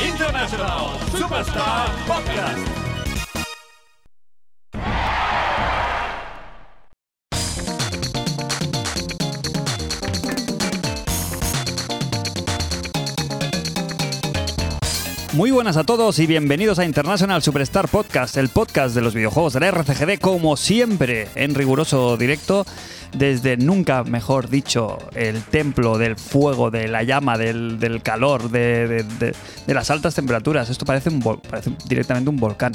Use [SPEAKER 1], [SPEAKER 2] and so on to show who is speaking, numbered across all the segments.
[SPEAKER 1] International Superstar Podcast.
[SPEAKER 2] Muy buenas a todos y bienvenidos a International Superstar Podcast, el podcast de los videojuegos de la RCGD, como siempre, en riguroso directo, desde nunca mejor dicho, el templo del fuego, de la llama, del, del calor, de, de- de- de las altas temperaturas. Esto parece, un vol- parece directamente un volcán.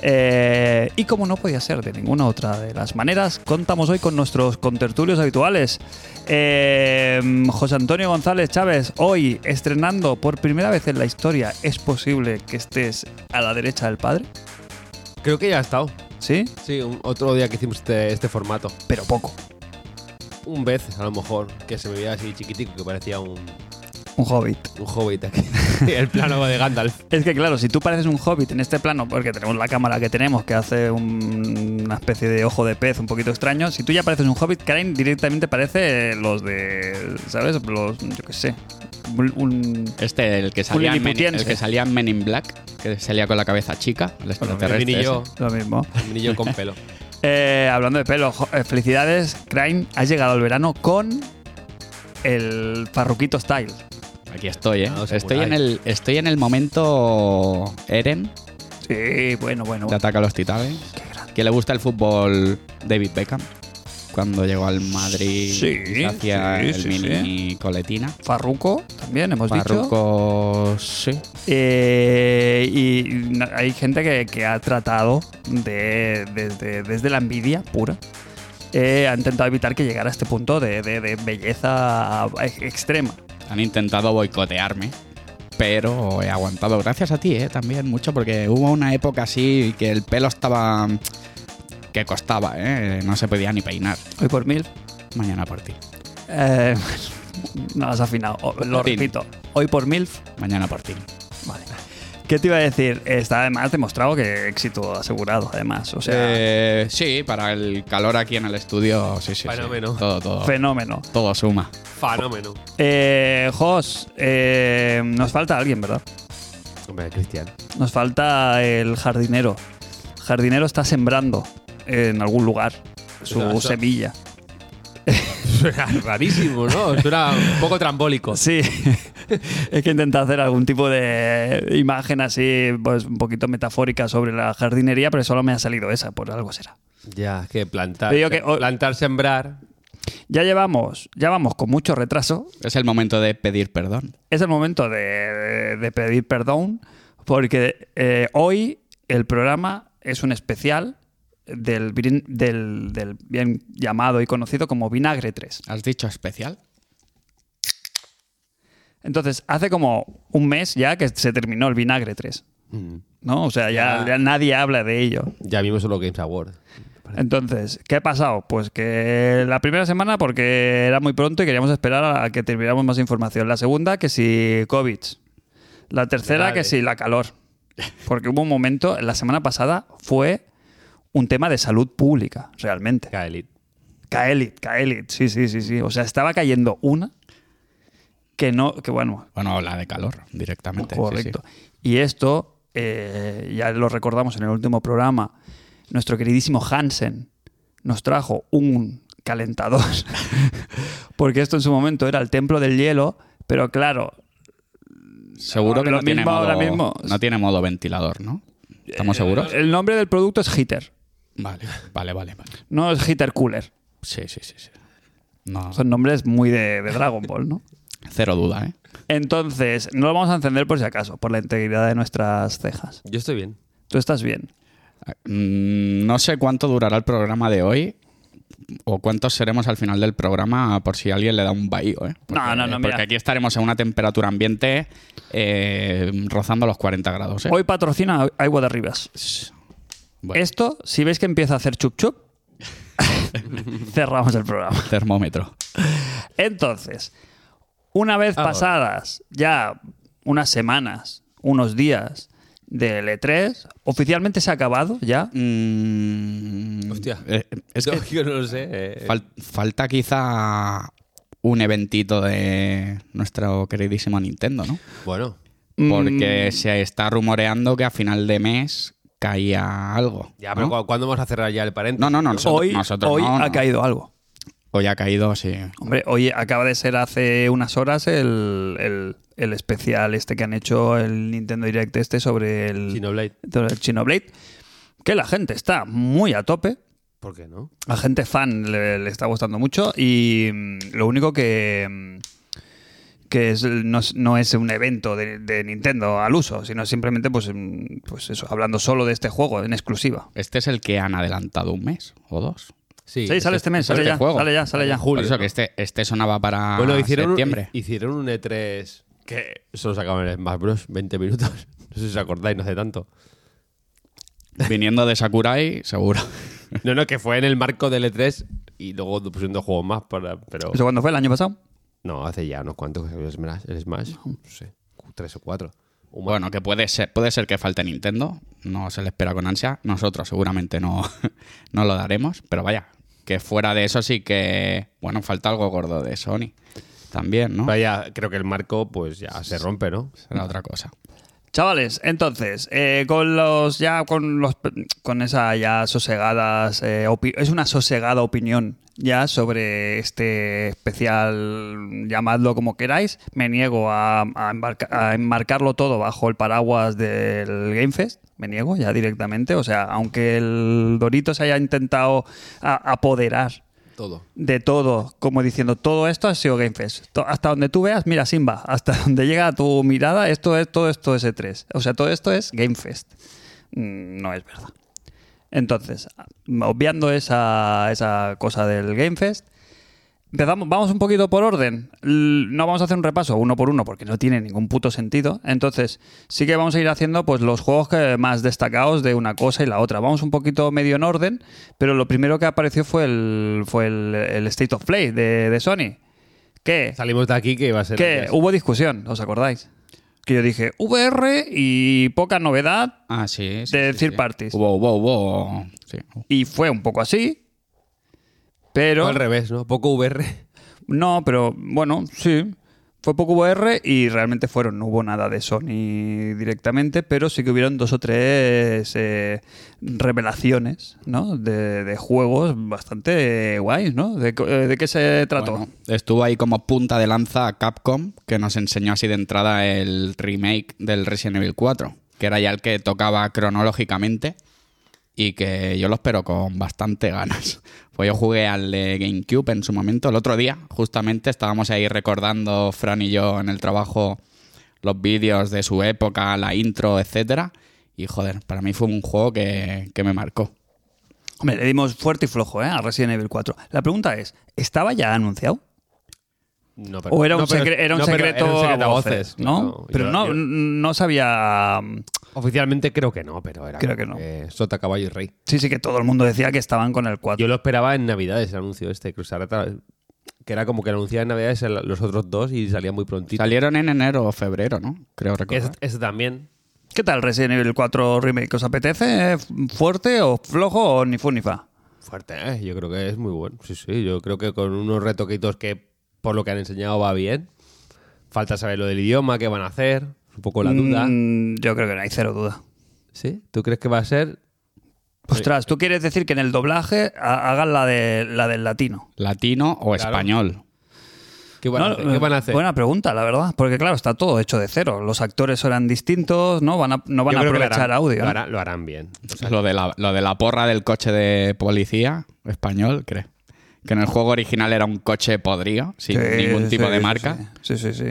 [SPEAKER 2] Eh, y como no podía ser de ninguna otra de las maneras, contamos hoy con nuestros contertulios habituales. Eh, José Antonio González Chávez, hoy estrenando por primera vez en la historia, ¿es posible que estés a la derecha del padre?
[SPEAKER 3] Creo que ya ha estado.
[SPEAKER 2] ¿Sí?
[SPEAKER 3] Sí, un- otro día que hicimos este, este formato.
[SPEAKER 2] Pero poco.
[SPEAKER 3] Un vez, a lo mejor, que se me veía así chiquitico, que parecía un, un
[SPEAKER 2] Un hobbit.
[SPEAKER 3] hobbit aquí. El plano de Gandalf.
[SPEAKER 2] Es que claro, si tú pareces un hobbit en este plano, porque tenemos la cámara que tenemos que hace un- una especie de ojo de pez un poquito extraño, si tú ya pareces un hobbit, Karen directamente parece los de, ¿sabes? Los, yo qué sé, un- un
[SPEAKER 4] Este, el que salía, en Men,
[SPEAKER 2] Lilliputiense.
[SPEAKER 4] el que salía en Men in Black, que salía con la cabeza chica, el extraterrestre.
[SPEAKER 3] Terrestre.
[SPEAKER 4] ese.
[SPEAKER 3] yo,
[SPEAKER 2] Lo mismo.
[SPEAKER 3] un niño con pelo.
[SPEAKER 2] Eh, hablando de pelo, jo- eh, felicidades, Crane. Has llegado al verano con el Farruquito Style.
[SPEAKER 4] Aquí estoy, ¿eh?
[SPEAKER 3] Ah, los
[SPEAKER 4] estoy, en
[SPEAKER 3] samuráis.
[SPEAKER 4] el, estoy en el momento Eren
[SPEAKER 2] Sí, bueno, bueno,
[SPEAKER 4] de
[SPEAKER 2] bueno.
[SPEAKER 4] Ataca a los Titanes,
[SPEAKER 2] Qué grande.
[SPEAKER 4] que le gusta el fútbol David Beckham. Cuando llegó al Madrid
[SPEAKER 2] Sí,
[SPEAKER 4] y se hacía
[SPEAKER 2] sí,
[SPEAKER 4] el
[SPEAKER 2] sí,
[SPEAKER 4] mini coletina.
[SPEAKER 2] Farruco, también hemos dicho.
[SPEAKER 4] Parruco, sí.
[SPEAKER 2] Eh, y na- hay gente que, que ha tratado de, desde, desde la envidia pura. eh, ha intentado evitar que llegara a este punto de, de- de belleza ex- extrema.
[SPEAKER 4] Han intentado boicotearme, pero he aguantado. Gracias a ti, ¿eh? También mucho, porque hubo una época así que el pelo estaba... que costaba, ¿eh? No se podía ni peinar.
[SPEAKER 2] Hoy por mil.
[SPEAKER 4] Mañana por ti.
[SPEAKER 2] eh, no has afinado. O- Lo
[SPEAKER 4] Latín.
[SPEAKER 2] repito. Hoy por mil
[SPEAKER 4] Mañana por ti.
[SPEAKER 2] Vale. ¿Qué te iba a decir? Está además demostrado que éxito asegurado, además. O sea,
[SPEAKER 4] Eh, sí, para el calor aquí en el estudio, sí, sí. sí.
[SPEAKER 3] Fenómeno.
[SPEAKER 4] Todo, todo.
[SPEAKER 2] fenómeno.
[SPEAKER 4] todo suma.
[SPEAKER 3] Fenómeno.
[SPEAKER 2] Eh, Jos, eh, nos falta alguien, ¿verdad?
[SPEAKER 3] Hombre, Cristian.
[SPEAKER 2] Nos falta el jardinero. El jardinero está sembrando en algún lugar su
[SPEAKER 3] Pero eso-
[SPEAKER 2] semilla.
[SPEAKER 3] Suena rarísimo, ¿no? Suena un poco trambólico.
[SPEAKER 2] Sí, es que intenta hacer algún tipo de imagen así, pues un poquito metafórica sobre la jardinería, pero solo me ha salido esa, por algo será.
[SPEAKER 3] Ya, es que plantar.
[SPEAKER 2] Pero yo que-
[SPEAKER 3] plantar, sembrar.
[SPEAKER 2] Ya llevamos, ya vamos con mucho retraso,
[SPEAKER 4] Es el momento de pedir perdón.
[SPEAKER 2] es el momento de, de- de pedir perdón porque eh, hoy el programa es un especial del, brin- del- del bien llamado y conocido como Vinagre 3.
[SPEAKER 4] ¿Has dicho especial?
[SPEAKER 2] Entonces, hace como un mes ya que se terminó el Vinagre 3,
[SPEAKER 3] Mm.
[SPEAKER 2] ¿no? O sea, ya,
[SPEAKER 3] Ya.
[SPEAKER 2] ya nadie habla de ello.
[SPEAKER 3] Ya vimos solo Games Award.
[SPEAKER 2] Entonces, ¿qué ha pasado? Pues que la primera semana porque era muy pronto y queríamos esperar a que termináramos más información. La segunda, que si COVID. La tercera,
[SPEAKER 3] Vale.
[SPEAKER 2] que si la calor. Porque hubo un momento, la semana pasada fue un tema de salud pública, realmente.
[SPEAKER 3] Gaelit.
[SPEAKER 2] Caelit, Caelit, sí, sí, sí, sí. O sea, estaba cayendo una que no, que bueno,
[SPEAKER 4] Bueno, la de calor, directamente. sí,
[SPEAKER 2] Correcto.
[SPEAKER 4] sí.
[SPEAKER 2] Y esto, eh, ya lo recordamos en el último programa, nuestro queridísimo Hansen nos trajo un calentador, porque esto en su momento era el templo del hielo, pero claro,
[SPEAKER 4] Seguro que
[SPEAKER 2] Lo
[SPEAKER 4] no tiene,
[SPEAKER 2] mismo
[SPEAKER 4] modo,
[SPEAKER 2] ahora mismo. Eh,
[SPEAKER 4] no tiene modo ventilador, ¿no? ¿Estamos seguros?
[SPEAKER 2] el nombre del producto es heater,
[SPEAKER 4] Vale, vale, vale. vale.
[SPEAKER 2] no es heater cooler.
[SPEAKER 4] Sí, sí, sí. sí. No,
[SPEAKER 2] Son nombres muy de, de Dragon Ball, ¿no?
[SPEAKER 4] cero duda, ¿eh?
[SPEAKER 2] Entonces, no lo vamos a encender por si acaso, por la integridad de nuestras cejas.
[SPEAKER 3] Yo estoy bien.
[SPEAKER 2] Tú estás bien.
[SPEAKER 4] Mm, No sé cuánto durará el programa de hoy o cuántos seremos al final del programa por si alguien le da un bahío. ¿eh? Porque,
[SPEAKER 2] No, no, no, mira.
[SPEAKER 4] Porque aquí estaremos a una temperatura ambiente eh, rozando los 40 grados. ¿eh?
[SPEAKER 2] Hoy patrocina Agua de Rivas.
[SPEAKER 4] Bueno,
[SPEAKER 2] Esto, si veis que empieza a hacer chup chup, cerramos el programa.
[SPEAKER 4] termómetro.
[SPEAKER 2] Entonces, una vez
[SPEAKER 3] Ahora.
[SPEAKER 2] pasadas ya unas semanas, unos días del E3, oficialmente se ha acabado ya.
[SPEAKER 4] Mm,
[SPEAKER 3] Hostia.
[SPEAKER 4] eh, es
[SPEAKER 3] yo,
[SPEAKER 4] que
[SPEAKER 3] yo no lo sé. eh.
[SPEAKER 4] fal- falta quizá un eventito de nuestro queridísimo Nintendo, ¿no?
[SPEAKER 3] bueno,
[SPEAKER 2] Mm.
[SPEAKER 4] Porque se está rumoreando que a final de mes caía algo.
[SPEAKER 3] Ya, pero
[SPEAKER 4] ¿no?
[SPEAKER 3] ¿cu- ¿cuándo vamos a cerrar ya el paréntesis?
[SPEAKER 4] No, no, no, nosotros,
[SPEAKER 2] hoy
[SPEAKER 4] nosotros
[SPEAKER 2] hoy
[SPEAKER 4] no,
[SPEAKER 2] ha
[SPEAKER 4] no.
[SPEAKER 2] caído algo.
[SPEAKER 4] Hoy ha caído, sí.
[SPEAKER 2] Hombre, hoy acaba de ser hace unas horas el, el- el especial este que han hecho el Nintendo Direct este sobre el,
[SPEAKER 3] Xenoblade.
[SPEAKER 2] sobre el Xenoblade, que la gente está muy a tope.
[SPEAKER 3] ¿Por qué no?
[SPEAKER 2] A gente fan le, le está gustando mucho y mm, lo único que, mm, que es, el- no, es- no es un evento de, de Nintendo al uso, sino simplemente pues, mm, pues eso, hablando solo de este juego en exclusiva.
[SPEAKER 4] Este es el que han adelantado un mes o dos.
[SPEAKER 2] Sí, sale este mes, sale
[SPEAKER 4] este
[SPEAKER 2] ya,
[SPEAKER 4] juego.
[SPEAKER 2] sale ya, sale ya.
[SPEAKER 4] Por eso que este, este sonaba para
[SPEAKER 3] Bueno, Pues hicieron, un,
[SPEAKER 4] septiembre.
[SPEAKER 3] hicieron un E E3 que solo sacaban el Smash Bros. 20 minutos. No sé si os acordáis, no hace tanto.
[SPEAKER 4] Viniendo de Sakurai, seguro.
[SPEAKER 3] No, no, que fue en el marco del E3 y luego pusieron dos juegos más para. Pero.
[SPEAKER 2] ¿Eso cuándo fue? ¿El año pasado?
[SPEAKER 3] No, hace ya unos cuantos que salió el Smash. El Smash no Oh. sé, tres o cuatro. O más.
[SPEAKER 4] Bueno, que puede ser, puede ser que falte Nintendo. No se le espera con ansia. Nosotros seguramente no, no lo daremos. Pero vaya, que fuera de eso sí que. Bueno, falta algo gordo de Sony. También, ¿no?
[SPEAKER 3] Vaya, creo que el marco, pues ya se rompe, ¿no?
[SPEAKER 4] Será otra cosa.
[SPEAKER 2] Chavales, entonces, eh, con los ya con los con esa ya sosegadas eh, opi- es una sosegada opinión ya sobre este especial llamadlo como queráis. Me niego a, a embarca- a enmarcarlo todo bajo el paraguas del Game Fest. Me niego ya directamente. O sea, aunque el Dorito se haya intentado a- apoderar
[SPEAKER 3] Todo.
[SPEAKER 2] de todo, como diciendo, todo esto ha sido Game Fest. To- Hasta donde tú veas, mira Simba, hasta donde llega tu mirada, esto es, todo esto es E3. O sea, todo esto es Game Fest. Mm, No es verdad. Entonces, obviando esa, esa cosa del Game Fest, empezamos, vamos un poquito por orden. L- No vamos a hacer un repaso uno por uno porque no tiene ningún puto sentido. Entonces, sí que vamos a ir haciendo pues los juegos que más destacados de una cosa y la otra. Vamos un poquito medio en orden, pero lo primero que apareció fue el, fue el, el State of Play de, de Sony. Que,
[SPEAKER 3] Salimos de aquí que iba a ser.
[SPEAKER 2] que
[SPEAKER 3] el-
[SPEAKER 2] hubo discusión, ¿os acordáis? Que yo dije, VR y poca novedad,
[SPEAKER 4] Ah, sí. sí,
[SPEAKER 2] De
[SPEAKER 4] sí,
[SPEAKER 2] third
[SPEAKER 4] sí.
[SPEAKER 2] parties.
[SPEAKER 4] Hubo, hubo, hubo. Sí.
[SPEAKER 2] y fue un poco así. Pero...
[SPEAKER 3] Al revés, ¿no? Poco VR.
[SPEAKER 2] No, pero bueno, sí. Fue poco VR y realmente fueron, no hubo nada de Sony directamente, pero sí que hubieron dos o tres eh, revelaciones, ¿no? De, de juegos bastante eh, guays, ¿no? ¿De, co- eh, de qué se trató?
[SPEAKER 4] Bueno, estuvo ahí como punta de lanza a Capcom, que nos enseñó así de entrada el remake del Resident Evil 4, que era ya el que tocaba cronológicamente y que yo lo espero con bastante ganas. Pues yo jugué al de GameCube en su momento, el otro día, justamente estábamos ahí recordando, Fran y yo, en el trabajo, los vídeos de su época, la intro, etcétera. Y joder, para mí fue un juego que, que me marcó.
[SPEAKER 2] Hombre, le dimos fuerte y flojo, ¿eh? A Resident Evil 4. La pregunta es, ¿estaba ya anunciado?
[SPEAKER 3] No,
[SPEAKER 2] ¿O era un,
[SPEAKER 3] no, pero-
[SPEAKER 2] secre- era un
[SPEAKER 3] no, pero
[SPEAKER 2] secreto
[SPEAKER 3] era un secreto
[SPEAKER 2] a voces? ¿no? pero
[SPEAKER 3] yo-
[SPEAKER 2] no,
[SPEAKER 3] yo-
[SPEAKER 2] no sabía...
[SPEAKER 3] Oficialmente creo que no, pero era.
[SPEAKER 2] Creo
[SPEAKER 3] como
[SPEAKER 2] que no.
[SPEAKER 3] Sota, caballo y rey.
[SPEAKER 2] Sí, sí, que todo el mundo decía que estaban con el 4.
[SPEAKER 3] Yo lo esperaba en Navidades el anuncio este, que, usara tal- que era como que anunciaba en Navidades el- los otros dos y salía muy prontito.
[SPEAKER 4] Salieron en enero o febrero, ¿no? Creo recordar.
[SPEAKER 3] Ese ese también.
[SPEAKER 2] ¿Qué tal Resident Evil 4 Remake? ¿Os apetece? ¿Eh? ¿Fuerte o flojo o ni fu ni fa?
[SPEAKER 3] Fuerte, ¿eh? Yo creo que es muy bueno. Sí, sí, yo creo que con unos retoquitos que por lo que han enseñado va bien. Falta saber lo del idioma, qué van a hacer, un poco la duda.
[SPEAKER 2] Mm, yo creo que no hay cero duda.
[SPEAKER 3] ¿Sí? ¿Tú crees que va a ser?
[SPEAKER 2] Ostras, ¿tú quieres decir que en el doblaje ha- hagan la, de, la del latino?
[SPEAKER 4] latino o español.
[SPEAKER 3] ¿Qué van, a,
[SPEAKER 2] No,
[SPEAKER 3] hacer? ¿Qué van a hacer?
[SPEAKER 2] Buena pregunta, la verdad. Porque claro, está todo hecho de cero. Los actores eran distintos, no van a, no van
[SPEAKER 3] Yo
[SPEAKER 2] a
[SPEAKER 3] creo que lo
[SPEAKER 2] aprovechar
[SPEAKER 3] harán-
[SPEAKER 2] audio.
[SPEAKER 3] Lo
[SPEAKER 2] ¿no?
[SPEAKER 3] harán, lo harán bien.
[SPEAKER 4] lo, de la, lo de la porra del coche de policía español, creo. Que en el juego original era un coche podrido, sin
[SPEAKER 2] Sí,
[SPEAKER 4] ningún tipo
[SPEAKER 2] sí,
[SPEAKER 4] de
[SPEAKER 2] sí,
[SPEAKER 4] marca.
[SPEAKER 2] Sí, sí, sí.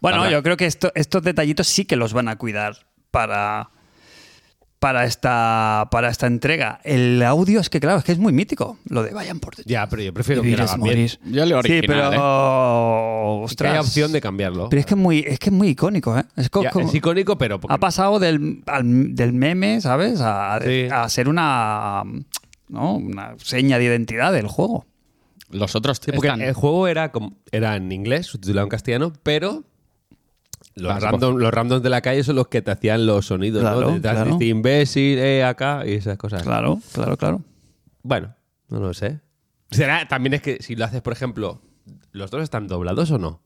[SPEAKER 2] Bueno,
[SPEAKER 4] Habrá-
[SPEAKER 2] yo creo que esto- estos detallitos sí que los van a cuidar para, para, esta, para esta entrega. El audio es que, claro, es que es muy mítico. Lo de vayan por detrás.
[SPEAKER 3] Ya, pero yo prefiero que
[SPEAKER 2] Vivir
[SPEAKER 3] lo
[SPEAKER 2] es
[SPEAKER 3] hagan bien.
[SPEAKER 2] morir.
[SPEAKER 4] Yo leo original,
[SPEAKER 2] Sí, pero.
[SPEAKER 4] ¿eh?
[SPEAKER 3] Que
[SPEAKER 2] Ostras.
[SPEAKER 3] hay opción de cambiarlo.
[SPEAKER 2] Pero es que, es muy, es que es muy icónico, ¿eh? Es co-
[SPEAKER 3] Ya,
[SPEAKER 2] como- Ah,
[SPEAKER 3] es icónico, pero
[SPEAKER 2] ha pasado del, al- del meme, ¿sabes? A,
[SPEAKER 3] Sí.
[SPEAKER 2] a ser una. ¿no? Una seña de identidad del juego.
[SPEAKER 4] Los otros
[SPEAKER 3] Sí, porque
[SPEAKER 4] están-
[SPEAKER 3] el juego era, como- era en inglés, subtitulado en castellano, pero los,
[SPEAKER 4] Las
[SPEAKER 3] random, los randoms de la calle son los que te hacían los sonidos,
[SPEAKER 2] Ah, pues. Claro,
[SPEAKER 3] ¿no? Te- Te
[SPEAKER 2] claro.
[SPEAKER 3] hacían imbécil, eh, acá y esas cosas.
[SPEAKER 2] Claro, claro, claro.
[SPEAKER 3] Bueno, no lo sé. Será, también es que si lo haces, por ejemplo, ¿los dos están doblados o no?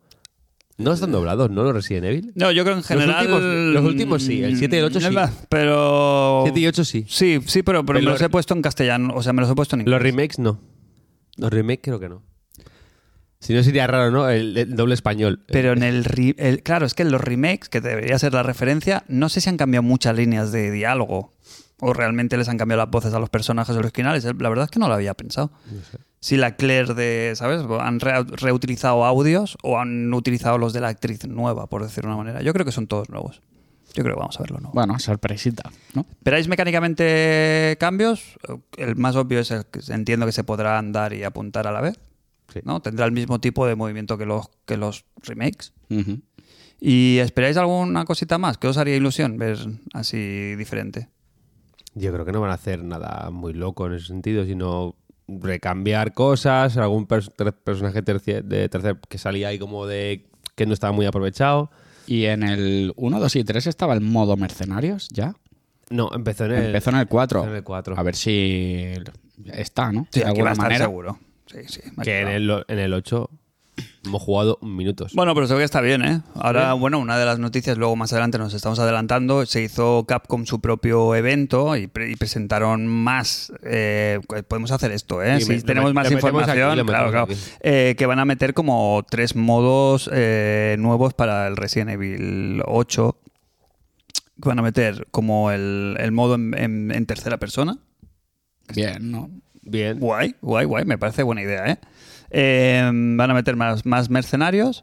[SPEAKER 3] No están doblados, ¿no? Los Resident Evil.
[SPEAKER 2] No, yo creo que en general.
[SPEAKER 3] últimos- los últimos sí, el siete y el ocho
[SPEAKER 2] mm,
[SPEAKER 3] sí.
[SPEAKER 2] Pero.
[SPEAKER 3] 7 Oh. y 8 sí.
[SPEAKER 2] Sí, sí, pero, pero me
[SPEAKER 3] Pero-
[SPEAKER 2] los he puesto en castellano. O sea, me los he puesto en inglés.
[SPEAKER 3] Los remakes no. Los remakes creo que no. Si no sería raro, ¿no? El, el doble español.
[SPEAKER 2] Pero en el, re- el- Claro, es que en los remakes, que debería ser la referencia, no sé si han cambiado muchas líneas de diálogo. O realmente les han cambiado las voces a los personajes originales. eh, La verdad es que no lo había pensado. Si la Claire de. ¿Sabes? Han re- reutilizado audios o han utilizado los de la actriz nueva, por decirlo de una manera. Yo creo que son todos nuevos. Yo creo que vamos a verlo nuevo.
[SPEAKER 4] Bueno, sorpresita, ¿no?
[SPEAKER 2] ¿Esperáis mecánicamente cambios? El más obvio es el que entiendo que se podrá andar y apuntar a la vez.
[SPEAKER 3] Sí.
[SPEAKER 2] ¿no? Tendrá el mismo tipo de movimiento que los, que los remakes.
[SPEAKER 4] Ujú.
[SPEAKER 2] ¿Y esperáis alguna cosita más? ¿Qué os haría ilusión ver así diferente?
[SPEAKER 3] Yo creo que no van a hacer nada muy loco en ese sentido, sino recambiar cosas, algún pers- ter- personaje terci- de tercer que salía ahí como de que no estaba muy aprovechado.
[SPEAKER 4] Y en el 1, 2 y 3 estaba el modo mercenarios ya.
[SPEAKER 3] No, empezó en el...
[SPEAKER 4] Empezó en el 4.
[SPEAKER 3] empezó en el 4.
[SPEAKER 4] A ver si está, ¿no?
[SPEAKER 2] Sí,
[SPEAKER 4] de
[SPEAKER 2] aquí va a
[SPEAKER 4] alguna
[SPEAKER 2] estar
[SPEAKER 4] manera.
[SPEAKER 2] seguro. Sí, sí. aquí
[SPEAKER 3] Que en
[SPEAKER 2] va.
[SPEAKER 3] el, en el 8 hemos jugado minutos.
[SPEAKER 2] Bueno, pero se ve que está bien, ¿eh? Ahora, bueno, una de las noticias, luego más adelante nos estamos adelantando, se hizo Capcom su propio evento y, pre- y presentaron más, eh, podemos hacer esto, ¿eh?
[SPEAKER 3] Sí,
[SPEAKER 2] si
[SPEAKER 3] me- lo
[SPEAKER 2] tenemos
[SPEAKER 3] met-
[SPEAKER 2] más
[SPEAKER 3] lo metemos
[SPEAKER 2] información,
[SPEAKER 3] aquí, lo
[SPEAKER 2] claro,
[SPEAKER 3] metemos
[SPEAKER 2] claro,
[SPEAKER 3] aquí.
[SPEAKER 2] eh, que van a meter como tres modos eh, nuevos para el Resident Evil 8, que van a meter como el, el modo en- en- en tercera persona,
[SPEAKER 4] Bien, ¿no?
[SPEAKER 3] Bien.
[SPEAKER 2] Guay, guay, guay. Me parece buena idea, ¿eh? Eh, van a meter más, más mercenarios.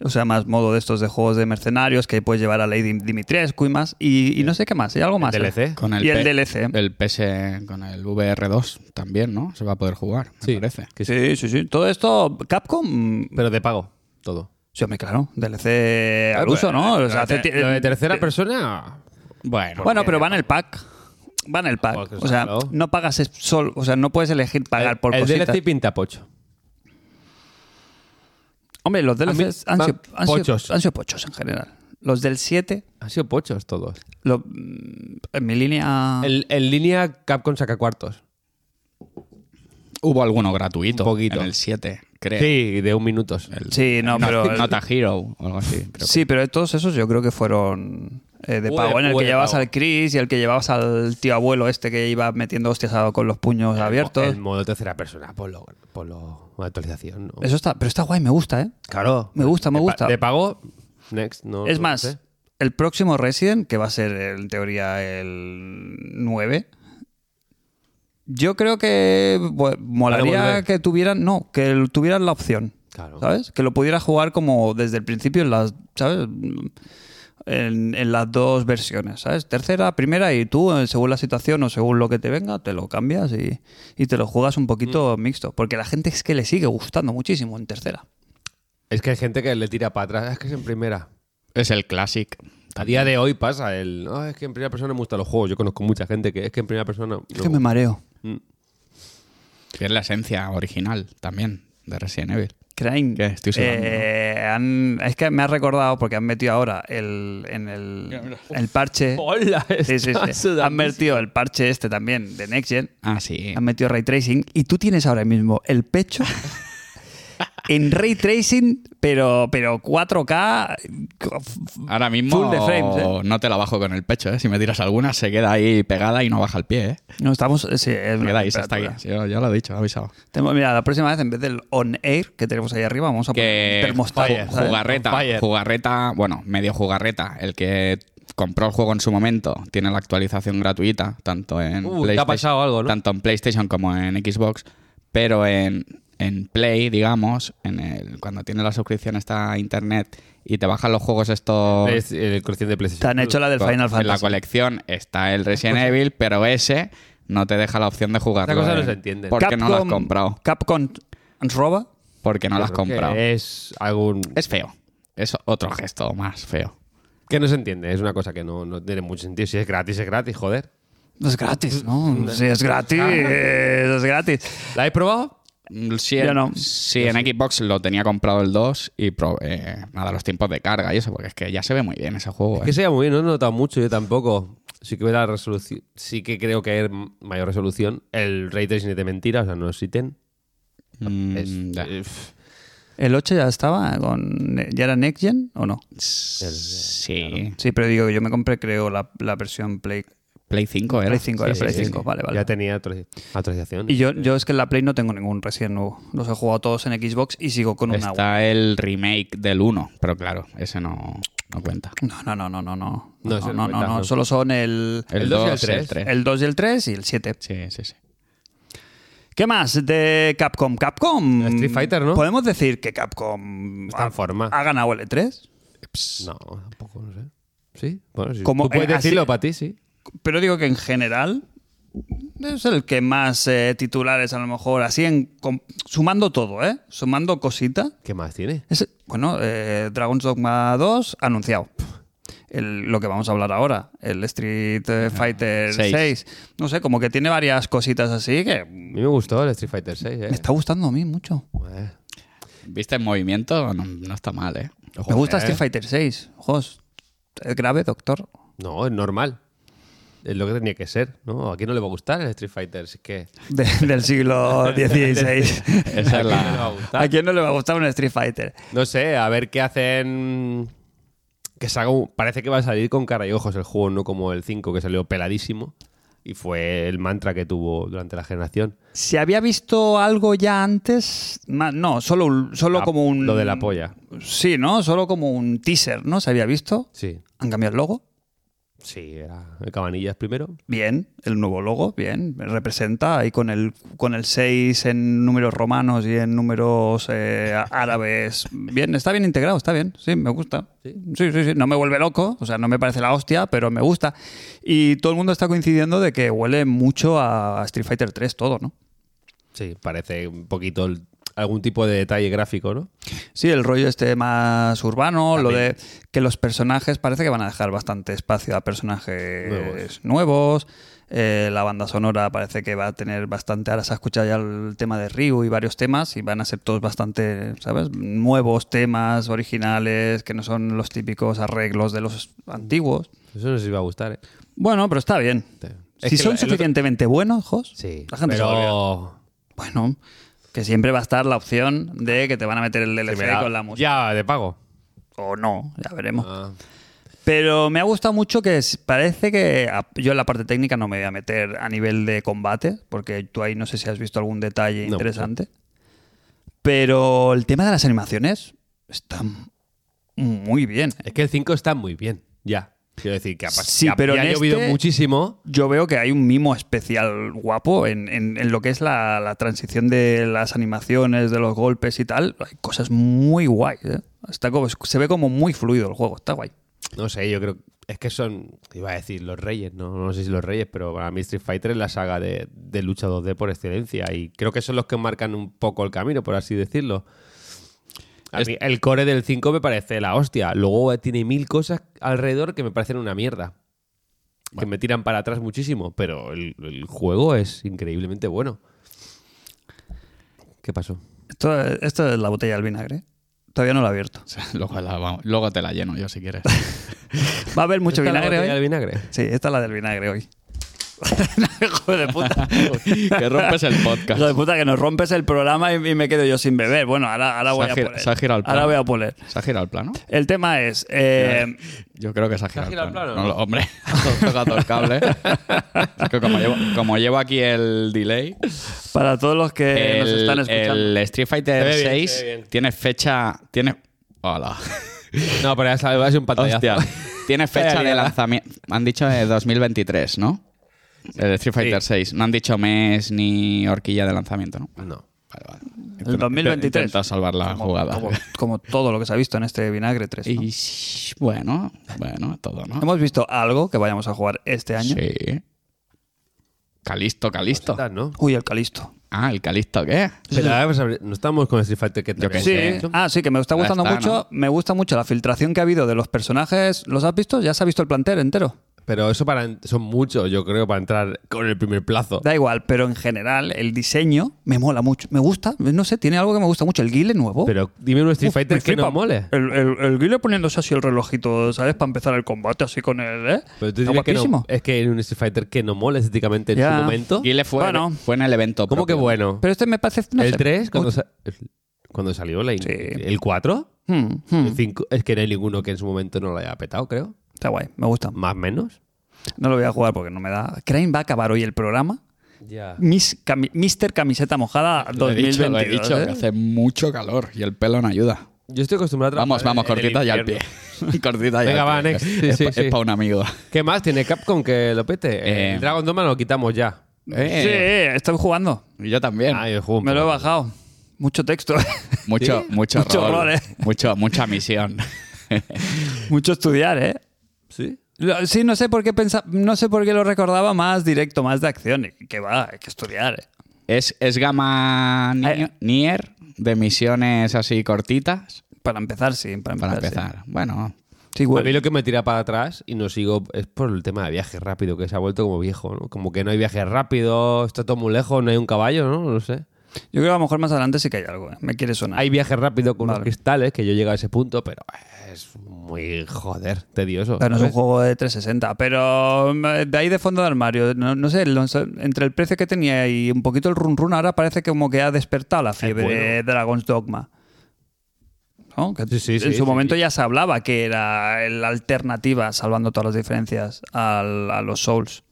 [SPEAKER 2] O sea, más modo de estos de juegos de mercenarios que puedes llevar a Lady Dimitrescu y más. Y, y no sé qué más. ¿Hay algo más? ¿eh?
[SPEAKER 3] DLC.
[SPEAKER 4] Con el
[SPEAKER 2] Y el
[SPEAKER 4] P-
[SPEAKER 2] DLC.
[SPEAKER 4] El PS con el VR2 también, ¿no? Se va a poder jugar, me
[SPEAKER 3] Sí.
[SPEAKER 4] parece.
[SPEAKER 2] Sí, sí, sí. Todo esto, Capcom. mm,
[SPEAKER 3] Pero de pago, todo.
[SPEAKER 2] Sí, hombre, claro. DLC al uso, ¿no? O
[SPEAKER 3] Ah, eh, Lo
[SPEAKER 2] sea,
[SPEAKER 3] de
[SPEAKER 2] hace
[SPEAKER 3] ter-
[SPEAKER 2] ti-
[SPEAKER 3] lo de tercera
[SPEAKER 2] eh,
[SPEAKER 3] persona...
[SPEAKER 4] Bueno,
[SPEAKER 2] Bueno, pero van el pack. Van el pack.
[SPEAKER 3] Pues,
[SPEAKER 2] o sea,
[SPEAKER 3] claro.
[SPEAKER 2] no pagas es- solo. O sea, no puedes elegir pagar por
[SPEAKER 3] el
[SPEAKER 2] cositas.
[SPEAKER 3] DLC pinta pocho.
[SPEAKER 2] Hombre, los
[SPEAKER 3] mí-
[SPEAKER 2] DLCs han sido,
[SPEAKER 3] van
[SPEAKER 2] han sido-
[SPEAKER 3] pochos.
[SPEAKER 2] han sido pochos en general. Los del 7
[SPEAKER 3] Han sido pochos todos.
[SPEAKER 2] Lo- mm, en mi línea.
[SPEAKER 3] En, en línea Capcom saca cuartos.
[SPEAKER 4] hubo alguno gratuito.
[SPEAKER 3] Un poquito.
[SPEAKER 4] En el 7, creo.
[SPEAKER 3] Sí, de un minuto.
[SPEAKER 4] El-
[SPEAKER 2] Sí, no, pero.
[SPEAKER 4] Nota Hero o algo así. creo.
[SPEAKER 2] sí, pero todos esos yo creo que fueron eh, de
[SPEAKER 3] Fue-
[SPEAKER 2] pago. en el
[SPEAKER 3] fue
[SPEAKER 2] que
[SPEAKER 3] de
[SPEAKER 2] llevabas
[SPEAKER 3] pago.
[SPEAKER 2] al Chris y el que llevabas al tío abuelo este que iba metiendo hostias a- con los puños abiertos.
[SPEAKER 3] El modo tercera persona, por lo, por lo una actualización. ¿no?
[SPEAKER 2] Eso está, pero está guay, me gusta, ¿eh?
[SPEAKER 3] Claro.
[SPEAKER 2] Me gusta, me
[SPEAKER 3] De pa-
[SPEAKER 2] gusta.
[SPEAKER 3] De ¿eh? pago, next. No,
[SPEAKER 2] es
[SPEAKER 3] no
[SPEAKER 2] más,
[SPEAKER 3] sé.
[SPEAKER 2] el próximo Resident, que va a ser en teoría el 9. Yo creo que bueno, molaría
[SPEAKER 3] volver.
[SPEAKER 2] que tuvieran, no, que tuvieran la opción.
[SPEAKER 3] Claro.
[SPEAKER 2] ¿Sabes? Que lo pudiera jugar como desde el principio en las, ¿sabes? En, en las dos versiones, ¿sabes? Tercera, primera y tú, eh, según la situación o según lo que te venga, te lo cambias y, y te lo juegas un poquito
[SPEAKER 4] Mm.
[SPEAKER 2] mixto. Porque a la gente es que le sigue gustando muchísimo en tercera.
[SPEAKER 3] Es que hay gente que le tira para atrás. Es que es en primera.
[SPEAKER 4] Es el Classic.
[SPEAKER 3] A día de hoy pasa el. "No, es que en primera persona me gustan los juegos. Yo conozco mucha gente que es que en primera persona. no Mm.
[SPEAKER 2] Es que me mareo.
[SPEAKER 4] que es la esencia original también de Resident Evil.
[SPEAKER 2] Crane.
[SPEAKER 4] ¿Qué? Estoy sudando,
[SPEAKER 2] eh, han- es que me has recordado porque han metido ahora el, en el, el parche.
[SPEAKER 3] Hola,
[SPEAKER 2] Sí, sí,
[SPEAKER 3] está
[SPEAKER 2] sí. Han
[SPEAKER 3] sudando.
[SPEAKER 2] metido el parche este también de Next Gen.
[SPEAKER 4] Ah, sí.
[SPEAKER 2] han metido ray tracing y tú tienes ahora mismo el pecho en ray tracing, pero, pero 4K.
[SPEAKER 4] Ahora mismo
[SPEAKER 2] Full de frames, ¿eh?
[SPEAKER 4] no te la bajo con el pecho, ¿eh? Si me tiras alguna se queda ahí pegada y no baja el pie, ¿eh?
[SPEAKER 2] No estamos. Sí, eh, es
[SPEAKER 4] Se
[SPEAKER 2] una
[SPEAKER 4] queda ahí, se está
[SPEAKER 2] temperatura.
[SPEAKER 4] aquí. Sí, Yo, yo lo he dicho, lo he avisado.
[SPEAKER 2] Tenemos- mira, la próxima vez en vez del on air que tenemos ahí arriba, vamos a poner
[SPEAKER 4] Que
[SPEAKER 2] un termostato.
[SPEAKER 3] fire,
[SPEAKER 2] ¿sabes?
[SPEAKER 4] jugarreta,
[SPEAKER 3] Fire.
[SPEAKER 4] jugarreta, bueno, medio jugarreta, el que compró el juego en su momento, tiene la actualización gratuita, tanto en
[SPEAKER 3] Uh, te ha pasado algo, ¿no?
[SPEAKER 4] tanto en PlayStation como en Xbox, pero en, en Play, digamos, en el, cuando tiene la suscripción está a internet y te bajan los juegos estos
[SPEAKER 3] Es el creciente de
[SPEAKER 2] Oh. Te
[SPEAKER 3] PlayStation.
[SPEAKER 2] han hecho la del
[SPEAKER 4] en
[SPEAKER 2] Final
[SPEAKER 4] la
[SPEAKER 2] Fantasy.
[SPEAKER 4] colección está el Resident Evil, pero ese no te deja la opción de jugarlo.
[SPEAKER 3] Esta cosa no
[SPEAKER 4] en-
[SPEAKER 3] se entiende.
[SPEAKER 4] Porque no lo has
[SPEAKER 2] Capcom-
[SPEAKER 4] comprado.
[SPEAKER 2] Capcom nos roba.
[SPEAKER 4] Porque no lo has
[SPEAKER 3] Creo
[SPEAKER 4] comprado.
[SPEAKER 3] que Es algún.
[SPEAKER 4] Es feo. Es otro gesto más feo.
[SPEAKER 3] Que no se entiende. Es una cosa que no, no tiene mucho sentido. Si es gratis, es gratis, joder.
[SPEAKER 2] No es gratis, ¿no? Sí, es gratis. Es gratis.
[SPEAKER 3] ¿La habéis probado?
[SPEAKER 4] Mm, Sí,
[SPEAKER 2] Yo
[SPEAKER 4] en-
[SPEAKER 2] no.
[SPEAKER 4] sí, en Xbox lo tenía comprado el 2 y probé, nada, los tiempos de carga y eso, porque es que ya se ve muy bien ese juego.
[SPEAKER 3] Que
[SPEAKER 4] ¿eh?
[SPEAKER 3] sea muy bien, no he notado mucho, yo tampoco. Sí que la resolución. Sí que creo que hay m- mayor resolución. El ray tracing es de mentira, o sea, no existen.
[SPEAKER 4] Mm,
[SPEAKER 3] Es,
[SPEAKER 4] ya.
[SPEAKER 3] eh, pf.
[SPEAKER 2] ¿El 8 ya estaba? Con, ¿Ya era Next Gen o no?
[SPEAKER 4] Sí.
[SPEAKER 2] Sí, pero digo, yo me compré, creo, la, la versión Play,
[SPEAKER 4] Play 5 era.
[SPEAKER 2] Play 5. era
[SPEAKER 3] Sí,
[SPEAKER 2] Play
[SPEAKER 3] sí,
[SPEAKER 2] 5,
[SPEAKER 3] sí.
[SPEAKER 2] vale, vale.
[SPEAKER 3] Ya tenía actualiz- actualización.
[SPEAKER 2] Y yo, yo es que en la Play no tengo ningún recién nuevo. Los he jugado todos en Xbox y sigo con una One.
[SPEAKER 4] Está el remake del 1, pero claro, ese no, no cuenta.
[SPEAKER 2] No, no, no, no, no. No,
[SPEAKER 3] No,
[SPEAKER 2] no,
[SPEAKER 3] eso
[SPEAKER 2] no,
[SPEAKER 3] no
[SPEAKER 2] no,
[SPEAKER 3] cuenta,
[SPEAKER 2] no,
[SPEAKER 3] no.
[SPEAKER 2] Solo son el,
[SPEAKER 3] El dos y el
[SPEAKER 4] dos,
[SPEAKER 3] tres.
[SPEAKER 4] tres.
[SPEAKER 2] el 2 y el 3 y el 7.
[SPEAKER 4] Sí, sí, sí.
[SPEAKER 2] ¿Qué más de Capcom? Capcom.
[SPEAKER 3] Street Fighter, ¿no?
[SPEAKER 2] ¿Podemos decir que Capcom
[SPEAKER 3] Está en
[SPEAKER 2] ha-
[SPEAKER 3] forma.
[SPEAKER 2] ha ganado el E E3?
[SPEAKER 3] No, tampoco, no sé. Sí, bueno, sí.
[SPEAKER 2] Como-
[SPEAKER 3] Tú puedes
[SPEAKER 2] eh, así-
[SPEAKER 3] decirlo para ti, sí.
[SPEAKER 2] pero digo que en general es el que más eh, titulares a lo mejor, así en, com- sumando todo, ¿eh? Sumando cosita.
[SPEAKER 3] ¿Qué más tiene?
[SPEAKER 2] Es- bueno, eh, Dragon's Dogma 2 anunciado. El- lo que vamos a hablar ahora, el Street eh, Fighter
[SPEAKER 4] seis.
[SPEAKER 2] 6. No sé, como que tiene varias cositas así que
[SPEAKER 3] A
[SPEAKER 2] me
[SPEAKER 3] mí me gustó el Street Fighter 6, ¿eh?
[SPEAKER 2] está gustando a mí mucho.
[SPEAKER 3] Eh,
[SPEAKER 4] ¿Viste en movimiento? No, no está mal, ¿eh?
[SPEAKER 2] Me
[SPEAKER 3] joder.
[SPEAKER 2] gusta Street Fighter 6. Ojos, es grave, doctor.
[SPEAKER 3] No, es normal. Es lo que tenía que ser, ¿no? ¿A quién no le va a gustar el Street Fighter? Si Es que...
[SPEAKER 2] De- del siglo XVI.
[SPEAKER 4] Esa
[SPEAKER 3] ¿A quién no
[SPEAKER 4] es
[SPEAKER 3] le va
[SPEAKER 4] la...
[SPEAKER 3] a gustar?
[SPEAKER 2] ¿A quién no le va a gustar un Street Fighter?
[SPEAKER 3] No sé, a ver qué hacen... Que salga un- Parece que va a salir con cara y ojos el juego, no como el 5 que salió peladísimo. Y fue el mantra que tuvo durante la generación.
[SPEAKER 2] ¿Se había visto algo ya antes? Ma- No, solo, un- solo
[SPEAKER 3] La-
[SPEAKER 2] como un...
[SPEAKER 3] Ah, Lo de la polla.
[SPEAKER 2] Sí, ¿no? Solo como un teaser, ¿no? ¿Se había visto?
[SPEAKER 3] Sí.
[SPEAKER 2] ¿Han cambiado el logo?
[SPEAKER 3] Sí, era el Cabanillas primero.
[SPEAKER 2] Bien, el nuevo logo, bien. Representa ahí con el, con el 6 en números romanos y en números eh, á- árabes. Bien, está bien integrado, está bien. Sí, me gusta. ¿Sí? sí, sí, No me vuelve loco, o sea, no me parece la hostia, pero me gusta. Y todo el mundo está coincidiendo de que huele mucho a Street Fighter 3 todo, ¿no?
[SPEAKER 3] Sí, parece un poquito el- algún tipo de detalle gráfico, ¿no?
[SPEAKER 2] Sí, el rollo este más urbano, lo
[SPEAKER 3] También.
[SPEAKER 2] de que los personajes parece que van a dejar bastante espacio a personajes nuevos.
[SPEAKER 3] Nuevos.
[SPEAKER 2] eh, la banda sonora parece que va a tener bastante. Ahora se ha escuchado ya el tema de Ryu y varios temas y van a ser todos bastante, ¿sabes? Nuevos temas originales que no son los típicos arreglos de los antiguos.
[SPEAKER 3] Eso no sé si va a gustar, ¿eh?
[SPEAKER 2] Bueno, pero está bien.
[SPEAKER 3] Es que
[SPEAKER 2] si son
[SPEAKER 3] el otro-
[SPEAKER 2] suficientemente buenos, Jos,
[SPEAKER 3] Sí,
[SPEAKER 2] la gente se va a olvidar.
[SPEAKER 3] pero...
[SPEAKER 2] Bueno, que siempre va a estar la opción de que te van a meter el DLC
[SPEAKER 3] Sí, mira,
[SPEAKER 2] con la música.
[SPEAKER 3] Ya, de pago.
[SPEAKER 2] O no, ya veremos.
[SPEAKER 3] Ah.
[SPEAKER 2] Pero me ha gustado mucho que es- parece que a- yo en la parte técnica no me voy a meter a nivel de combate, porque tú ahí no sé si has visto algún detalle
[SPEAKER 3] No,
[SPEAKER 2] interesante. Pero el tema de las animaciones está muy bien.
[SPEAKER 3] Es que el 5 está muy bien, ya. Quiero decir que ha, pas-
[SPEAKER 2] Sí,
[SPEAKER 3] que ha-
[SPEAKER 2] pero
[SPEAKER 3] ya ha
[SPEAKER 2] en
[SPEAKER 3] llovido
[SPEAKER 2] este-
[SPEAKER 3] muchísimo.
[SPEAKER 2] Yo veo que hay un mimo especial guapo en, en- en lo que es la, la transición de las animaciones, de los golpes y tal. Hay cosas muy guay. ¿eh? Está como, se ve como muy fluido el juego, está guay.
[SPEAKER 3] No sé, yo creo... Es que son, iba a decir, los reyes, ¿no? No sé si los reyes, pero para mí Street Fighter es la saga de, de lucha 2D por excelencia. Y creo que son los que marcan un poco el camino, por así decirlo. A mí el core del 5 me parece la hostia. Luego tiene mil cosas alrededor que me parecen una mierda. Que me tiran para atrás muchísimo, pero el, el juego es increíblemente bueno. ¿Qué pasó?
[SPEAKER 2] Esto, esto es la botella del vinagre. ¿eh? Todavía no la he abierto.
[SPEAKER 4] Luego, la vamos- luego te la lleno yo si quieres.
[SPEAKER 2] Va a haber mucho
[SPEAKER 3] ¿Está la
[SPEAKER 2] vinagre
[SPEAKER 3] botella
[SPEAKER 2] hoy.
[SPEAKER 3] de vinagre?
[SPEAKER 2] Sí, esta es la del vinagre hoy. Hijo de puta.
[SPEAKER 4] que rompes el podcast.
[SPEAKER 2] Hijo de puta que nos rompes el programa y, y me quedo yo sin beber. Bueno, ahora, ahora
[SPEAKER 4] Se
[SPEAKER 2] voy
[SPEAKER 4] ha
[SPEAKER 2] a
[SPEAKER 4] gir-
[SPEAKER 2] poner.
[SPEAKER 4] se ha girado el
[SPEAKER 2] ahora
[SPEAKER 4] plan.
[SPEAKER 2] voy a poner.
[SPEAKER 4] ¿Se ha girado el plano?
[SPEAKER 2] El tema es. eh,
[SPEAKER 4] Yo creo que se ha girado,
[SPEAKER 3] girado el
[SPEAKER 4] el plano.
[SPEAKER 3] plano?
[SPEAKER 4] No, lo- hombre, he tocado el cable. Es que como llevo, como llevo aquí el delay,
[SPEAKER 2] para todos los que Eh, nos
[SPEAKER 4] el,
[SPEAKER 2] están escuchando.
[SPEAKER 4] el Street Fighter
[SPEAKER 3] Se ve bien, se ve
[SPEAKER 4] 6
[SPEAKER 3] bien.
[SPEAKER 4] tiene fecha... Tiene... Hola.
[SPEAKER 3] No, pero ya sabes, ha sido un pantallazo.
[SPEAKER 4] Hostia. Tiene fecha de
[SPEAKER 3] liada.
[SPEAKER 4] lanzamiento. Han dicho de 2023, ¿no? El Street Fighter 6. No han dicho mes ni horquilla de lanzamiento, ¿no?
[SPEAKER 3] No.
[SPEAKER 4] Vale, vale.
[SPEAKER 2] El 2023.
[SPEAKER 4] Intenta salvar la
[SPEAKER 2] como,
[SPEAKER 4] jugada.
[SPEAKER 2] como- como todo lo que se ha visto en este vinagre 3. ¿no?
[SPEAKER 4] ah, Y sh- bueno, bueno, todo, ¿no?
[SPEAKER 2] ¿Hemos visto algo que vayamos a jugar este año?
[SPEAKER 4] Sí. Calisto, Calisto.
[SPEAKER 3] Cositas, ¿no?
[SPEAKER 2] Uy, el Calisto.
[SPEAKER 4] Ah, ¿el Calisto qué?
[SPEAKER 3] Pero, a ver, no estamos con el Street Fighter que te
[SPEAKER 4] Yo qué
[SPEAKER 3] había
[SPEAKER 4] sé.
[SPEAKER 2] Sí,
[SPEAKER 4] Eh,
[SPEAKER 3] dicho.
[SPEAKER 2] ah, sí, que me está
[SPEAKER 4] Ya
[SPEAKER 2] gustando
[SPEAKER 4] está,
[SPEAKER 2] mucho. Me gusta mucho la filtración que ha habido de los personajes. ¿Los has visto? ¿Ya se ha visto el plantel entero?
[SPEAKER 3] Pero eso para en- son muchos, yo creo, para entrar con el primer plazo.
[SPEAKER 2] Da igual, pero en general el diseño me mola mucho. Me gusta, no sé, tiene algo que me gusta mucho. El guile nuevo.
[SPEAKER 3] Pero dime un Street
[SPEAKER 2] Uf,
[SPEAKER 3] Fighter
[SPEAKER 2] me
[SPEAKER 3] que
[SPEAKER 2] flipa.
[SPEAKER 3] no mole.
[SPEAKER 2] El, el- el guile poniéndose así el relojito, ¿sabes? Para empezar el combate así con el... ¿eh?
[SPEAKER 3] Pero tú
[SPEAKER 2] Está
[SPEAKER 3] dices que no-
[SPEAKER 2] guapísimo.
[SPEAKER 3] es que en un Street Fighter que no mole estéticamente en
[SPEAKER 2] Ya.
[SPEAKER 3] su momento.
[SPEAKER 4] Guile fue,
[SPEAKER 2] Bueno.
[SPEAKER 4] fue en el evento.
[SPEAKER 3] ¿Cómo que
[SPEAKER 4] propio.
[SPEAKER 3] bueno?
[SPEAKER 2] Pero este me parece... no
[SPEAKER 3] el
[SPEAKER 2] sé,
[SPEAKER 3] 3, cuando
[SPEAKER 2] mucho-
[SPEAKER 3] sa- el- cuando salió la in-
[SPEAKER 2] Sí.
[SPEAKER 3] el 4.
[SPEAKER 2] Hmm, hmm.
[SPEAKER 3] El 5. Es que no hay ninguno que en su momento no lo haya petado, creo.
[SPEAKER 2] Está guay, me gusta.
[SPEAKER 3] Más menos.
[SPEAKER 2] No lo voy a jugar porque no me da. Crane va a acabar hoy el programa.
[SPEAKER 3] Ya.
[SPEAKER 2] Mis, cami- Mister Camiseta Mojada
[SPEAKER 4] Lo he dicho,
[SPEAKER 2] 2022.
[SPEAKER 4] lo he dicho,
[SPEAKER 2] ¿eh?
[SPEAKER 4] que hace mucho calor y el pelo no ayuda.
[SPEAKER 3] Yo estoy acostumbrado a trabajar
[SPEAKER 4] Vamos, vamos,
[SPEAKER 3] en el
[SPEAKER 4] cortita ya al pie.
[SPEAKER 3] infierno.
[SPEAKER 4] cortita ya
[SPEAKER 3] Venga, va,
[SPEAKER 4] al pie.
[SPEAKER 3] next.
[SPEAKER 4] Es-
[SPEAKER 3] Sí,
[SPEAKER 4] es,
[SPEAKER 3] sí,
[SPEAKER 4] pa- es
[SPEAKER 3] sí.
[SPEAKER 4] pa' un amigo.
[SPEAKER 3] ¿Qué más tiene Capcom que lo pete?
[SPEAKER 4] Eh,
[SPEAKER 3] El Dragon Dogma lo quitamos ya.
[SPEAKER 4] Eh,
[SPEAKER 2] Sí, estoy jugando.
[SPEAKER 4] Yo también.
[SPEAKER 3] Ah, yo juego un
[SPEAKER 2] Em. Me lo he
[SPEAKER 3] poco.
[SPEAKER 2] bajado. Mucho texto,
[SPEAKER 4] Mucho, mucho,
[SPEAKER 2] Mucho
[SPEAKER 4] rol,
[SPEAKER 2] rol, ¿eh?
[SPEAKER 4] mucho, mucha misión.
[SPEAKER 2] mucho estudiar, ¿eh?
[SPEAKER 3] ¿Sí?
[SPEAKER 2] Lo- sí, no sé por qué pensa- no sé por qué lo recordaba más directo, más de acción. Que va, hay que estudiar. ¿eh?
[SPEAKER 4] es, es gama ni-
[SPEAKER 2] Eh.
[SPEAKER 4] Nier de misiones así cortitas
[SPEAKER 2] Para empezar, sí. Para empezar.
[SPEAKER 4] para
[SPEAKER 3] Ah,
[SPEAKER 2] sí.
[SPEAKER 4] empezar. Bueno,
[SPEAKER 2] Sí,
[SPEAKER 3] A mí
[SPEAKER 2] güey.
[SPEAKER 3] lo que me tira para atrás y no sigo es por el tema de viajes rápido, que se ha vuelto como viejo, ¿no? Como que no hay viajes rápidos, está todo muy lejos, no hay un caballo, ¿no? No sé.
[SPEAKER 2] Yo creo que a lo mejor más adelante sí que hay algo. ¿eh? Me quiere sonar.
[SPEAKER 3] Hay viajes rápidos con
[SPEAKER 2] Vale.
[SPEAKER 3] los cristales, que yo llego a ese punto, pero es muy, joder, tedioso.
[SPEAKER 2] Claro, no es un
[SPEAKER 3] ¿sabes?
[SPEAKER 2] juego de 360, pero mm, de ahí de fondo de armario, no, no sé, lo- entre el precio que tenía y un poquito el run run, ahora parece que como que ha despertado la fiebre
[SPEAKER 3] bueno.
[SPEAKER 2] de Dragon's Dogma. ¿No? Que
[SPEAKER 3] Sí, sí,
[SPEAKER 2] en
[SPEAKER 3] sí, sí,
[SPEAKER 2] su momento
[SPEAKER 3] sí.
[SPEAKER 2] ya se hablaba que era la alternativa, salvando todas las diferencias, al- a los Souls.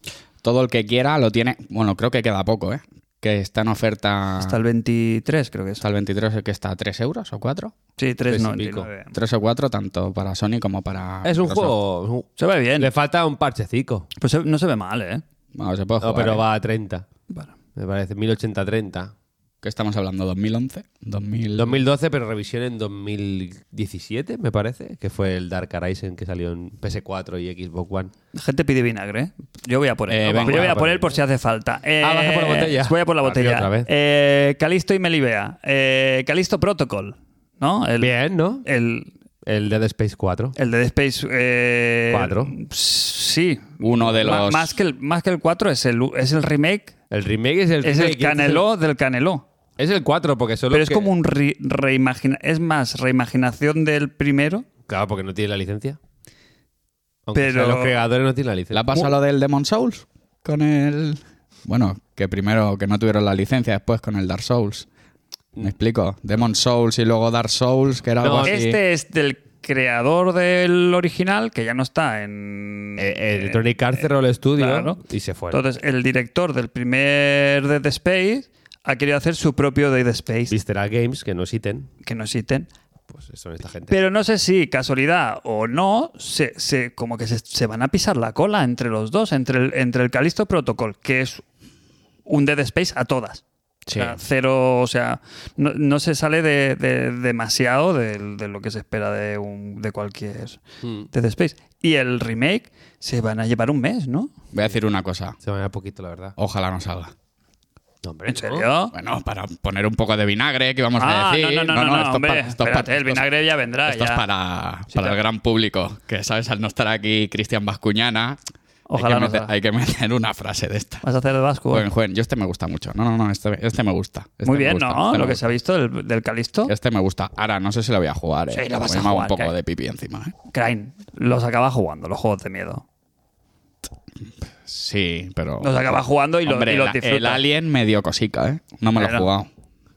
[SPEAKER 4] todo el que quiera lo tiene. Bueno, creo que queda poco, ¿eh? Que está en oferta
[SPEAKER 3] Ah.
[SPEAKER 2] Hasta el 23 creo que es.
[SPEAKER 4] hasta el 23, el que está a 3 euros o 4.
[SPEAKER 2] Sí,
[SPEAKER 3] y pico.
[SPEAKER 2] 3.99.
[SPEAKER 4] 3 o 4, tanto para Sony como para.
[SPEAKER 3] Es un
[SPEAKER 4] Microsoft.
[SPEAKER 3] juego. es un-
[SPEAKER 2] Se ve
[SPEAKER 3] Le
[SPEAKER 2] bien,
[SPEAKER 3] falta un parchecico.
[SPEAKER 2] pues se- no se ve mal, ¿eh?
[SPEAKER 4] Bueno, se puede
[SPEAKER 3] No,
[SPEAKER 4] jugar,
[SPEAKER 3] pero
[SPEAKER 4] ¿eh?
[SPEAKER 3] va a 30.
[SPEAKER 2] Bueno.
[SPEAKER 3] Me parece,
[SPEAKER 2] Mm.
[SPEAKER 3] 1080-30.
[SPEAKER 4] ¿Qué estamos hablando? ¿2011? 2000...
[SPEAKER 3] 2012, pero revisión en 2017, me parece, que fue el Dark Horizon que salió en PS4 y Xbox One.
[SPEAKER 2] La Gente pide vinagre. ¿eh? Yo voy a por él.
[SPEAKER 4] Eh,
[SPEAKER 2] No,
[SPEAKER 4] venga,
[SPEAKER 2] yo voy
[SPEAKER 3] va,
[SPEAKER 2] a por
[SPEAKER 3] va.
[SPEAKER 2] él por si hace falta. Eh,
[SPEAKER 3] Ah, vas a por la botella.
[SPEAKER 2] Voy a por la
[SPEAKER 3] Aquí
[SPEAKER 2] botella.
[SPEAKER 3] otra vez.
[SPEAKER 2] Eh, Calisto y Melibea. Eh, Calisto Protocol, ¿no? El,
[SPEAKER 3] Bien, ¿no?
[SPEAKER 2] El,
[SPEAKER 3] El Dead Space 4.
[SPEAKER 2] el de Dead Space. eh,
[SPEAKER 3] Cuatro.
[SPEAKER 2] Sí.
[SPEAKER 4] Uno de
[SPEAKER 2] Ma-
[SPEAKER 4] los.
[SPEAKER 2] Más que el, más que el 4 es el, es el remake.
[SPEAKER 3] El remake este es el
[SPEAKER 2] es el
[SPEAKER 3] remake,
[SPEAKER 2] caneló del caneló.
[SPEAKER 3] Es el 4, porque solo.
[SPEAKER 2] Pero es
[SPEAKER 3] que-
[SPEAKER 2] como un re- reimagina- Es más, reimaginación del primero.
[SPEAKER 3] Claro, porque no tiene la licencia. Aunque
[SPEAKER 2] Pero-
[SPEAKER 3] sea los creadores no tienen la licencia.
[SPEAKER 4] ¿La pasa lo del Demon Souls? Con el. Bueno, que primero que no tuvieron la licencia, después con el Dark Souls. ¿Me explico? Demon Souls y luego Dark Souls, que era
[SPEAKER 3] Mm. No,
[SPEAKER 4] algo así.
[SPEAKER 2] Este es del creador del original, que ya no está en.
[SPEAKER 3] Eh, eh, Electronic Arts cerró el estudio
[SPEAKER 2] claro.
[SPEAKER 3] y se fue.
[SPEAKER 2] Entonces, el director del primer Dead Space ha querido hacer su propio Dead Space,
[SPEAKER 3] Visceral Games, que no existen,
[SPEAKER 2] que no existen.
[SPEAKER 3] pues son esta gente.
[SPEAKER 2] Pero no sé si, casualidad o no, se, se- como que se, se van a pisar la cola entre los dos, entre el, entre el Calisto Protocol, que es un Dead Space a todas.
[SPEAKER 4] Sí.
[SPEAKER 2] O sea, cero, o sea, no, no se sale de, de- demasiado del- de, lo que se espera de, un, de cualquier
[SPEAKER 3] Mm.
[SPEAKER 4] Hmm.
[SPEAKER 2] Dead Space. Y el remake se van a llevar un mes, ¿no?
[SPEAKER 4] Voy a decir una cosa.
[SPEAKER 3] Se me da poquito, la verdad.
[SPEAKER 4] Ojalá no salga.
[SPEAKER 3] No, hombre,
[SPEAKER 2] ¿En
[SPEAKER 3] no.
[SPEAKER 2] serio?
[SPEAKER 4] Bueno, para poner un poco de vinagre, que vamos a decir.
[SPEAKER 2] Ah, no, no, no, no, no,
[SPEAKER 4] esto es
[SPEAKER 2] hombre.
[SPEAKER 4] para- esto es
[SPEAKER 2] Espérate,
[SPEAKER 4] para-
[SPEAKER 2] el vinagre ya vendrá.
[SPEAKER 4] Esto es
[SPEAKER 2] ya.
[SPEAKER 4] para,
[SPEAKER 2] Sí,
[SPEAKER 4] para
[SPEAKER 2] claro.
[SPEAKER 4] el gran público, que sabes, al no estar aquí Cristian Bascuñana, hay
[SPEAKER 2] Ojalá
[SPEAKER 4] que
[SPEAKER 2] no
[SPEAKER 4] meter-
[SPEAKER 2] salga.
[SPEAKER 4] hay que meter una frase de esta.
[SPEAKER 2] Vas a hacer el vasco.
[SPEAKER 4] Joven, joven, yo este me gusta mucho. No, no, no, este, este me gusta. Este
[SPEAKER 2] Muy
[SPEAKER 4] me
[SPEAKER 2] bien,
[SPEAKER 4] gusta,
[SPEAKER 2] ¿no?
[SPEAKER 4] este me
[SPEAKER 2] Lo que
[SPEAKER 4] gusta.
[SPEAKER 2] se ha visto del, del Calisto.
[SPEAKER 4] Este me gusta. Ahora, no sé si lo voy a jugar, ¿eh?
[SPEAKER 2] Sí, lo vas
[SPEAKER 4] Me
[SPEAKER 2] a
[SPEAKER 4] hago
[SPEAKER 2] jugar,
[SPEAKER 4] un poco
[SPEAKER 2] Kai.
[SPEAKER 4] de pipí encima, ¿eh?
[SPEAKER 2] Crane los acaba jugando, los juegos de miedo.
[SPEAKER 4] Sí, pero...
[SPEAKER 2] Los acaba jugando y los
[SPEAKER 4] Hombre,
[SPEAKER 2] y los
[SPEAKER 4] el-
[SPEAKER 2] disfruta.
[SPEAKER 4] el Alien me dio cosica, ¿eh? No me lo he
[SPEAKER 2] Bueno.
[SPEAKER 4] jugado.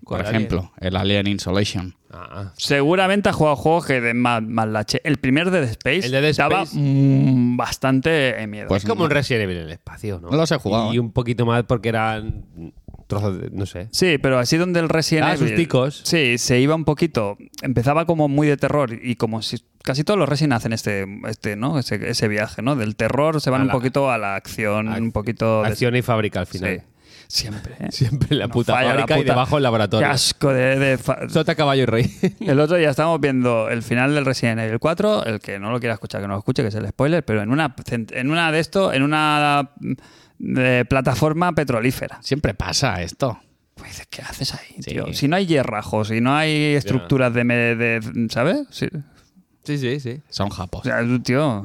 [SPEAKER 3] ¿Cuál
[SPEAKER 4] Por
[SPEAKER 3] Alien?
[SPEAKER 4] ejemplo, el Alien Insolation.
[SPEAKER 3] Ah, ah.
[SPEAKER 2] Seguramente ha jugado juegos que den más, más lache. El primer de Dead Space,
[SPEAKER 3] El de Dead
[SPEAKER 2] daba
[SPEAKER 3] Space.
[SPEAKER 2] mm, bastante miedo.
[SPEAKER 4] Pues
[SPEAKER 3] Es como
[SPEAKER 4] no.
[SPEAKER 3] un Resident Evil en el espacio, ¿no?
[SPEAKER 4] No los he jugado,
[SPEAKER 3] Y
[SPEAKER 4] ¿eh?
[SPEAKER 3] un poquito más porque eran trozos de. No sé.
[SPEAKER 2] Sí, pero así donde el Resident
[SPEAKER 3] Ah,
[SPEAKER 2] Evil.
[SPEAKER 3] susticos.
[SPEAKER 2] Sí, se iba un poquito. Empezaba como muy de terror y como si casi todos los Resident hacen este, este, ¿no? Ese, ese viaje, ¿no? Del terror se van
[SPEAKER 3] A
[SPEAKER 2] un
[SPEAKER 3] la-
[SPEAKER 2] poquito a la acción,
[SPEAKER 3] ac-
[SPEAKER 2] un poquito de
[SPEAKER 3] Acción y fábrica al final.
[SPEAKER 2] Sí. Siempre. ¿eh?
[SPEAKER 3] Siempre la
[SPEAKER 2] No
[SPEAKER 3] puta
[SPEAKER 2] falla la
[SPEAKER 3] fábrica y
[SPEAKER 2] puta.
[SPEAKER 3] debajo el
[SPEAKER 2] Qué
[SPEAKER 3] laboratorio.
[SPEAKER 2] asco de... de fa-
[SPEAKER 3] Sota, caballo y rey.
[SPEAKER 2] El otro día estábamos viendo el final del Resident Evil 4, el que no lo quiera escuchar, que no lo escuche, que es el spoiler, pero en una, cent- en una de esto, en una mm, de plataforma petrolífera.
[SPEAKER 4] Siempre pasa esto.
[SPEAKER 2] Pues dices, ¿qué haces ahí,
[SPEAKER 4] Sí.
[SPEAKER 2] tío? Si no hay hierrajos, si no hay estructuras de, me- de- ¿Sabes? Sí.
[SPEAKER 3] Sí, sí, sí.
[SPEAKER 4] Son
[SPEAKER 2] O
[SPEAKER 4] japos.
[SPEAKER 2] sea, tío...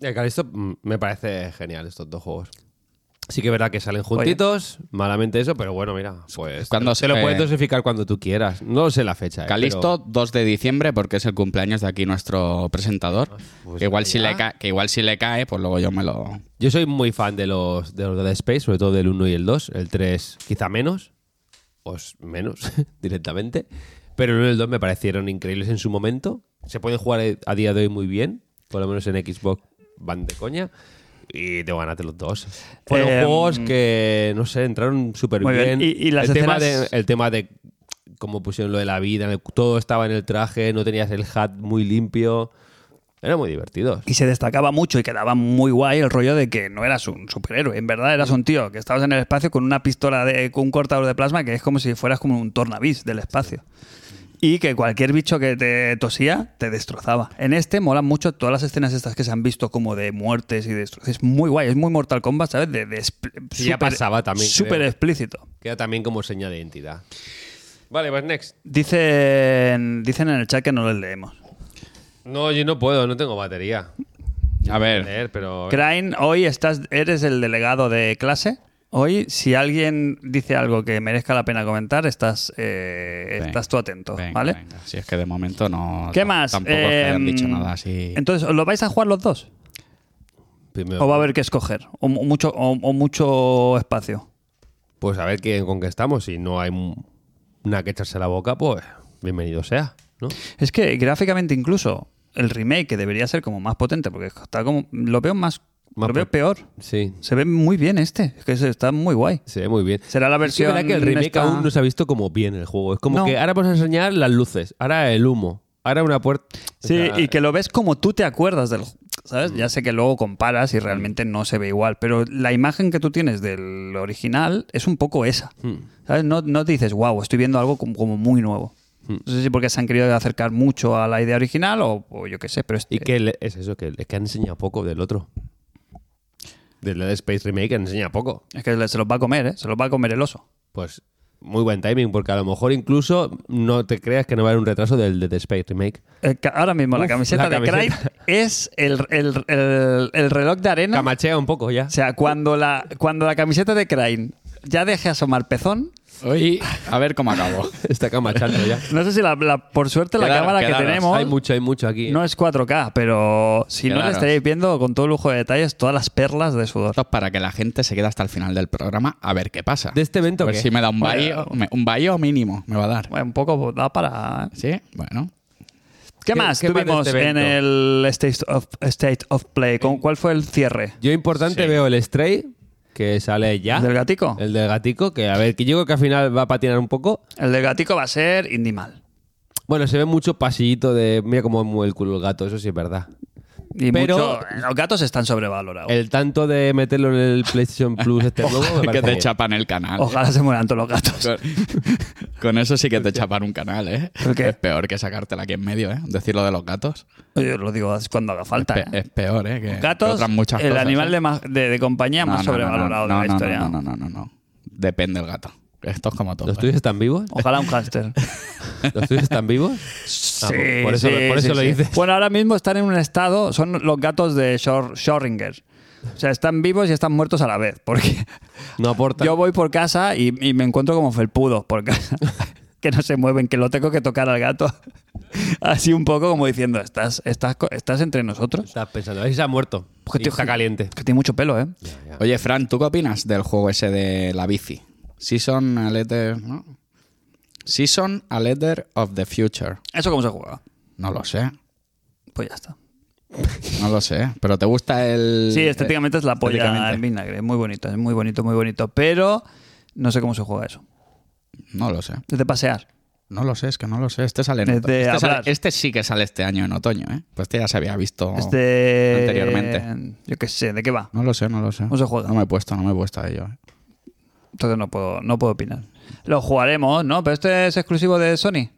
[SPEAKER 3] El Calisto mm, me parece genial estos dos juegos. Sí que es verdad que salen juntitos, malamente eso, pero bueno, mira, pues
[SPEAKER 4] Cuando
[SPEAKER 3] se lo
[SPEAKER 4] se-
[SPEAKER 3] puedes dosificar cuando tú quieras. No sé la fecha. eh,
[SPEAKER 4] Calisto, 2 de diciembre, porque es el cumpleaños de aquí nuestro presentador.
[SPEAKER 3] pues
[SPEAKER 4] Que igual si
[SPEAKER 3] ya.
[SPEAKER 4] le cae, que igual si le cae, pues luego yo me lo...
[SPEAKER 3] pero Yo soy muy fan de los de los Dead Space, sobre todo del 1 y el 2, el 3 quizá menos, o s- menos directamente, Pero el 1 y el 2 me parecieron increíbles en su momento. Se pueden jugar eh, a día de hoy muy bien. Por lo menos en Xbox van de coña. Y te ganaste los dos. Fueron
[SPEAKER 2] Eh,
[SPEAKER 3] juegos que, no sé, entraron súper
[SPEAKER 2] muy
[SPEAKER 3] bien.
[SPEAKER 2] bien. Y- y las
[SPEAKER 3] el, tema de,
[SPEAKER 2] escenas-
[SPEAKER 3] el tema de cómo pusieron lo de la vida. el- Todo estaba en el traje. No tenías el hat muy limpio. Eran muy divertidos.
[SPEAKER 2] Y se destacaba mucho y quedaba muy guay el rollo de que no eras un superhéroe, en verdad eras un tío que estabas en el espacio con una pistola, de, con un cortador de plasma que es como si fueras como un tornavís del espacio. Y que cualquier bicho que te tosía te destrozaba. En este molan mucho todas las escenas estas que se han visto como de muertes y destrozos. Es muy guay, es muy Mortal Kombat, ¿sabes? De, de expl-
[SPEAKER 3] Sí, ya
[SPEAKER 2] súper-
[SPEAKER 3] pasaba también,
[SPEAKER 2] Súper
[SPEAKER 3] creo.
[SPEAKER 2] explícito.
[SPEAKER 3] Queda también como seña de identidad. Vale, pues next.
[SPEAKER 2] Dicen, dicen en el chat que no les leemos.
[SPEAKER 3] No, yo no puedo, no tengo batería.
[SPEAKER 4] A ver,
[SPEAKER 3] Leer, pero.
[SPEAKER 2] Crane, hoy estás, eres el delegado de clase. Hoy, si alguien dice algo que merezca la pena comentar, estás, eh,
[SPEAKER 4] Venga,
[SPEAKER 2] estás tú atento,
[SPEAKER 4] venga,
[SPEAKER 2] ¿vale?
[SPEAKER 4] venga. Si es que de momento no.
[SPEAKER 2] ¿Qué
[SPEAKER 4] tam-
[SPEAKER 2] más?
[SPEAKER 4] Tampoco es que hayan
[SPEAKER 2] Eh,
[SPEAKER 4] dicho nada así.
[SPEAKER 2] Entonces, ¿os ¿lo vais a jugar los dos?
[SPEAKER 3] Primero-
[SPEAKER 2] ¿O va a haber que escoger? ¿O, mu- mucho, o, o mucho espacio?
[SPEAKER 3] Pues a ver quién con qué estamos. Si no hay un- una que echarse la boca, pues bienvenido sea, ¿no?
[SPEAKER 2] Es que gráficamente incluso el remake, que debería ser como más potente, porque está como, lo veo más,
[SPEAKER 3] Más
[SPEAKER 2] lo veo
[SPEAKER 3] pot-
[SPEAKER 2] peor.
[SPEAKER 3] Sí.
[SPEAKER 2] Se ve muy bien este, es que se- está muy guay.
[SPEAKER 3] Se ve muy bien.
[SPEAKER 2] Será la
[SPEAKER 3] Es que
[SPEAKER 2] versión
[SPEAKER 3] verdad que el remake
[SPEAKER 2] esta-
[SPEAKER 3] aún no se ha visto como bien el juego. Es como
[SPEAKER 2] No.
[SPEAKER 3] que ahora vamos a enseñar las luces, ahora el humo, ahora una puerta. O
[SPEAKER 2] Sí,
[SPEAKER 3] sea,
[SPEAKER 2] y que lo ves como tú te acuerdas del ju- ¿sabes? Ya sé que luego comparas y realmente no se ve igual, pero la imagen que tú tienes del original es un poco esa. ¿Sabes? No, no te dices, wow, estoy viendo algo como, como muy nuevo. No sé si porque se han querido acercar mucho a la idea original o, o yo qué sé, pero este-
[SPEAKER 3] Y que le- es eso, que, es que han enseñado poco del otro. Del Dead Space Remake han enseñado poco.
[SPEAKER 2] es que le- se los va a comer, ¿eh? Se los va a comer el oso.
[SPEAKER 3] Pues muy buen timing, porque a lo mejor incluso no te creas que no va a haber un retraso del Dead Space Remake.
[SPEAKER 2] El Eh, ca- ahora mismo la
[SPEAKER 3] Uf,
[SPEAKER 2] camiseta
[SPEAKER 3] la
[SPEAKER 2] de Craig
[SPEAKER 3] camiseta.
[SPEAKER 2] es el, el- el- el reloj de arena.
[SPEAKER 3] Camachea un poco ya.
[SPEAKER 2] O sea, cuando la, cuando la camiseta de Crane ya deje asomar pezón,
[SPEAKER 4] Hoy, a ver cómo acabo.
[SPEAKER 3] Está camachando ya.
[SPEAKER 2] no sé si la, la- por suerte la
[SPEAKER 4] Quedar-
[SPEAKER 2] cámara que
[SPEAKER 4] quedaros.
[SPEAKER 2] tenemos
[SPEAKER 3] Hay mucho, hay mucho aquí. ¿eh?
[SPEAKER 2] no es 4K, pero si no le
[SPEAKER 4] Quedaros.
[SPEAKER 2] estaréis viendo con todo lujo de detalles todas las perlas de sudor.
[SPEAKER 4] Esto es para que la gente se quede hasta el final del programa a ver qué pasa.
[SPEAKER 3] ¿De este evento
[SPEAKER 4] a ver
[SPEAKER 3] qué?
[SPEAKER 4] si me da un baño, un baño mínimo me va a dar.
[SPEAKER 2] Bueno, Un poco da para... ¿eh?
[SPEAKER 4] ¿Sí? Bueno.
[SPEAKER 2] ¿Qué,
[SPEAKER 3] ¿Qué-
[SPEAKER 2] más
[SPEAKER 3] qué más de
[SPEAKER 2] tuvimos
[SPEAKER 3] este
[SPEAKER 2] en
[SPEAKER 3] evento?
[SPEAKER 2] el State of, State of Play? ¿Con- ¿Cuál fue el cierre?
[SPEAKER 3] Yo importante veo el Stray, que sale
[SPEAKER 4] ¿Ah?
[SPEAKER 3] ya.
[SPEAKER 2] ¿Del gatico?
[SPEAKER 3] El del gatico, que a ver, que yo creo que al final va a patinar un poco.
[SPEAKER 2] El del gatico va a ser Indimal.
[SPEAKER 3] Bueno, se ve mucho pasillito de. Mira cómo mueve el culo el gato, eso sí es verdad.
[SPEAKER 2] Y
[SPEAKER 3] Pero-
[SPEAKER 2] mucho- los gatos están sobrevalorados.
[SPEAKER 3] El tanto de meterlo en el PlayStation Plus este nuevo. me
[SPEAKER 4] que
[SPEAKER 3] parece
[SPEAKER 4] te
[SPEAKER 3] bien.
[SPEAKER 4] chapan el canal.
[SPEAKER 2] Ojalá se mueran todos los gatos.
[SPEAKER 4] Con, con eso sí que te chapan un canal, ¿eh?
[SPEAKER 2] ¿Por qué?
[SPEAKER 4] Es peor que sacártela aquí en medio, ¿eh? Decir lo de los gatos.
[SPEAKER 2] Yo lo digo es cuando haga falta.
[SPEAKER 4] Pe-
[SPEAKER 2] ¿eh?
[SPEAKER 4] es peor, ¿eh? Que que
[SPEAKER 2] Gatos,
[SPEAKER 4] otras muchas
[SPEAKER 2] el
[SPEAKER 4] cosas,
[SPEAKER 2] animal
[SPEAKER 4] ¿eh?
[SPEAKER 2] de, ma- de- de compañía
[SPEAKER 4] No,
[SPEAKER 2] más
[SPEAKER 4] no, no,
[SPEAKER 2] sobrevalorado
[SPEAKER 4] no,
[SPEAKER 2] de la
[SPEAKER 4] no,
[SPEAKER 2] historia.
[SPEAKER 4] No, no, no, no, no. Depende del gato. Esto es como todo.
[SPEAKER 3] ¿Los
[SPEAKER 4] ¿eh?
[SPEAKER 3] tuyos están vivos?
[SPEAKER 2] Ojalá un hámster.
[SPEAKER 3] ¿Los tuyos están vivos?
[SPEAKER 2] Sí,
[SPEAKER 3] Ah, por eso,
[SPEAKER 2] sí,
[SPEAKER 3] lo- por eso
[SPEAKER 2] sí,
[SPEAKER 3] lo
[SPEAKER 2] sí.
[SPEAKER 3] dices.
[SPEAKER 2] Bueno, ahora mismo están en un estado, son los gatos de Shor- Schrödinger. O sea, están vivos y están muertos a la vez. Porque
[SPEAKER 3] No aporta.
[SPEAKER 2] yo voy por casa y, y me encuentro como felpudos por casa. que no se mueven, que lo tengo que tocar al gato. Así un poco como diciendo, ¿estás, estás, co- estás entre nosotros?
[SPEAKER 3] Estás pensando, a ver si se ha muerto.
[SPEAKER 2] Porque
[SPEAKER 3] Y está
[SPEAKER 2] te-
[SPEAKER 3] caliente.
[SPEAKER 2] Que tiene mucho pelo, ¿eh?
[SPEAKER 4] Oye, Fran, ¿tú qué opinas del juego ese de la bici? Season a letter, ¿no? Season a letter of the future.
[SPEAKER 2] ¿Eso cómo se juega?
[SPEAKER 4] No lo sé.
[SPEAKER 2] Pues ya está.
[SPEAKER 4] No lo sé. Pero te gusta el.
[SPEAKER 2] Sí, este estéticamente es la polla
[SPEAKER 4] estéticamente.
[SPEAKER 2] en vinagre. Es muy bonito, es muy bonito, muy bonito. Pero no sé cómo se juega eso.
[SPEAKER 4] No lo sé.
[SPEAKER 2] Es de pasear.
[SPEAKER 4] No lo sé, es que no lo sé. Este sale en
[SPEAKER 2] Es
[SPEAKER 4] otoño.
[SPEAKER 2] de
[SPEAKER 4] Este, sale-
[SPEAKER 2] hablar.
[SPEAKER 4] este sí que sale este año en otoño, ¿eh? Pues este ya se había visto.
[SPEAKER 2] Es de...
[SPEAKER 4] anteriormente.
[SPEAKER 2] Este, Yo qué sé, ¿de qué va?
[SPEAKER 4] No lo sé, no lo sé.
[SPEAKER 2] No se juega.
[SPEAKER 4] No me he puesto, no me he puesto a ello. ¿eh?
[SPEAKER 2] Entonces no puedo, no puedo opinar. Lo jugaremos, ¿no? Pero este es exclusivo de Sony.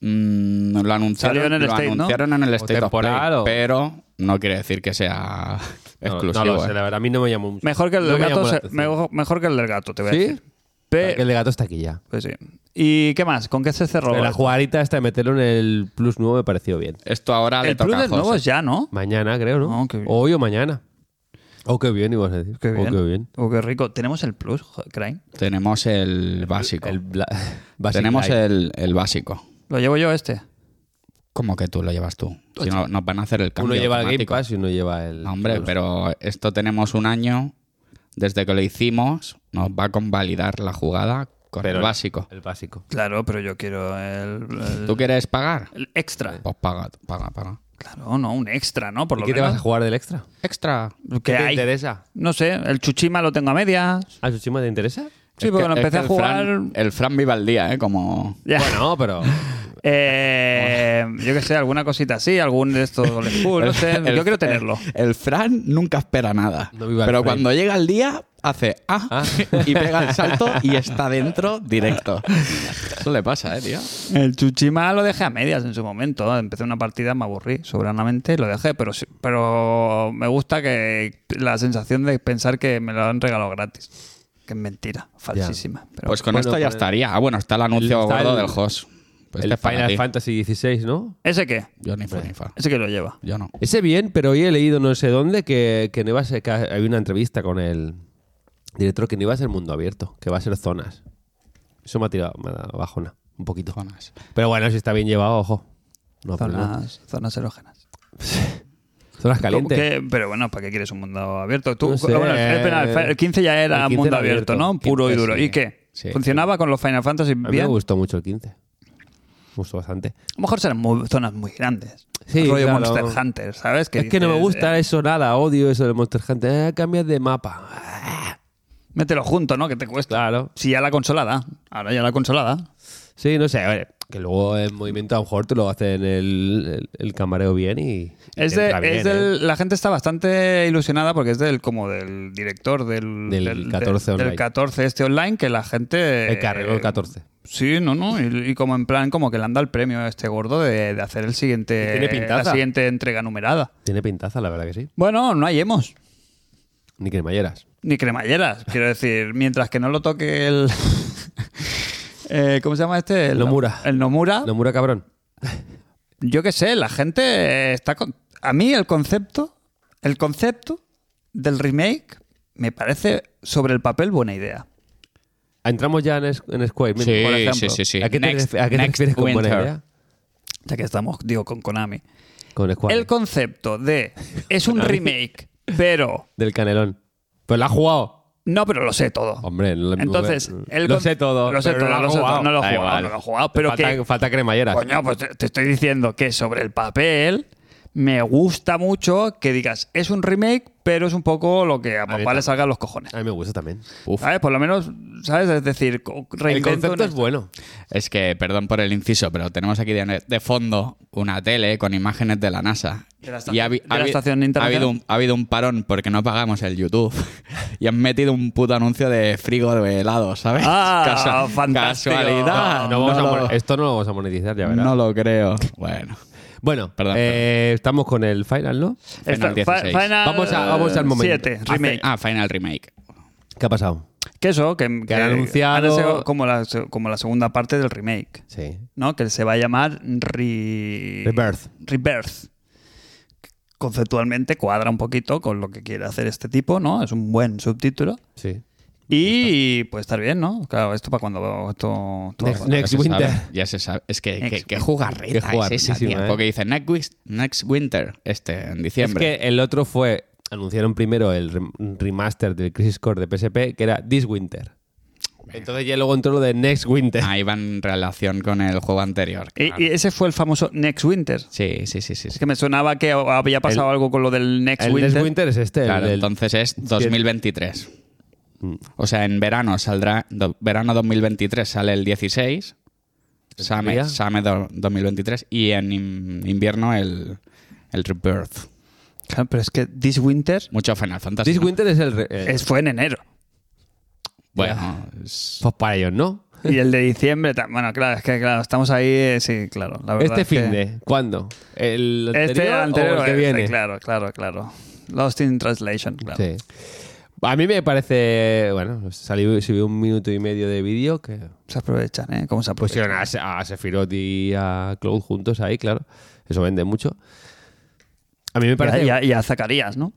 [SPEAKER 4] Mm, lo anunciaron,
[SPEAKER 2] Salió en el
[SPEAKER 4] lo
[SPEAKER 2] State, ¿no?
[SPEAKER 4] anunciaron en el State of Play,
[SPEAKER 3] Pues temporal o-
[SPEAKER 4] pero no quiere decir que sea
[SPEAKER 3] No,
[SPEAKER 4] exclusivo.
[SPEAKER 3] No, lo sé,
[SPEAKER 4] ¿eh?
[SPEAKER 3] la verdad, a mí no me llamó mucho.
[SPEAKER 2] Mejor que el eh,
[SPEAKER 3] No
[SPEAKER 2] del
[SPEAKER 3] me llamó
[SPEAKER 2] gato,
[SPEAKER 3] la
[SPEAKER 2] se-
[SPEAKER 4] este,
[SPEAKER 3] atención.
[SPEAKER 2] mejor, mejor que el del gato, te voy a
[SPEAKER 3] ¿Sí?
[SPEAKER 2] decir.
[SPEAKER 3] Que El
[SPEAKER 2] Pe-
[SPEAKER 3] de gato está aquí ya.
[SPEAKER 2] pues sí. ¿Y qué más? ¿Con qué se cerró?
[SPEAKER 3] La jugadita esta de meterlo en el Plus nuevo me pareció bien.
[SPEAKER 4] Esto ahora le
[SPEAKER 2] el
[SPEAKER 4] toca
[SPEAKER 2] Plus
[SPEAKER 4] a
[SPEAKER 2] del nuevo
[SPEAKER 4] José.
[SPEAKER 2] es ya, ¿no?
[SPEAKER 3] Mañana, creo, ¿no?
[SPEAKER 2] Ah, qué bien.
[SPEAKER 3] Hoy o mañana. Oh, qué bien, ibas a decir.
[SPEAKER 2] Qué
[SPEAKER 3] Oh,
[SPEAKER 2] bien. Oh, qué rico. ¿Tenemos el Plus, jo- Crane?
[SPEAKER 4] Tenemos el básico.
[SPEAKER 3] El bla- Basic
[SPEAKER 4] Tenemos
[SPEAKER 3] Light.
[SPEAKER 4] el, el básico.
[SPEAKER 2] ¿Lo llevo yo este?
[SPEAKER 4] ¿Cómo que tú lo llevas tú? Si no, nos van a hacer el cambio.
[SPEAKER 3] Uno lleva el Game
[SPEAKER 4] automático.
[SPEAKER 3] Pass pues. y uno lleva el...
[SPEAKER 4] No, hombre, pero esto tenemos un año. Desde que lo hicimos, nos va a convalidar la jugada Con
[SPEAKER 3] Pero
[SPEAKER 4] el básico.
[SPEAKER 3] El básico.
[SPEAKER 2] Claro, pero yo quiero el, el-
[SPEAKER 4] ¿Tú quieres pagar?
[SPEAKER 2] el extra.
[SPEAKER 4] Pues paga, paga, paga.
[SPEAKER 2] Claro, no, un extra, ¿no? Por
[SPEAKER 3] ¿Y
[SPEAKER 2] lo
[SPEAKER 3] qué te
[SPEAKER 2] menos.
[SPEAKER 3] vas a jugar del extra?
[SPEAKER 4] Extra.
[SPEAKER 2] ¿Qué
[SPEAKER 3] ¿Qué te
[SPEAKER 2] hay? Ah,
[SPEAKER 3] interesa?
[SPEAKER 2] No sé, el chuchima lo tengo a medias.
[SPEAKER 3] ¿A Tsushima te interesa?
[SPEAKER 2] Sí,
[SPEAKER 4] Es
[SPEAKER 2] porque
[SPEAKER 4] que-
[SPEAKER 2] lo
[SPEAKER 4] es
[SPEAKER 2] empecé
[SPEAKER 4] que
[SPEAKER 2] a
[SPEAKER 4] el
[SPEAKER 2] jugar.
[SPEAKER 4] Fran- el Fran viva el día, ¿eh? Como.
[SPEAKER 2] Ya.
[SPEAKER 3] Bueno, pero.
[SPEAKER 2] Eh, yo qué sé, alguna cosita así, algún de estos old school, Pues no sé.
[SPEAKER 4] el-
[SPEAKER 2] yo quiero tenerlo.
[SPEAKER 4] El, el Fran nunca espera nada.
[SPEAKER 3] No viva el
[SPEAKER 4] pero
[SPEAKER 3] Fran.
[SPEAKER 4] cuando llega el día, hace ah, y pega el salto y está dentro directo. Eso le pasa, eh, tío.
[SPEAKER 2] El Chuchima lo dejé a medias en su momento. Empecé una partida, me aburrí soberanamente y lo dejé. Pero, sí- pero me gusta que la sensación de pensar que me lo han regalado gratis. Que es mentira, falsísima. Pero
[SPEAKER 4] Pues con
[SPEAKER 3] bueno,
[SPEAKER 4] esto ya
[SPEAKER 3] pero-
[SPEAKER 4] estaría. Ah, bueno, está el anuncio
[SPEAKER 3] Está
[SPEAKER 4] gordo
[SPEAKER 3] el-
[SPEAKER 4] del host. Pues este
[SPEAKER 3] el
[SPEAKER 4] es para
[SPEAKER 3] Final
[SPEAKER 4] ti.
[SPEAKER 3] Fantasy XVI, ¿no?
[SPEAKER 2] ¿Ese qué?
[SPEAKER 4] Yo ni fu ni fa.
[SPEAKER 2] Ese que lo lleva.
[SPEAKER 4] Yo no.
[SPEAKER 3] Ese bien, pero hoy he leído no sé dónde que, que no iba a ser, que había una entrevista con el director que no iba a ser mundo abierto, que va a ser zonas. Eso me ha tirado, me ha dado bajona, un poquito.
[SPEAKER 4] Jonas.
[SPEAKER 3] Pero bueno, si está bien llevado, ojo. No problema.
[SPEAKER 2] Zonas, zonas erógenas.
[SPEAKER 3] Zonas calientes.
[SPEAKER 2] ¿Qué? Pero bueno, ¿para qué quieres un mundo abierto? Tú,
[SPEAKER 3] No sé.
[SPEAKER 2] bueno, espera, el fa- el 15 ya era
[SPEAKER 3] El 15
[SPEAKER 2] mundo
[SPEAKER 3] era
[SPEAKER 2] abierto,
[SPEAKER 3] abierto,
[SPEAKER 2] ¿no? Puro y
[SPEAKER 3] 15
[SPEAKER 2] duro.
[SPEAKER 3] sí.
[SPEAKER 2] ¿Y qué?
[SPEAKER 4] Sí.
[SPEAKER 2] ¿Funcionaba con los Final Fantasy
[SPEAKER 3] A mí me
[SPEAKER 2] bien?
[SPEAKER 3] gustó mucho el 15. Me gustó bastante.
[SPEAKER 2] A lo mejor serán muy- zonas muy grandes.
[SPEAKER 3] Sí,
[SPEAKER 2] Rollo
[SPEAKER 3] claro.
[SPEAKER 2] Monster Hunter, ¿sabes?
[SPEAKER 3] es que no me
[SPEAKER 2] dices, "Eh,
[SPEAKER 3] gusta eso nada, odio eso del Monster Hunter. Eh, cambias de mapa. Ah,
[SPEAKER 2] Mételo junto, ¿no? Que te cuesta.
[SPEAKER 3] Claro.
[SPEAKER 2] Si ya la consola da. Ahora ya la consola da.
[SPEAKER 3] Sí, no sé, a ver, que luego el movimiento a lo mejor te lo hacen el, el, el camareo bien y. y
[SPEAKER 2] Es
[SPEAKER 3] te
[SPEAKER 2] de,
[SPEAKER 3] entra bien,
[SPEAKER 2] es
[SPEAKER 3] ¿eh?
[SPEAKER 2] del- La gente está bastante ilusionada porque es del como del director del,
[SPEAKER 3] Del 14
[SPEAKER 2] del
[SPEAKER 3] online.
[SPEAKER 2] 14 este online que la gente...
[SPEAKER 3] El que arregló el 14.
[SPEAKER 2] Sí, no, no. Y, y como en plan, como que le han dado el premio a este gordo de, de hacer el siguiente,
[SPEAKER 3] Y tiene pintaza.
[SPEAKER 2] la siguiente entrega numerada.
[SPEAKER 3] Tiene pintaza, la verdad que sí.
[SPEAKER 2] Bueno, no hallemos.
[SPEAKER 3] Ni cremalleras.
[SPEAKER 2] Ni cremalleras. Quiero decir, mientras que no lo toque el... eh, ¿Cómo se llama este? El
[SPEAKER 3] Nomura.
[SPEAKER 2] El Nomura.
[SPEAKER 3] Nomura cabrón.
[SPEAKER 2] Yo qué sé, la gente está con... A mí el concepto, el concepto del remake me parece sobre el papel buena idea.
[SPEAKER 3] Entramos ya en, es- en Square. mismo,
[SPEAKER 4] Sí,
[SPEAKER 3] por ejemplo.
[SPEAKER 4] sí, sí, sí.
[SPEAKER 3] ¿A qué te,
[SPEAKER 4] Next-
[SPEAKER 3] ref- a qué te
[SPEAKER 4] next
[SPEAKER 3] refieres con buena
[SPEAKER 4] winter.
[SPEAKER 3] idea?
[SPEAKER 2] Ya que estamos, digo, con Konami.
[SPEAKER 3] Con Square.
[SPEAKER 2] El concepto de es un remake, pero...
[SPEAKER 3] Del canelón. Pues la ha jugado.
[SPEAKER 2] No, pero lo sé todo.
[SPEAKER 3] Hombre, no lo-
[SPEAKER 2] Entonces, el
[SPEAKER 3] lo
[SPEAKER 2] con-
[SPEAKER 3] sé todo.
[SPEAKER 2] Lo sé
[SPEAKER 3] pero
[SPEAKER 2] todo,
[SPEAKER 3] no
[SPEAKER 2] lo sé todo. No lo
[SPEAKER 3] Da
[SPEAKER 2] he jugado,
[SPEAKER 3] igual.
[SPEAKER 2] no lo he jugado. Pero
[SPEAKER 3] falta,
[SPEAKER 2] que,
[SPEAKER 3] falta cremalleras.
[SPEAKER 2] Coño, pues te, te estoy diciendo que sobre el papel me gusta mucho que digas es un remake, pero es un poco lo que a papá le
[SPEAKER 3] también.
[SPEAKER 2] salga a los cojones.
[SPEAKER 3] A mí me gusta también.
[SPEAKER 4] Uf.
[SPEAKER 2] ¿Sabes? Por lo menos, ¿sabes? Es decir, co-
[SPEAKER 3] El
[SPEAKER 2] reinvento
[SPEAKER 3] concepto
[SPEAKER 2] una-
[SPEAKER 3] es bueno.
[SPEAKER 4] Es que, perdón por el inciso, pero tenemos aquí de, de fondo una tele con imágenes de la NASA.
[SPEAKER 2] De la esta-
[SPEAKER 4] ha habi-
[SPEAKER 2] de la
[SPEAKER 4] ha habi-
[SPEAKER 2] estación
[SPEAKER 4] ha
[SPEAKER 2] internacional.
[SPEAKER 4] habido, un, ha habido un parón porque no pagamos el YouTube. y han metido un puto anuncio de frigo de helado, ¿sabes?
[SPEAKER 2] Ah, fantástico.
[SPEAKER 4] Casualidad.
[SPEAKER 3] No vamos a
[SPEAKER 4] lo-
[SPEAKER 3] mon- Esto no lo vamos a monetizar, ya verás.
[SPEAKER 4] no lo creo. Bueno.
[SPEAKER 3] Bueno,
[SPEAKER 4] Perdón,
[SPEAKER 3] eh, estamos con el final, ¿no?
[SPEAKER 2] Esta-
[SPEAKER 4] Final 16.
[SPEAKER 2] Fi- Final
[SPEAKER 3] Vamos a- vamos al momento.
[SPEAKER 2] 7, remake.
[SPEAKER 4] Ah, Final Remake.
[SPEAKER 3] ¿Qué ha pasado?
[SPEAKER 2] que eso, que, que
[SPEAKER 3] han anunciado-
[SPEAKER 2] han hecho como la, se- como la segunda parte del remake,
[SPEAKER 3] Sí.
[SPEAKER 2] ¿no? Que se va a llamar re-
[SPEAKER 3] Rebirth.
[SPEAKER 2] Rebirth. Conceptualmente cuadra un poquito con lo que quiere hacer este tipo, ¿no? Es un buen subtítulo.
[SPEAKER 3] Sí.
[SPEAKER 2] Y puede estar bien, ¿no? Claro, esto para cuando esto, esto-
[SPEAKER 3] Next- next
[SPEAKER 4] ya se
[SPEAKER 3] Winter.
[SPEAKER 4] sabe, ya se sabe. Es que, que,
[SPEAKER 2] Next
[SPEAKER 4] que
[SPEAKER 2] Winter.
[SPEAKER 4] jugarreta
[SPEAKER 3] Qué jugar-
[SPEAKER 4] es esa, tío.
[SPEAKER 3] muchísima, ¿eh?
[SPEAKER 4] Porque dice next, wis- next Winter, este, en
[SPEAKER 3] Es
[SPEAKER 4] diciembre.
[SPEAKER 3] que el otro fue. Anunciaron primero el rem- remaster del Crisis Core de PSP, que era This Winter. Entonces ya luego entró lo de Next Winter.
[SPEAKER 2] Ah,
[SPEAKER 4] Ahí va en relación con el juego anterior.
[SPEAKER 2] Y-
[SPEAKER 4] claro.
[SPEAKER 2] y ese fue el famoso Next Winter.
[SPEAKER 4] Sí, sí, sí, sí.
[SPEAKER 2] Es que me sonaba que había pasado algo con lo del Next
[SPEAKER 3] el
[SPEAKER 2] Winter.
[SPEAKER 3] Next Winter es este. el
[SPEAKER 4] Claro,
[SPEAKER 3] del- Mm.
[SPEAKER 4] entonces es 2023. O sea, en verano saldrá. do- verano 2023 sale el 16. Summer,
[SPEAKER 3] teoría?
[SPEAKER 4] summer do- 2023. Y en in- invierno el, el Rebirth.
[SPEAKER 2] Claro, pero es que This Winter
[SPEAKER 4] Mucho Final Fantasy.
[SPEAKER 3] This
[SPEAKER 4] ¿no?
[SPEAKER 3] Winter es el. re- eh,
[SPEAKER 2] es, fue en enero.
[SPEAKER 4] Bueno, es-
[SPEAKER 3] Pues para ellos, ¿no?
[SPEAKER 2] Y el de diciembre, ta- bueno, claro, es que claro, estamos ahí, eh, sí, claro. La verdad
[SPEAKER 3] Este
[SPEAKER 2] es que-
[SPEAKER 3] fin de. ¿Cuándo? ¿El anterior,
[SPEAKER 2] Este anterior,
[SPEAKER 3] o el que
[SPEAKER 2] este,
[SPEAKER 3] viene?
[SPEAKER 2] claro, claro, claro. Lost in Translation, claro.
[SPEAKER 3] Sí. A mí me parece. Bueno, salió, subió un minuto y medio de vídeo que
[SPEAKER 2] Se aprovechan, ¿eh? ¿Cómo se aprovechan?
[SPEAKER 3] pusieron a, Se- a Sephiroth y a Cloud juntos ahí, claro. Eso vende mucho. A mí me parece.
[SPEAKER 2] Y a, y a Zacarías, ¿no?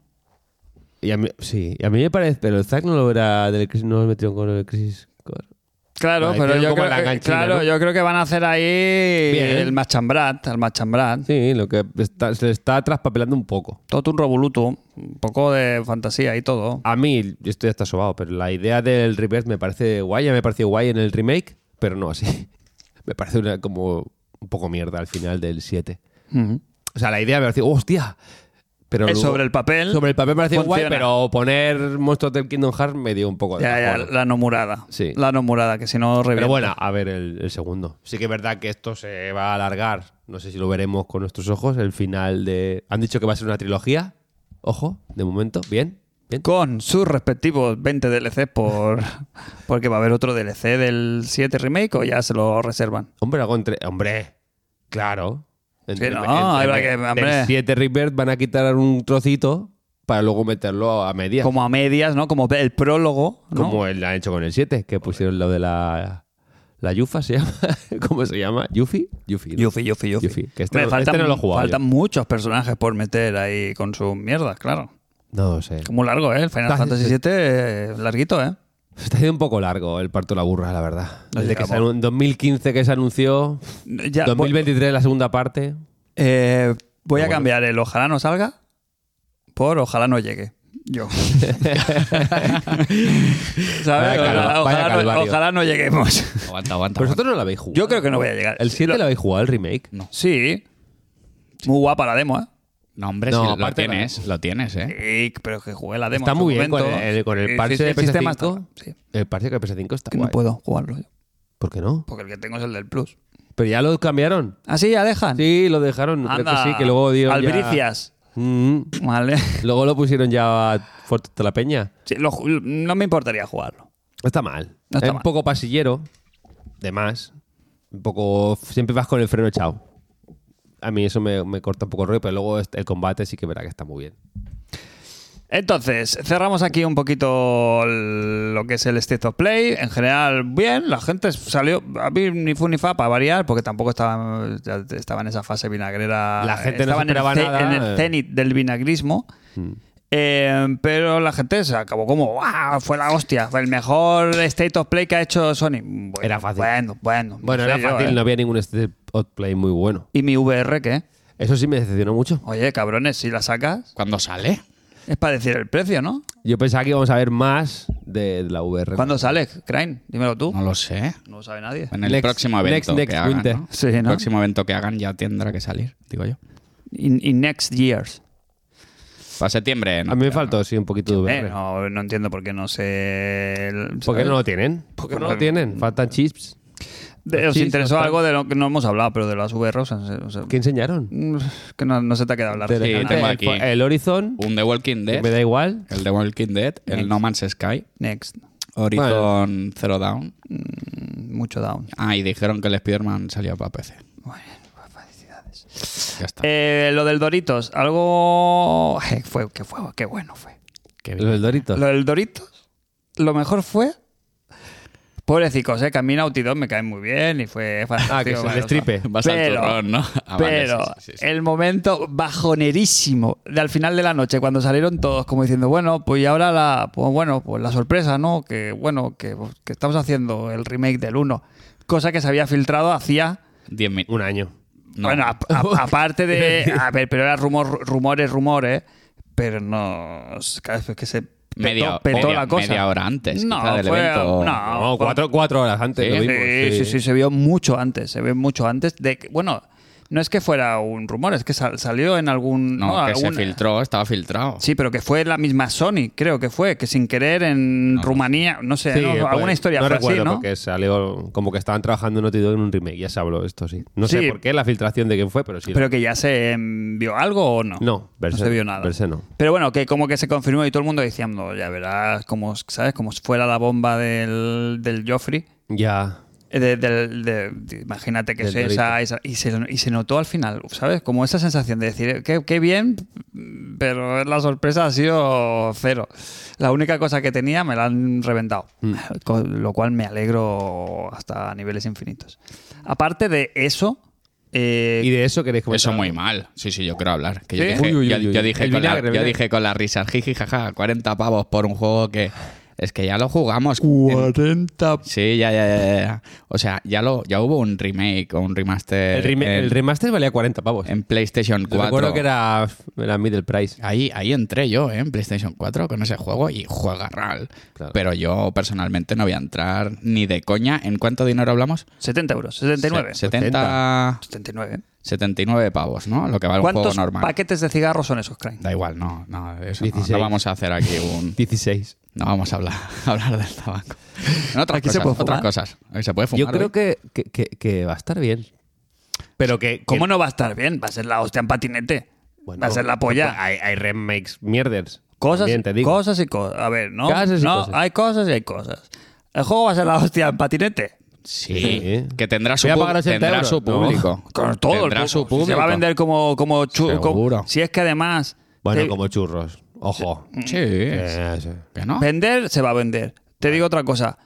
[SPEAKER 3] y a mí- sí, y a mí me parece. Pero el Zack no lo era del crisis, no lo metieron con el Crisis Core.
[SPEAKER 2] Claro,
[SPEAKER 3] Ahí
[SPEAKER 2] pero
[SPEAKER 3] tienen
[SPEAKER 2] yo
[SPEAKER 3] como
[SPEAKER 2] creo,
[SPEAKER 3] la
[SPEAKER 2] que,
[SPEAKER 3] ganchina,
[SPEAKER 2] claro,
[SPEAKER 3] ¿no?
[SPEAKER 2] yo creo que van a hacer ahí
[SPEAKER 3] Bien. ¿eh?
[SPEAKER 2] el machambrat, el machambrat.
[SPEAKER 3] Sí, lo que está- se está traspapelando un poco.
[SPEAKER 2] Todo un revoluto, un poco de fantasía y todo.
[SPEAKER 3] A mí, esto ya está sobado, pero la idea del reverse me parece guay, ya me pareció guay en el remake, pero no así. Me parece una, como un poco mierda al final del 7.
[SPEAKER 2] Ujú.
[SPEAKER 3] O sea, la idea me pareció, ¡hostia! Pero
[SPEAKER 2] Es
[SPEAKER 3] luego-
[SPEAKER 2] eh, sobre el papel.
[SPEAKER 3] sobre el papel me pareció guay,
[SPEAKER 2] funciona.
[SPEAKER 3] pero poner monstruos del Kingdom Hearts me dio un poco de.
[SPEAKER 2] Ya, ya,
[SPEAKER 3] bajón.
[SPEAKER 2] la no murada.
[SPEAKER 3] Sí.
[SPEAKER 2] La no murada, que si no revienta.
[SPEAKER 3] Pero bueno, a ver el, el segundo. Sí que es verdad que esto se va a alargar. No sé si lo veremos con nuestros ojos. El final de. Han dicho que va a ser una trilogía. Ojo, de momento. Bien. Bien.
[SPEAKER 2] Con sus respectivos 20 DLCs por... Porque va a haber otro DLC del 7 remake o ya se lo reservan.
[SPEAKER 3] Hombre, hago entre. Hombre. Claro. Entre,
[SPEAKER 2] Sí, no, habrá que- hombre.
[SPEAKER 3] 7 Rebirth van a quitar un trocito para luego meterlo a medias.
[SPEAKER 2] Como a medias, ¿no? Como el prólogo, ¿no?
[SPEAKER 3] Como el- han hecho con el 7, que pusieron lo de la. La Yufa se llama. ¿Cómo se llama? ¿Yufi? Yufi. ¿no?
[SPEAKER 2] Yuffie, Yuffie, Yuffie.
[SPEAKER 3] Yuffie, que este
[SPEAKER 2] Hombre,
[SPEAKER 3] no-
[SPEAKER 2] faltan,
[SPEAKER 3] este no lo he jugado
[SPEAKER 2] faltan
[SPEAKER 3] yo.
[SPEAKER 2] muchos personajes por meter ahí con sus mierdas, claro.
[SPEAKER 3] No lo sé.
[SPEAKER 2] Que muy largo, ¿eh? El Final
[SPEAKER 3] Está-
[SPEAKER 2] Fantasy VII, eh, larguito, ¿eh?
[SPEAKER 3] Está siendo un poco largo el parto de la burra, la verdad.
[SPEAKER 2] No
[SPEAKER 3] Desde que se
[SPEAKER 2] digamos.
[SPEAKER 3] anu- en 2015 que se anunció,
[SPEAKER 2] Ya, voy-
[SPEAKER 3] 2023 la segunda parte.
[SPEAKER 2] eh, voy a
[SPEAKER 3] Bueno.
[SPEAKER 2] cambiar el ojalá no salga por ojalá no llegue. Yo. ¿Sabes?
[SPEAKER 3] Vaya calva-
[SPEAKER 2] Ojalá-
[SPEAKER 3] vaya
[SPEAKER 2] ojalá no-
[SPEAKER 3] calvario.
[SPEAKER 2] ojalá no lleguemos.
[SPEAKER 4] Aguanta, aguanta.
[SPEAKER 3] Pero vosotros no la habéis jugado.
[SPEAKER 2] Yo creo que no voy a llegar.
[SPEAKER 3] ¿El 7 la habéis jugado, el remake?
[SPEAKER 4] No.
[SPEAKER 2] Sí. Muy guapa la demo, ¿eh?
[SPEAKER 4] aguanta. No, hombre,
[SPEAKER 3] No,
[SPEAKER 4] sí, lo
[SPEAKER 3] aparte-
[SPEAKER 4] tienes, lo tienes, ¿eh?
[SPEAKER 2] Sí, pero que jugué la demo.
[SPEAKER 3] Está
[SPEAKER 2] en su
[SPEAKER 3] muy bien con
[SPEAKER 2] momento.
[SPEAKER 3] el, con el
[SPEAKER 2] Sí,
[SPEAKER 3] parche
[SPEAKER 2] sí, sí,
[SPEAKER 3] de
[SPEAKER 2] el
[SPEAKER 3] PS5.
[SPEAKER 2] sistema está- sí.
[SPEAKER 3] Eh, El parche de PS5 está
[SPEAKER 2] Que
[SPEAKER 3] guay.
[SPEAKER 2] no puedo jugarlo yo.
[SPEAKER 3] ¿Por qué no?
[SPEAKER 2] Porque el que tengo es el del Plus.
[SPEAKER 3] Pero ya lo cambiaron.
[SPEAKER 2] Ah, sí, ya dejan.
[SPEAKER 3] Sí, lo dejaron. creo
[SPEAKER 2] Anda,
[SPEAKER 3] que sí, que luego dio
[SPEAKER 2] Albricias. Vale.
[SPEAKER 3] Luego lo pusieron ya a Fuerte de la Peña.
[SPEAKER 2] Sí, lo ju- no me importaría jugarlo.
[SPEAKER 3] No está mal.
[SPEAKER 2] No está
[SPEAKER 3] es
[SPEAKER 2] mal.
[SPEAKER 3] un poco pasillero, de más. Un poco. Siempre vas con el freno echado. A mí eso me, me corta un poco el rollo, pero luego este- el combate sí que verá que está muy bien.
[SPEAKER 2] Entonces, cerramos aquí un poquito el- lo que es el State of Play. En general, bien, la gente salió, a mí ni fu ni fa para variar, porque tampoco estaba, ya estaba en esa fase vinagrera.
[SPEAKER 3] La gente no
[SPEAKER 2] estaba en el
[SPEAKER 3] esperaba
[SPEAKER 2] ce-
[SPEAKER 3] nada. Hmm.
[SPEAKER 2] En el cenit del vinagrismo. Eh, pero la gente se acabó como, ¡guau! Fue la hostia, fue el mejor State of Play que ha hecho Sony. Bueno,
[SPEAKER 3] Era fácil.
[SPEAKER 2] Bueno, bueno. no
[SPEAKER 3] Bueno,
[SPEAKER 2] sé
[SPEAKER 3] era
[SPEAKER 2] yo,
[SPEAKER 3] fácil,
[SPEAKER 2] ¿eh?
[SPEAKER 3] no había ningún step out play muy bueno.
[SPEAKER 2] ¿Y mi VR qué?
[SPEAKER 3] Eso sí me decepcionó mucho.
[SPEAKER 2] Oye, cabrones, si la sacas,
[SPEAKER 4] ¿Cuándo sale?
[SPEAKER 2] es para decir el precio, ¿no?
[SPEAKER 3] Yo pensaba que íbamos a ver más de, de la VR.
[SPEAKER 2] ¿Cuándo sale, Crane? Dímelo tú.
[SPEAKER 4] No lo sé.
[SPEAKER 2] No lo sabe nadie.
[SPEAKER 4] En el
[SPEAKER 3] Next-
[SPEAKER 4] próximo evento
[SPEAKER 3] next- next
[SPEAKER 4] que hagan,
[SPEAKER 3] winter.
[SPEAKER 4] ¿no?
[SPEAKER 2] Sí,
[SPEAKER 4] El
[SPEAKER 2] ¿no?
[SPEAKER 4] próximo evento que hagan ya tendrá que salir, digo yo.
[SPEAKER 2] In, in next years.
[SPEAKER 4] Para septiembre.
[SPEAKER 3] A mí me faltó, sí, un poquito de
[SPEAKER 2] Eh,
[SPEAKER 3] VR.
[SPEAKER 2] no, no entiendo por qué no se... el-
[SPEAKER 3] Pues, ¿Por qué no
[SPEAKER 2] ¿sabes?
[SPEAKER 3] lo tienen? ¿Por qué no lo tienen? Faltan chips.
[SPEAKER 2] De- ¿Os
[SPEAKER 3] Sí,
[SPEAKER 2] interesó
[SPEAKER 3] no está.
[SPEAKER 2] algo de lo que no hemos hablado, pero de las VR? o sea, o sea,
[SPEAKER 3] ¿Qué enseñaron?
[SPEAKER 2] mm, que no, no se te ha quedado hablar.
[SPEAKER 4] Sí,
[SPEAKER 3] Interesante.
[SPEAKER 4] tengo
[SPEAKER 3] El-
[SPEAKER 4] aquí.
[SPEAKER 3] El, Horizon,
[SPEAKER 4] Un The Walking
[SPEAKER 3] que
[SPEAKER 4] Dead.
[SPEAKER 3] me da igual.
[SPEAKER 4] El The Walking Dead, el No Man's Sky,
[SPEAKER 2] Next. Mm,
[SPEAKER 4] Horizon Zero Dawn.
[SPEAKER 2] Mucho down.
[SPEAKER 4] Ah, y dijeron que el Spider-Man salía para PC.
[SPEAKER 2] Bueno, pues felicidades.
[SPEAKER 4] Ya está.
[SPEAKER 2] Eh, lo del Doritos, algo... Eh, fue, que fue, qué bueno fue.
[SPEAKER 4] Qué bien.
[SPEAKER 3] Los Doritos.
[SPEAKER 2] Lo del Doritos, lo mejor fue... Pobrecicos, eh, que a mí Naughty Dog me caen muy bien y fue fantástico.
[SPEAKER 3] Ah, que es el
[SPEAKER 2] bueno,
[SPEAKER 3] stripe.
[SPEAKER 4] Vas
[SPEAKER 2] pero-
[SPEAKER 4] al turrón, ¿no? Ah, vale,
[SPEAKER 2] Pero
[SPEAKER 4] sí, sí, sí, sí.
[SPEAKER 2] el momento bajonerísimo de al final de la noche, cuando salieron todos como diciendo, bueno, pues y ahora la, pues bueno, pues la sorpresa, ¿no? Que bueno, que, pues, que estamos haciendo el remake del 1, cosa que se había filtrado hacía,
[SPEAKER 4] Diez mil-
[SPEAKER 3] Un año.
[SPEAKER 4] No.
[SPEAKER 2] bueno, a- a- aparte de, a ver, pero eran rumor, rumores, rumores, pero no, es que- es que se petó,
[SPEAKER 4] media, hora-
[SPEAKER 2] petó
[SPEAKER 4] media-
[SPEAKER 2] la cosa.
[SPEAKER 4] media hora antes
[SPEAKER 2] No,
[SPEAKER 4] quizá, del
[SPEAKER 2] fue-
[SPEAKER 4] evento.
[SPEAKER 2] no. Ah,
[SPEAKER 3] No,
[SPEAKER 2] fue-
[SPEAKER 3] cuatro, cuatro horas antes.
[SPEAKER 4] Sí,
[SPEAKER 3] lo vimos,
[SPEAKER 2] Sí, sí, sí, se vio mucho antes, se ve mucho antes de que, bueno, no es que fuera un rumor, es que sal- salió en algún...
[SPEAKER 4] No, que se
[SPEAKER 2] algún-
[SPEAKER 4] filtró, estaba filtrado.
[SPEAKER 2] Sí, pero que fue la misma Sony, creo que fue, que sin querer en Rumanía, no sé,
[SPEAKER 3] Sí,
[SPEAKER 2] ¿no?
[SPEAKER 3] pues,
[SPEAKER 2] alguna historia
[SPEAKER 3] no
[SPEAKER 2] fue
[SPEAKER 3] recuerdo
[SPEAKER 2] así, ¿no?
[SPEAKER 3] porque salió como que estaban trabajando en Naughty Dog en un remake ya se habló esto sí no
[SPEAKER 2] Sí.
[SPEAKER 3] sé por qué la filtración de quién fue pero sí
[SPEAKER 2] Pero que ya se mm, vio algo o no.
[SPEAKER 3] no Verse-
[SPEAKER 2] no se vio nada.
[SPEAKER 3] Verse no
[SPEAKER 2] Pero bueno, que como que se confirmó y todo el mundo diciendo, ya verás, como, ¿sabes? Como si fuera la bomba del, del Joffrey.
[SPEAKER 3] ya
[SPEAKER 2] Eh, de- del- de- de- imagínate que
[SPEAKER 3] Del
[SPEAKER 2] se- esa, esa- y, se, y se notó al final, ¿sabes? Como esa sensación de decir, eh, qué, qué bien, pero la sorpresa ha sido cero. La única cosa que tenía me la han reventado,
[SPEAKER 4] Mm.
[SPEAKER 2] con lo cual me alegro hasta niveles infinitos. Aparte de eso, eh,
[SPEAKER 3] y de eso queréis comentar
[SPEAKER 4] Eso muy mal. Sí, sí, yo quiero hablar. Que yo
[SPEAKER 2] ¿Sí?
[SPEAKER 4] dije,
[SPEAKER 3] pues Uy, uy,
[SPEAKER 4] yo-
[SPEAKER 3] uy, uy.
[SPEAKER 4] yo dije
[SPEAKER 3] El
[SPEAKER 4] con la-
[SPEAKER 3] vinagre,
[SPEAKER 4] yo
[SPEAKER 3] vinagre.
[SPEAKER 4] dije con la risa, jiji, jaja, 40 pavos por un juego que Es que ya lo jugamos. En-
[SPEAKER 2] 40.
[SPEAKER 4] Sí, ya, ya, ya, ya, ya. O sea, ya, lo, ya hubo un remake o un remaster
[SPEAKER 3] El, rem-
[SPEAKER 4] en,
[SPEAKER 3] el remaster valía 40 pavos.
[SPEAKER 4] en PlayStation
[SPEAKER 3] Yo
[SPEAKER 4] 4.
[SPEAKER 3] recuerdo que era, era middle price.
[SPEAKER 4] Ahí, ahí entré yo, ¿eh? en PlayStation 4 con ese juego y juega RAL.
[SPEAKER 3] Claro.
[SPEAKER 4] Pero yo personalmente no voy a entrar ni de coña. ¿En cuánto dinero hablamos?
[SPEAKER 2] 70 euros, 79.
[SPEAKER 4] Se- 70,
[SPEAKER 2] 79.
[SPEAKER 4] 79 pavos, ¿no? Lo que vale un juego
[SPEAKER 2] ¿Cuántos
[SPEAKER 4] normal.
[SPEAKER 2] paquetes de cigarros son esos, Crane?
[SPEAKER 4] Da igual, no, no, eso no,
[SPEAKER 3] 16.
[SPEAKER 4] no vamos a hacer aquí un...
[SPEAKER 3] 16.
[SPEAKER 4] No vamos a hablar, a hablar del tabaco. En otras
[SPEAKER 2] Aquí se
[SPEAKER 4] cosas,
[SPEAKER 2] puede
[SPEAKER 4] otras
[SPEAKER 2] fumar.
[SPEAKER 4] cosas. Ahí Se puede fumar.
[SPEAKER 3] Yo creo
[SPEAKER 4] hoy.
[SPEAKER 3] que, que- que- que va a estar bien. Pero que.
[SPEAKER 2] ¿Cómo no va a estar bien? Va a ser la hostia en patinete. va a ser la polla.
[SPEAKER 3] pues Hay, hay remakes mierders.
[SPEAKER 2] Cosas,
[SPEAKER 3] también te digo.
[SPEAKER 2] cosas y cosas. A ver, ¿no?
[SPEAKER 3] Cosas y
[SPEAKER 2] no,
[SPEAKER 3] cosas.
[SPEAKER 2] hay cosas y hay cosas. El juego va a ser la hostia en patinete.
[SPEAKER 4] Sí,
[SPEAKER 3] Sí.
[SPEAKER 4] que tendrá su,
[SPEAKER 3] Voy a
[SPEAKER 4] pub-
[SPEAKER 3] pagar 80
[SPEAKER 4] tendrá
[SPEAKER 3] euros.
[SPEAKER 4] su público.
[SPEAKER 2] Con todo
[SPEAKER 4] tendrá
[SPEAKER 2] el
[SPEAKER 4] su
[SPEAKER 2] público.
[SPEAKER 4] público.
[SPEAKER 2] Se va a vender como, como, chu-
[SPEAKER 4] Seguro.
[SPEAKER 2] como- Si es que además.
[SPEAKER 3] Bueno,
[SPEAKER 2] te-
[SPEAKER 3] como churros. Ojo.
[SPEAKER 4] Sí,
[SPEAKER 3] Eh, sí.
[SPEAKER 4] que no.
[SPEAKER 2] Vender se va a vender. Te digo otra cosa.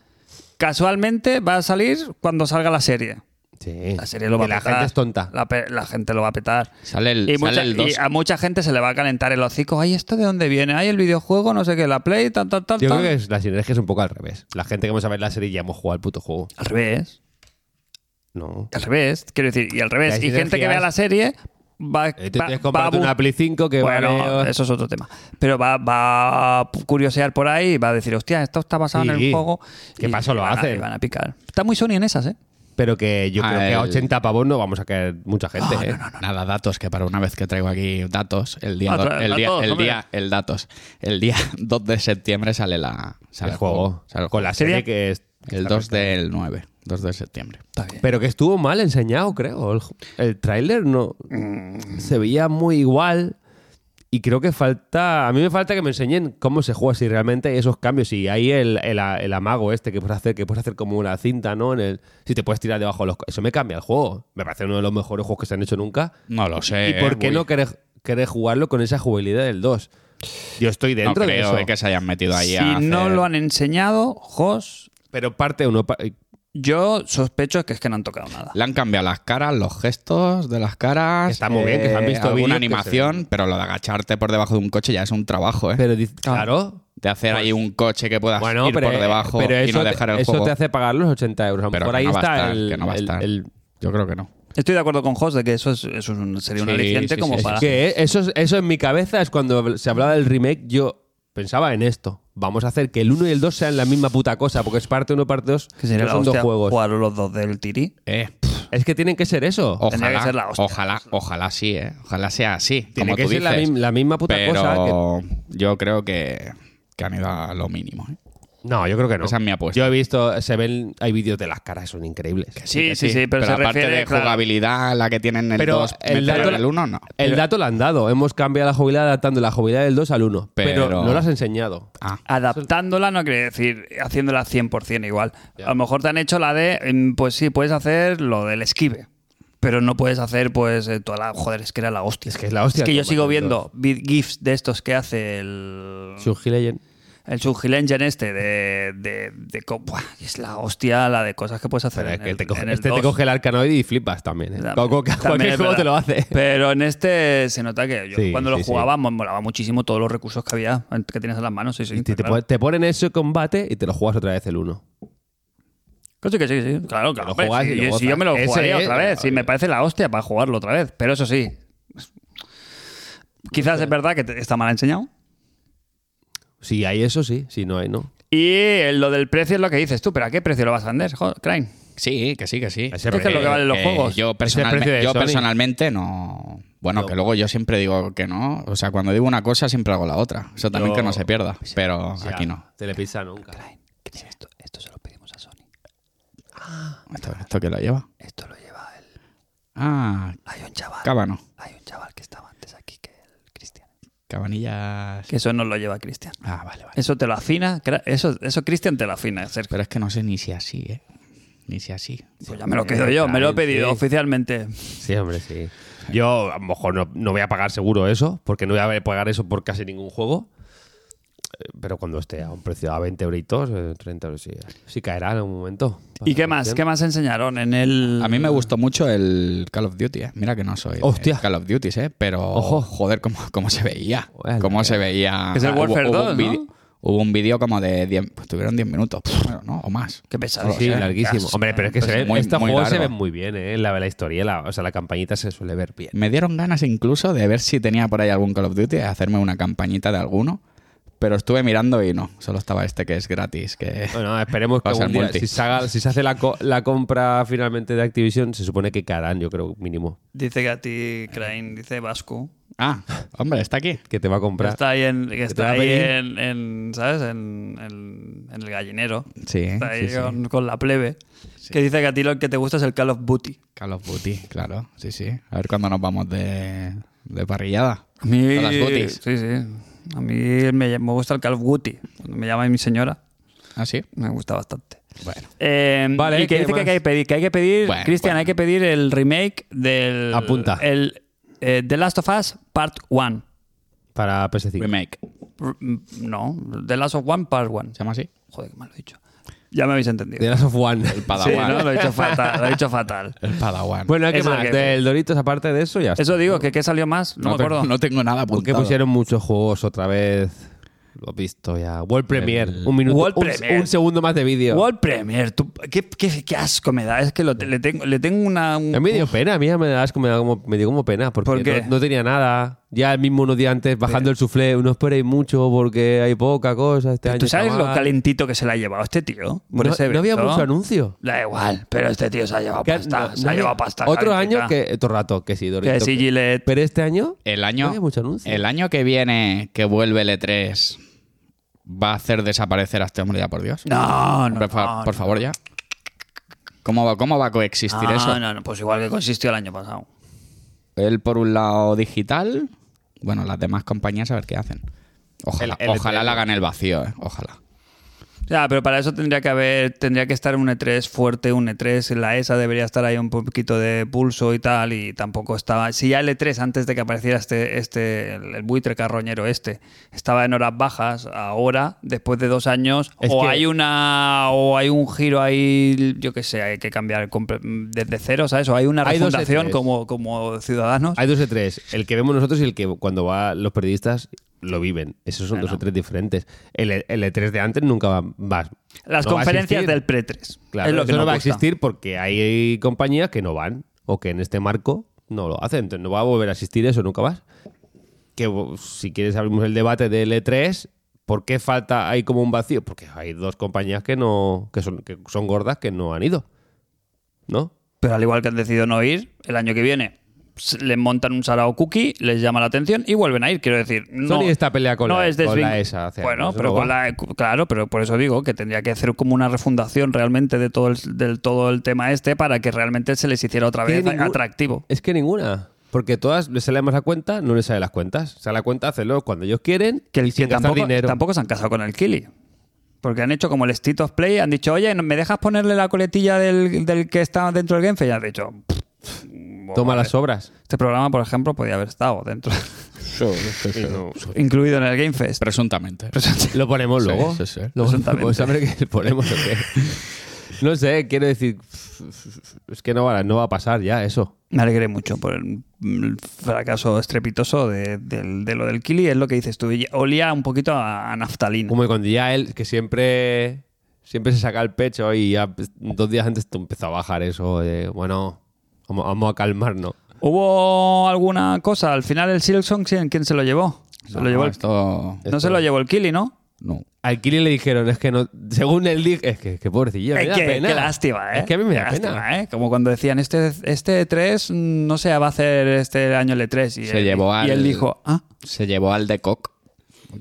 [SPEAKER 2] Casualmente va a salir cuando salga la serie.
[SPEAKER 3] Sí.
[SPEAKER 2] La serie lo va
[SPEAKER 3] Que
[SPEAKER 2] a
[SPEAKER 3] la
[SPEAKER 2] petar.
[SPEAKER 3] gente es tonta.
[SPEAKER 2] La, pe- la gente lo va a petar.
[SPEAKER 4] Sale el-
[SPEAKER 2] y,
[SPEAKER 4] sale
[SPEAKER 2] mucha-
[SPEAKER 4] el
[SPEAKER 2] y
[SPEAKER 4] 2.
[SPEAKER 2] a mucha gente se le va a calentar el hocico. Ay, ¿esto de dónde viene? Ay, el videojuego, no sé qué, la Play, tal, tal, tal.
[SPEAKER 3] Yo
[SPEAKER 2] tal.
[SPEAKER 3] creo que es- la sinergia es un poco al revés. La gente que vamos a ver la serie ya hemos jugado al puto juego.
[SPEAKER 2] Al revés.
[SPEAKER 3] No.
[SPEAKER 2] Al revés, quiero decir, y al revés.
[SPEAKER 3] Que
[SPEAKER 2] Y
[SPEAKER 3] hay
[SPEAKER 2] gente que
[SPEAKER 3] sinergias.
[SPEAKER 2] vea la serie va,
[SPEAKER 3] Eh, Te
[SPEAKER 2] va-
[SPEAKER 3] tienes que
[SPEAKER 2] va a
[SPEAKER 3] comprarte
[SPEAKER 2] bu-
[SPEAKER 3] una Play 5 que
[SPEAKER 2] Bueno,
[SPEAKER 3] vale-
[SPEAKER 2] eso es otro tema. Pero va, va a curiosear por ahí y va a decir, hostia, esto está basado en el
[SPEAKER 3] Sí.
[SPEAKER 2] juego.
[SPEAKER 3] ¿Qué
[SPEAKER 2] Y
[SPEAKER 3] paso lo
[SPEAKER 2] van a-
[SPEAKER 3] hacen?
[SPEAKER 2] y van a picar. Está muy Sony en esas, ¿eh?
[SPEAKER 3] Pero que yo creo que a
[SPEAKER 2] Ah,
[SPEAKER 4] Al-
[SPEAKER 3] 80 pavos no vamos a caer mucha gente. ¿eh?
[SPEAKER 4] Nada, datos, que para una vez que traigo aquí datos, el día,
[SPEAKER 2] Ah,
[SPEAKER 4] do-
[SPEAKER 2] trae
[SPEAKER 4] el día,
[SPEAKER 2] datos,
[SPEAKER 4] el
[SPEAKER 2] hombre.
[SPEAKER 4] día, el datos, el día 2 de septiembre sale la sale
[SPEAKER 3] El juego.
[SPEAKER 4] sale el
[SPEAKER 3] Con la
[SPEAKER 4] juego.
[SPEAKER 3] serie
[SPEAKER 2] Sería-
[SPEAKER 3] que es.
[SPEAKER 4] el 2 del 9, 2 de septiembre.
[SPEAKER 2] Está bien.
[SPEAKER 3] Pero que estuvo mal enseñado, creo. El, el tráiler no. Se veía muy igual. Y creo que falta. A mí me falta que me enseñen cómo se juega, si realmente hay esos cambios. Y ahí el, el, el amago este que puedes hacer, que puedes hacer como una cinta, ¿no? En el, si te puedes tirar debajo de los. co- Eso me cambia el juego. Me parece uno de los mejores juegos que se han hecho nunca.
[SPEAKER 4] No lo sé.
[SPEAKER 3] ¿Y por qué
[SPEAKER 4] Uy,
[SPEAKER 3] no querés, querés jugarlo con esa jugabilidad del 2? Yo estoy
[SPEAKER 4] no
[SPEAKER 3] dentro de
[SPEAKER 4] creo
[SPEAKER 3] eso.
[SPEAKER 4] eh, que se hayan metido ahí
[SPEAKER 2] si
[SPEAKER 4] a
[SPEAKER 2] no
[SPEAKER 4] hacer-
[SPEAKER 2] lo han enseñado, Jos,
[SPEAKER 3] Pero parte uno. pa-
[SPEAKER 2] yo sospecho que es que no han tocado nada.
[SPEAKER 4] Le han cambiado las caras, los gestos de las caras. eh,
[SPEAKER 3] Está muy bien, que se han visto vídeos
[SPEAKER 4] alguna
[SPEAKER 3] que
[SPEAKER 4] animación, pero lo de agacharte por debajo de un coche ya es un trabajo, ¿eh?
[SPEAKER 3] Pero dice- claro.
[SPEAKER 4] de hacer ahí un coche que puedas
[SPEAKER 3] Bueno,
[SPEAKER 4] ir
[SPEAKER 3] pero,
[SPEAKER 4] por debajo
[SPEAKER 3] pero
[SPEAKER 4] y
[SPEAKER 3] eso,
[SPEAKER 4] no
[SPEAKER 3] te-
[SPEAKER 4] dejar el
[SPEAKER 3] eso
[SPEAKER 4] juego.
[SPEAKER 3] te hace pagar los 80 euros. A lo
[SPEAKER 4] Pero
[SPEAKER 3] mejor
[SPEAKER 4] que
[SPEAKER 3] ahí
[SPEAKER 4] no va a
[SPEAKER 3] está
[SPEAKER 4] estar,
[SPEAKER 3] el.
[SPEAKER 4] que no va a
[SPEAKER 3] el-
[SPEAKER 4] estar.
[SPEAKER 3] el-
[SPEAKER 4] Yo creo que no.
[SPEAKER 2] Estoy de acuerdo con Jos de que eso, es, eso es un- sería un
[SPEAKER 4] Sí,
[SPEAKER 2] aliciente
[SPEAKER 4] sí,
[SPEAKER 2] como
[SPEAKER 4] sí,
[SPEAKER 2] para...
[SPEAKER 3] que es- eso, es- eso en mi cabeza es cuando se hablaba del remake, yo pensaba en esto. Vamos a hacer que el 1 y el 2 sean la misma puta cosa, porque es parte 1 parte 2.
[SPEAKER 2] que sería
[SPEAKER 3] no
[SPEAKER 2] la
[SPEAKER 3] son dos
[SPEAKER 2] hostia
[SPEAKER 3] juegos.
[SPEAKER 2] jugar los dos del tiri.
[SPEAKER 4] Eh,
[SPEAKER 3] Es que tienen que ser eso.
[SPEAKER 2] Tendría que
[SPEAKER 4] ojalá,
[SPEAKER 2] ser la hostia.
[SPEAKER 4] ojalá, ojalá sí, ¿eh? Ojalá sea así.
[SPEAKER 3] Tiene
[SPEAKER 4] como
[SPEAKER 3] que
[SPEAKER 4] tú
[SPEAKER 3] ser la,
[SPEAKER 4] dices.
[SPEAKER 3] mim- la misma puta
[SPEAKER 4] pero
[SPEAKER 3] cosa. que-
[SPEAKER 4] yo creo que, que han ido a lo mínimo. ¿eh?
[SPEAKER 3] No, yo creo que no.
[SPEAKER 4] Esa es mi apuesta.
[SPEAKER 3] Yo he visto, se ven, hay vídeos de las caras, son increíbles.
[SPEAKER 2] Sí,
[SPEAKER 4] Que
[SPEAKER 2] sí, sí, pero, se
[SPEAKER 4] aparte
[SPEAKER 2] refiere...
[SPEAKER 4] de
[SPEAKER 2] claro,
[SPEAKER 4] jugabilidad, la que tienen el
[SPEAKER 3] Pero
[SPEAKER 4] 2,
[SPEAKER 3] el dato-
[SPEAKER 4] el 1, no.
[SPEAKER 3] El dato lo han dado. Hemos cambiado la jubilada adaptando la jubilada del 2 al 1. Pero,
[SPEAKER 4] Pero-
[SPEAKER 3] no lo has enseñado.
[SPEAKER 4] Ah,
[SPEAKER 2] adaptándola no quiere decir haciéndola 100% igual. A lo mejor te han hecho la de, mm, pues sí, puedes hacer lo del esquive, pero no puedes hacer pues eh, toda la... Joder, es que era la hostia.
[SPEAKER 3] Es que es la hostia,
[SPEAKER 2] Es que yo
[SPEAKER 3] toma,
[SPEAKER 2] sigo
[SPEAKER 3] el
[SPEAKER 2] viendo vi- GIFs de estos que hace el...
[SPEAKER 3] Surge Legend.
[SPEAKER 2] El Surgill Engine este de... de, de co- buah, es la hostia la de cosas que puedes hacer.
[SPEAKER 3] Pero es
[SPEAKER 2] en
[SPEAKER 3] que
[SPEAKER 2] el-
[SPEAKER 3] te coge-
[SPEAKER 2] en el
[SPEAKER 3] este te
[SPEAKER 2] 2.
[SPEAKER 3] coge el arcanoide y flipas también. ¿eh?
[SPEAKER 2] También-
[SPEAKER 3] Con- con-
[SPEAKER 2] también
[SPEAKER 3] cualquier
[SPEAKER 2] es
[SPEAKER 3] juego te lo
[SPEAKER 2] verdad.
[SPEAKER 3] hace.
[SPEAKER 2] Pero en este se nota que yo
[SPEAKER 3] Sí,
[SPEAKER 2] cuando lo
[SPEAKER 3] sí, sí.
[SPEAKER 2] jugaba me molaba muchísimo todos los recursos que había, que tienes en las manos. Sí, sí,
[SPEAKER 3] Y te, te
[SPEAKER 2] claro.
[SPEAKER 3] pon- te ponen ese combate y te lo jugas otra vez el 1.
[SPEAKER 2] Que sí, que sí, que sí. Claro, claro.
[SPEAKER 3] lo
[SPEAKER 2] hombre,
[SPEAKER 3] juegas
[SPEAKER 2] sí,
[SPEAKER 3] y lo
[SPEAKER 2] yo- sí,
[SPEAKER 3] gozas.
[SPEAKER 2] yo me lo
[SPEAKER 3] Ese
[SPEAKER 2] jugaría
[SPEAKER 3] es-
[SPEAKER 2] otra vez. Sí, me parece la hostia para jugarlo otra vez. Pero eso sí. Quizás es verdad que te- está mal enseñado.
[SPEAKER 3] Si hay eso, sí. Si no hay, no.
[SPEAKER 2] Y lo del precio es lo que dices tú. ¿Pero a qué precio lo vas a vender, jo- Crane?
[SPEAKER 4] sí, que sí, que sí.
[SPEAKER 3] Ese
[SPEAKER 2] Esto es
[SPEAKER 3] precio-
[SPEAKER 2] lo que valen los
[SPEAKER 4] Eh,
[SPEAKER 2] juegos.
[SPEAKER 4] Yo, personalme-
[SPEAKER 3] precio de
[SPEAKER 4] yo
[SPEAKER 3] Sony.
[SPEAKER 4] personalmente no. Bueno, que luego yo siempre digo que no. O sea, cuando digo una cosa, siempre hago la otra. Eso también
[SPEAKER 3] Yo-
[SPEAKER 4] que no se pierda. Pero
[SPEAKER 3] Ya,
[SPEAKER 4] aquí no.
[SPEAKER 3] Te le pisa nunca.
[SPEAKER 2] esto? se lo pedimos a Sony.
[SPEAKER 4] ¿Esto, esto que lo lleva?
[SPEAKER 2] Esto lo lleva el...
[SPEAKER 4] Ah,
[SPEAKER 2] Hay un chaval.
[SPEAKER 4] Cábano.
[SPEAKER 2] Hay un chaval que estaba antes aquí que el Cristian.
[SPEAKER 4] Cabanillas.
[SPEAKER 2] Que eso no lo lleva Cristian.
[SPEAKER 4] Ah, vale, vale.
[SPEAKER 2] Eso te lo afina. cra- Eso, eso Cristian te lo afina, Sergio.
[SPEAKER 4] Pero es que no sé ni si así, ¿eh? Ni si así.
[SPEAKER 2] Pues ya me lo quedo yo. Me lo he
[SPEAKER 3] Crane,
[SPEAKER 2] pedido
[SPEAKER 3] sí.
[SPEAKER 2] oficialmente.
[SPEAKER 3] Sí, hombre, sí. Yo a lo mejor no, no voy a pagar seguro eso, porque no voy a pagar eso por casi ningún juego. Eh, Pero cuando esté a un precio a 20 euritos, eh, 30 euros, sí, sí caerá en algún momento.
[SPEAKER 2] ¿Y qué más? ¿Qué más enseñaron en el...?
[SPEAKER 4] A mí me gustó mucho el Call of Duty, ¿eh? Mira que no soy de
[SPEAKER 3] Hostia.
[SPEAKER 4] Call of Duty, ¿eh? Pero,
[SPEAKER 3] Ojo.
[SPEAKER 4] joder, cómo, cómo se veía.
[SPEAKER 3] Bueno,
[SPEAKER 4] cómo se veía.
[SPEAKER 2] Es el
[SPEAKER 4] Hubo-
[SPEAKER 2] Warfare
[SPEAKER 4] hubo un
[SPEAKER 2] 2,
[SPEAKER 4] vídeo-
[SPEAKER 2] ¿no?
[SPEAKER 4] Hubo un vídeo como de 10, pues tuvieron 10 minutos, bueno, ¿no? O más.
[SPEAKER 2] Qué pesado. ¿eh?
[SPEAKER 3] Sí,
[SPEAKER 4] sé,
[SPEAKER 3] larguísimo.
[SPEAKER 2] Dios,
[SPEAKER 3] Hombre, pero es que
[SPEAKER 4] pues
[SPEAKER 3] se ve,
[SPEAKER 4] muy-
[SPEAKER 3] estos
[SPEAKER 4] muy
[SPEAKER 3] juegos se
[SPEAKER 4] largo.
[SPEAKER 3] ven muy bien, ¿eh? La, la historiela, o sea, la campañita se suele ver bien.
[SPEAKER 4] Me dieron ganas incluso de ver si tenía por ahí algún Call of Duty, de hacerme una campañita de alguno, pero estuve mirando y no, solo estaba este que es gratis, que...
[SPEAKER 3] Bueno, esperemos que
[SPEAKER 4] Va a ser
[SPEAKER 3] algún día,
[SPEAKER 4] multi.
[SPEAKER 3] si, se haga- si se hace la, co- la compra finalmente de Activision, se supone que caerán, yo creo, mínimo,
[SPEAKER 2] Dice Gatti Crane, dice Vasco.
[SPEAKER 4] Ah, hombre, está aquí.
[SPEAKER 3] que te va a comprar.
[SPEAKER 2] Está ahí en, que
[SPEAKER 3] te va
[SPEAKER 2] está
[SPEAKER 3] a
[SPEAKER 2] ahí
[SPEAKER 3] pedir?
[SPEAKER 2] en, en, ¿sabes? En, en- en el gallinero.
[SPEAKER 4] Sí,
[SPEAKER 2] Está ahí
[SPEAKER 4] sí, sí.
[SPEAKER 2] Con, con la plebe. Que dice que a ti lo que te gusta es el Call of Duty.
[SPEAKER 4] Call of Duty, claro, sí, sí. A ver cuándo nos vamos de, de parrillada.
[SPEAKER 2] A mí,
[SPEAKER 4] A las booties.
[SPEAKER 2] Sí, sí. A mí me, me gusta el Call of Duty. Cuando me llama mi señora,
[SPEAKER 4] ¿Ah, sí?
[SPEAKER 2] me gusta bastante.
[SPEAKER 4] Bueno.
[SPEAKER 2] Eh,
[SPEAKER 3] Vale,
[SPEAKER 2] y
[SPEAKER 3] ¿qué
[SPEAKER 2] que dice que hay
[SPEAKER 3] más?
[SPEAKER 2] que pedir, que hay que pedir,
[SPEAKER 4] Bueno,
[SPEAKER 2] Cristian,
[SPEAKER 4] bueno.
[SPEAKER 2] hay que pedir el remake del
[SPEAKER 3] Apunta.
[SPEAKER 2] el eh, The Last of Us Part 1.
[SPEAKER 3] Para PS5.
[SPEAKER 4] Remake.
[SPEAKER 2] mm, No, The Last of One Part 1.
[SPEAKER 4] ¿Se llama así?
[SPEAKER 2] Joder, qué mal lo he dicho. Ya me habéis entendido.
[SPEAKER 3] De Last of One.
[SPEAKER 2] Sí,
[SPEAKER 4] Padawan.
[SPEAKER 2] no, lo he dicho fatal, lo he dicho fatal.
[SPEAKER 4] El Padawan.
[SPEAKER 3] Bueno, ¿qué
[SPEAKER 2] Eso
[SPEAKER 3] más?
[SPEAKER 2] que-
[SPEAKER 3] Del Doritos, aparte de eso, ya está.
[SPEAKER 2] Eso digo, que qué salió más, no, me
[SPEAKER 4] tengo-
[SPEAKER 2] acuerdo.
[SPEAKER 4] no tengo nada
[SPEAKER 3] Porque
[SPEAKER 4] apuntado.
[SPEAKER 3] pusieron muchos juegos otra vez. Lo he visto ya. World Premiere. Un minuto.
[SPEAKER 2] World
[SPEAKER 3] un,
[SPEAKER 2] Premiere.
[SPEAKER 3] un segundo más de vídeo.
[SPEAKER 2] World Premier, tú- qué, qué- qué asco me da. Es que lo te- le, tengo, le tengo una. un-
[SPEAKER 3] A mí me dio pena, a mí ya me, da asco, me, da como, me dio como pena, porque
[SPEAKER 2] ¿Por qué?
[SPEAKER 3] No, no tenía nada. Ya el mismo unos días antes, bajando el suflé, no esperéis mucho porque hay poca cosa este año.
[SPEAKER 2] ¿Tú sabes lo
[SPEAKER 3] chaval.
[SPEAKER 2] calentito que se la ha llevado este tío? Por
[SPEAKER 3] no,
[SPEAKER 2] ese
[SPEAKER 3] no había
[SPEAKER 2] evento?
[SPEAKER 3] mucho anuncio.
[SPEAKER 2] Da igual, pero este tío se ha llevado
[SPEAKER 3] Que-
[SPEAKER 2] pasta.
[SPEAKER 3] no-
[SPEAKER 2] se
[SPEAKER 3] no
[SPEAKER 2] ha
[SPEAKER 3] había-
[SPEAKER 2] llevado pasta.
[SPEAKER 3] Otro
[SPEAKER 2] calentita.
[SPEAKER 3] año que. Otro rato, que sí, Dorito.
[SPEAKER 2] Que sí, Gillette. Eh,
[SPEAKER 3] Pero este año.
[SPEAKER 4] El
[SPEAKER 3] No
[SPEAKER 4] año,
[SPEAKER 3] había mucho anuncio.
[SPEAKER 4] el año que viene, que vuelve el E3, va a hacer desaparecer a este hombre ya, por Dios.
[SPEAKER 2] No, no.
[SPEAKER 4] Hombre, fa-
[SPEAKER 2] no,
[SPEAKER 4] por favor, ya. ¿Cómo va, cómo va a
[SPEAKER 2] no,
[SPEAKER 4] coexistir
[SPEAKER 2] no,
[SPEAKER 4] eso?
[SPEAKER 2] no, no, pues igual que consistió el año pasado.
[SPEAKER 4] Él, por un lado, digital. Bueno, las demás compañías a ver qué hacen. Ojalá,
[SPEAKER 3] El- el
[SPEAKER 4] ojalá
[SPEAKER 3] E3.
[SPEAKER 4] la gane el vacío, eh, ojalá.
[SPEAKER 2] Ya, pero para eso tendría que haber, tendría que estar un E3 fuerte, un E3, la ESA debería estar ahí un poquito de pulso y tal, y tampoco estaba. Si ya el E3, antes de que apareciera este, este, el, el buitre carroñero este, estaba en horas bajas, ahora, después de dos años,
[SPEAKER 3] Es
[SPEAKER 2] o
[SPEAKER 3] que-
[SPEAKER 2] hay una, o hay un giro ahí, yo qué sé, hay que cambiar comple- desde cero, ¿sabes? O hay una
[SPEAKER 3] Hay dos
[SPEAKER 2] refundación
[SPEAKER 3] E3.
[SPEAKER 2] como, como ciudadanos.
[SPEAKER 3] Hay dos o tres. El que vemos nosotros y el que cuando va los periodistas lo viven. Esos son dos o tres diferentes. El, E- el E3 de antes nunca va. va-
[SPEAKER 2] Las
[SPEAKER 3] no va a
[SPEAKER 2] conferencias
[SPEAKER 3] existir.
[SPEAKER 2] del pre-3.
[SPEAKER 3] Claro,
[SPEAKER 2] es lo que
[SPEAKER 3] eso no
[SPEAKER 2] nos
[SPEAKER 3] va a
[SPEAKER 2] gusta.
[SPEAKER 3] existir porque hay compañías que no van o que en este marco no lo hacen. Entonces no va a volver a existir eso, nunca más. Que bo- si quieres abrimos el debate del E3, ¿por qué falta hay como un vacío? Porque hay dos compañías que no que son que son gordas que no han ido. ¿No?
[SPEAKER 2] Pero al igual que han decidido no ir, el año que viene s- les montan un sarao cookie, les llama la atención y vuelven a ir. Quiero decir, no,
[SPEAKER 3] Sony está pelea con
[SPEAKER 2] no
[SPEAKER 3] la-
[SPEAKER 2] es
[SPEAKER 3] con
[SPEAKER 2] desvin-
[SPEAKER 3] la ESA hace
[SPEAKER 2] Bueno,
[SPEAKER 3] años,
[SPEAKER 2] pero
[SPEAKER 3] no
[SPEAKER 2] con
[SPEAKER 3] va.
[SPEAKER 2] la- cu- claro, pero por eso digo que tendría que hacer como una refundación realmente de todo el, del todo el tema este para que realmente se les hiciera otra
[SPEAKER 3] Que
[SPEAKER 2] vez
[SPEAKER 3] ningún-
[SPEAKER 2] atractivo.
[SPEAKER 3] Es que ninguna. Porque todas les sale más la cuenta, no les sale las cuentas. Sale la cuenta, hacerlo cuando ellos quieren.
[SPEAKER 2] Que, el-
[SPEAKER 3] y sin
[SPEAKER 2] que
[SPEAKER 3] gastar
[SPEAKER 2] tampoco,
[SPEAKER 3] dinero.
[SPEAKER 2] tampoco se han casado con el Kili. Porque han hecho como el State of Play, han dicho, oye, ¿me dejas ponerle la coletilla del, del que está dentro del Game Fest? Y han dicho, "Pff,
[SPEAKER 3] Toma las obras.
[SPEAKER 2] este programa, por ejemplo, podía haber estado dentro,
[SPEAKER 3] No.
[SPEAKER 2] incluido en el Game Fest.
[SPEAKER 4] Presuntamente.
[SPEAKER 3] Lo ponemos
[SPEAKER 4] Sí,
[SPEAKER 3] luego.
[SPEAKER 4] sí, sí.
[SPEAKER 3] Luego
[SPEAKER 2] Presuntamente.
[SPEAKER 3] podemos saber que le ponemos o qué. No sé, quiero decir. Es que no va, no va a pasar ya eso.
[SPEAKER 2] Me alegré mucho por el, el fracaso estrepitoso de, del- de lo del Kili. Es lo que dices tú. y Olía un poquito a, a naftalina.
[SPEAKER 3] Como cuando ya él, que siempre. Siempre se saca el pecho y ya dos días antes te empezó a bajar eso de, bueno, vamos, vamos a calmarnos.
[SPEAKER 2] ¿Hubo alguna cosa? Al final el Silksong, ¿quién, quién se lo llevó? Se lo
[SPEAKER 4] No,
[SPEAKER 2] llevó el-
[SPEAKER 3] este,
[SPEAKER 4] esto...
[SPEAKER 2] no se lo llevó el Kili, ¿no?
[SPEAKER 4] No.
[SPEAKER 3] Al Kili le dijeron, es que no. Según él dijo, es que, que pobrecillo, me
[SPEAKER 2] Es
[SPEAKER 3] da
[SPEAKER 2] que,
[SPEAKER 3] pena.
[SPEAKER 2] qué lástima, ¿eh?
[SPEAKER 3] Es que a mí me
[SPEAKER 2] Qué
[SPEAKER 3] da
[SPEAKER 2] lástima,
[SPEAKER 3] pena.
[SPEAKER 2] ¿eh? Como cuando decían, este, este 3 no se va a hacer este año el E3. Y
[SPEAKER 4] Se
[SPEAKER 2] él,
[SPEAKER 4] llevó
[SPEAKER 2] y
[SPEAKER 4] al-
[SPEAKER 2] él dijo, ah,
[SPEAKER 4] Se llevó al de Coq.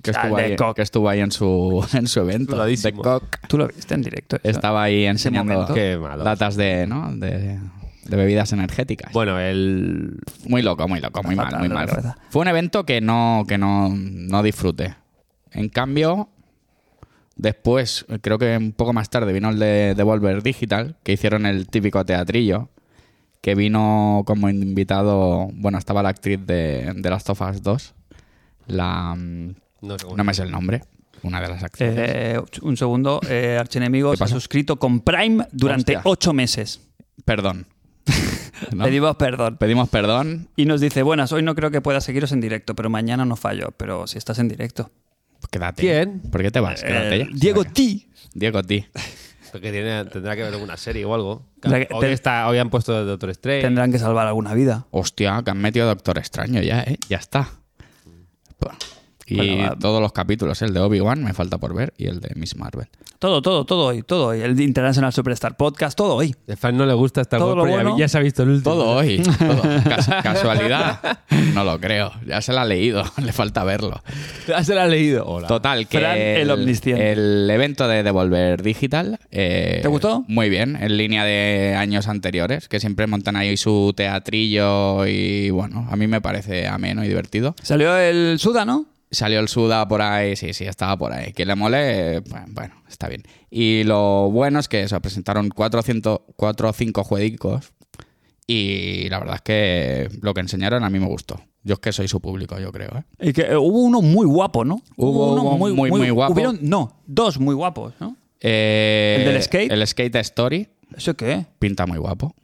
[SPEAKER 4] Que
[SPEAKER 2] Al
[SPEAKER 4] estuvo,
[SPEAKER 2] de
[SPEAKER 4] ahí,
[SPEAKER 2] Coq.
[SPEAKER 4] que estuvo ahí en su, en su evento.
[SPEAKER 3] Sudadísimo.
[SPEAKER 4] De Coq
[SPEAKER 2] tú lo viste en directo. eso?
[SPEAKER 4] estaba ahí enseñando
[SPEAKER 2] momento.
[SPEAKER 3] Qué malo.
[SPEAKER 4] latas de, ¿no? de, de bebidas energéticas.
[SPEAKER 3] Bueno, el.
[SPEAKER 4] Muy loco, muy loco, muy mal,
[SPEAKER 2] fatal
[SPEAKER 4] muy
[SPEAKER 2] de la
[SPEAKER 4] mal.
[SPEAKER 2] cabeza.
[SPEAKER 4] Fue un evento que no, que no, no disfruté. En cambio, después, creo que un poco más tarde, vino el de Devolver Digital, que hicieron el típico teatrillo, que vino como invitado, bueno, estaba la actriz de, de Last of Us 2, la... mm,
[SPEAKER 3] No sé cómo
[SPEAKER 4] No me sé el nombre, una de las actrices.
[SPEAKER 2] Eh, un segundo, eh, Archenemigo
[SPEAKER 4] ¿Qué
[SPEAKER 2] se ha
[SPEAKER 4] pasa?
[SPEAKER 2] suscrito con Prime durante
[SPEAKER 4] Hostia.
[SPEAKER 2] ocho meses.
[SPEAKER 4] Perdón. ¿No?
[SPEAKER 2] Eh, Pedimos perdón.
[SPEAKER 4] Pedimos perdón.
[SPEAKER 2] Y nos dice, buenas, hoy no creo que pueda seguiros en directo, pero mañana no fallo. Pero si estás en directo.
[SPEAKER 4] Pues quédate.
[SPEAKER 3] ¿Quién?
[SPEAKER 4] ¿Por qué te vas? Quédate
[SPEAKER 2] Eh,
[SPEAKER 4] ya.
[SPEAKER 2] Diego T.
[SPEAKER 4] Diego T.
[SPEAKER 3] Porque tiene- tendrá que ver alguna serie o algo.
[SPEAKER 2] La que-
[SPEAKER 3] Hoy,
[SPEAKER 2] te-
[SPEAKER 3] está, hoy han puesto Doctor Strange.
[SPEAKER 2] Tendrán que salvar alguna vida.
[SPEAKER 4] Hostia, que han metido a Doctor Extraño ya, ¿eh? Ya está. Buah. Y
[SPEAKER 2] Bueno, va.
[SPEAKER 4] todos los capítulos, ¿eh? el de Obi-Wan me falta por ver y el de Miss Marvel.
[SPEAKER 2] Todo, todo, todo hoy, todo hoy. El International Superstar Podcast, todo hoy.
[SPEAKER 3] El fan no le gusta esta
[SPEAKER 2] Todo
[SPEAKER 3] web,
[SPEAKER 2] lo
[SPEAKER 3] pero ya-
[SPEAKER 2] bueno.
[SPEAKER 3] ya, se ha visto el último.
[SPEAKER 4] Todo hoy. todo. Cas- casualidad. No lo creo. Ya se la ha leído. Le falta verlo.
[SPEAKER 3] Ya se la ha leído. Hola.
[SPEAKER 4] Total, que
[SPEAKER 2] Fran, el omnisciente.
[SPEAKER 4] el evento de Devolver Digital. eh,
[SPEAKER 2] ¿Te gustó?
[SPEAKER 4] Muy bien, en línea de años anteriores, que siempre montan ahí su teatrillo y bueno, a mí me parece ameno y divertido.
[SPEAKER 2] Salió el Suda, ¿no?
[SPEAKER 4] Salió el Suda por ahí, sí, sí, estaba por ahí. Que le mole, eh, bueno, bueno, está bien. Y lo bueno es que se presentaron 400 4 o 5 jueguicos y la verdad es que lo que enseñaron a mí me gustó. Yo es que soy su público, yo creo. ¿eh?
[SPEAKER 2] Y que eh, hubo uno muy guapo, ¿no?
[SPEAKER 4] Hubo uno muy, muy guapo.
[SPEAKER 2] Hubieron, no, dos muy guapos, ¿no?
[SPEAKER 4] Eh,
[SPEAKER 2] ¿El del skate?
[SPEAKER 4] El Skate Story
[SPEAKER 2] ¿Eso qué?
[SPEAKER 4] pinta muy guapo.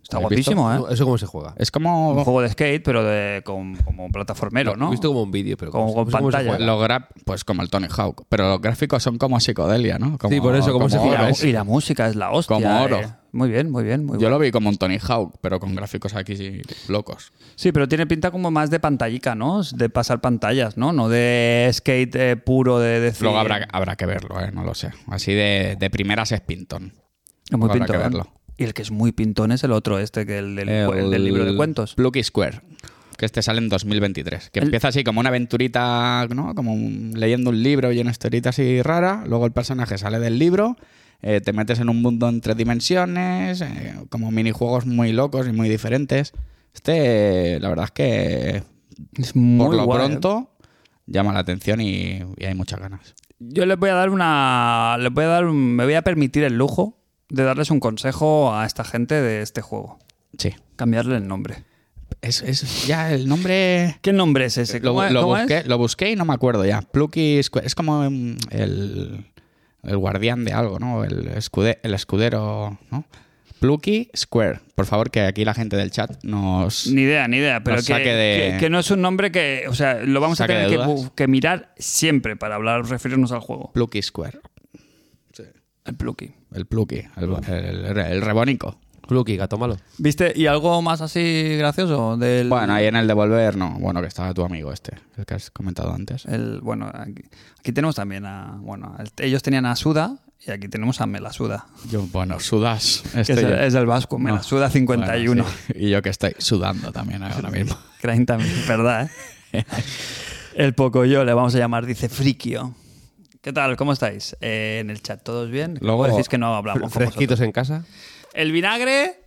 [SPEAKER 2] Está
[SPEAKER 4] ¿Lo has
[SPEAKER 2] guapísimo,
[SPEAKER 3] No,
[SPEAKER 2] ¿eh?
[SPEAKER 3] ¿Eso cómo se juega?
[SPEAKER 4] Es
[SPEAKER 2] Un
[SPEAKER 4] como
[SPEAKER 2] juego de skate, pero de, con- como un plataformero, ¿no?
[SPEAKER 3] He visto como un vídeo, pero
[SPEAKER 2] Como
[SPEAKER 3] ¿cómo se-
[SPEAKER 2] con
[SPEAKER 3] cómo se
[SPEAKER 2] pantalla.
[SPEAKER 3] juega?
[SPEAKER 4] los gra- pues como el Tony Hawk, pero los gráficos son como psicodelia, ¿no? Como-
[SPEAKER 3] Sí, por eso, como se
[SPEAKER 2] y,
[SPEAKER 3] juega.
[SPEAKER 4] oro.
[SPEAKER 2] la,
[SPEAKER 3] ves.
[SPEAKER 2] y la música es la hostia.
[SPEAKER 4] Como oro.
[SPEAKER 2] eh. Muy bien, muy bien, muy
[SPEAKER 4] Yo
[SPEAKER 2] bien.
[SPEAKER 4] lo vi como un Tony Hawk, pero con gráficos aquí sí, locos.
[SPEAKER 2] Sí, pero tiene pinta como más de pantallica, ¿no? De pasar pantallas, ¿no? No de skate eh, puro de decir...
[SPEAKER 4] Luego habrá, habrá que verlo, ¿eh? no lo sé. Así de, de primeras es Pintón.
[SPEAKER 2] Es muy
[SPEAKER 4] habrá que
[SPEAKER 2] pintón.
[SPEAKER 4] verlo.
[SPEAKER 2] Y el que es muy pintón es el otro este, que el del, cu- el del libro de cuentos.
[SPEAKER 4] Plucky Square, que este sale en 2023. Que
[SPEAKER 2] El-
[SPEAKER 4] empieza así como una aventurita, ¿no? Como un- leyendo un libro y una historieta así rara. Luego el personaje sale del libro, eh, te metes en un mundo en tres dimensiones, eh, como minijuegos muy locos y muy diferentes. Este, eh, la verdad es que
[SPEAKER 2] Es muy
[SPEAKER 4] por lo
[SPEAKER 2] guay, ¿eh?
[SPEAKER 4] pronto llama la atención y, y hay muchas ganas.
[SPEAKER 2] Yo les voy a dar una. Les voy a dar. un- me voy a permitir el lujo de darles un consejo a esta gente de este juego.
[SPEAKER 4] Sí.
[SPEAKER 2] Cambiarle el nombre.
[SPEAKER 4] Es, es ya el nombre...
[SPEAKER 2] ¿Qué nombre es ese?
[SPEAKER 4] Lo,
[SPEAKER 2] ¿Cómo es-
[SPEAKER 4] lo
[SPEAKER 2] cómo es?
[SPEAKER 4] busqué, lo busqué y no me acuerdo ya. Plucky Square- es como mm, el, el guardián de algo, ¿no? El, escude- el escudero, ¿no? Plucky Square. Por favor, que aquí la gente del chat nos...
[SPEAKER 2] Ni idea, ni idea, pero
[SPEAKER 4] Nos
[SPEAKER 2] que,
[SPEAKER 4] saque de-
[SPEAKER 2] que- que no es un nombre que. O sea, lo vamos a
[SPEAKER 4] Saque
[SPEAKER 2] tener
[SPEAKER 4] de
[SPEAKER 2] que,
[SPEAKER 4] dudas.
[SPEAKER 2] bu- que mirar siempre para hablar, referirnos al juego.
[SPEAKER 4] Plucky Square.
[SPEAKER 2] El Plucky.
[SPEAKER 4] El Plucky, el, el- el rebónico.
[SPEAKER 3] Clucky, gato malo.
[SPEAKER 2] ¿Viste? ¿Y algo más así gracioso? Del,
[SPEAKER 4] Bueno, ahí en el devolver, no. Bueno, que estaba tu amigo este, el que has comentado antes.
[SPEAKER 2] el- bueno, aquí, aquí tenemos también a. Bueno, el- ellos tenían a Suda y aquí tenemos a Melasuda.
[SPEAKER 4] Yo, bueno, sudas.
[SPEAKER 2] Que es,
[SPEAKER 4] Estoy
[SPEAKER 2] el-
[SPEAKER 4] yo-
[SPEAKER 2] es el vasco, Melasuda 51.
[SPEAKER 4] Bueno, sí. Y yo que estoy sudando también ahora mismo.
[SPEAKER 2] Crane también, ¿verdad? eh? El Pocoyo, le vamos a llamar, dice Frikio. ¿Qué tal? ¿Cómo estáis? Eh, en el chat, ¿todos bien? Luego decís que no hablamos. con
[SPEAKER 3] Fresquitos en casa.
[SPEAKER 2] vosotros. El vinagre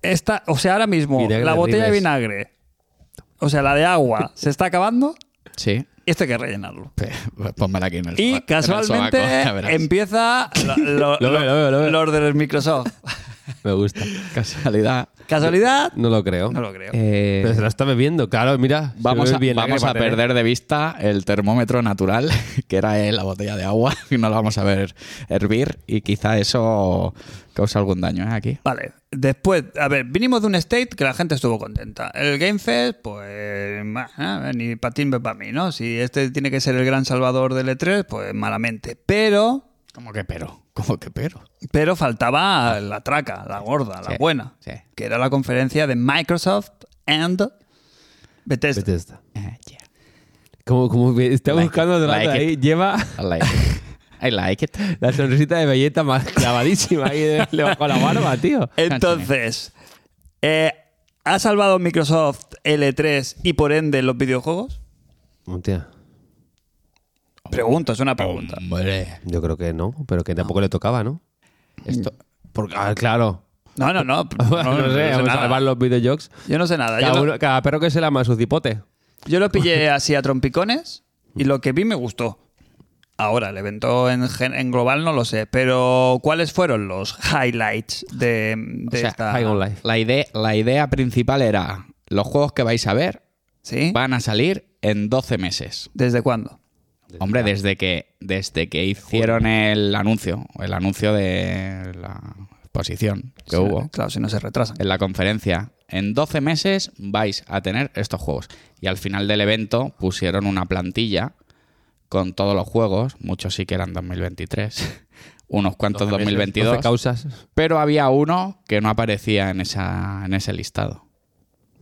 [SPEAKER 2] está. O sea, ahora mismo,
[SPEAKER 3] Vinagre
[SPEAKER 2] la
[SPEAKER 3] de
[SPEAKER 2] botella de
[SPEAKER 3] Ribes.
[SPEAKER 2] vinagre, o sea, la de agua, se está acabando
[SPEAKER 4] Sí.
[SPEAKER 2] y esto hay que rellenarlo.
[SPEAKER 4] Pe- pues Pónmela aquí en el en
[SPEAKER 2] Y
[SPEAKER 4] el
[SPEAKER 2] casualmente
[SPEAKER 4] sobaco, ya verás.
[SPEAKER 2] empieza lo,
[SPEAKER 3] Lo veo, lo veo, lo veo.
[SPEAKER 2] los de Microsoft.
[SPEAKER 3] Me gusta.
[SPEAKER 4] Casualidad.
[SPEAKER 2] ¿Casualidad?
[SPEAKER 3] No lo creo.
[SPEAKER 2] No lo creo.
[SPEAKER 4] Eh,
[SPEAKER 3] Pero se lo está bebiendo. Claro, mira. se
[SPEAKER 4] vamos
[SPEAKER 3] bebe
[SPEAKER 4] a,
[SPEAKER 3] bien la ¿eh?
[SPEAKER 4] vamos
[SPEAKER 3] que
[SPEAKER 4] a
[SPEAKER 3] va tener.
[SPEAKER 4] perder de vista el termómetro natural, que era eh, la botella de agua, y no la vamos a ver hervir, y quizá eso causa algún daño ¿eh? aquí.
[SPEAKER 2] Vale, después, a ver, vinimos de un state que la gente estuvo contenta. El Game Fest, pues, bah, ah, ni para ti ni para mí, ¿no? Si este tiene que ser el gran salvador del E3, pues malamente. Pero,
[SPEAKER 4] ¿Cómo que pero? ¿Cómo que pero?
[SPEAKER 2] pero
[SPEAKER 3] Ah.
[SPEAKER 2] faltaba la traca, la gorda, la
[SPEAKER 4] Sí,
[SPEAKER 2] buena,
[SPEAKER 4] sí.
[SPEAKER 2] que era la conferencia de Microsoft and Bethesda.
[SPEAKER 3] Bethesda.
[SPEAKER 4] Eh, yeah.
[SPEAKER 3] Como, como que está
[SPEAKER 4] Like
[SPEAKER 3] buscando
[SPEAKER 4] it,
[SPEAKER 3] delante
[SPEAKER 4] like
[SPEAKER 3] ahí.
[SPEAKER 4] it.
[SPEAKER 3] Lleva
[SPEAKER 4] I like it. I like it.
[SPEAKER 3] la sonrisita de belleta más clavadísima ahí de- le bajo la barba, tío.
[SPEAKER 2] Entonces, eh, ¿ha salvado Microsoft L3 y por ende los videojuegos?
[SPEAKER 3] Hostia,
[SPEAKER 2] Pregunta, es una pregunta.
[SPEAKER 4] Hombre.
[SPEAKER 3] Yo creo que no, pero que tampoco le tocaba, ¿no?
[SPEAKER 4] Esto,
[SPEAKER 3] Porque, ah, claro.
[SPEAKER 2] No, no, no.
[SPEAKER 3] No, sé, vamos a
[SPEAKER 2] nada.
[SPEAKER 3] salvar los videojuegos.
[SPEAKER 2] Yo no sé nada. Yo
[SPEAKER 3] Cada,
[SPEAKER 2] no-
[SPEAKER 3] uno- cada perro que se lama su cipote.
[SPEAKER 2] Yo lo pillé así a trompicones y lo que vi me gustó. Ahora, el evento en, gen- en global no lo sé, pero ¿cuáles fueron los highlights de, de
[SPEAKER 4] sea,
[SPEAKER 2] esta?
[SPEAKER 3] High on life.
[SPEAKER 4] la, idea, la idea principal era, los juegos que vais a ver
[SPEAKER 2] ¿Sí?
[SPEAKER 4] van a salir en 12 meses.
[SPEAKER 2] ¿Desde cuándo?
[SPEAKER 4] Hombre, desde que, desde que hicieron el anuncio, el anuncio de la exposición que
[SPEAKER 2] O sea,
[SPEAKER 4] hubo
[SPEAKER 2] Claro, si no se retrasan.
[SPEAKER 4] en la conferencia, en 12 meses vais a tener estos juegos. Y al final del evento pusieron una plantilla con todos los juegos, muchos sí que eran 2023, unos cuantos
[SPEAKER 3] 12 meses, 12
[SPEAKER 4] 2022,
[SPEAKER 3] causas.
[SPEAKER 4] pero había uno que no aparecía en, esa, en ese listado.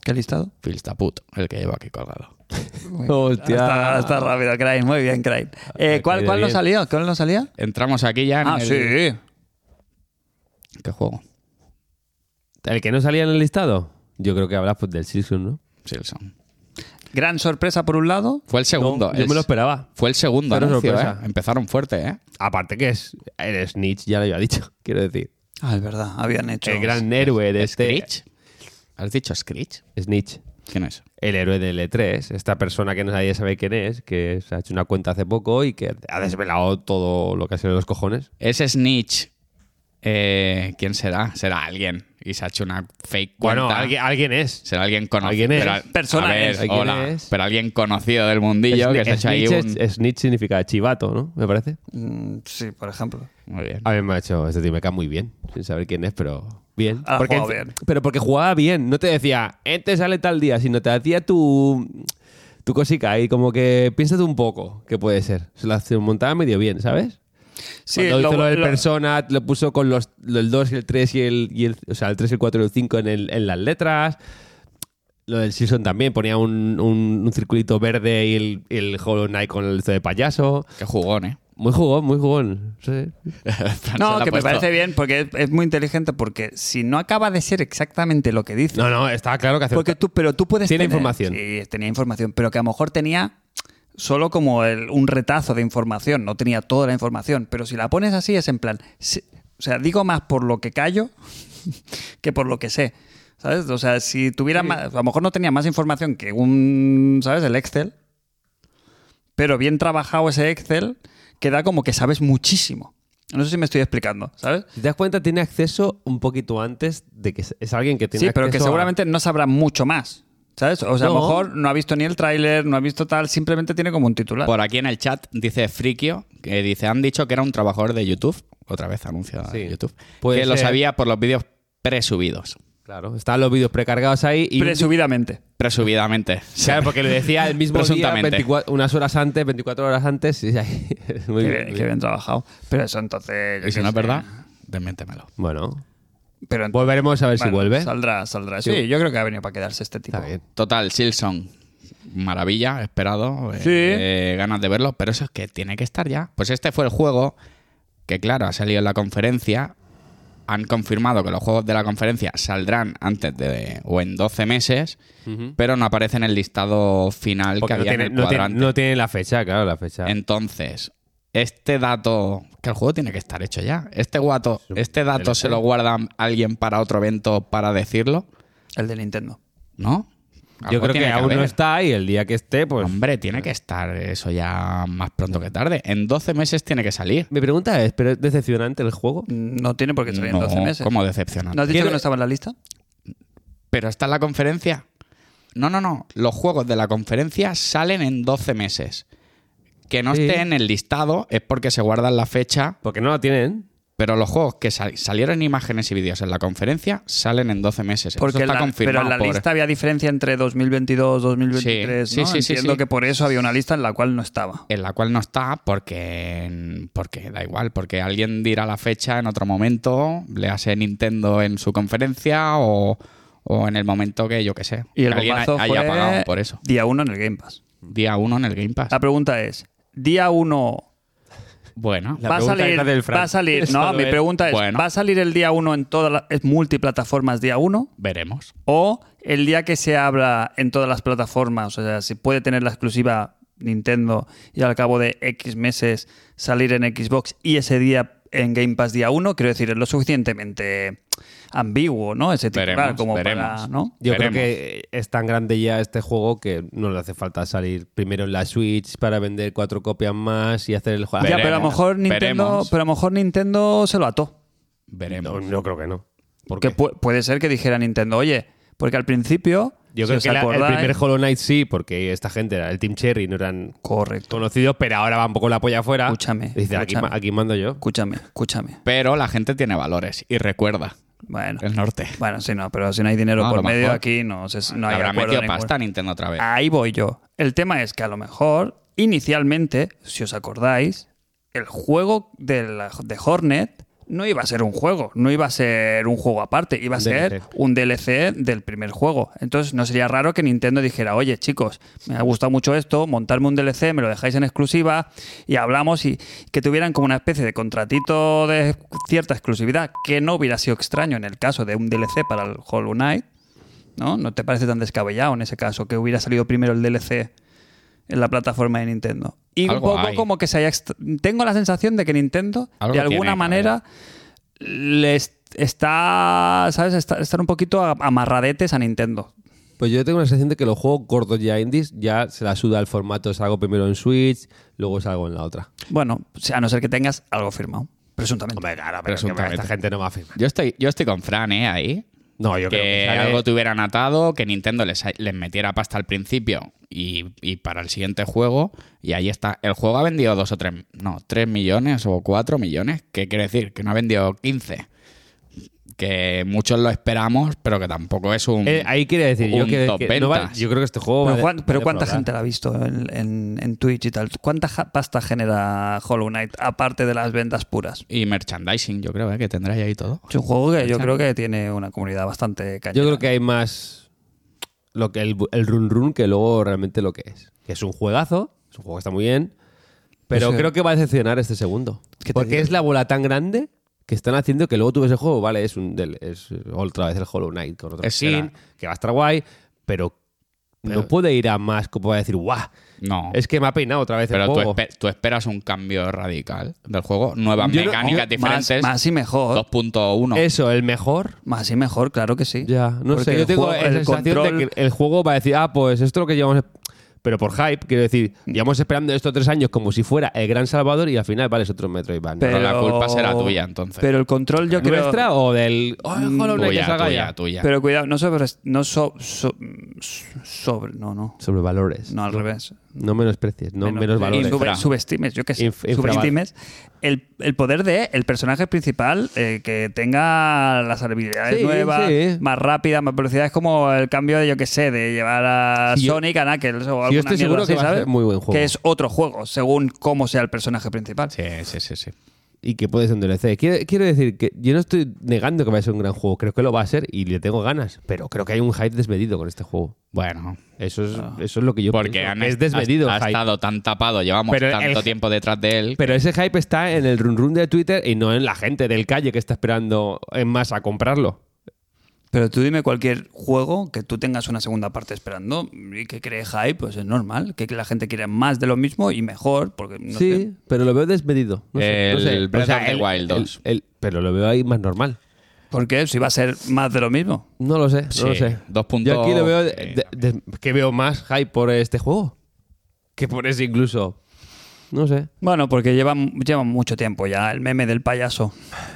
[SPEAKER 2] ¿Qué listado?
[SPEAKER 4] Filtaput, el que llevo aquí colgado.
[SPEAKER 3] Hostia.
[SPEAKER 2] Está, está rápido, Crane. Muy bien, Crane. Eh,
[SPEAKER 3] Ha
[SPEAKER 2] ¿Cuál,
[SPEAKER 3] caído
[SPEAKER 2] cuál no
[SPEAKER 3] bien.
[SPEAKER 2] salió? ¿Cuál no salía?
[SPEAKER 4] Entramos aquí ya en
[SPEAKER 2] Ah,
[SPEAKER 4] el-
[SPEAKER 2] sí.
[SPEAKER 4] ¿Qué juego?
[SPEAKER 3] El que no salía en el listado. Yo creo que hablas pues, del Silksong, ¿no?
[SPEAKER 4] Silson.
[SPEAKER 2] Gran sorpresa por un lado.
[SPEAKER 4] Fue el segundo.
[SPEAKER 3] No, yo
[SPEAKER 4] es-
[SPEAKER 3] me lo esperaba.
[SPEAKER 4] Fue el segundo
[SPEAKER 3] Pero
[SPEAKER 4] anuncio,
[SPEAKER 3] sorpresa.
[SPEAKER 4] ¿eh? Empezaron fuerte, ¿eh?
[SPEAKER 3] Aparte que es el Snitch, ya lo había dicho, quiero decir.
[SPEAKER 2] Ah, es verdad, habían hecho.
[SPEAKER 3] El gran héroe de este...
[SPEAKER 4] ¿Screech? ¿Has dicho Screech?
[SPEAKER 3] Snitch.
[SPEAKER 4] ¿Quién es?
[SPEAKER 3] El héroe del E3, esta persona que nadie sabe quién es, que se ha hecho una cuenta hace poco y que ha desvelado todo lo que ha sido los cojones.
[SPEAKER 4] Ese Snitch. eh, ¿Quién será? Será alguien. Y se ha hecho una fake cuenta.
[SPEAKER 3] Bueno, alguien, alguien es.
[SPEAKER 4] Será alguien conocido.
[SPEAKER 3] Alguien es.
[SPEAKER 4] Pero,
[SPEAKER 2] Persona
[SPEAKER 4] a ver,
[SPEAKER 2] es.
[SPEAKER 3] Alguien
[SPEAKER 4] hola.
[SPEAKER 3] es.
[SPEAKER 4] Pero alguien conocido del mundillo que se ha hecho ahí
[SPEAKER 3] Snitch
[SPEAKER 4] un...
[SPEAKER 3] es- Snitch significa chivato, ¿no? Me parece.
[SPEAKER 2] Mm, sí, por ejemplo.
[SPEAKER 4] Muy bien.
[SPEAKER 3] A mí me ha hecho, este tío me cae muy bien, sin saber quién es, pero bien.
[SPEAKER 2] Ha
[SPEAKER 3] porque,
[SPEAKER 2] jugado bien.
[SPEAKER 3] Pero porque jugaba bien, no te decía, este sale tal día, sino te hacía tu, tu cosica y como que piénsate un poco que puede ser. Se la se montaba medio bien, ¿sabes?
[SPEAKER 2] Sí,
[SPEAKER 3] Cuando hizo lo del
[SPEAKER 2] lo-
[SPEAKER 3] Persona, lo puso con los, el 2 y el 3 y el, y el- O sea, el 3, el 4 y el 5 en, el- en las letras. Lo del Simpson también, ponía un, un- un circulito verde y el, y el Hollow Knight con el esto de payaso.
[SPEAKER 4] Qué jugón, ¿eh?
[SPEAKER 3] Muy jugón, muy jugón. Sí.
[SPEAKER 4] Fran se
[SPEAKER 2] No,
[SPEAKER 4] la ha
[SPEAKER 2] que me
[SPEAKER 4] puesto.
[SPEAKER 2] parece bien porque es, es muy inteligente porque si no acaba de ser exactamente lo que dice,
[SPEAKER 3] No, no, estaba claro que hacía
[SPEAKER 2] porque tú, pero tú puedes
[SPEAKER 3] Tiene
[SPEAKER 2] tener-
[SPEAKER 3] información.
[SPEAKER 2] Sí, tenía información, pero que a lo mejor tenía solo como el- un retazo de información, no tenía toda la información, pero si la pones así es en plan, si- o sea, digo más por lo que callo que por lo que sé. ¿Sabes? O sea, si tuviera más, a lo mejor no tenía más información que un, ¿sabes? El Excel, pero bien trabajado ese Excel, queda como que sabes muchísimo. No sé si me estoy explicando, ¿sabes?
[SPEAKER 3] Si te das cuenta, tiene acceso un poquito antes de que es- es alguien que tiene
[SPEAKER 2] Sí, pero que
[SPEAKER 3] acceso a-
[SPEAKER 2] seguramente no sabrá mucho más. ¿Sabes? O sea, a lo
[SPEAKER 3] No.
[SPEAKER 2] mejor no ha visto ni el tráiler, no ha visto tal, simplemente tiene como un titular.
[SPEAKER 4] Por aquí en el chat dice Frikio, que dice, han dicho que era un trabajador de YouTube, otra vez anuncio de
[SPEAKER 3] Sí.
[SPEAKER 4] YouTube,
[SPEAKER 3] Puede
[SPEAKER 4] que lo
[SPEAKER 3] ser.
[SPEAKER 4] sabía por los vídeos presubidos,
[SPEAKER 3] Claro, están los vídeos precargados ahí y...
[SPEAKER 2] Presumidamente.
[SPEAKER 4] presubidamente.
[SPEAKER 3] Claro, porque le decía el mismo día,
[SPEAKER 4] Presuntamente.
[SPEAKER 3] 24 unas horas antes, 24 horas antes. y ahí- Muy
[SPEAKER 2] que,
[SPEAKER 3] bien, muy
[SPEAKER 2] que
[SPEAKER 3] bien.
[SPEAKER 2] bien trabajado. Pero eso entonces. yo
[SPEAKER 4] Y si
[SPEAKER 2] qué
[SPEAKER 4] no es
[SPEAKER 2] sé.
[SPEAKER 4] verdad, desmiéntemelo.
[SPEAKER 3] Bueno,
[SPEAKER 2] Pero ent-
[SPEAKER 3] volveremos a ver si
[SPEAKER 2] bueno,
[SPEAKER 3] vuelve.
[SPEAKER 2] Saldrá, saldrá. Sí, yo creo que ha venido para quedarse este tipo.
[SPEAKER 3] Está bien.
[SPEAKER 4] Total, Silson, maravilla, esperado, eh,
[SPEAKER 2] Sí.
[SPEAKER 4] eh, ganas de verlo, pero eso es que tiene que estar ya. Pues este fue el juego que, claro, ha salido en la conferencia. Han confirmado que los juegos de la conferencia saldrán antes de o en 12 meses, pero no aparece en el listado final
[SPEAKER 3] Porque
[SPEAKER 4] que
[SPEAKER 3] no
[SPEAKER 4] había
[SPEAKER 3] tiene,
[SPEAKER 4] en el
[SPEAKER 3] no, tiene,
[SPEAKER 4] cuadrante.
[SPEAKER 3] no tiene la fecha, claro, la fecha.
[SPEAKER 4] Entonces, este dato, que el juego tiene que estar hecho ya, este, guato, este dato se lo guarda alguien para otro evento para decirlo,
[SPEAKER 2] El de Nintendo.
[SPEAKER 4] ¿no?
[SPEAKER 3] Yo
[SPEAKER 4] Algo
[SPEAKER 3] creo que,
[SPEAKER 4] tiene
[SPEAKER 3] aún no
[SPEAKER 4] haber.
[SPEAKER 3] está y el día que esté, pues...
[SPEAKER 4] Hombre, tiene que estar eso ya más pronto que tarde. En 12 meses tiene que salir.
[SPEAKER 3] Mi pregunta es, ¿pero es decepcionante el juego?
[SPEAKER 2] No tiene por qué salir
[SPEAKER 4] No,
[SPEAKER 2] en 12 meses.
[SPEAKER 4] como decepcionante.
[SPEAKER 2] ¿No has dicho
[SPEAKER 3] Quiero-
[SPEAKER 2] que no estaba en la lista?
[SPEAKER 4] Pero está en la conferencia. No, no, no. Los juegos de la conferencia salen en 12 meses. Que no
[SPEAKER 3] Sí.
[SPEAKER 4] esté en el listado es porque se guardan la fecha
[SPEAKER 3] Porque no la tienen.
[SPEAKER 4] Pero los juegos que sal- salieron imágenes y vídeos en la conferencia salen en 12 meses.
[SPEAKER 2] Porque
[SPEAKER 4] Eso está
[SPEAKER 2] la- pero
[SPEAKER 4] confirmado.
[SPEAKER 2] en la
[SPEAKER 4] por-
[SPEAKER 2] lista había diferencia entre 2022, 2023.
[SPEAKER 4] Sí,
[SPEAKER 2] ¿no?
[SPEAKER 4] sí, sí, sí,
[SPEAKER 2] Entiendo
[SPEAKER 4] sí.
[SPEAKER 2] que por eso había una lista en la cual no estaba.
[SPEAKER 4] en la cual no está porque, porque da igual, porque alguien dirá la fecha en otro momento, le hace Nintendo en su conferencia o, o en el momento que yo qué sé.
[SPEAKER 2] Y el
[SPEAKER 4] que alguien ha-
[SPEAKER 2] bombazo
[SPEAKER 4] haya
[SPEAKER 2] fue
[SPEAKER 4] pagado por eso.
[SPEAKER 2] Día 1 en el Game Pass.
[SPEAKER 4] Día 1 en el Game Pass.
[SPEAKER 2] La pregunta es, día 1
[SPEAKER 4] Bueno,
[SPEAKER 3] La
[SPEAKER 2] va a
[SPEAKER 3] pregunta es
[SPEAKER 2] salir,
[SPEAKER 3] la del Fran.
[SPEAKER 2] va a salir, no,
[SPEAKER 3] Solo
[SPEAKER 2] mi
[SPEAKER 3] él.
[SPEAKER 2] pregunta es,
[SPEAKER 4] Bueno.
[SPEAKER 2] ¿va a salir el día 1 en todas las es multiplataformas día 1
[SPEAKER 4] veremos.
[SPEAKER 2] o el día que se abra en todas las plataformas, o sea, si puede tener la exclusiva Nintendo y al cabo de X meses salir en Xbox y ese día en Game Pass día 1, quiero decir, es lo suficientemente ambiguo, ¿no? Ese titular
[SPEAKER 4] Veremos,
[SPEAKER 2] como para,
[SPEAKER 4] veremos.
[SPEAKER 2] ¿no?
[SPEAKER 3] Yo
[SPEAKER 4] Veremos.
[SPEAKER 3] creo que es tan grande ya este juego que no le hace falta salir primero en la Switch para vender cuatro copias más y hacer el juego.
[SPEAKER 2] Ya, pero a lo
[SPEAKER 4] Veremos,
[SPEAKER 2] mejor Nintendo,
[SPEAKER 4] veremos.
[SPEAKER 2] pero a lo mejor Nintendo se lo ató.
[SPEAKER 4] Veremos.
[SPEAKER 3] No, no creo que no.
[SPEAKER 2] Porque pu- puede ser que dijera Nintendo, oye, porque al principio.
[SPEAKER 3] Yo
[SPEAKER 2] si
[SPEAKER 3] creo
[SPEAKER 2] os
[SPEAKER 3] que la- el
[SPEAKER 2] acordáis-
[SPEAKER 3] primer Hollow Knight sí, porque esta gente era el Team Cherry, no eran
[SPEAKER 2] Correcto.
[SPEAKER 3] conocidos, pero ahora van con la polla afuera.
[SPEAKER 2] Escúchame,
[SPEAKER 3] Dice, aquí,
[SPEAKER 2] escúchame.
[SPEAKER 3] ma- aquí mando yo.
[SPEAKER 2] Escúchame, escúchame.
[SPEAKER 4] Pero la gente tiene valores y recuerda
[SPEAKER 2] Bueno,
[SPEAKER 4] el norte.
[SPEAKER 2] bueno, sí, no, pero si no hay dinero
[SPEAKER 4] No, a
[SPEAKER 2] por
[SPEAKER 4] lo
[SPEAKER 2] medio,
[SPEAKER 4] mejor.
[SPEAKER 2] aquí no, se, no hay
[SPEAKER 4] Habrá
[SPEAKER 2] acuerdo
[SPEAKER 4] metido
[SPEAKER 2] ninguno. Ah.
[SPEAKER 4] pasta a Nintendo otra vez.
[SPEAKER 2] Ahí voy yo. El tema es que a lo mejor inicialmente, si os acordáis, el juego de, la- de Hornet no iba a ser un juego, no iba a ser un juego aparte, iba a ser
[SPEAKER 3] DLC.
[SPEAKER 2] un DLC del primer juego. Entonces no sería raro que Nintendo dijera, oye chicos, me ha gustado mucho esto, montarme un DLC, me lo dejáis en exclusiva y hablamos y que tuvieran como una especie de contratito de cierta exclusividad, que no hubiera sido extraño en el caso de un DLC para el Hollow Knight, ¿no? ¿No te parece tan descabellado en ese caso que hubiera salido primero el DLC en la plataforma de Nintendo? Y
[SPEAKER 4] Algo
[SPEAKER 2] un poco
[SPEAKER 4] hay.
[SPEAKER 2] como que se haya... ext- Tengo la sensación de que Nintendo,
[SPEAKER 4] Algo
[SPEAKER 2] de alguna
[SPEAKER 4] tiene, claro.
[SPEAKER 2] manera, les está, ¿sabes? Está- están un poquito a- amarradetes a Nintendo.
[SPEAKER 3] Pues yo tengo la sensación de que los juegos gordos ya indies ya se la suda el formato. Es algo primero en Switch, luego es algo en la otra.
[SPEAKER 2] Bueno, a no ser que tengas algo firmado, presuntamente.
[SPEAKER 3] Hombre, claro, pero que
[SPEAKER 4] Presuntamente.
[SPEAKER 3] esta gente no va a firmar.
[SPEAKER 4] Yo estoy, yo estoy con Fran, ¿eh? Ahí.
[SPEAKER 3] No, yo
[SPEAKER 4] que,
[SPEAKER 3] creo que sale-
[SPEAKER 4] algo tuvieran atado, que Nintendo les, les metiera pasta al principio y, y para el siguiente juego. Y ahí está. El juego ha vendido dos o tres, no, tres millones o cuatro millones. ¿Qué quiere decir? Que no ha vendido 15. Que muchos lo esperamos, pero que tampoco es un.
[SPEAKER 3] Eh, ahí quiere decir, yo,
[SPEAKER 4] un
[SPEAKER 3] que-
[SPEAKER 4] top
[SPEAKER 3] que no va-
[SPEAKER 4] ventas.
[SPEAKER 3] yo creo que este juego.
[SPEAKER 2] Pero,
[SPEAKER 3] va de-
[SPEAKER 2] Juan- pero
[SPEAKER 3] de
[SPEAKER 2] ¿cuánta
[SPEAKER 3] probar.
[SPEAKER 2] gente la ha visto en, en- en Twitch y tal? ¿Cuánta ja- pasta genera Hollow Knight aparte de las ventas puras?
[SPEAKER 4] Y merchandising, yo creo, ¿eh? que tendrá ahí todo.
[SPEAKER 2] Es un juego que yo creo que tiene una comunidad bastante cañera.
[SPEAKER 3] Yo creo que hay más lo que el, el run run que luego realmente lo que es. Que es un juegazo, es un juego que está muy bien, pero creo que va a decepcionar este segundo.
[SPEAKER 2] ¿Qué te
[SPEAKER 3] Porque
[SPEAKER 2] digo?
[SPEAKER 3] es la bola tan grande que están haciendo que luego tú ves el juego, vale, es, un, del- es otra vez el Hollow Knight con otro
[SPEAKER 4] Es
[SPEAKER 3] skin,
[SPEAKER 4] será.
[SPEAKER 3] que va a estar guay, pero, no puede ir a más como para decir, guau,
[SPEAKER 4] No.
[SPEAKER 3] es que me ha peinado otra vez el
[SPEAKER 4] pero tú,
[SPEAKER 3] juego.
[SPEAKER 4] espe- tú esperas un cambio radical del juego, nuevas
[SPEAKER 3] Yo no-
[SPEAKER 4] mecánicas
[SPEAKER 2] Más-
[SPEAKER 4] diferentes.
[SPEAKER 2] Más, y mejor.
[SPEAKER 4] 2.1.
[SPEAKER 3] Eso, el mejor.
[SPEAKER 2] Más y mejor, claro que sí.
[SPEAKER 3] Ya, no
[SPEAKER 2] Porque
[SPEAKER 3] sé. Yo
[SPEAKER 2] el
[SPEAKER 3] tengo
[SPEAKER 2] juego-
[SPEAKER 3] la
[SPEAKER 2] el
[SPEAKER 3] sensación
[SPEAKER 2] control-
[SPEAKER 3] de que el juego va a decir, ah, pues esto es lo que llevamos. Pero por hype, quiero decir, llevamos esperando estos tres años como si fuera el gran Salvador y al final, vale, es otro Metroidvania.
[SPEAKER 4] Pero la culpa será tuya, entonces.
[SPEAKER 2] Pero el control yo creo...
[SPEAKER 3] ¿Nuestra o del. Oh, Hollow Knight que
[SPEAKER 4] tuya,
[SPEAKER 3] salga
[SPEAKER 4] tuya,
[SPEAKER 3] ya?
[SPEAKER 4] tuya.
[SPEAKER 2] Pero cuidado, no sobre... No so- so- sobre no, no.
[SPEAKER 3] Sobre valores.
[SPEAKER 2] No, al revés.
[SPEAKER 3] No menosprecies, no menos, valores.
[SPEAKER 2] y sube-
[SPEAKER 3] Fra.
[SPEAKER 2] subestimes, yo qué sé.
[SPEAKER 3] Inf- infraval-
[SPEAKER 2] subestimes el, el poder de el personaje principal eh, que tenga las habilidades
[SPEAKER 3] Sí,
[SPEAKER 2] nuevas,
[SPEAKER 3] sí.
[SPEAKER 2] más rápida, más velocidad. Es como el cambio de, yo qué sé, de llevar a
[SPEAKER 3] Sí, yo-
[SPEAKER 2] Sonic, a Knuckles o
[SPEAKER 3] Sí, yo
[SPEAKER 2] alguna
[SPEAKER 3] estoy
[SPEAKER 2] mierda
[SPEAKER 3] seguro
[SPEAKER 2] así,
[SPEAKER 3] que va a
[SPEAKER 2] ¿sabes?
[SPEAKER 3] ser muy buen juego.
[SPEAKER 2] Que es otro juego, según cómo sea el personaje principal.
[SPEAKER 4] Sí, sí, sí, sí.
[SPEAKER 3] y que puede ser un DLC. Quiero, quiero decir que yo no estoy negando que vaya a ser un gran juego, creo que lo va a ser y le tengo ganas, pero creo que hay un hype desmedido con este juego.
[SPEAKER 4] Bueno,
[SPEAKER 3] Eso es, eso es lo que yo
[SPEAKER 4] porque
[SPEAKER 3] pienso,
[SPEAKER 4] han-
[SPEAKER 3] que es desmedido.
[SPEAKER 4] ha,
[SPEAKER 3] el
[SPEAKER 4] ha
[SPEAKER 3] hype.
[SPEAKER 4] estado tan tapado, llevamos
[SPEAKER 3] Pero
[SPEAKER 4] tanto
[SPEAKER 3] el-
[SPEAKER 4] tiempo detrás de él.
[SPEAKER 3] Pero ese hype está en el run run de Twitter y no en la gente del calle que está esperando en masa a comprarlo.
[SPEAKER 2] Pero tú dime cualquier juego que tú tengas una segunda parte esperando y que cree hype, pues es normal. Que la gente quiera más de lo mismo y mejor, porque no
[SPEAKER 3] sí,
[SPEAKER 2] sé.
[SPEAKER 3] pero lo veo desmedido. No sé, no
[SPEAKER 4] El
[SPEAKER 3] sé.
[SPEAKER 4] Breath of the Wild
[SPEAKER 3] el-
[SPEAKER 4] 2.
[SPEAKER 3] el- pero lo veo ahí más normal.
[SPEAKER 2] Porque si va a ser más de lo mismo.
[SPEAKER 3] No lo sé, no
[SPEAKER 4] Sí,
[SPEAKER 3] lo sé.
[SPEAKER 4] dos puntos-
[SPEAKER 3] Yo aquí lo veo de-
[SPEAKER 4] eh,
[SPEAKER 3] de- de- que veo más hype por este juego que por ese incluso. No sé.
[SPEAKER 2] Bueno, porque llevan, llevan mucho tiempo ya el meme del payaso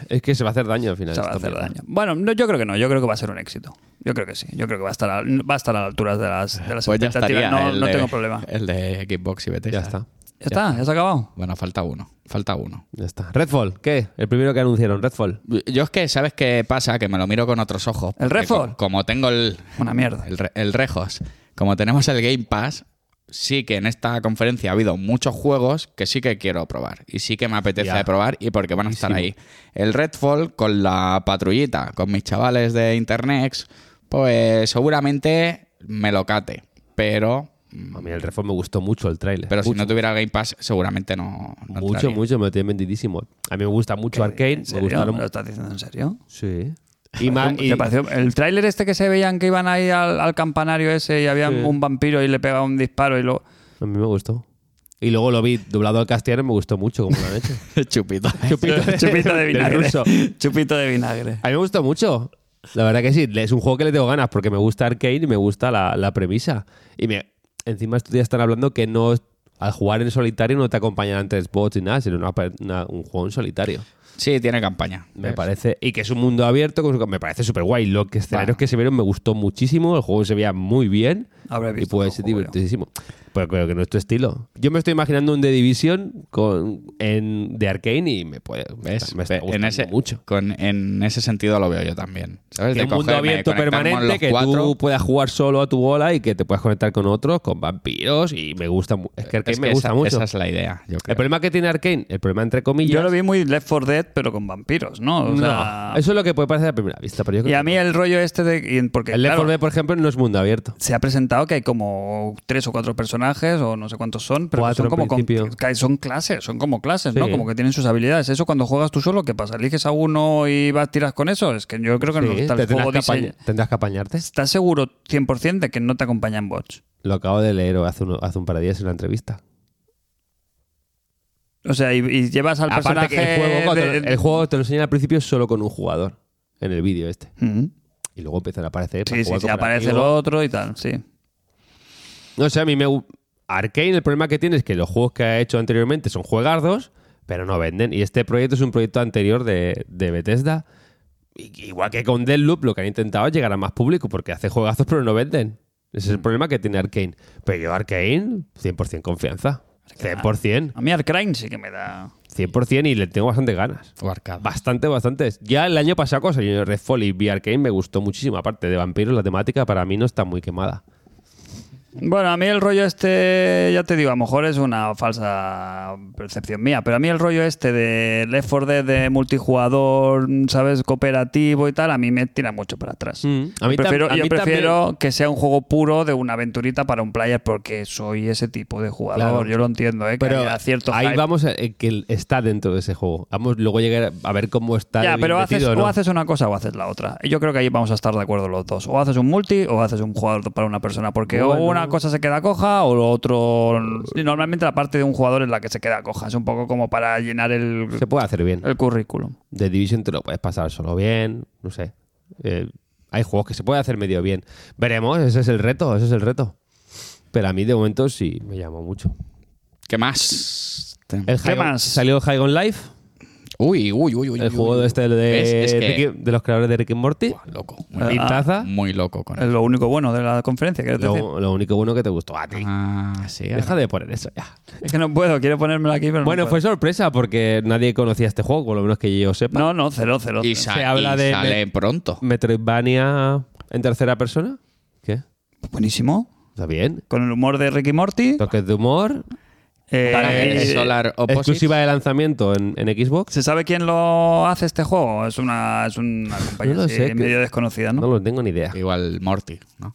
[SPEAKER 3] Es que se va a hacer daño al final.
[SPEAKER 2] se va a
[SPEAKER 3] esta
[SPEAKER 2] hacer
[SPEAKER 3] mierda.
[SPEAKER 2] daño. Bueno, no, yo creo que no, yo creo que va a ser un éxito. Yo creo que sí, yo creo que va a estar a, va a, estar a la altura de las, de las
[SPEAKER 4] pues ya
[SPEAKER 2] expectativas.
[SPEAKER 4] estaría.
[SPEAKER 2] no
[SPEAKER 4] el
[SPEAKER 2] no
[SPEAKER 4] de-
[SPEAKER 2] tengo problema. Ya
[SPEAKER 4] El de Xbox y Bethesda.
[SPEAKER 3] Ya está.
[SPEAKER 2] está, ya se ha acabado.
[SPEAKER 4] Bueno, falta uno. Falta uno.
[SPEAKER 3] Ya está. Redfall, ¿qué? El primero que anunciaron, Redfall.
[SPEAKER 4] Yo es que, ¿sabes qué pasa? Que me lo miro con otros ojos.
[SPEAKER 2] ¿El
[SPEAKER 4] porque
[SPEAKER 2] Redfall?
[SPEAKER 4] co- Como tengo el,
[SPEAKER 2] Una mierda.
[SPEAKER 4] el, re- el Rejos, como tenemos el Game Pass, sí que en esta conferencia ha habido muchos juegos que sí que quiero probar. Y sí que me apetece
[SPEAKER 3] Ya.
[SPEAKER 4] probar y porque van a estar ahí. El Redfall con la patrullita, con mis chavales de Internex, pues seguramente me lo cate. Pero,
[SPEAKER 3] A mí el Redfall me gustó mucho el tráiler.
[SPEAKER 4] pero si no tuviera Game Pass, seguramente no. no
[SPEAKER 3] mucho,
[SPEAKER 4] entraría.
[SPEAKER 3] mucho, me lo tiene vendidísimo. A mí me gusta mucho Arcane.
[SPEAKER 2] ¿En
[SPEAKER 3] Me
[SPEAKER 2] serio?
[SPEAKER 3] gustaron
[SPEAKER 2] ¿Me lo estás diciendo en serio?
[SPEAKER 3] Sí. Y, ma- y-
[SPEAKER 2] ¿Te Pues pareció- el tráiler este que se veían que iban ahí al, al campanario ese y había
[SPEAKER 3] Sí.
[SPEAKER 2] un vampiro y le pegaba un disparo y luego...
[SPEAKER 3] a mí me gustó. Y luego lo vi doblado al castellano y me gustó mucho como lo han hecho.
[SPEAKER 4] Chupito.
[SPEAKER 2] Chupito de
[SPEAKER 3] Del
[SPEAKER 2] vinagre.
[SPEAKER 3] ruso.
[SPEAKER 2] Chupito de vinagre.
[SPEAKER 3] A mí me gustó mucho. La verdad que sí. Es un juego que le tengo ganas porque me gusta Arcane y me gusta la, la premisa. Y me, encima estos días están hablando que no al jugar en solitario no te acompañan antes bots ni nada, sino una- una- un juego en solitario.
[SPEAKER 4] Sí, tiene campaña.
[SPEAKER 3] Me parece. Y que es un mundo abierto. con su- Me parece súper guay. Los que escenarios
[SPEAKER 4] Bueno.
[SPEAKER 3] que se vieron me gustó muchísimo. El juego se veía muy bien.
[SPEAKER 2] Habrá
[SPEAKER 3] Y
[SPEAKER 2] visto
[SPEAKER 3] puede
[SPEAKER 2] el
[SPEAKER 3] ser
[SPEAKER 2] juego,
[SPEAKER 3] divertidísimo. Pero creo que no es tu estilo. Yo me estoy imaginando un The Division con, en, de Arcane y me puede. me
[SPEAKER 4] ¿Ves?
[SPEAKER 3] está- Me está
[SPEAKER 4] Ve- en
[SPEAKER 3] gustando
[SPEAKER 4] ese,
[SPEAKER 3] mucho.
[SPEAKER 4] con- en ese sentido lo veo yo también. ¿sabes?
[SPEAKER 3] Que
[SPEAKER 4] De
[SPEAKER 3] un mundo
[SPEAKER 4] cogerme,
[SPEAKER 3] abierto
[SPEAKER 4] conectarme con los
[SPEAKER 3] permanente que
[SPEAKER 4] cuatro.
[SPEAKER 3] tú puedas jugar solo a tu bola y que te puedas conectar con otros, con vampiros. Y me gusta. mu- Es que Arcane
[SPEAKER 4] Es que
[SPEAKER 3] me gusta
[SPEAKER 4] esa,
[SPEAKER 3] mucho.
[SPEAKER 4] Esa es la idea, yo
[SPEAKER 3] El
[SPEAKER 4] creo.
[SPEAKER 3] problema que tiene Arkane, el problema entre comillas.
[SPEAKER 2] Yo lo vi muy Left 4 Dead, pero con vampiros, ¿no? O
[SPEAKER 3] no,
[SPEAKER 2] sea,
[SPEAKER 3] eso es lo que puede parecer a primera vista. Pero yo creo
[SPEAKER 2] y a
[SPEAKER 3] que
[SPEAKER 2] mí el rollo este de... y porque,
[SPEAKER 3] el Left
[SPEAKER 2] claro,
[SPEAKER 3] 4 Dead, por ejemplo, no es mundo abierto.
[SPEAKER 2] se ha presentado que hay como tres o cuatro personajes o no sé cuántos son, pero que
[SPEAKER 3] Cuatro
[SPEAKER 2] son
[SPEAKER 3] en
[SPEAKER 2] como con-
[SPEAKER 3] principio.
[SPEAKER 2] que son clases, son como clases, ¿no?
[SPEAKER 3] Sí.
[SPEAKER 2] Como que tienen sus habilidades. Eso cuando juegas tú solo, ¿qué pasa? ¿Eliges a uno y vas tiras con eso? Es que yo creo que no
[SPEAKER 3] Sí,
[SPEAKER 2] está
[SPEAKER 3] te
[SPEAKER 2] el
[SPEAKER 3] tendrás,
[SPEAKER 2] juego
[SPEAKER 3] que apañ-
[SPEAKER 2] diseñado.
[SPEAKER 3] tendrás que apañarte.
[SPEAKER 2] ¿Estás seguro 100% de que no te acompañan bots?
[SPEAKER 3] Lo acabo de leer hace, uno- hace un par de días en una entrevista.
[SPEAKER 2] O sea, y, y llevas al
[SPEAKER 3] Aparte
[SPEAKER 2] personaje...
[SPEAKER 3] que el juego, cuando-
[SPEAKER 2] de-
[SPEAKER 3] el juego te lo enseñan al principio solo con un jugador en el vídeo este.
[SPEAKER 2] Ujú.
[SPEAKER 3] Y luego empiezan a aparecer. para
[SPEAKER 2] Mm. Sí, sí,
[SPEAKER 3] jugar
[SPEAKER 2] sí,
[SPEAKER 3] cooperativo.
[SPEAKER 2] aparece el otro y tal, sí.
[SPEAKER 3] No sé, a mí me. gu- Arkane, el problema que tiene es que los juegos que ha hecho anteriormente son juegardos, pero no venden. Y este proyecto es un proyecto anterior de, de Bethesda. Y- Igual que con Deathloop, lo que han intentado es llegar a más público, porque hace juegazos, pero no venden. Ese es el problema que tiene Arkane. Pero yo, Arkane, 100% confianza. 100%.
[SPEAKER 2] A mí Arcane sí que me da...
[SPEAKER 3] 100% y le tengo bastante ganas.
[SPEAKER 4] O arcade.
[SPEAKER 3] Bastante, bastantes. Ya el año pasado con Red Redfall y VR Arcane me gustó muchísimo. Aparte de vampiros, la temática para mí no está muy quemada.
[SPEAKER 2] Bueno, a mí el rollo este, ya te digo, a lo mejor es una falsa percepción mía, pero a mí el rollo este de Left 4 Dead de multijugador, ¿sabes? Cooperativo y tal, a mí me tira mucho para atrás.
[SPEAKER 3] Mm, a mí
[SPEAKER 2] yo prefiero,
[SPEAKER 3] tam- a
[SPEAKER 2] yo
[SPEAKER 3] mí
[SPEAKER 2] prefiero que sea un juego puro de una aventurita para un player porque soy ese tipo de jugador,
[SPEAKER 3] Claro.
[SPEAKER 2] yo lo entiendo, ¿eh? Que haya cierto
[SPEAKER 3] ahí
[SPEAKER 2] hype.
[SPEAKER 3] vamos a- eh, que el- está dentro de ese juego. Vamos luego a llegar a ver cómo está.
[SPEAKER 2] Ya,
[SPEAKER 3] de bien
[SPEAKER 2] pero haces,
[SPEAKER 3] metido, ¿no?
[SPEAKER 2] o haces una cosa o haces la otra. Y Yo creo que ahí vamos a estar de acuerdo los dos. O haces un multi o haces un jugador para una persona. Porque
[SPEAKER 3] Bueno.
[SPEAKER 2] o una cosa se queda coja o lo otro. y Normalmente la parte de un jugador es la que se queda coja. Es un poco como para llenar el,
[SPEAKER 3] Se puede hacer bien.
[SPEAKER 2] el currículum.
[SPEAKER 3] De Division te lo puedes pasar solo bien. No sé. Eh, hay juegos que se puede hacer medio bien. Veremos, ese es el reto, ese es el reto. Pero a mí de momento sí me llamó mucho.
[SPEAKER 4] ¿Qué más?
[SPEAKER 3] El
[SPEAKER 2] ¿Qué
[SPEAKER 3] High on-
[SPEAKER 2] más?
[SPEAKER 3] Salió el High on Life.
[SPEAKER 4] Uy, uy, uy, uy.
[SPEAKER 3] El
[SPEAKER 4] uy,
[SPEAKER 3] juego
[SPEAKER 4] uy.
[SPEAKER 3] este de,
[SPEAKER 4] ¿Ves? Es que-
[SPEAKER 3] Ricky- de los creadores de Rick and Morty.
[SPEAKER 4] Buah, loco. Muy,
[SPEAKER 3] Y taza.
[SPEAKER 2] Ah,
[SPEAKER 4] muy loco con
[SPEAKER 2] Es
[SPEAKER 4] él.
[SPEAKER 2] lo único bueno de la conferencia. ¿quieres decir?
[SPEAKER 3] Lo, lo único bueno que te gustó a ti.
[SPEAKER 4] Ah, sí.
[SPEAKER 3] Deja de poner eso ya.
[SPEAKER 2] Es que no puedo, quiero ponérmela aquí, pero no
[SPEAKER 3] Bueno,
[SPEAKER 2] puedo.
[SPEAKER 3] fue sorpresa porque nadie conocía este juego, por lo menos que yo sepa.
[SPEAKER 2] No, no, cero, cero.
[SPEAKER 4] Y,
[SPEAKER 2] cero.
[SPEAKER 4] sa-
[SPEAKER 3] Se habla
[SPEAKER 4] y
[SPEAKER 3] de-
[SPEAKER 4] sale pronto.
[SPEAKER 3] Metroidvania en tercera persona. ¿Qué?
[SPEAKER 2] Buenísimo.
[SPEAKER 3] Está bien.
[SPEAKER 2] Con el humor de Ricky Morty.
[SPEAKER 3] Toques de humor.
[SPEAKER 2] Eh,
[SPEAKER 4] Para
[SPEAKER 2] eh,
[SPEAKER 4] el Solar Opposite.
[SPEAKER 3] Exclusiva de lanzamiento en, en Xbox.
[SPEAKER 2] ¿Se sabe quién lo hace este juego? Es una, es una compañía
[SPEAKER 3] No lo
[SPEAKER 2] así,
[SPEAKER 3] sé, que-
[SPEAKER 2] medio desconocida, ¿no?
[SPEAKER 3] No lo tengo ni idea.
[SPEAKER 4] Igual Morty, ¿no?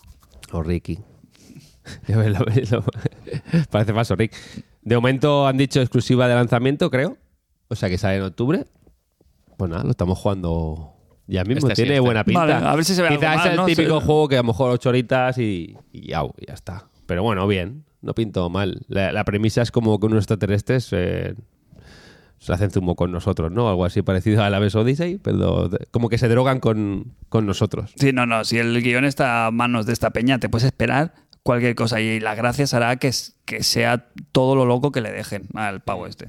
[SPEAKER 3] O Ricky. Ya ves, lo- lo- Parece falso, Rick. De momento han dicho exclusiva de lanzamiento, creo. O sea que sale en octubre. Pues nada, lo estamos jugando ya mismo.
[SPEAKER 4] Este sí,
[SPEAKER 3] Tiene
[SPEAKER 4] este.
[SPEAKER 3] buena pinta.
[SPEAKER 2] Vale, a ver si se ve algo
[SPEAKER 3] Quizás
[SPEAKER 2] más,
[SPEAKER 3] es el
[SPEAKER 2] ¿no?
[SPEAKER 3] típico
[SPEAKER 2] Sí.
[SPEAKER 3] juego que a lo mejor ocho horitas y, y au, ya está. Pero bueno, bien. No pinto mal. La, la premisa es como que unos extraterrestres eh, se hacen zumo con nosotros, ¿no? Algo así parecido a la Aves Odyssey, pero de- como que se drogan con, con nosotros.
[SPEAKER 2] Sí, no, no. Si el guión está a manos de esta peña, te puedes esperar cualquier cosa. Y las gracias hará que, s- que sea todo lo loco que le dejen al pavo este.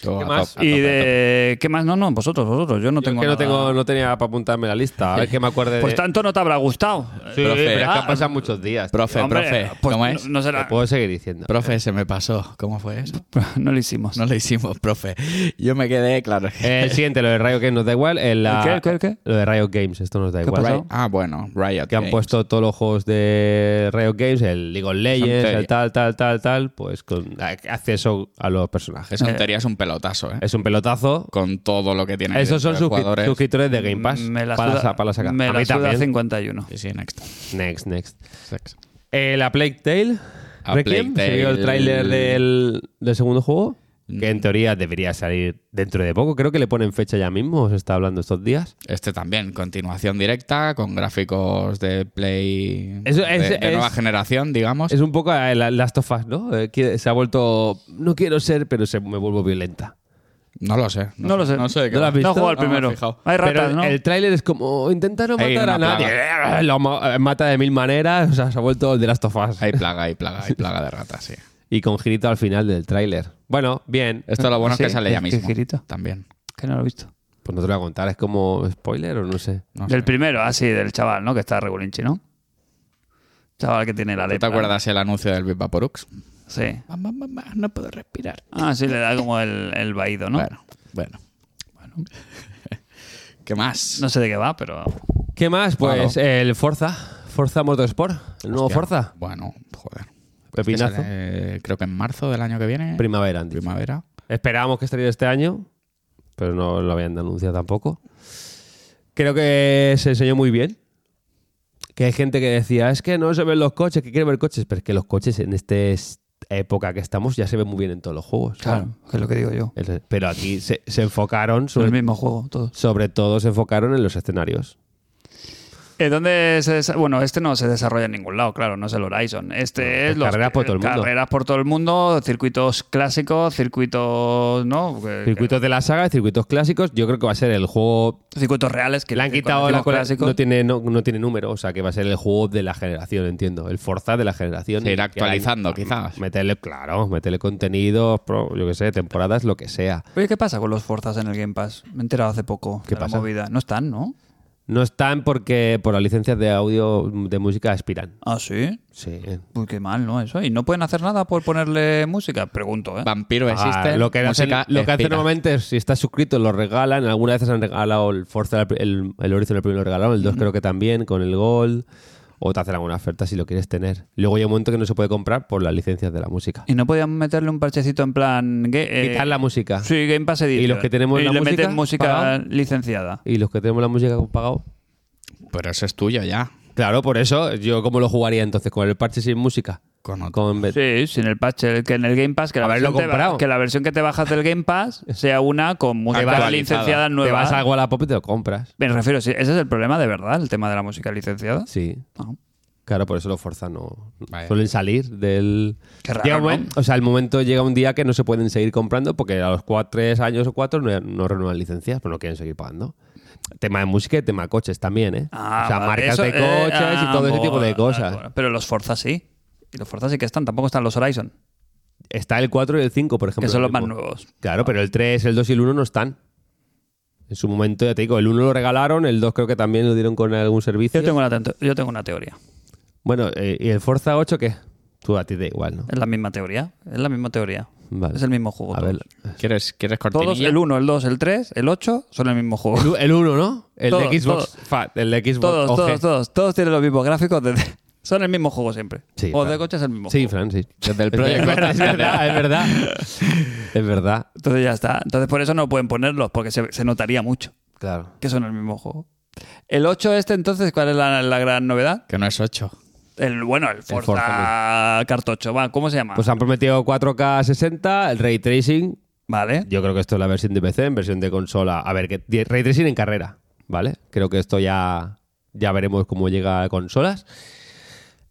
[SPEAKER 4] Yo
[SPEAKER 3] ¿Qué
[SPEAKER 4] a
[SPEAKER 3] más?
[SPEAKER 4] top, a
[SPEAKER 2] Y
[SPEAKER 4] tope, a tope.
[SPEAKER 2] de. ¿Qué más? No, no, vosotros, vosotros. Yo
[SPEAKER 3] Yo
[SPEAKER 2] no
[SPEAKER 3] es
[SPEAKER 2] tengo.
[SPEAKER 3] que no,
[SPEAKER 2] nada.
[SPEAKER 3] tengo, no tenía para apuntarme la lista. A ver que me
[SPEAKER 4] eh,
[SPEAKER 3] acuerde
[SPEAKER 2] Pues
[SPEAKER 3] de...
[SPEAKER 2] tanto no te habrá gustado.
[SPEAKER 3] Sí,
[SPEAKER 4] Profe.
[SPEAKER 3] pero es que
[SPEAKER 2] Ah,
[SPEAKER 3] han pasado muchos días.
[SPEAKER 4] Profe,
[SPEAKER 2] Hombre,
[SPEAKER 4] profe,
[SPEAKER 2] pues
[SPEAKER 4] ¿cómo
[SPEAKER 2] no-
[SPEAKER 4] es?
[SPEAKER 2] No,
[SPEAKER 3] Te
[SPEAKER 2] será.
[SPEAKER 3] puedo seguir diciendo.
[SPEAKER 4] Profe, se me pasó. ¿Cómo fue eso?
[SPEAKER 2] No lo hicimos.
[SPEAKER 4] No lo hicimos, profe. Yo me quedé, claro.
[SPEAKER 3] Eh, el siguiente, lo de Riot Games nos da igual. el la-
[SPEAKER 2] ¿El qué, el qué, el qué?
[SPEAKER 3] Lo de Riot Games, esto nos da
[SPEAKER 2] ¿Qué
[SPEAKER 3] igual.
[SPEAKER 2] pasó?
[SPEAKER 4] Ah, bueno, Riot.
[SPEAKER 3] Que han
[SPEAKER 4] Games.
[SPEAKER 3] puesto todos los juegos de Riot Games, el League of Legends,
[SPEAKER 4] Son
[SPEAKER 3] el tal, tal, tal, tal, pues con a- acceso a los personajes.
[SPEAKER 4] Esa tontería es un pelotazo, ¿eh?
[SPEAKER 3] Es un pelotazo.
[SPEAKER 4] Con todo lo que tiene.
[SPEAKER 3] Esos son
[SPEAKER 4] los
[SPEAKER 3] suscri-
[SPEAKER 4] jugadores.
[SPEAKER 3] suscriptores de Game Pass
[SPEAKER 2] Me la
[SPEAKER 3] para,
[SPEAKER 2] suda-
[SPEAKER 3] sa- para sacar.
[SPEAKER 2] Me
[SPEAKER 3] a
[SPEAKER 2] la
[SPEAKER 3] mí
[SPEAKER 2] suda
[SPEAKER 3] también.
[SPEAKER 2] 51.
[SPEAKER 4] Sí, sí, next.
[SPEAKER 3] Next, next.
[SPEAKER 4] Next.
[SPEAKER 3] Eh, la Plague Tale.
[SPEAKER 4] A
[SPEAKER 3] Requiem,
[SPEAKER 4] Plague
[SPEAKER 3] ¿Se vio el
[SPEAKER 4] Tale.
[SPEAKER 3] tráiler del, del segundo juego?
[SPEAKER 2] Mm.
[SPEAKER 3] Que en teoría debería salir dentro de poco. Creo que le ponen fecha ya mismo. Se está hablando estos días.
[SPEAKER 4] Este también, continuación directa, con gráficos de Play
[SPEAKER 3] Eso
[SPEAKER 4] de,
[SPEAKER 3] es-
[SPEAKER 4] de
[SPEAKER 3] es-
[SPEAKER 4] nueva generación, digamos.
[SPEAKER 3] Es un poco eh, la- Last of Us, ¿no? Eh, que se ha vuelto... No quiero ser, pero se, me vuelvo violenta.
[SPEAKER 4] No lo sé.
[SPEAKER 2] No lo sé.
[SPEAKER 4] No sé de qué
[SPEAKER 2] No
[SPEAKER 4] va.
[SPEAKER 2] lo has visto. No he jugado al
[SPEAKER 4] Ah, me he
[SPEAKER 2] primero.
[SPEAKER 4] fijado.
[SPEAKER 2] Hay ratas,
[SPEAKER 3] pero
[SPEAKER 2] ¿no?
[SPEAKER 3] el tráiler es como... Intentar no
[SPEAKER 4] Hay
[SPEAKER 3] matar a
[SPEAKER 4] una
[SPEAKER 3] nadie. Lo ma- eh, mata de mil maneras. O sea, se ha vuelto el de Last of Us.
[SPEAKER 4] Hay plaga, hay plaga, hay plaga de ratas, sí.
[SPEAKER 3] y con girito al final del tráiler. Bueno, bien.
[SPEAKER 4] Esto lo bueno
[SPEAKER 2] Sí,
[SPEAKER 4] es que sale ya
[SPEAKER 2] ¿qué- qué
[SPEAKER 4] mismo.
[SPEAKER 2] girito?
[SPEAKER 4] También.
[SPEAKER 2] Que no lo he visto.
[SPEAKER 3] Pues no te lo voy a contar, es como spoiler o no sé.
[SPEAKER 4] No
[SPEAKER 2] del
[SPEAKER 4] sé.
[SPEAKER 2] primero, así, del chaval, ¿no? Que está regulinchi, ¿no? Chaval que tiene la
[SPEAKER 4] ¿Tú te
[SPEAKER 2] lepra.
[SPEAKER 4] acuerdas el anuncio del Big Vaporux?
[SPEAKER 2] Sí.
[SPEAKER 4] Mamá, mamá, no puedo respirar.
[SPEAKER 2] Ah, sí, le da como el, el vaído, ¿no?
[SPEAKER 4] Bueno, bueno. ¿Qué más?
[SPEAKER 2] No sé de qué va, pero...
[SPEAKER 3] ¿Qué más? Pues
[SPEAKER 4] Claro.
[SPEAKER 3] el Forza, Forza Motorsport, el nuevo
[SPEAKER 4] Hostia,
[SPEAKER 3] Forza.
[SPEAKER 4] Bueno, joder.
[SPEAKER 3] Pepinazo.
[SPEAKER 4] Que sale, eh, creo que en marzo del año que viene.
[SPEAKER 3] Primavera, han dicho.
[SPEAKER 4] primavera.
[SPEAKER 3] Esperábamos que saliera este año, pero no lo habían anunciado tampoco. Creo que se enseñó muy bien. Que hay gente que decía, es que no se ven los coches, que quiere ver coches, pero es que los coches en esta época que estamos ya se ven muy bien en todos los juegos.
[SPEAKER 2] que es lo que digo yo.
[SPEAKER 3] El- Pero aquí se, se enfocaron,
[SPEAKER 2] Son el
[SPEAKER 3] sobre,
[SPEAKER 2] mismo juego, todos.
[SPEAKER 3] sobre todo se enfocaron en los escenarios.
[SPEAKER 2] Eh, ¿Dónde se desa- Bueno, este no se desarrolla en ningún lado, claro, no es el Horizon. Este
[SPEAKER 3] No,
[SPEAKER 2] es,
[SPEAKER 3] es
[SPEAKER 2] los
[SPEAKER 3] carreras por todo el mundo.
[SPEAKER 2] Carreras por todo el mundo, circuitos clásicos, circuitos, ¿no? Que-
[SPEAKER 3] Circuitos de la saga, circuitos clásicos, yo creo que va a ser el juego
[SPEAKER 2] que- circuitos reales que
[SPEAKER 3] Le han
[SPEAKER 2] cuando
[SPEAKER 3] quitado
[SPEAKER 2] decimos
[SPEAKER 3] la cola-
[SPEAKER 2] clásicos,
[SPEAKER 3] No tiene, no, no tiene número, o sea que va a ser el juego de la generación, entiendo. El Forza de la generación.
[SPEAKER 4] Se irá
[SPEAKER 3] Y que harán-
[SPEAKER 4] actualizando, quizás.
[SPEAKER 3] Meterle, claro, meterle contenidos, pro- yo qué sé, temporadas, lo que sea.
[SPEAKER 2] Oye, ¿qué pasa con los Forzas en el Game Pass? Me he enterado hace poco
[SPEAKER 3] ¿Qué
[SPEAKER 2] de
[SPEAKER 3] pasa?
[SPEAKER 2] la movida. No están, ¿no?
[SPEAKER 3] No están porque por las licencias de audio de música expiran.
[SPEAKER 2] Ah, sí.
[SPEAKER 3] Sí.
[SPEAKER 2] Uy, qué mal, ¿no? Eso. Y no pueden hacer nada por ponerle música, pregunto, ¿eh?
[SPEAKER 4] Vampiro existe.
[SPEAKER 3] Ah, lo que, hacen,
[SPEAKER 4] música
[SPEAKER 3] lo que hacen
[SPEAKER 4] expira.
[SPEAKER 3] normalmente es si estás suscrito lo regalan. Algunas veces han regalado el Forza, el, el Horizon el primero lo regalaron, el 2 creo que también, con el Gold. O te hacen alguna oferta si lo quieres tener. Luego hay un momento que no se puede comprar por las licencias de la música.
[SPEAKER 2] Y no podían meterle un parchecito en plan. ga- eh,
[SPEAKER 3] Quitar la música.
[SPEAKER 2] Sí, Game Pass Edition.
[SPEAKER 3] ¿Y los que tenemos
[SPEAKER 2] Y
[SPEAKER 3] la
[SPEAKER 2] le
[SPEAKER 3] música
[SPEAKER 2] meten música
[SPEAKER 3] pagado?
[SPEAKER 2] licenciada.
[SPEAKER 3] ¿Y los que tenemos la música pagado?
[SPEAKER 4] Pero eso es tuyo ya.
[SPEAKER 3] Claro, por eso, yo cómo lo jugaría entonces, con el parche sin música.
[SPEAKER 4] Con otro.
[SPEAKER 3] Con...
[SPEAKER 2] Sí, sin el patch, el- que en el Game Pass, que la,
[SPEAKER 3] Haberlo
[SPEAKER 2] versión te ba-
[SPEAKER 3] comprado. Ah,
[SPEAKER 2] que la versión que te bajas del Game Pass sea una con música
[SPEAKER 4] Actualizada.
[SPEAKER 2] licenciada
[SPEAKER 3] Te
[SPEAKER 2] nueva.
[SPEAKER 3] vas a Wallapop y te lo compras.
[SPEAKER 2] Me refiero, sí, ese es el problema de verdad, el tema de la música licenciada.
[SPEAKER 3] Sí.
[SPEAKER 2] No.
[SPEAKER 3] Claro, por eso los Forza no
[SPEAKER 4] Vaya.
[SPEAKER 3] suelen salir del...
[SPEAKER 2] Qué raro,
[SPEAKER 3] Llega un
[SPEAKER 2] ¿no?
[SPEAKER 3] momento- O sea, el momento llega un día que no se pueden seguir comprando porque a los cuatro, tres años o cuatro no, no renuevan licencias, pero no quieren seguir pagando. Tema de música y tema de coches también, ¿eh?
[SPEAKER 2] Ah,
[SPEAKER 3] o sea,
[SPEAKER 2] vale,
[SPEAKER 3] marcas
[SPEAKER 2] eso,
[SPEAKER 3] de
[SPEAKER 2] eh,
[SPEAKER 3] coches y
[SPEAKER 2] ah,
[SPEAKER 3] todo ese tipo de
[SPEAKER 2] bueno,
[SPEAKER 3] cosas.
[SPEAKER 2] bueno, Pero los Forza sí. Y los Forza sí que están, tampoco están los Horizon,
[SPEAKER 3] Está el 4 y el 5, por ejemplo.
[SPEAKER 2] que son los
[SPEAKER 3] lo
[SPEAKER 2] más
[SPEAKER 3] mismo.
[SPEAKER 2] nuevos.
[SPEAKER 3] Claro, pero el 3, el 2 y el 1 no están. En su momento, ya te digo, el 1 lo regalaron, el 2 creo que también lo dieron con algún servicio.
[SPEAKER 2] Yo tengo una, tento- yo tengo una teoría.
[SPEAKER 3] Bueno, eh, ¿y el Forza 8 qué? Tú a ti da igual, ¿no?
[SPEAKER 2] Es la misma teoría. Es la misma teoría.
[SPEAKER 3] Vale.
[SPEAKER 2] Es el mismo juego.
[SPEAKER 3] A
[SPEAKER 2] todos.
[SPEAKER 3] ver.
[SPEAKER 4] ¿Quieres, quieres cortinilla?
[SPEAKER 2] Todos, el 1, el 2, el 3, el 8 son el mismo juego.
[SPEAKER 3] El u- El 1, ¿no? El
[SPEAKER 2] Todos,
[SPEAKER 3] de Xbox
[SPEAKER 2] todos.
[SPEAKER 3] Fat, el de Xbox
[SPEAKER 2] Todos,
[SPEAKER 3] OG.
[SPEAKER 2] todos, todos. Todos tienen los mismos gráficos. de- son el mismo juego siempre.
[SPEAKER 3] Sí,
[SPEAKER 2] o
[SPEAKER 3] Fran.
[SPEAKER 2] de coches es el mismo
[SPEAKER 3] Sí,
[SPEAKER 2] juego.
[SPEAKER 3] Francis.
[SPEAKER 4] Desde el Project Gotham,
[SPEAKER 3] es verdad, es verdad. Es verdad,
[SPEAKER 2] Entonces ya está. Entonces por eso no pueden ponerlos, porque se, se notaría mucho
[SPEAKER 3] claro.
[SPEAKER 2] que son el mismo juego. El 8 este, entonces, ¿cuál es la, la gran novedad?
[SPEAKER 4] Que no es 8.
[SPEAKER 2] El, bueno, el Forza, Cartocho. Va, ¿Cómo se llama?
[SPEAKER 3] Pues han prometido 4K 60, el Ray Tracing.
[SPEAKER 2] vale.
[SPEAKER 3] Yo creo que esto es la versión de PC, en versión de consola. A ver, que die- Ray Tracing en carrera, ¿vale? Creo que esto ya, ya veremos cómo llega a consolas.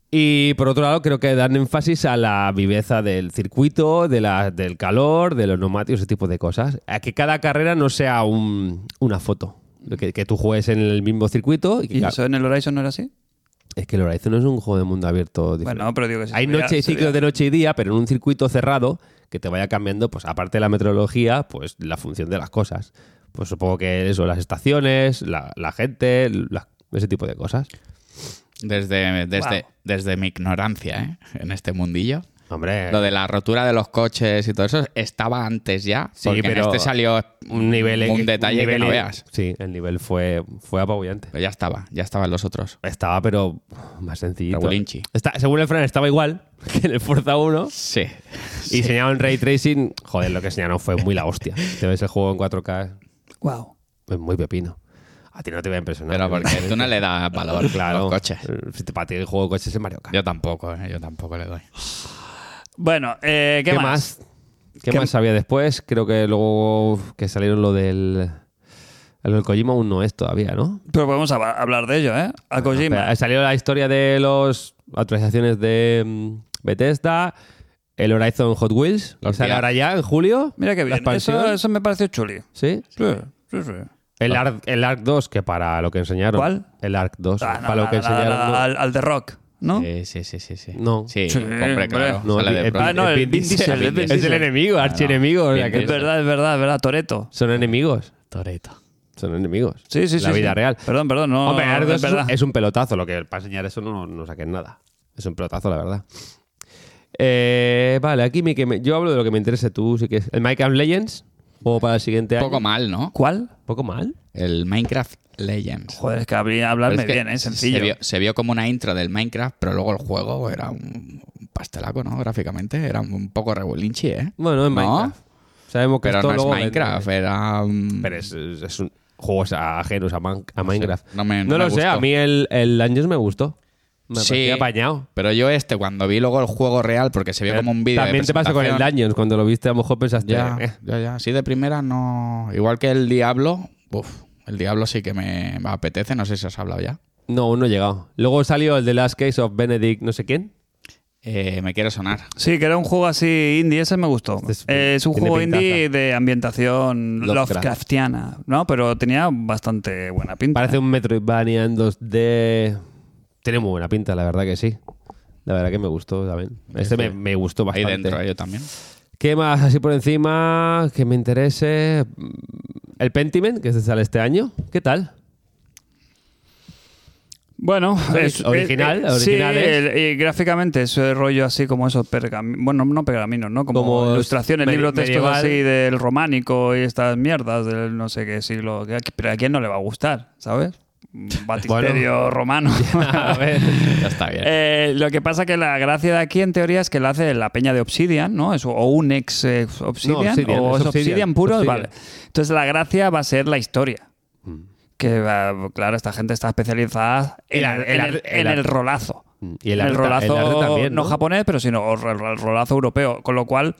[SPEAKER 3] Y por otro lado, creo que dan énfasis a la viveza del circuito, de la, del calor, de los neumáticos, ese tipo de cosas. A que cada carrera no sea un- una foto. Que, que tú juegues en el mismo circuito. Y que
[SPEAKER 2] ¿Y
[SPEAKER 3] ca-
[SPEAKER 2] eso en el Horizon no era así?
[SPEAKER 3] Es que el Horizon es un juego de mundo abierto. diferente.
[SPEAKER 2] Bueno, pero digo
[SPEAKER 4] Pues
[SPEAKER 2] que sí.
[SPEAKER 3] Hay noche y ciclos de noche y día, pero en un circuito cerrado que te vaya cambiando, pues aparte de la meteorología, pues la función de las cosas. Pues supongo que eso, las estaciones, la, la gente, la- ese tipo de cosas.
[SPEAKER 4] Desde, desde,
[SPEAKER 2] Wow.
[SPEAKER 4] desde mi ignorancia ¿eh? en este mundillo.
[SPEAKER 3] Hombre,
[SPEAKER 4] Lo de la rotura de los coches y todo eso estaba antes ya.
[SPEAKER 3] Sí,
[SPEAKER 4] porque en
[SPEAKER 3] pero
[SPEAKER 4] este salió
[SPEAKER 3] un nivel
[SPEAKER 4] un detalle
[SPEAKER 3] nivel-
[SPEAKER 4] que no veas.
[SPEAKER 3] Sí, el nivel fue, fue apabullante.
[SPEAKER 4] Pero ya estaba, ya estaban los otros.
[SPEAKER 3] Estaba, pero más sencillito.
[SPEAKER 4] Regulinchi.
[SPEAKER 3] Está- según el Fran, estaba igual que en el Forza 1.
[SPEAKER 4] Sí.
[SPEAKER 3] Y enseñaron Ray Tracing. Joder, lo que enseñaron fue muy la hostia. Te ves el juego en 4K,
[SPEAKER 2] Wow.
[SPEAKER 3] es muy pepino. A ti no te va a impresionar.
[SPEAKER 4] Pero porque tú no le das valor a
[SPEAKER 3] Claro. Eh,
[SPEAKER 4] los coches.
[SPEAKER 3] Si te para ti el juego de coches es Mario Kart.
[SPEAKER 4] Yo tampoco, ¿eh? yo tampoco le doy.
[SPEAKER 2] Bueno, eh, ¿qué, más?
[SPEAKER 3] ¿Qué, más había después? Creo que luego que salieron lo del. Lo del Kojima aún no es todavía, ¿no?
[SPEAKER 2] Pero podemos hab- hablar de ello, ¿eh? A Kojima.
[SPEAKER 3] Espera, salió la historia de las actualizaciones de mm, Bethesda, el Horizon Hot Wheels, que
[SPEAKER 4] Los
[SPEAKER 3] sale
[SPEAKER 4] días.
[SPEAKER 3] ahora ya en julio.
[SPEAKER 2] Mira qué
[SPEAKER 3] la
[SPEAKER 2] bien.
[SPEAKER 3] expansión.
[SPEAKER 2] Eso, eso me pareció chuli.
[SPEAKER 3] Sí.
[SPEAKER 2] Sí, sí, sí.
[SPEAKER 3] El Ark, el Ark 2, que para lo que enseñaron.
[SPEAKER 2] ¿Cuál?
[SPEAKER 3] El Ark 2.
[SPEAKER 2] Ah, no,
[SPEAKER 3] para lo
[SPEAKER 2] nada,
[SPEAKER 3] que
[SPEAKER 2] nada,
[SPEAKER 3] enseñaron.
[SPEAKER 2] nada,
[SPEAKER 3] no.
[SPEAKER 2] al, al The Rock. ¿no?
[SPEAKER 4] Sí, sí, sí, sí, sí.
[SPEAKER 3] ¿Ah? No.
[SPEAKER 4] Sí,
[SPEAKER 2] Sí,
[SPEAKER 4] hombre, claro.
[SPEAKER 3] No,
[SPEAKER 4] sale
[SPEAKER 3] el-
[SPEAKER 4] de
[SPEAKER 3] el-
[SPEAKER 4] pronto.
[SPEAKER 2] Ah, no, el
[SPEAKER 3] Vin
[SPEAKER 2] Vin
[SPEAKER 3] Diesel,
[SPEAKER 2] Diesel, el Vin
[SPEAKER 3] Es el
[SPEAKER 2] Diesel.
[SPEAKER 3] enemigo, archienemigo. o sea
[SPEAKER 4] Vin
[SPEAKER 3] que
[SPEAKER 2] Es verdad, es verdad, es verdad, Toreto.
[SPEAKER 3] Son enemigos.
[SPEAKER 4] Toreto.
[SPEAKER 3] Son enemigos.
[SPEAKER 2] Sí, sí, sí.
[SPEAKER 3] La vida
[SPEAKER 2] sí.
[SPEAKER 3] real.
[SPEAKER 2] Perdón, perdón, no.
[SPEAKER 3] Hombre,
[SPEAKER 2] no,
[SPEAKER 3] Ardo es,
[SPEAKER 2] es
[SPEAKER 3] un,
[SPEAKER 2] verdad.
[SPEAKER 3] es un pelotazo. Lo que para enseñar eso no, no saquen nada. Es un pelotazo, la verdad. Eh, vale, aquí me, que me- yo hablo de lo que me interese tú. Sí que es. El Minecraft Legends, juego para el siguiente
[SPEAKER 4] Poco
[SPEAKER 3] año.
[SPEAKER 4] mal, ¿no?
[SPEAKER 2] ¿Cuál?
[SPEAKER 3] ¿Poco mal?
[SPEAKER 4] El Minecraft Legends.
[SPEAKER 2] Joder, es que habría
[SPEAKER 4] Pero
[SPEAKER 2] hablarme
[SPEAKER 4] es que
[SPEAKER 2] bien, ¿eh?
[SPEAKER 4] Se
[SPEAKER 2] Sencillo.
[SPEAKER 4] vio, se vio como una intro del Minecraft, pero luego el juego era un un pastelaco, ¿no? Gráficamente era un poco regulinchi, ¿eh?
[SPEAKER 3] Bueno, es
[SPEAKER 4] No,
[SPEAKER 3] Minecraft. Sabemos que
[SPEAKER 4] Pero
[SPEAKER 3] esto
[SPEAKER 4] no es
[SPEAKER 3] luego- ¿eh?
[SPEAKER 4] Minecraft, Mm. era... un-
[SPEAKER 3] Pero es, es- es un juegos ajenos a, Man- a Minecraft.
[SPEAKER 4] no me- no
[SPEAKER 3] lo
[SPEAKER 4] me
[SPEAKER 3] sé, a
[SPEAKER 4] gustó.
[SPEAKER 3] mí el, el Dungeons me gustó. Me
[SPEAKER 4] Sí.
[SPEAKER 3] parecía apañado. Eh,
[SPEAKER 4] Pero yo este, cuando vi luego el juego real, porque se vio como un vídeo de
[SPEAKER 3] También te pasó con el
[SPEAKER 4] presentación,
[SPEAKER 3] Dungeons, cuando lo viste a lo mejor pensaste... "Eh".
[SPEAKER 4] Ya, ya, ya. Así de primera no... Igual que el Diablo, uf, el Diablo sí que me, me apetece, no sé si os ha hablado ya.
[SPEAKER 3] No, aún no he llegado. Luego salió el The Last Case of Benedict no sé quién.
[SPEAKER 4] Eh, me quiero sonar.
[SPEAKER 2] Sí, que era un juego así indie, ese me gustó.
[SPEAKER 3] Este es-
[SPEAKER 2] Eh, es un
[SPEAKER 3] tiene
[SPEAKER 2] juego
[SPEAKER 3] pintaza.
[SPEAKER 2] indie de ambientación
[SPEAKER 3] Lovecraft.
[SPEAKER 2] Lovecraftiana, ¿no? Pero tenía bastante buena pinta.
[SPEAKER 3] Parece un Metroidvania en 2D. Tiene muy buena pinta, la verdad que sí. La verdad que me gustó también. Este me, me gustó
[SPEAKER 4] Ahí
[SPEAKER 3] bastante.
[SPEAKER 4] dentro, eh, yo también.
[SPEAKER 3] ¿Qué más así por encima que me interese? El Pentiment, que se sale este año. ¿Qué tal?
[SPEAKER 2] Bueno, eh,
[SPEAKER 3] Ori- original, original
[SPEAKER 2] sí,
[SPEAKER 3] es.
[SPEAKER 2] el- y gráficamente ese rollo así como esos pergaminos, bueno, no pergaminos, ¿no? Como,
[SPEAKER 3] Como
[SPEAKER 2] ilustraciones,
[SPEAKER 3] medi-
[SPEAKER 2] libros textos
[SPEAKER 3] medieval.
[SPEAKER 2] así del románico y estas mierdas del no sé qué siglo, que- pero a quién no le va a gustar, ¿sabes? Un Batisterio romano.
[SPEAKER 3] A ver.
[SPEAKER 4] Ya está bien.
[SPEAKER 2] Eh, lo que pasa que la gracia de aquí en teoría es que la hace la peña de Obsidian, ¿no? Es- o un ex eh, Obsidian,
[SPEAKER 3] No, Obsidian,
[SPEAKER 2] o
[SPEAKER 3] es
[SPEAKER 2] es Obsidian,
[SPEAKER 3] Obsidian,
[SPEAKER 2] puro,
[SPEAKER 3] Obsidian. Mm.
[SPEAKER 2] vale. Entonces la gracia va a ser la historia. Que va- claro, esta gente está especializada en,
[SPEAKER 3] El ar-
[SPEAKER 2] el- en
[SPEAKER 3] el
[SPEAKER 2] el,
[SPEAKER 3] ar-
[SPEAKER 2] en
[SPEAKER 3] el
[SPEAKER 2] el
[SPEAKER 3] ar- Mm.
[SPEAKER 2] rolazo.
[SPEAKER 3] Y el arte
[SPEAKER 2] En
[SPEAKER 3] ta- el
[SPEAKER 2] rolazo
[SPEAKER 3] arte también,
[SPEAKER 2] ¿no?
[SPEAKER 3] ¿no?
[SPEAKER 2] japonés, pero sino o ro- el rolazo europeo, con lo cual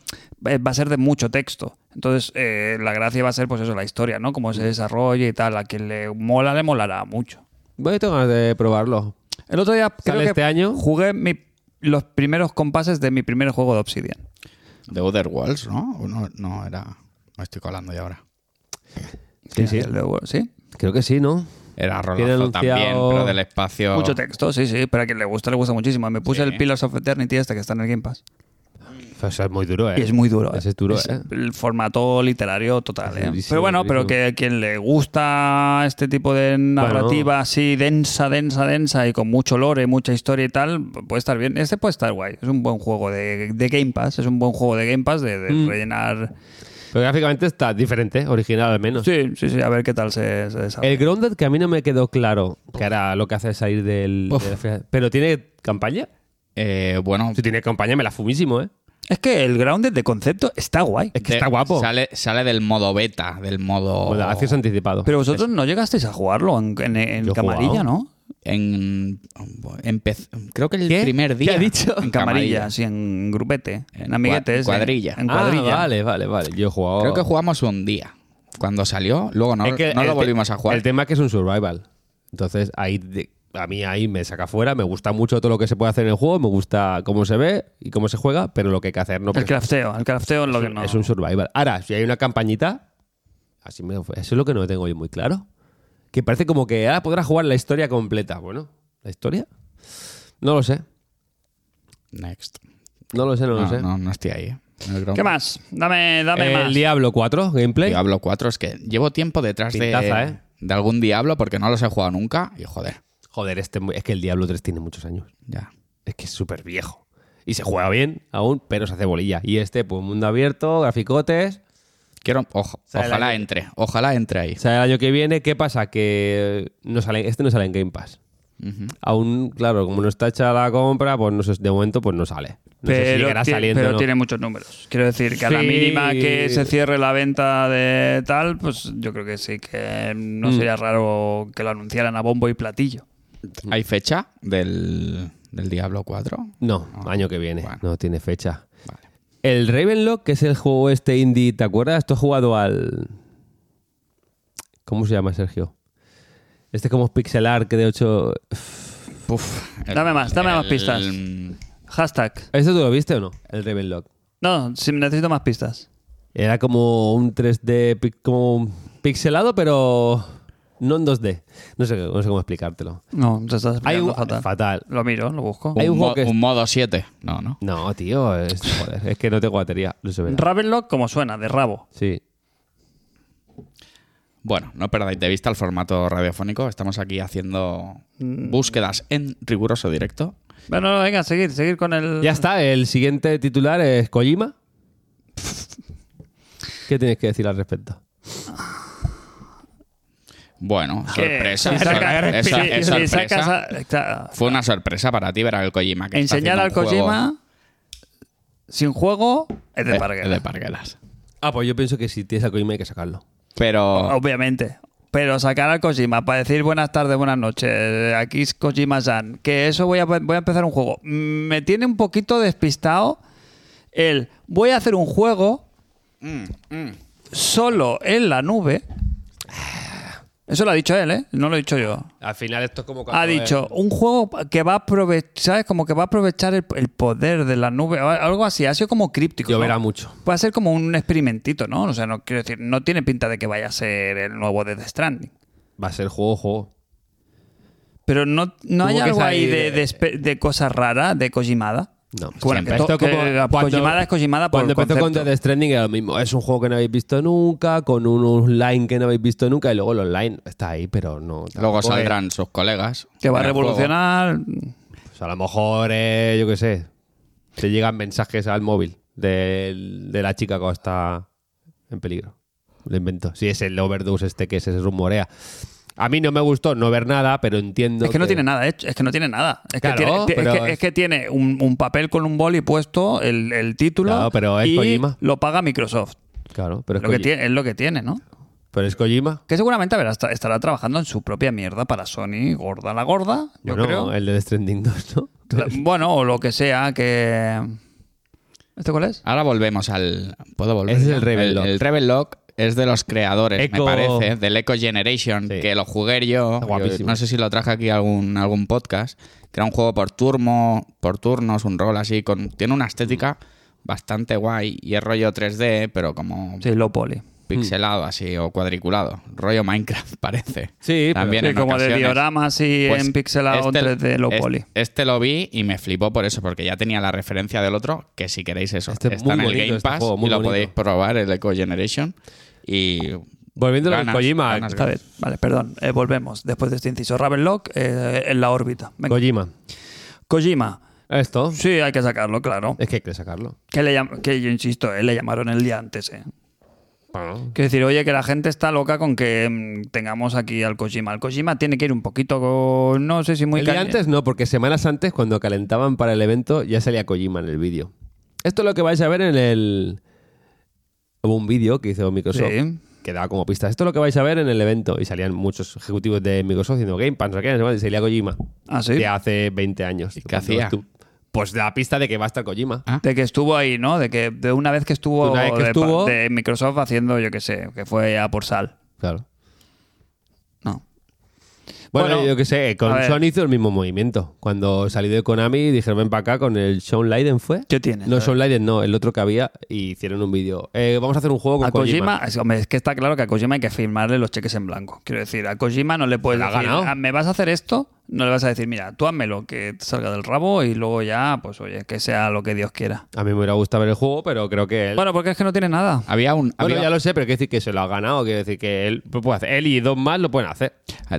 [SPEAKER 2] eh, va a ser de mucho texto. Entonces, eh, la gracia va a ser, pues eso, la historia, ¿no?
[SPEAKER 3] Mm.
[SPEAKER 2] Cómo se desarrolla y tal. A quien le mola, le molará mucho.
[SPEAKER 3] Bueno, tengo ganas de probarlo.
[SPEAKER 2] El otro día creo
[SPEAKER 3] ¿Sale
[SPEAKER 2] que
[SPEAKER 3] este año?
[SPEAKER 2] jugué mi- los primeros compases de mi primer juego de Obsidian.
[SPEAKER 4] The Other Worlds, ¿no? ¿O no, no era... Me estoy colando ya ahora.
[SPEAKER 3] Sí, sí.
[SPEAKER 2] El de Word, ¿sí?
[SPEAKER 3] Creo que sí, ¿no?
[SPEAKER 4] Era
[SPEAKER 3] Tiene
[SPEAKER 4] rolazo
[SPEAKER 3] anunciado-
[SPEAKER 4] también, pero del espacio...
[SPEAKER 2] Mucho texto, sí, sí. Pero a quien le gusta, le gusta muchísimo. Me puse
[SPEAKER 4] Sí.
[SPEAKER 2] el Pillars of Eternity este que está en el Game Pass.
[SPEAKER 3] O sea, es muy duro, ¿eh?
[SPEAKER 2] Y es muy duro. ¿eh?
[SPEAKER 3] Ese es duro, ¿eh?
[SPEAKER 2] El formato literario total.
[SPEAKER 3] Es
[SPEAKER 2] ¿eh?
[SPEAKER 3] durísimo,
[SPEAKER 2] Pero bueno,
[SPEAKER 3] durísimo.
[SPEAKER 2] pero que a quien le gusta este tipo de narrativa así densa, densa, densa y con mucho lore, mucha historia y tal, puede estar bien. Este puede estar guay. Es un buen juego de, de Game Pass. Es un buen juego de Game Pass de, de
[SPEAKER 3] Mm.
[SPEAKER 2] rellenar.
[SPEAKER 3] Pero gráficamente está diferente, original al menos.
[SPEAKER 2] Sí, sí, sí. A ver qué tal se, se desarrolla.
[SPEAKER 3] El Grounded que a mí no me quedó claro, que ahora lo que hace es salir del...
[SPEAKER 4] Uf.
[SPEAKER 3] de la fila- Pero tiene campaña.
[SPEAKER 4] Eh, bueno,
[SPEAKER 3] Si tiene campaña me la fumísimo, ¿eh?
[SPEAKER 2] Es que el Grounded de concepto está guay.
[SPEAKER 3] Es que
[SPEAKER 4] de-
[SPEAKER 3] está guapo. Pues
[SPEAKER 4] Sale, sale del modo beta, del modo...
[SPEAKER 3] Bueno, acceso anticipado.
[SPEAKER 2] Pero vosotros no llegasteis a jugarlo en, en- en
[SPEAKER 3] Yo he
[SPEAKER 2] camarilla,
[SPEAKER 3] jugado.
[SPEAKER 2] ¿no?
[SPEAKER 4] En, empez- creo que el
[SPEAKER 3] ¿Qué?
[SPEAKER 4] primer día.
[SPEAKER 3] ¿Qué ha dicho?
[SPEAKER 2] En camarilla, sí, en grupete, en
[SPEAKER 4] En
[SPEAKER 2] amiguetes.
[SPEAKER 4] cua- cuadrilla.
[SPEAKER 2] En, en cuadrilla.
[SPEAKER 3] Ah, vale, vale, vale. Yo he jugado...
[SPEAKER 4] Creo que jugamos un día. Cuando salió, luego no,
[SPEAKER 3] Es que
[SPEAKER 4] no
[SPEAKER 3] el
[SPEAKER 4] lo
[SPEAKER 3] te-
[SPEAKER 4] volvimos a jugar.
[SPEAKER 3] El tema es que es un survival. Entonces, ahí de- a mí ahí me saca fuera. Me gusta mucho todo lo que se puede hacer en el juego. Me gusta cómo se ve y cómo se juega. Pero lo que hay que hacer no...
[SPEAKER 2] El crafteo, el crafteo es lo que no.
[SPEAKER 3] Es un survival. Ahora, si hay una campañita, así me fue. Eso es lo que no tengo yo muy claro. Que parece como que ahora podrás jugar la historia completa. Bueno, ¿la historia? No lo sé.
[SPEAKER 4] Next.
[SPEAKER 3] No lo sé, no, lo
[SPEAKER 4] No,
[SPEAKER 3] sé.
[SPEAKER 4] no, no estoy ahí. eh. En el
[SPEAKER 2] ¿Qué
[SPEAKER 4] Ground-
[SPEAKER 2] más? Dame, dame
[SPEAKER 3] el
[SPEAKER 2] más.
[SPEAKER 3] Diablo 4, gameplay.
[SPEAKER 4] Diablo 4 es que llevo tiempo detrás de-
[SPEAKER 3] Pintaza,
[SPEAKER 4] de,
[SPEAKER 3] ¿eh?
[SPEAKER 4] algún Diablo porque no los he jugado nunca. Y joder,
[SPEAKER 3] Joder, este, es que el Diablo 3 tiene muchos años.
[SPEAKER 4] ya.
[SPEAKER 3] Es que es súper viejo. Y se juega bien aún, pero se hace bolilla. Y este, pues mundo abierto, graficotes.
[SPEAKER 4] Quiero, ojo-
[SPEAKER 3] Sale
[SPEAKER 4] ojalá
[SPEAKER 3] la-
[SPEAKER 4] entre, ojalá entre ahí.
[SPEAKER 3] O sea, el año que viene, ¿qué pasa? Que no sale, este no sale en Game Pass. Aún, claro, como no está hecha la compra, pues no sé, de momento pues no sale. No sé si
[SPEAKER 2] Pero,
[SPEAKER 3] llegará
[SPEAKER 2] ti-
[SPEAKER 3] saliendo.
[SPEAKER 2] pero
[SPEAKER 3] o no.
[SPEAKER 2] tiene muchos números. Quiero decir que a la
[SPEAKER 3] Sí.
[SPEAKER 2] mínima que se cierre la venta de tal, pues yo creo que sí que
[SPEAKER 3] Mm.
[SPEAKER 2] no sería raro que lo anunciaran a bombo y platillo.
[SPEAKER 4] ¿Hay fecha del, del Diablo 4?
[SPEAKER 3] No,
[SPEAKER 2] Ah,
[SPEAKER 3] año que viene.
[SPEAKER 4] Bueno.
[SPEAKER 3] No tiene fecha.
[SPEAKER 4] Vale.
[SPEAKER 3] El Ravenlock, que es el juego este indie, ¿te acuerdas? Tú has jugado al. ¿Cómo se llama, Sergio? Este como pixel art que de 8.
[SPEAKER 4] Puf, el-
[SPEAKER 2] Dame más, dame más pistas.
[SPEAKER 4] el-
[SPEAKER 2] Hashtag.
[SPEAKER 3] ¿Este tú lo viste o no? El Ravenlock.
[SPEAKER 2] No, sí, necesito más pistas.
[SPEAKER 3] Era como un 3D pi- como pixelado, pero no en 2D. No sé, no sé cómo explicártelo.
[SPEAKER 2] No, te estás
[SPEAKER 3] Hay
[SPEAKER 2] explicando
[SPEAKER 3] un-
[SPEAKER 2] fatal.
[SPEAKER 3] fatal.
[SPEAKER 2] Lo miro, lo busco.
[SPEAKER 3] Hay
[SPEAKER 4] un,
[SPEAKER 3] un
[SPEAKER 4] mo-
[SPEAKER 3] juego que es-
[SPEAKER 4] un modo 7. No, no.
[SPEAKER 3] No, tío, es, joder, es que no tengo batería. No se verá.
[SPEAKER 2] Ravenlock, como suena, de rabo.
[SPEAKER 3] Sí.
[SPEAKER 4] Bueno, no perdáis de vista el formato radiofónico. Estamos aquí haciendo
[SPEAKER 3] Mm.
[SPEAKER 4] búsquedas en riguroso directo.
[SPEAKER 2] Bueno, venga, seguir, seguir con el.
[SPEAKER 3] Ya está, el siguiente titular es Kojima. ¿Qué tienes que decir al respecto?
[SPEAKER 4] Bueno,
[SPEAKER 2] Que
[SPEAKER 4] sorpresa.
[SPEAKER 2] si
[SPEAKER 4] sor-
[SPEAKER 2] saca-
[SPEAKER 4] es sor-
[SPEAKER 2] si-
[SPEAKER 4] es
[SPEAKER 2] si
[SPEAKER 4] sorpresa.
[SPEAKER 2] sacas a- está-
[SPEAKER 4] Fue una sorpresa para ti ver al Kojima. Que está
[SPEAKER 2] enseñar al
[SPEAKER 4] haciendo un juego-
[SPEAKER 2] Kojima sin juego es de
[SPEAKER 4] Eh,
[SPEAKER 2] parguela.
[SPEAKER 4] de parguelas.
[SPEAKER 3] Ah, pues yo pienso que si tienes a Kojima hay que sacarlo.
[SPEAKER 2] Oh,
[SPEAKER 4] Pero
[SPEAKER 2] Obviamente. Pero sacar al Kojima para decir buenas tardes, buenas noches, eh, aquí es Kojima-san, que eso voy a, voy a empezar un juego. Mm, Me tiene un poquito despistado el voy a hacer un juego solo en la nube. Eso lo ha dicho él, ¿eh? No lo he dicho yo.
[SPEAKER 3] Al final esto es como
[SPEAKER 2] Ha dicho, un juego que va a aprovechar, ¿sabes? Como que va a aprovechar el, el poder de la nube, o algo así. Ha sido como críptico.
[SPEAKER 3] Lloverá
[SPEAKER 2] ¿no?
[SPEAKER 3] mucho.
[SPEAKER 2] Va a ser como un experimentito, ¿no? O sea, no quiero decir, no tiene pinta de que vaya a ser el nuevo Death Stranding.
[SPEAKER 3] Va a ser juego, juego.
[SPEAKER 2] Pero no, no hay
[SPEAKER 3] Tuvo que
[SPEAKER 2] algo ahí
[SPEAKER 3] salir,
[SPEAKER 2] de, de,
[SPEAKER 3] eh,
[SPEAKER 2] espe- de cosa rara, de Kojimada.
[SPEAKER 3] No,
[SPEAKER 2] Bueno,
[SPEAKER 3] siempre.
[SPEAKER 2] que to-
[SPEAKER 3] Esto como
[SPEAKER 2] que la Kojimada es Kojimada por
[SPEAKER 3] Cuando
[SPEAKER 2] el
[SPEAKER 3] empezó con
[SPEAKER 2] concepto.
[SPEAKER 3] Death Stranding era lo mismo. Es un juego que no habéis visto nunca, con un online que no habéis visto nunca, y luego el online está ahí, pero no. tampoco
[SPEAKER 4] luego
[SPEAKER 3] es-
[SPEAKER 4] saldrán sus colegas.
[SPEAKER 2] Que va a
[SPEAKER 4] en el juego.
[SPEAKER 2] revolucionar.
[SPEAKER 3] Pues a lo mejor, eh, yo qué sé, te llegan mensajes al móvil del- de, la chica que está en peligro. Lo invento. Si es el overdose este que se rumorea. A mí no me gustó no ver nada, pero entiendo.
[SPEAKER 2] es que no tiene nada hecho, es que no tiene nada. Es,
[SPEAKER 3] Claro,
[SPEAKER 2] que, tiene, ti- es
[SPEAKER 3] pero
[SPEAKER 2] que-
[SPEAKER 3] es-
[SPEAKER 2] es que tiene un, un papel con un boli puesto, el, el título,
[SPEAKER 3] Claro, pero es
[SPEAKER 2] y
[SPEAKER 3] Kojima.
[SPEAKER 2] lo paga Microsoft.
[SPEAKER 3] Claro, pero es,
[SPEAKER 2] Lo que
[SPEAKER 3] Koji-
[SPEAKER 2] tiene, es lo que tiene, ¿no?
[SPEAKER 3] pero es Kojima.
[SPEAKER 2] Que seguramente habrá- esta- estará trabajando en su propia mierda para Sony, gorda la gorda, yo
[SPEAKER 3] Bueno,
[SPEAKER 2] creo.
[SPEAKER 3] el de Death Stranding 2, ¿no?
[SPEAKER 2] La- Bueno, o lo que sea, que... ¿Este cuál es?
[SPEAKER 4] Ahora volvemos al. ¿Puedo volver?
[SPEAKER 3] Ese es
[SPEAKER 4] ya?
[SPEAKER 3] el Rebel Lock.
[SPEAKER 4] El Rebel Lock es de los creadores,
[SPEAKER 3] Echo.
[SPEAKER 4] me parece, del Echo Generation,
[SPEAKER 3] Sí.
[SPEAKER 4] que lo jugué yo.
[SPEAKER 3] Está guapísimo.
[SPEAKER 4] Yo No sé si lo traje aquí algún algún podcast, que era un juego por turno, por turnos, un rol así. con Tiene una estética bastante guay y es rollo 3D, pero como
[SPEAKER 2] Sí, Low Poly.
[SPEAKER 4] pixelado así o cuadriculado. Rollo Minecraft parece.
[SPEAKER 3] Sí,
[SPEAKER 4] También
[SPEAKER 2] Sí,
[SPEAKER 4] en
[SPEAKER 2] como de
[SPEAKER 4] ocasiones.
[SPEAKER 2] dioramas y
[SPEAKER 4] Pues
[SPEAKER 2] en pixelado
[SPEAKER 4] este-
[SPEAKER 2] 3D Low
[SPEAKER 4] es-
[SPEAKER 2] Poly.
[SPEAKER 4] Este lo vi y me flipó por eso, porque ya tenía la referencia del otro, que si queréis eso,
[SPEAKER 3] Este es
[SPEAKER 4] está en
[SPEAKER 3] muy
[SPEAKER 4] el
[SPEAKER 3] bonito,
[SPEAKER 4] Game
[SPEAKER 3] este
[SPEAKER 4] Pass
[SPEAKER 3] juego, muy
[SPEAKER 4] y lo
[SPEAKER 3] bonito.
[SPEAKER 4] podéis probar, el Eco Generation. Y
[SPEAKER 3] Volviendo a lo de
[SPEAKER 4] Ganas,
[SPEAKER 3] Kojima.
[SPEAKER 4] ganas,
[SPEAKER 2] Está bien, vale, perdón. eh, volvemos después de este inciso. Ravenlock eh, en la órbita. Venga.
[SPEAKER 3] Kojima.
[SPEAKER 2] Kojima.
[SPEAKER 3] Esto.
[SPEAKER 2] Sí, hay que sacarlo, claro.
[SPEAKER 3] Es que hay que sacarlo.
[SPEAKER 2] Que, le llam- que yo insisto, eh, le llamaron el día antes, ¿eh? Quiero decir, oye, que la gente está loca con que mm, tengamos aquí al Kojima. El Kojima tiene que ir un poquito con. No sé si muy
[SPEAKER 3] El día
[SPEAKER 2] cañe-
[SPEAKER 3] antes no, porque semanas antes, cuando calentaban para el evento, ya salía Kojima en el vídeo. Esto es lo que vais a ver en el. Hubo un vídeo que hizo Microsoft
[SPEAKER 2] Sí.
[SPEAKER 3] que daba como pista. Esto es lo que vais a ver en el evento. Y salían muchos ejecutivos de Microsoft diciendo Game Pass, no sé qué, no sé cuánto, y salía Kojima.
[SPEAKER 2] Ah, sí.
[SPEAKER 3] De hace 20 años.
[SPEAKER 4] qué hacía?
[SPEAKER 3] Pues la pista de que va a estar Kojima.
[SPEAKER 4] Ah.
[SPEAKER 2] De que estuvo ahí, ¿no? De que de una vez que estuvo,
[SPEAKER 3] De una vez que
[SPEAKER 2] de, pa-
[SPEAKER 3] estuvo.
[SPEAKER 2] de Microsoft haciendo, yo qué sé, que fue a por sal.
[SPEAKER 3] Claro.
[SPEAKER 2] No.
[SPEAKER 3] Bueno,
[SPEAKER 2] Bueno,
[SPEAKER 3] yo qué sé,
[SPEAKER 2] a
[SPEAKER 3] con
[SPEAKER 2] ver.
[SPEAKER 3] Sony hizo el mismo movimiento. Cuando salí de Konami, dijeron ven para acá con el Sean Leiden, ¿fue?
[SPEAKER 2] ¿Qué tiene?
[SPEAKER 3] No, Sean Leiden no, el otro que había, y hicieron un vídeo. Eh, vamos a hacer un juego con
[SPEAKER 2] A Kojima,
[SPEAKER 3] Kojima.
[SPEAKER 2] es, hombre, es que está claro que a Kojima hay que firmarle los cheques en blanco. Quiero decir, a Kojima no le puedes
[SPEAKER 3] Se la ha
[SPEAKER 2] decir,
[SPEAKER 3] ganado.
[SPEAKER 2] "Ah, ¿me vas a hacer esto? No le vas a decir, mira, tú házmelo, que te salga del rabo y luego ya, pues oye, que sea lo que Dios quiera.
[SPEAKER 3] A mí me hubiera gustado ver el juego, pero creo que él... Bueno,
[SPEAKER 2] Bueno, porque es que no tiene nada.
[SPEAKER 4] había un, había,
[SPEAKER 3] ya lo sé, pero quiero decir que se lo ha ganado. Quiero decir que él lo puede hacer. Él y dos más lo pueden hacer.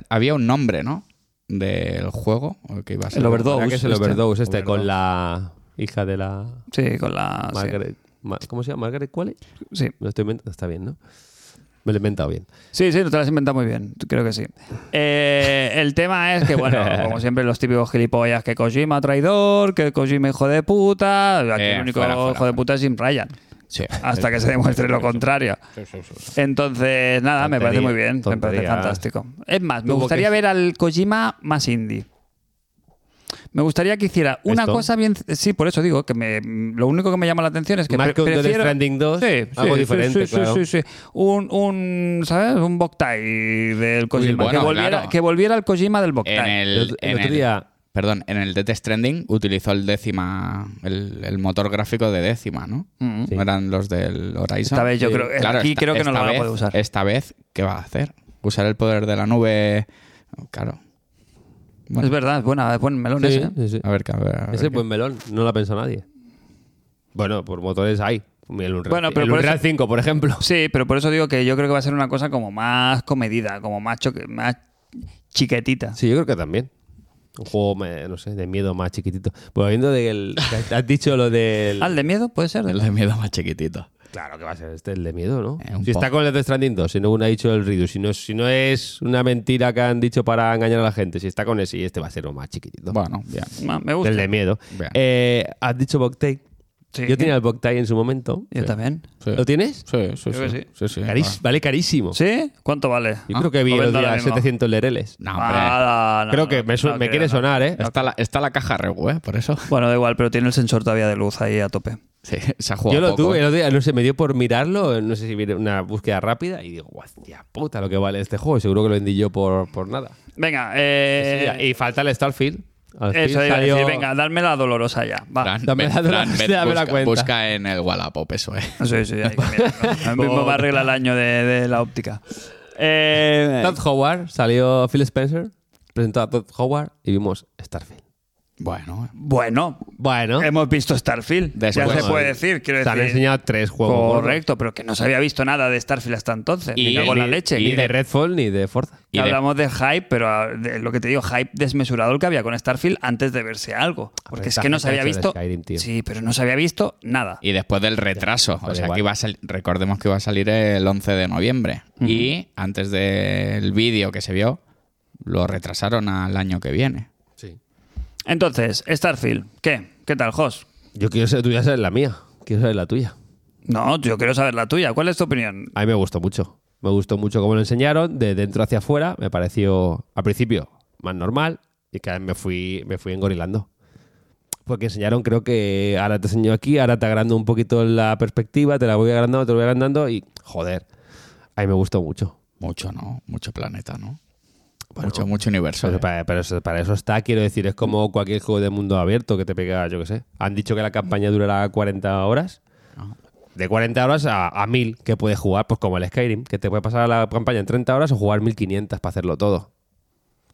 [SPEAKER 4] había un nombre, ¿no? Del juego. o que iba a ser-
[SPEAKER 2] El Overdose.
[SPEAKER 3] Ahora que es el
[SPEAKER 2] este.
[SPEAKER 3] overdose este, con la hija de la...
[SPEAKER 2] Sí, con la. Ah, sí,
[SPEAKER 3] Margaret... Ma- ¿Cómo se llama? ¿Margaret Qualley?
[SPEAKER 2] Sí.
[SPEAKER 3] Me lo estoy inventando. Está bien, ¿no? Me lo he inventado bien.
[SPEAKER 2] Sí, sí, te lo has inventado muy bien, creo que sí. Eh, el tema es que, bueno, como siempre, los típicos gilipollas que Kojima traidor, que Kojima hijo de puta, aquí
[SPEAKER 4] Eh,
[SPEAKER 2] el único
[SPEAKER 4] fuera, fuera,
[SPEAKER 2] hijo de puta es Jim Ryan,
[SPEAKER 4] Sí.
[SPEAKER 2] hasta que se demuestre lo contrario. Entonces, nada, me
[SPEAKER 3] Tontería,
[SPEAKER 2] parece muy bien, me parece
[SPEAKER 3] tontería.
[SPEAKER 2] fantástico. Es más, me
[SPEAKER 3] Tuvo
[SPEAKER 2] gustaría
[SPEAKER 3] que-
[SPEAKER 2] ver al Kojima más indie. Me gustaría que hiciera una
[SPEAKER 3] ¿Esto?
[SPEAKER 2] cosa bien. Sí, por eso digo que me, lo único que me llama la atención es que
[SPEAKER 3] Más
[SPEAKER 2] pre-
[SPEAKER 3] que un Death
[SPEAKER 2] prefiero-
[SPEAKER 3] Stranding 2, algo diferente,
[SPEAKER 2] sí, sí,
[SPEAKER 3] claro.
[SPEAKER 2] sí, sí. Un, un, ¿sabes? Un Boktai del Kojima.
[SPEAKER 4] bueno,
[SPEAKER 2] que, volviera,
[SPEAKER 4] claro.
[SPEAKER 2] que volviera el Kojima del Boktai.
[SPEAKER 4] En el,
[SPEAKER 3] El otro- el
[SPEAKER 4] en
[SPEAKER 3] otro
[SPEAKER 4] el-
[SPEAKER 3] día-
[SPEAKER 4] Perdón, en el Death Stranding utilizó el décima, el, el motor gráfico de décima, ¿no?
[SPEAKER 2] Mm.
[SPEAKER 4] No eran los del Horizon.
[SPEAKER 2] Esta vez yo
[SPEAKER 4] Sí.
[SPEAKER 2] creo- aquí creo que no lo van a
[SPEAKER 4] vez-
[SPEAKER 2] poder usar.
[SPEAKER 4] Esta vez, ¿qué va a hacer? Usar el poder de la nube. Claro. Bueno,
[SPEAKER 2] Es verdad, es buena, es buen melón ese. ¿eh?
[SPEAKER 3] sí, sí.
[SPEAKER 4] A ver, qué- a ver, a ver
[SPEAKER 3] Ese
[SPEAKER 4] qué-
[SPEAKER 3] buen melón, no lo ha pensado nadie. Bueno, por motores hay. El Unreal,
[SPEAKER 2] Bueno, pero
[SPEAKER 3] el
[SPEAKER 2] por
[SPEAKER 3] Unreal
[SPEAKER 2] eso-
[SPEAKER 3] 5, por ejemplo.
[SPEAKER 2] Sí, pero por eso digo que yo creo que va a ser una cosa como más comedida, como más, choque- más chiquetita.
[SPEAKER 3] Sí, yo creo que también. Un juego, me- no sé, de miedo más chiquitito. Volviendo del. que Has dicho lo del.
[SPEAKER 2] Ah, ¿el de miedo? ¿Puede ser?
[SPEAKER 4] El de miedo más chiquitito.
[SPEAKER 3] Claro que va a ser este el de miedo, ¿no?
[SPEAKER 4] Eh, un
[SPEAKER 3] si está
[SPEAKER 4] poco.
[SPEAKER 3] con el de Stranding 2, si no uno ha dicho el Ridu, si no, si no es una mentira que han dicho para engañar a la gente, si está con ese, y este va a ser lo más chiquitito.
[SPEAKER 4] Bueno, bien.
[SPEAKER 2] Ah, Me gusta.
[SPEAKER 3] del de miedo.
[SPEAKER 4] Bien.
[SPEAKER 3] Eh, has dicho Boktai.
[SPEAKER 2] Sí.
[SPEAKER 3] Yo tenía el Boktai en su momento.
[SPEAKER 2] Yo también.
[SPEAKER 4] Sí.
[SPEAKER 3] ¿Lo tienes?
[SPEAKER 4] Sí,
[SPEAKER 2] Creo
[SPEAKER 4] sí, sí.
[SPEAKER 2] que sí.
[SPEAKER 4] Sí, sí,
[SPEAKER 3] Carís-
[SPEAKER 4] claro.
[SPEAKER 3] Vale carísimo.
[SPEAKER 2] ¿Sí? ¿Cuánto vale?
[SPEAKER 3] Yo creo que vi
[SPEAKER 2] Lo
[SPEAKER 3] el
[SPEAKER 2] vendo
[SPEAKER 3] otro día
[SPEAKER 2] ahora mismo.
[SPEAKER 3] 700 lereles.
[SPEAKER 4] No, hombre.
[SPEAKER 2] Ah, no,
[SPEAKER 3] creo
[SPEAKER 2] no,
[SPEAKER 3] que me, su-
[SPEAKER 2] no
[SPEAKER 3] me
[SPEAKER 2] creo,
[SPEAKER 3] quiere
[SPEAKER 2] no.
[SPEAKER 3] sonar, ¿eh?
[SPEAKER 4] Está la, está la caja Regu, ¿eh? Por eso.
[SPEAKER 2] Bueno, da igual, pero tiene el sensor todavía de luz ahí a tope.
[SPEAKER 4] Sí, se ha
[SPEAKER 3] Yo
[SPEAKER 4] jugado
[SPEAKER 3] lo
[SPEAKER 4] poco,
[SPEAKER 3] tuve,
[SPEAKER 4] ¿eh?
[SPEAKER 3] el otro día, no sé, me dio por mirarlo, no sé si vi una búsqueda rápida y digo, hostia puta, lo que vale este juego, y seguro que lo vendí yo por, por nada.
[SPEAKER 2] Venga,
[SPEAKER 3] Sí,
[SPEAKER 2] eh,
[SPEAKER 3] y falta el Starfield. Al fin
[SPEAKER 2] eso iba a
[SPEAKER 3] salió-
[SPEAKER 2] decir, venga, darme la dolorosa ya. Va.
[SPEAKER 4] Fran,
[SPEAKER 3] Dame
[SPEAKER 4] ven,
[SPEAKER 3] la-
[SPEAKER 4] Fran,
[SPEAKER 3] dame
[SPEAKER 4] ven,
[SPEAKER 3] la
[SPEAKER 4] busca,
[SPEAKER 3] cuenta.
[SPEAKER 4] busca en el Wallapop eso, ¿eh?
[SPEAKER 2] Sí, sí, hay que mirarlo. A mí mismo me arregla el año de, de la óptica. Eh,
[SPEAKER 3] Todd Howard, salió Phil Spencer, presentó a Todd Howard y vimos Starfield.
[SPEAKER 4] Bueno,
[SPEAKER 2] bueno,
[SPEAKER 3] Bueno,
[SPEAKER 2] hemos visto Starfield.
[SPEAKER 4] Después.
[SPEAKER 2] ya se puede decir, Eh, quiero
[SPEAKER 3] se han
[SPEAKER 2] decir.
[SPEAKER 3] enseñado tres juegos.
[SPEAKER 2] Correcto, pero que no se había visto nada de Starfield hasta entonces.
[SPEAKER 4] Y-
[SPEAKER 2] Y, con la leche.
[SPEAKER 3] Ni
[SPEAKER 2] que-
[SPEAKER 3] de Redfall ni de Forza.
[SPEAKER 4] y de-
[SPEAKER 2] hablamos de hype, pero ah, de lo que te digo, hype desmesurado el que había con Starfield antes de verse algo. Porque es
[SPEAKER 3] Ah, esta
[SPEAKER 2] que no
[SPEAKER 3] gente
[SPEAKER 2] se
[SPEAKER 3] ha
[SPEAKER 2] había
[SPEAKER 3] hecho el
[SPEAKER 2] visto.
[SPEAKER 3] Skyrim, tío.
[SPEAKER 2] sí, pero no se había visto nada.
[SPEAKER 4] Y después del retraso.
[SPEAKER 3] pero
[SPEAKER 4] O sea,
[SPEAKER 3] igual.
[SPEAKER 4] que iba a sali- recordemos que iba a salir el 11 de noviembre. Y antes del vídeo que se vio, lo retrasaron al año que viene.
[SPEAKER 3] Sí.
[SPEAKER 2] Entonces, Starfield, ¿qué? ¿Qué tal, Jos?
[SPEAKER 3] Yo quiero saber, tú ya sabes la mía, quiero saber la tuya.
[SPEAKER 2] No, yo quiero saber la tuya. ¿Cuál es tu opinión?
[SPEAKER 3] A mí me gustó mucho. Me gustó mucho cómo lo enseñaron, de dentro hacia afuera. Me pareció, al principio, más normal y cada vez me fui, me fui engorilando. Porque enseñaron, creo que ahora te enseño aquí, ahora te agrando un poquito la perspectiva, te la voy agrandando, te la voy agrandando y, joder, a mí me gustó mucho.
[SPEAKER 4] Mucho, ¿no? Mucho planeta, ¿no? mucho, mucho universo.
[SPEAKER 3] Pero
[SPEAKER 4] ¿eh?
[SPEAKER 3] para, pero eso- para eso está, quiero decir, es como cualquier juego de mundo abierto que te pega, yo qué sé. Han dicho que la campaña durará 40 horas.
[SPEAKER 2] Ah.
[SPEAKER 3] De 40 horas a, a 1000 que puedes jugar, pues como el Skyrim, que te puede pasar la campaña en 30 horas o jugar 1500 para hacerlo todo.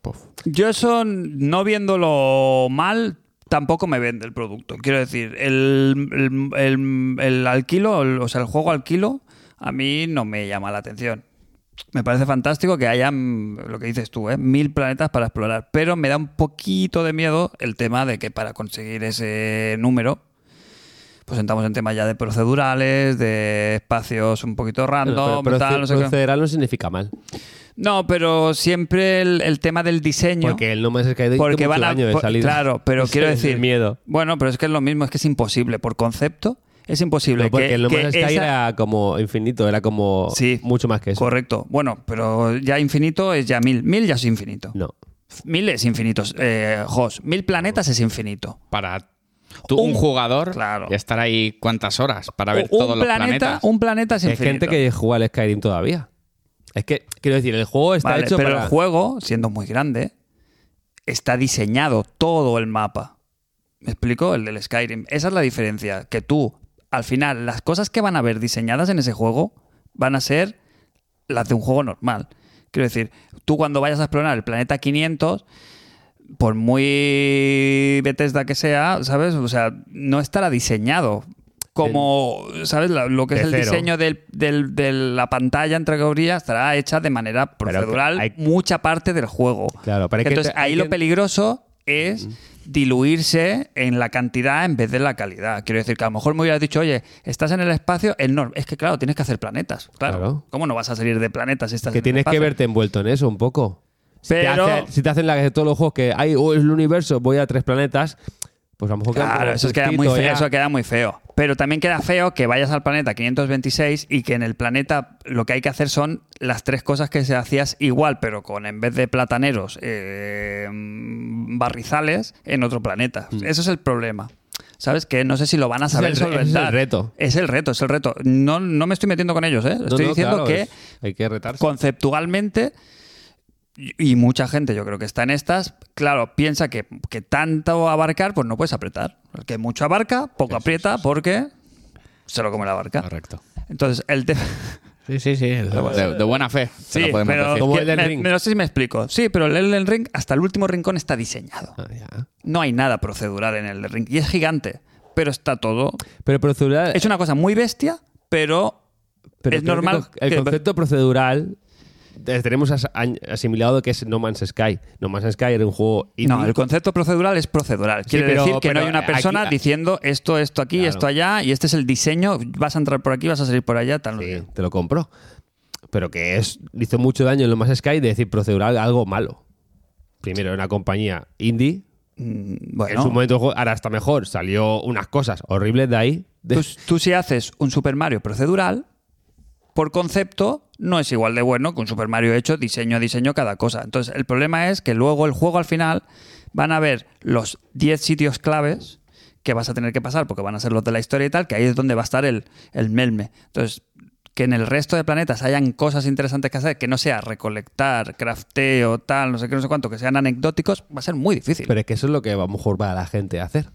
[SPEAKER 4] Puf.
[SPEAKER 2] Yo eso, no viéndolo mal, tampoco me vende el producto. Quiero decir, el, el, el- el al kilo, el- o sea, el juego al kilo, a mí no me llama la atención. Me parece fantástico que haya, mm, lo que dices tú, ¿eh? mil planetas para explorar, pero me da un poquito de miedo el tema de que para conseguir ese número, pues entramos en temas ya de procedurales, de espacios un poquito random,
[SPEAKER 3] pero
[SPEAKER 2] tal, no sé qué.
[SPEAKER 3] procederal no significa mal.
[SPEAKER 2] No, pero siempre el, el tema del diseño...
[SPEAKER 3] Porque el No Man's Sky tiene
[SPEAKER 2] Porque
[SPEAKER 3] mucho
[SPEAKER 2] van a.
[SPEAKER 3] año de
[SPEAKER 2] por-
[SPEAKER 3] salida.
[SPEAKER 2] Claro, pero
[SPEAKER 3] Ese
[SPEAKER 2] quiero
[SPEAKER 3] es el
[SPEAKER 2] decir.
[SPEAKER 3] miedo.
[SPEAKER 2] Bueno, pero es que es lo mismo, es que es imposible. Por concepto, es imposible.
[SPEAKER 3] No, porque
[SPEAKER 2] que,
[SPEAKER 3] el No
[SPEAKER 2] que
[SPEAKER 3] Man's Sky
[SPEAKER 2] esa-
[SPEAKER 3] era como infinito, era como
[SPEAKER 2] Sí.
[SPEAKER 3] mucho más que eso.
[SPEAKER 2] Correcto. Bueno, pero ya infinito es ya mil. Mil ya es infinito.
[SPEAKER 3] No.
[SPEAKER 2] Mil es infinito, eh, Jos. Mil planetas es infinito.
[SPEAKER 4] Para tú, un,
[SPEAKER 2] Un-
[SPEAKER 4] jugador
[SPEAKER 2] claro.
[SPEAKER 4] y estar ahí cuántas horas para ver
[SPEAKER 2] un
[SPEAKER 4] todos los
[SPEAKER 2] planeta,
[SPEAKER 4] planetas.
[SPEAKER 2] Un planeta es
[SPEAKER 3] Es
[SPEAKER 2] infinito.
[SPEAKER 3] gente que juega al Skyrim todavía. Es que, quiero decir, el juego está
[SPEAKER 2] Vale,
[SPEAKER 3] hecho
[SPEAKER 2] pero
[SPEAKER 3] para...
[SPEAKER 2] el juego, siendo muy grande, está diseñado todo el mapa. ¿Me explico? El del Skyrim. Esa es la diferencia. Que tú, al final, las cosas que van a ver diseñadas en ese juego van a ser las de un juego normal. Quiero decir, tú cuando vayas a explorar el planeta 500, por muy Bethesda que sea, ¿sabes? O sea, no estará diseñado como, ¿sabes? La- Lo que
[SPEAKER 3] de
[SPEAKER 2] es el
[SPEAKER 3] cero.
[SPEAKER 2] diseño del- del- de la pantalla, entre comillas, estará hecha de manera
[SPEAKER 3] Pero
[SPEAKER 2] procedural
[SPEAKER 3] hay-
[SPEAKER 2] mucha parte del juego.
[SPEAKER 3] Claro, pero hay que
[SPEAKER 2] Entonces,
[SPEAKER 3] te- hay
[SPEAKER 2] ahí lo
[SPEAKER 3] que-
[SPEAKER 2] peligroso es diluirse en la cantidad en vez de la calidad. Quiero decir que a lo mejor me hubieras dicho, oye, estás en el espacio, el nor- es que claro, tienes que hacer planetas. Claro.
[SPEAKER 3] Claro.
[SPEAKER 2] ¿Cómo no vas a salir de planetas si estás en
[SPEAKER 3] Que
[SPEAKER 2] el
[SPEAKER 3] tienes que
[SPEAKER 2] espacio?
[SPEAKER 3] verte envuelto en eso un poco. Si te
[SPEAKER 2] Pero-
[SPEAKER 3] hacen- si te hacen la de todos los juegos que hay, o es el universo, voy a tres planetas, pues a lo mejor queda
[SPEAKER 2] Claro,
[SPEAKER 3] como
[SPEAKER 2] eso, es queda muy
[SPEAKER 3] justito
[SPEAKER 2] feo,
[SPEAKER 3] ya.
[SPEAKER 2] eso queda muy feo. Pero también queda feo que vayas al planeta 526 y que en el planeta lo que hay que hacer son las tres cosas que se hacías igual, pero con en vez de plataneros, eh, barrizales en otro planeta. Eso es el problema. ¿Sabes? Que no sé si lo van a
[SPEAKER 3] Mm. es
[SPEAKER 2] saber
[SPEAKER 3] el re- ese es el
[SPEAKER 2] solventar.
[SPEAKER 3] reto.
[SPEAKER 2] Es el reto, es el reto. No, no me estoy metiendo con ellos, ¿eh?
[SPEAKER 3] No,
[SPEAKER 2] Estoy
[SPEAKER 3] no,
[SPEAKER 2] diciendo
[SPEAKER 3] claro,
[SPEAKER 2] que
[SPEAKER 3] es- hay que retarse.
[SPEAKER 2] conceptualmente y y mucha gente yo creo que está en estas claro piensa que, que tanto abarcar pues no puedes apretar el que mucho abarca poco aprieta porque se lo come la barca
[SPEAKER 4] Correcto.
[SPEAKER 2] entonces el tema
[SPEAKER 3] Sí, sí, sí.
[SPEAKER 4] De, de buena fe. se
[SPEAKER 2] Sí,
[SPEAKER 4] lo podemos
[SPEAKER 2] pero,
[SPEAKER 4] decir.
[SPEAKER 3] Como Elden
[SPEAKER 2] me-
[SPEAKER 3] Ring.
[SPEAKER 2] me- no sé si me explico. Sí, pero el Elden Ring hasta el último rincón está diseñado.
[SPEAKER 3] Ah, ya.
[SPEAKER 2] No hay nada procedural en el Elden Ring. Y es gigante, pero está todo...
[SPEAKER 3] Pero procedural.
[SPEAKER 2] Es una cosa muy bestia, pero...
[SPEAKER 3] pero
[SPEAKER 2] es
[SPEAKER 3] creo que
[SPEAKER 2] normal
[SPEAKER 3] co- El
[SPEAKER 2] que-
[SPEAKER 3] concepto procedural. eh, Tenemos as- añ- asimilado que es No Man's Sky. No Man's Sky era un juego. indie.
[SPEAKER 2] No, el concepto procedural es procedural. Quiere
[SPEAKER 3] pero-
[SPEAKER 2] decir que
[SPEAKER 3] pero
[SPEAKER 2] no hay una
[SPEAKER 3] aquí-
[SPEAKER 2] persona diciendo esto, esto aquí,
[SPEAKER 3] Claro.
[SPEAKER 2] esto allá, y este es el diseño, vas a entrar por aquí, vas a salir por allá, tal.
[SPEAKER 3] Sí, te lo compro. Pero que es, le hizo mucho daño en No Man's Sky de decir procedural algo malo. Primero, era una compañía indie.
[SPEAKER 2] Mm, Bueno,
[SPEAKER 3] En su momento, jo- ahora está mejor. Salió unas cosas horribles de ahí. De-
[SPEAKER 2] tú, tú si haces un Super Mario procedural, por concepto, no es igual de bueno que un Super Mario hecho diseño a diseño cada cosa. Entonces, el problema es que luego el juego al final van a ver los 10 sitios claves que vas a tener que pasar, porque van a ser los de la historia y tal, que ahí es donde va a estar el, el melme. Entonces, que en el resto de planetas hayan cosas interesantes que hacer, que no sea recolectar, crafteo, tal, no sé qué, no sé cuánto, que sean anecdóticos, va a ser muy difícil.
[SPEAKER 3] Pero es que eso es lo que a lo mejor va a la gente a hacer.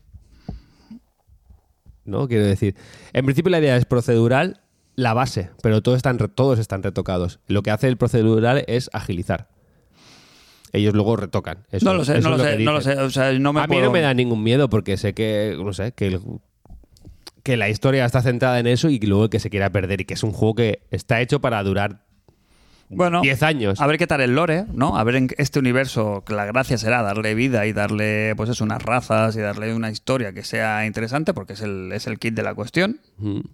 [SPEAKER 3] ¿No? Quiero decir, en principio la idea es procedural, la base, pero todos están, re- todos están retocados. Lo que hace el procedural es agilizar. Ellos luego retocan. Eso-
[SPEAKER 2] no lo sé,
[SPEAKER 3] eso
[SPEAKER 2] no
[SPEAKER 3] es
[SPEAKER 2] lo, sé,
[SPEAKER 3] que
[SPEAKER 2] no lo
[SPEAKER 3] dicen.
[SPEAKER 2] sé, o sea, no me
[SPEAKER 3] a mí no
[SPEAKER 2] puedo-
[SPEAKER 3] me da ningún miedo porque sé que, no sé, que, el- que la historia está centrada en eso y luego que se quiera perder y que es un juego que está hecho para durar
[SPEAKER 2] Bueno,
[SPEAKER 3] 10 años.
[SPEAKER 2] A ver qué tal el lore, ¿no? A ver en este universo, que la gracia será darle vida y darle, pues eso, unas razas y darle una historia que sea interesante, porque es el, es el kit de la cuestión,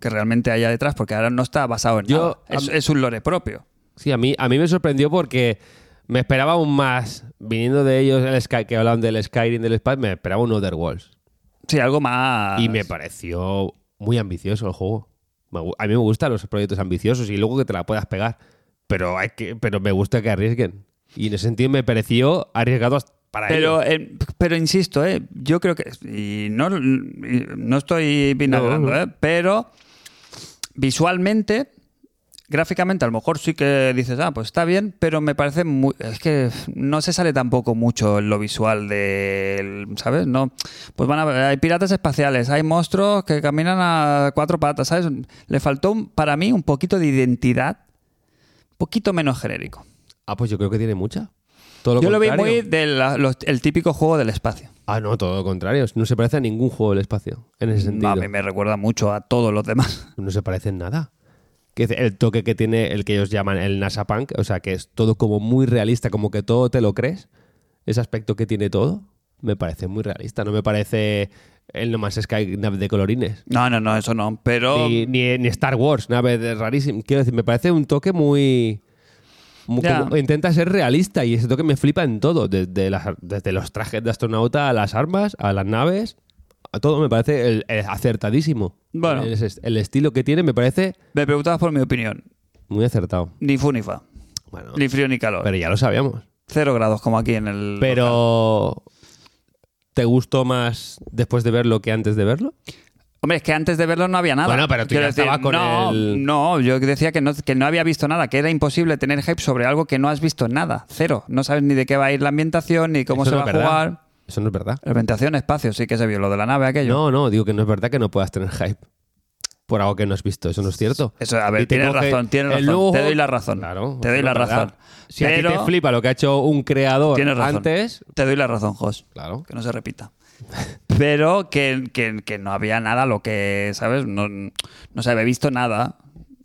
[SPEAKER 2] que realmente haya detrás, porque ahora no está basado en
[SPEAKER 3] Yo-
[SPEAKER 2] nada. Es,
[SPEAKER 3] am-
[SPEAKER 2] es un lore propio.
[SPEAKER 3] Sí, a mí, a mí me sorprendió porque me esperaba aún más, viniendo de ellos, el Sky, que hablaban del Skyrim, del Spy, me esperaba un Otherworlds.
[SPEAKER 2] Sí, algo más.
[SPEAKER 3] Y me pareció muy ambicioso el juego. Me gu- A mí me gustan los proyectos ambiciosos y luego que te la puedas pegar. Pero, hay que, pero me gusta que arriesguen. Y en ese sentido me pareció arriesgado hasta- para
[SPEAKER 2] Pero,
[SPEAKER 3] ellos.
[SPEAKER 2] eh, pero insisto, eh, yo creo que. Y no, y no estoy vinagrando,
[SPEAKER 3] No, no.
[SPEAKER 2] eh, pero visualmente, gráficamente, a lo mejor sí que dices, ah, pues está bien, pero me parece muy. Es que no se sale tampoco mucho en lo visual del. ¿Sabes? No. Pues van a ver, hay piratas espaciales, hay monstruos que caminan a cuatro patas, ¿sabes? Le faltó, un- para mí, un poquito de identidad, un poquito menos genérico.
[SPEAKER 3] Ah, pues yo creo que tiene mucha. Todo lo
[SPEAKER 2] yo lo vi
[SPEAKER 3] contrario.
[SPEAKER 2] muy del los- el típico juego del espacio.
[SPEAKER 3] Ah, no, todo lo contrario. No se parece a ningún juego del espacio. En ese sentido.
[SPEAKER 2] A mí me recuerda mucho a todos los demás.
[SPEAKER 3] no se parecen nada. Que es el toque que tiene el que ellos llaman el NASA Punk, o sea, que es todo como muy realista, como que todo te lo crees. Ese aspecto que tiene todo me parece muy realista, no me parece el No Man's Sky nave de colorines.
[SPEAKER 2] No, no, no, eso no. Pero
[SPEAKER 3] Ni, ni- ni Star Wars, nave de rarísimo. Quiero decir, me parece un toque muy. muy-
[SPEAKER 2] Ya.
[SPEAKER 3] como- intenta ser realista y ese toque me flipa en todo, desde, las- desde los trajes de astronauta a las armas, a las naves, a todo me parece el- el acertadísimo.
[SPEAKER 2] Bueno.
[SPEAKER 3] El- el estilo que tiene me parece
[SPEAKER 2] me preguntabas por mi opinión.
[SPEAKER 3] muy acertado.
[SPEAKER 2] Ni fu ni fa.
[SPEAKER 3] Bueno,
[SPEAKER 2] Ni frío ni calor.
[SPEAKER 3] pero ya lo sabíamos.
[SPEAKER 2] Cero grados como aquí en el...
[SPEAKER 3] Pero ¿te gustó más después de verlo que antes de verlo?
[SPEAKER 2] Hombre, es que antes de verlo no había nada.
[SPEAKER 3] Bueno, pero tú
[SPEAKER 2] Quiero
[SPEAKER 3] ya estabas con
[SPEAKER 2] no,
[SPEAKER 3] el-
[SPEAKER 2] No, yo decía que no, que no había visto nada, que era imposible tener hype sobre algo que no has visto nada. Cero. No sabes ni de qué va a ir la ambientación, ni cómo
[SPEAKER 3] Eso
[SPEAKER 2] se
[SPEAKER 3] no
[SPEAKER 2] va a
[SPEAKER 3] es verdad.
[SPEAKER 2] jugar.
[SPEAKER 3] Eso no es verdad.
[SPEAKER 2] La ambientación, espacio, sí que se vio. Lo de la nave aquello.
[SPEAKER 3] No, no, digo que no es verdad que no puedas tener hype por algo que no has visto. Eso no es cierto.
[SPEAKER 2] Eso, a ver,
[SPEAKER 3] Y te
[SPEAKER 2] tienes
[SPEAKER 3] coge
[SPEAKER 2] razón, tienes
[SPEAKER 3] el
[SPEAKER 2] razón.
[SPEAKER 3] nuevo
[SPEAKER 2] Te
[SPEAKER 3] juego-
[SPEAKER 2] doy la razón.
[SPEAKER 3] Claro,
[SPEAKER 2] Te doy
[SPEAKER 3] eso
[SPEAKER 2] la
[SPEAKER 3] no es
[SPEAKER 2] razón.
[SPEAKER 3] verdad. Si a ti
[SPEAKER 2] Pero-
[SPEAKER 3] te flipa lo que ha hecho un creador
[SPEAKER 2] Tienes razón.
[SPEAKER 3] antes,
[SPEAKER 2] Te doy la razón, Jos.
[SPEAKER 3] Claro.
[SPEAKER 2] Que no se repita. Pero que, que- que no había nada, lo que, ¿sabes? No, no se había visto nada.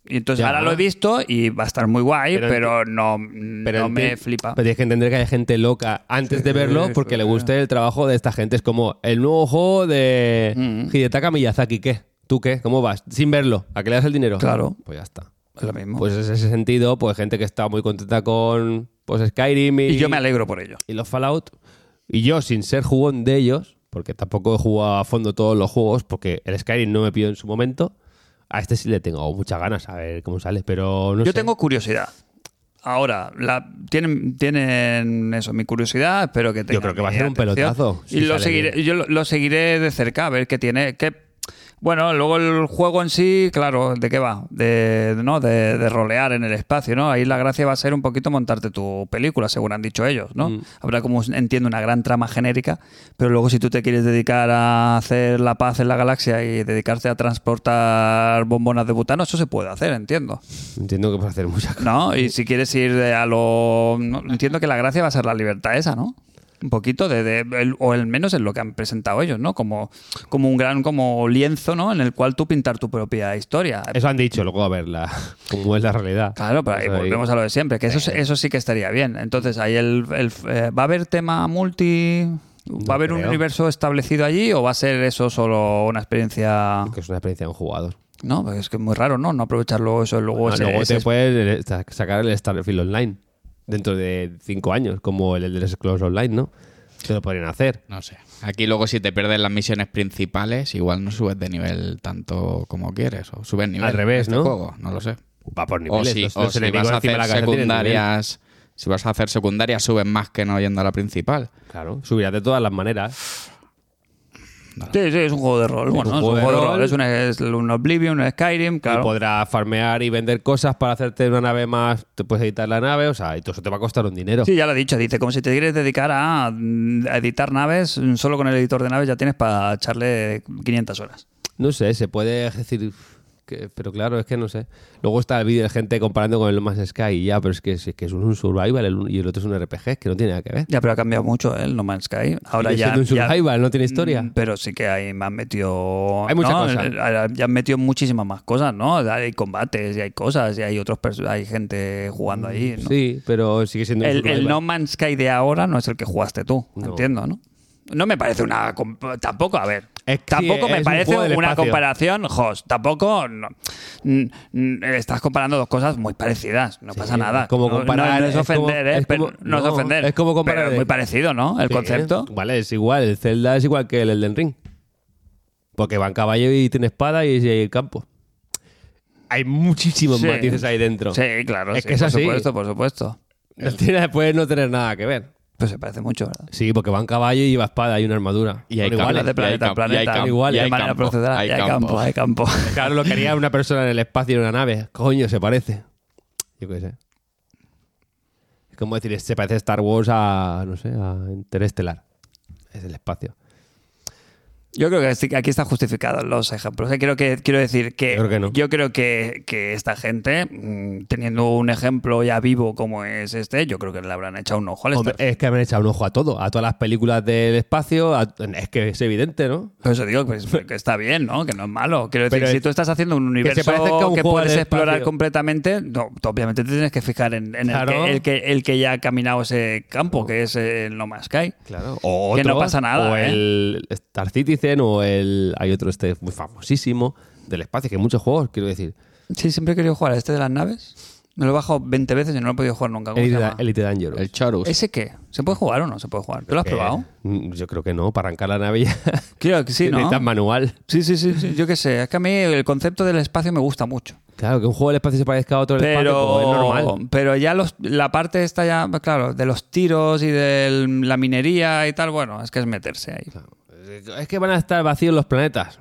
[SPEAKER 2] Y entonces
[SPEAKER 3] Ya.
[SPEAKER 2] ahora lo he visto y va a estar muy guay, pero,
[SPEAKER 3] Pero
[SPEAKER 2] no,
[SPEAKER 3] pero enti-
[SPEAKER 2] no me flipa.
[SPEAKER 3] Pero tienes que entender que hay gente loca antes de verlo porque le guste el trabajo de esta gente. Es como el nuevo juego de
[SPEAKER 2] Mm.
[SPEAKER 3] Hidetaka Miyazaki. ¿Qué? ¿Tú qué? ¿Cómo vas? Sin verlo. ¿A qué le das el dinero?
[SPEAKER 2] Claro.
[SPEAKER 3] Pues ya está.
[SPEAKER 2] Es lo mismo.
[SPEAKER 3] Pues en ese sentido, pues gente que está muy contenta con pues, Skyrim y,
[SPEAKER 2] y yo me alegro por ello.
[SPEAKER 3] y los Fallout. Y yo, sin ser jugón de ellos, porque tampoco he jugado a fondo todos los juegos, porque el Skyrim no me pidió en su momento. A este sí le tengo muchas ganas a ver cómo sale, pero no
[SPEAKER 2] yo
[SPEAKER 3] sé.
[SPEAKER 2] tengo curiosidad. Ahora, la, tienen, tienen eso, mi curiosidad, espero que tengan
[SPEAKER 3] creo que va a
[SPEAKER 2] mi
[SPEAKER 3] ser un
[SPEAKER 2] atención.
[SPEAKER 3] pelotazo,
[SPEAKER 2] Y
[SPEAKER 3] si
[SPEAKER 2] lo
[SPEAKER 3] sale
[SPEAKER 2] seguiré, yo lo, lo seguiré de cerca, a ver qué tiene. Que Bueno, luego el juego en sí, claro, ¿de qué va? De, de- ¿no? de, de rolear en el espacio, ¿no? Ahí la gracia va a ser un poquito montarte tu película, según han dicho ellos, ¿no?
[SPEAKER 3] Mm.
[SPEAKER 2] Habrá como, entiendo, una gran trama genérica, pero luego si tú te quieres dedicar a hacer la paz en la galaxia y dedicarte a transportar bombonas de butano, eso se puede hacer, entiendo.
[SPEAKER 3] Entiendo que puedes hacer muchas cosas.
[SPEAKER 2] ¿No? Y si quieres ir de a lo. no, entiendo que la gracia va a ser la libertad esa, ¿no? Un poquito de. de- el- o al menos en lo que han presentado ellos, ¿no? Como, como un gran como lienzo, ¿no? En el cual tú pintar tu propia historia.
[SPEAKER 3] Eso han dicho, luego a ver la, cómo es la realidad.
[SPEAKER 2] Claro, pero ahí
[SPEAKER 3] Eso ahí.
[SPEAKER 2] volvemos a lo de siempre, que eso, eso sí que estaría bien. Entonces, ahí el, el- eh, ¿va a haber tema multi? ¿Va
[SPEAKER 3] No
[SPEAKER 2] a haber un
[SPEAKER 3] creo.
[SPEAKER 2] universo establecido allí o va a ser eso solo una experiencia?
[SPEAKER 3] Que es una experiencia de un jugador.
[SPEAKER 2] No, porque es que es muy raro, ¿no? No aprovecharlo eso luego.
[SPEAKER 3] Ah,
[SPEAKER 4] Pues
[SPEAKER 2] ese-
[SPEAKER 3] luego
[SPEAKER 2] ese
[SPEAKER 3] te puedes eh, sacar el Starfield Online dentro de cinco años, como el del Scrolls Online, ¿no? Se lo podrían hacer.
[SPEAKER 4] No sé. Aquí luego si te pierdes las misiones principales, igual no subes de nivel tanto como quieres. O subes nivel.
[SPEAKER 3] Al revés,
[SPEAKER 4] en este
[SPEAKER 3] ¿no?
[SPEAKER 4] juego, no lo sé.
[SPEAKER 3] Va por
[SPEAKER 4] O
[SPEAKER 3] niveles.
[SPEAKER 4] si,
[SPEAKER 3] los-
[SPEAKER 4] o
[SPEAKER 3] los
[SPEAKER 4] Oh, si
[SPEAKER 3] enemigos
[SPEAKER 4] vas a
[SPEAKER 3] encima de
[SPEAKER 4] hacer
[SPEAKER 3] la casa tienen nivel.
[SPEAKER 4] secundarias, si vas a hacer secundarias, subes más que no yendo a la principal.
[SPEAKER 3] Claro, subirás de todas las maneras.
[SPEAKER 2] Sí, sí, es un juego de rol. Bueno, es un juego, de, rol. Es, un, es un Oblivion, un Skyrim,
[SPEAKER 3] Y
[SPEAKER 2] claro.
[SPEAKER 3] podrás farmear y vender cosas para hacerte una nave más. Te puedes editar la nave, o sea, y todo eso te va a costar un dinero.
[SPEAKER 2] Sí, ya lo he dicho, dice, como si te quieres dedicar a, mm, a editar naves, mm, solo con el editor de naves ya tienes para echarle 500 horas.
[SPEAKER 3] No sé, se puede decir. que- pero claro, es que no sé. Luego está el vídeo de gente comparando con el No Man's Sky y ya, pero es que, es que es un survival el un- y el otro es un RPG, es que no tiene nada que ver.
[SPEAKER 2] Ya, pero ha cambiado mucho ¿eh? el No Man's Sky. Ahora
[SPEAKER 3] Sigue
[SPEAKER 2] ya,
[SPEAKER 3] siendo un
[SPEAKER 2] ya-
[SPEAKER 3] survival, no tiene historia.
[SPEAKER 2] Mm, Pero sí que hay, me han metido...
[SPEAKER 3] Hay muchas
[SPEAKER 2] ¿no?
[SPEAKER 3] cosas.
[SPEAKER 2] Eh, eh, Ya han metido muchísimas más cosas, ¿no? Hay combates y hay cosas y hay otros perso- hay gente jugando ahí. ¿no?
[SPEAKER 3] Sí, pero sigue siendo un
[SPEAKER 2] el, el
[SPEAKER 3] survival.
[SPEAKER 2] No Man's Sky de ahora no es el que jugaste tú,
[SPEAKER 3] No.
[SPEAKER 2] entiendo, ¿no? No me parece una... comp- Tampoco, a ver.
[SPEAKER 3] Es que
[SPEAKER 2] tampoco
[SPEAKER 3] es
[SPEAKER 2] me
[SPEAKER 3] un
[SPEAKER 2] parece
[SPEAKER 3] juego del
[SPEAKER 2] una
[SPEAKER 3] espacio.
[SPEAKER 2] comparación, Jos. Tampoco... no. Mm, mm, Estás comparando dos cosas muy parecidas. No pasa nada.
[SPEAKER 3] es como
[SPEAKER 2] No- no-
[SPEAKER 3] comparar-
[SPEAKER 2] No, es
[SPEAKER 3] es como-
[SPEAKER 2] ofender, ¿eh?
[SPEAKER 3] es
[SPEAKER 2] Pero-
[SPEAKER 3] como-
[SPEAKER 2] no es
[SPEAKER 3] no,
[SPEAKER 2] ofender.
[SPEAKER 3] es como comparar-
[SPEAKER 2] Pero es muy parecido, ¿no? El
[SPEAKER 3] Sí,
[SPEAKER 2] concepto.
[SPEAKER 3] Vale, es igual. El Zelda es igual que el Elden Ring. Porque va en caballo y tiene espada y, y hay campo. Hay muchísimos
[SPEAKER 2] Sí.
[SPEAKER 3] matices ahí dentro.
[SPEAKER 2] Sí, claro.
[SPEAKER 3] Es
[SPEAKER 2] sí,
[SPEAKER 3] que es
[SPEAKER 2] por
[SPEAKER 3] así.
[SPEAKER 2] supuesto, por supuesto.
[SPEAKER 3] No tiene, puede no tener nada que ver.
[SPEAKER 2] Pero se parece mucho, ¿verdad?
[SPEAKER 3] Sí, porque va en caballo y lleva espada y una armadura.
[SPEAKER 4] Y hay
[SPEAKER 3] Son
[SPEAKER 4] Vale,
[SPEAKER 2] Hablas
[SPEAKER 3] iguales.
[SPEAKER 2] de planeta a
[SPEAKER 4] campo, y hay
[SPEAKER 2] planeta.
[SPEAKER 4] campo,
[SPEAKER 2] igual,
[SPEAKER 4] y
[SPEAKER 2] de
[SPEAKER 4] hay
[SPEAKER 2] manera
[SPEAKER 4] campo,
[SPEAKER 2] procedural.
[SPEAKER 4] hay
[SPEAKER 2] y hay campo,
[SPEAKER 4] campo.
[SPEAKER 2] hay campo.
[SPEAKER 3] Claro, lo que haría una persona en el espacio en una nave. Coño, se parece. Yo qué sé. Es como decir, se parece Star Wars a, no sé, a Interestelar. Es el espacio.
[SPEAKER 2] Yo creo que sí- aquí están justificados los ejemplos. Eh, Creo que, quiero decir que
[SPEAKER 3] Yo creo que no.
[SPEAKER 2] yo creo que, que esta gente, mm, teniendo un ejemplo ya vivo como es este, yo creo que le habrán echado un ojo al
[SPEAKER 3] Hombre,
[SPEAKER 2] Star-
[SPEAKER 3] es que me han echado un ojo a todo, a todas las películas del espacio. a- es que es evidente, ¿no?
[SPEAKER 2] Por eso digo pues, que está bien, ¿no? Que no es malo. Quiero decir,
[SPEAKER 3] Pero
[SPEAKER 2] si
[SPEAKER 3] es-
[SPEAKER 2] tú estás haciendo un universo que,
[SPEAKER 3] se parezca a un juego
[SPEAKER 2] puedes
[SPEAKER 3] del
[SPEAKER 2] explorar
[SPEAKER 3] espacio.
[SPEAKER 2] completamente, no, tú obviamente te tienes que fijar en, en
[SPEAKER 3] Claro.
[SPEAKER 2] el, que, el, que, el que ya ha caminado ese campo, que es el No Man's Sky.
[SPEAKER 3] Claro. O
[SPEAKER 2] Que no
[SPEAKER 3] otro,
[SPEAKER 2] pasa nada,
[SPEAKER 3] O
[SPEAKER 2] ¿eh?
[SPEAKER 3] el Star Citizen, o el. Hay otro este muy famosísimo del espacio, que hay muchos juegos, quiero decir.
[SPEAKER 2] Sí, siempre he querido jugar a este de las naves. Me lo he bajado 20 veces y no lo he podido jugar nunca. ¿Cómo se
[SPEAKER 3] Elite,
[SPEAKER 2] llama?
[SPEAKER 3] Elite Dangerous.
[SPEAKER 4] El Chorus.
[SPEAKER 2] ¿Ese qué? ¿Se puede jugar o no se puede jugar? ¿Tú lo has probado?
[SPEAKER 3] Mm, Yo creo que no, para arrancar la nave ya.
[SPEAKER 2] Creo que sí, ¿no?
[SPEAKER 3] Necesitas manual.
[SPEAKER 2] Sí, sí, sí, sí, yo qué sé. Es que a mí el concepto del espacio me gusta mucho.
[SPEAKER 3] Claro, que un juego del espacio se parezca a otro del espacio,
[SPEAKER 2] Pero,
[SPEAKER 3] pues es normal.
[SPEAKER 2] pero ya los, la parte esta ya, claro, de los tiros y de la minería y tal, bueno, es que es meterse ahí.
[SPEAKER 3] Es que van a estar vacíos los planetas.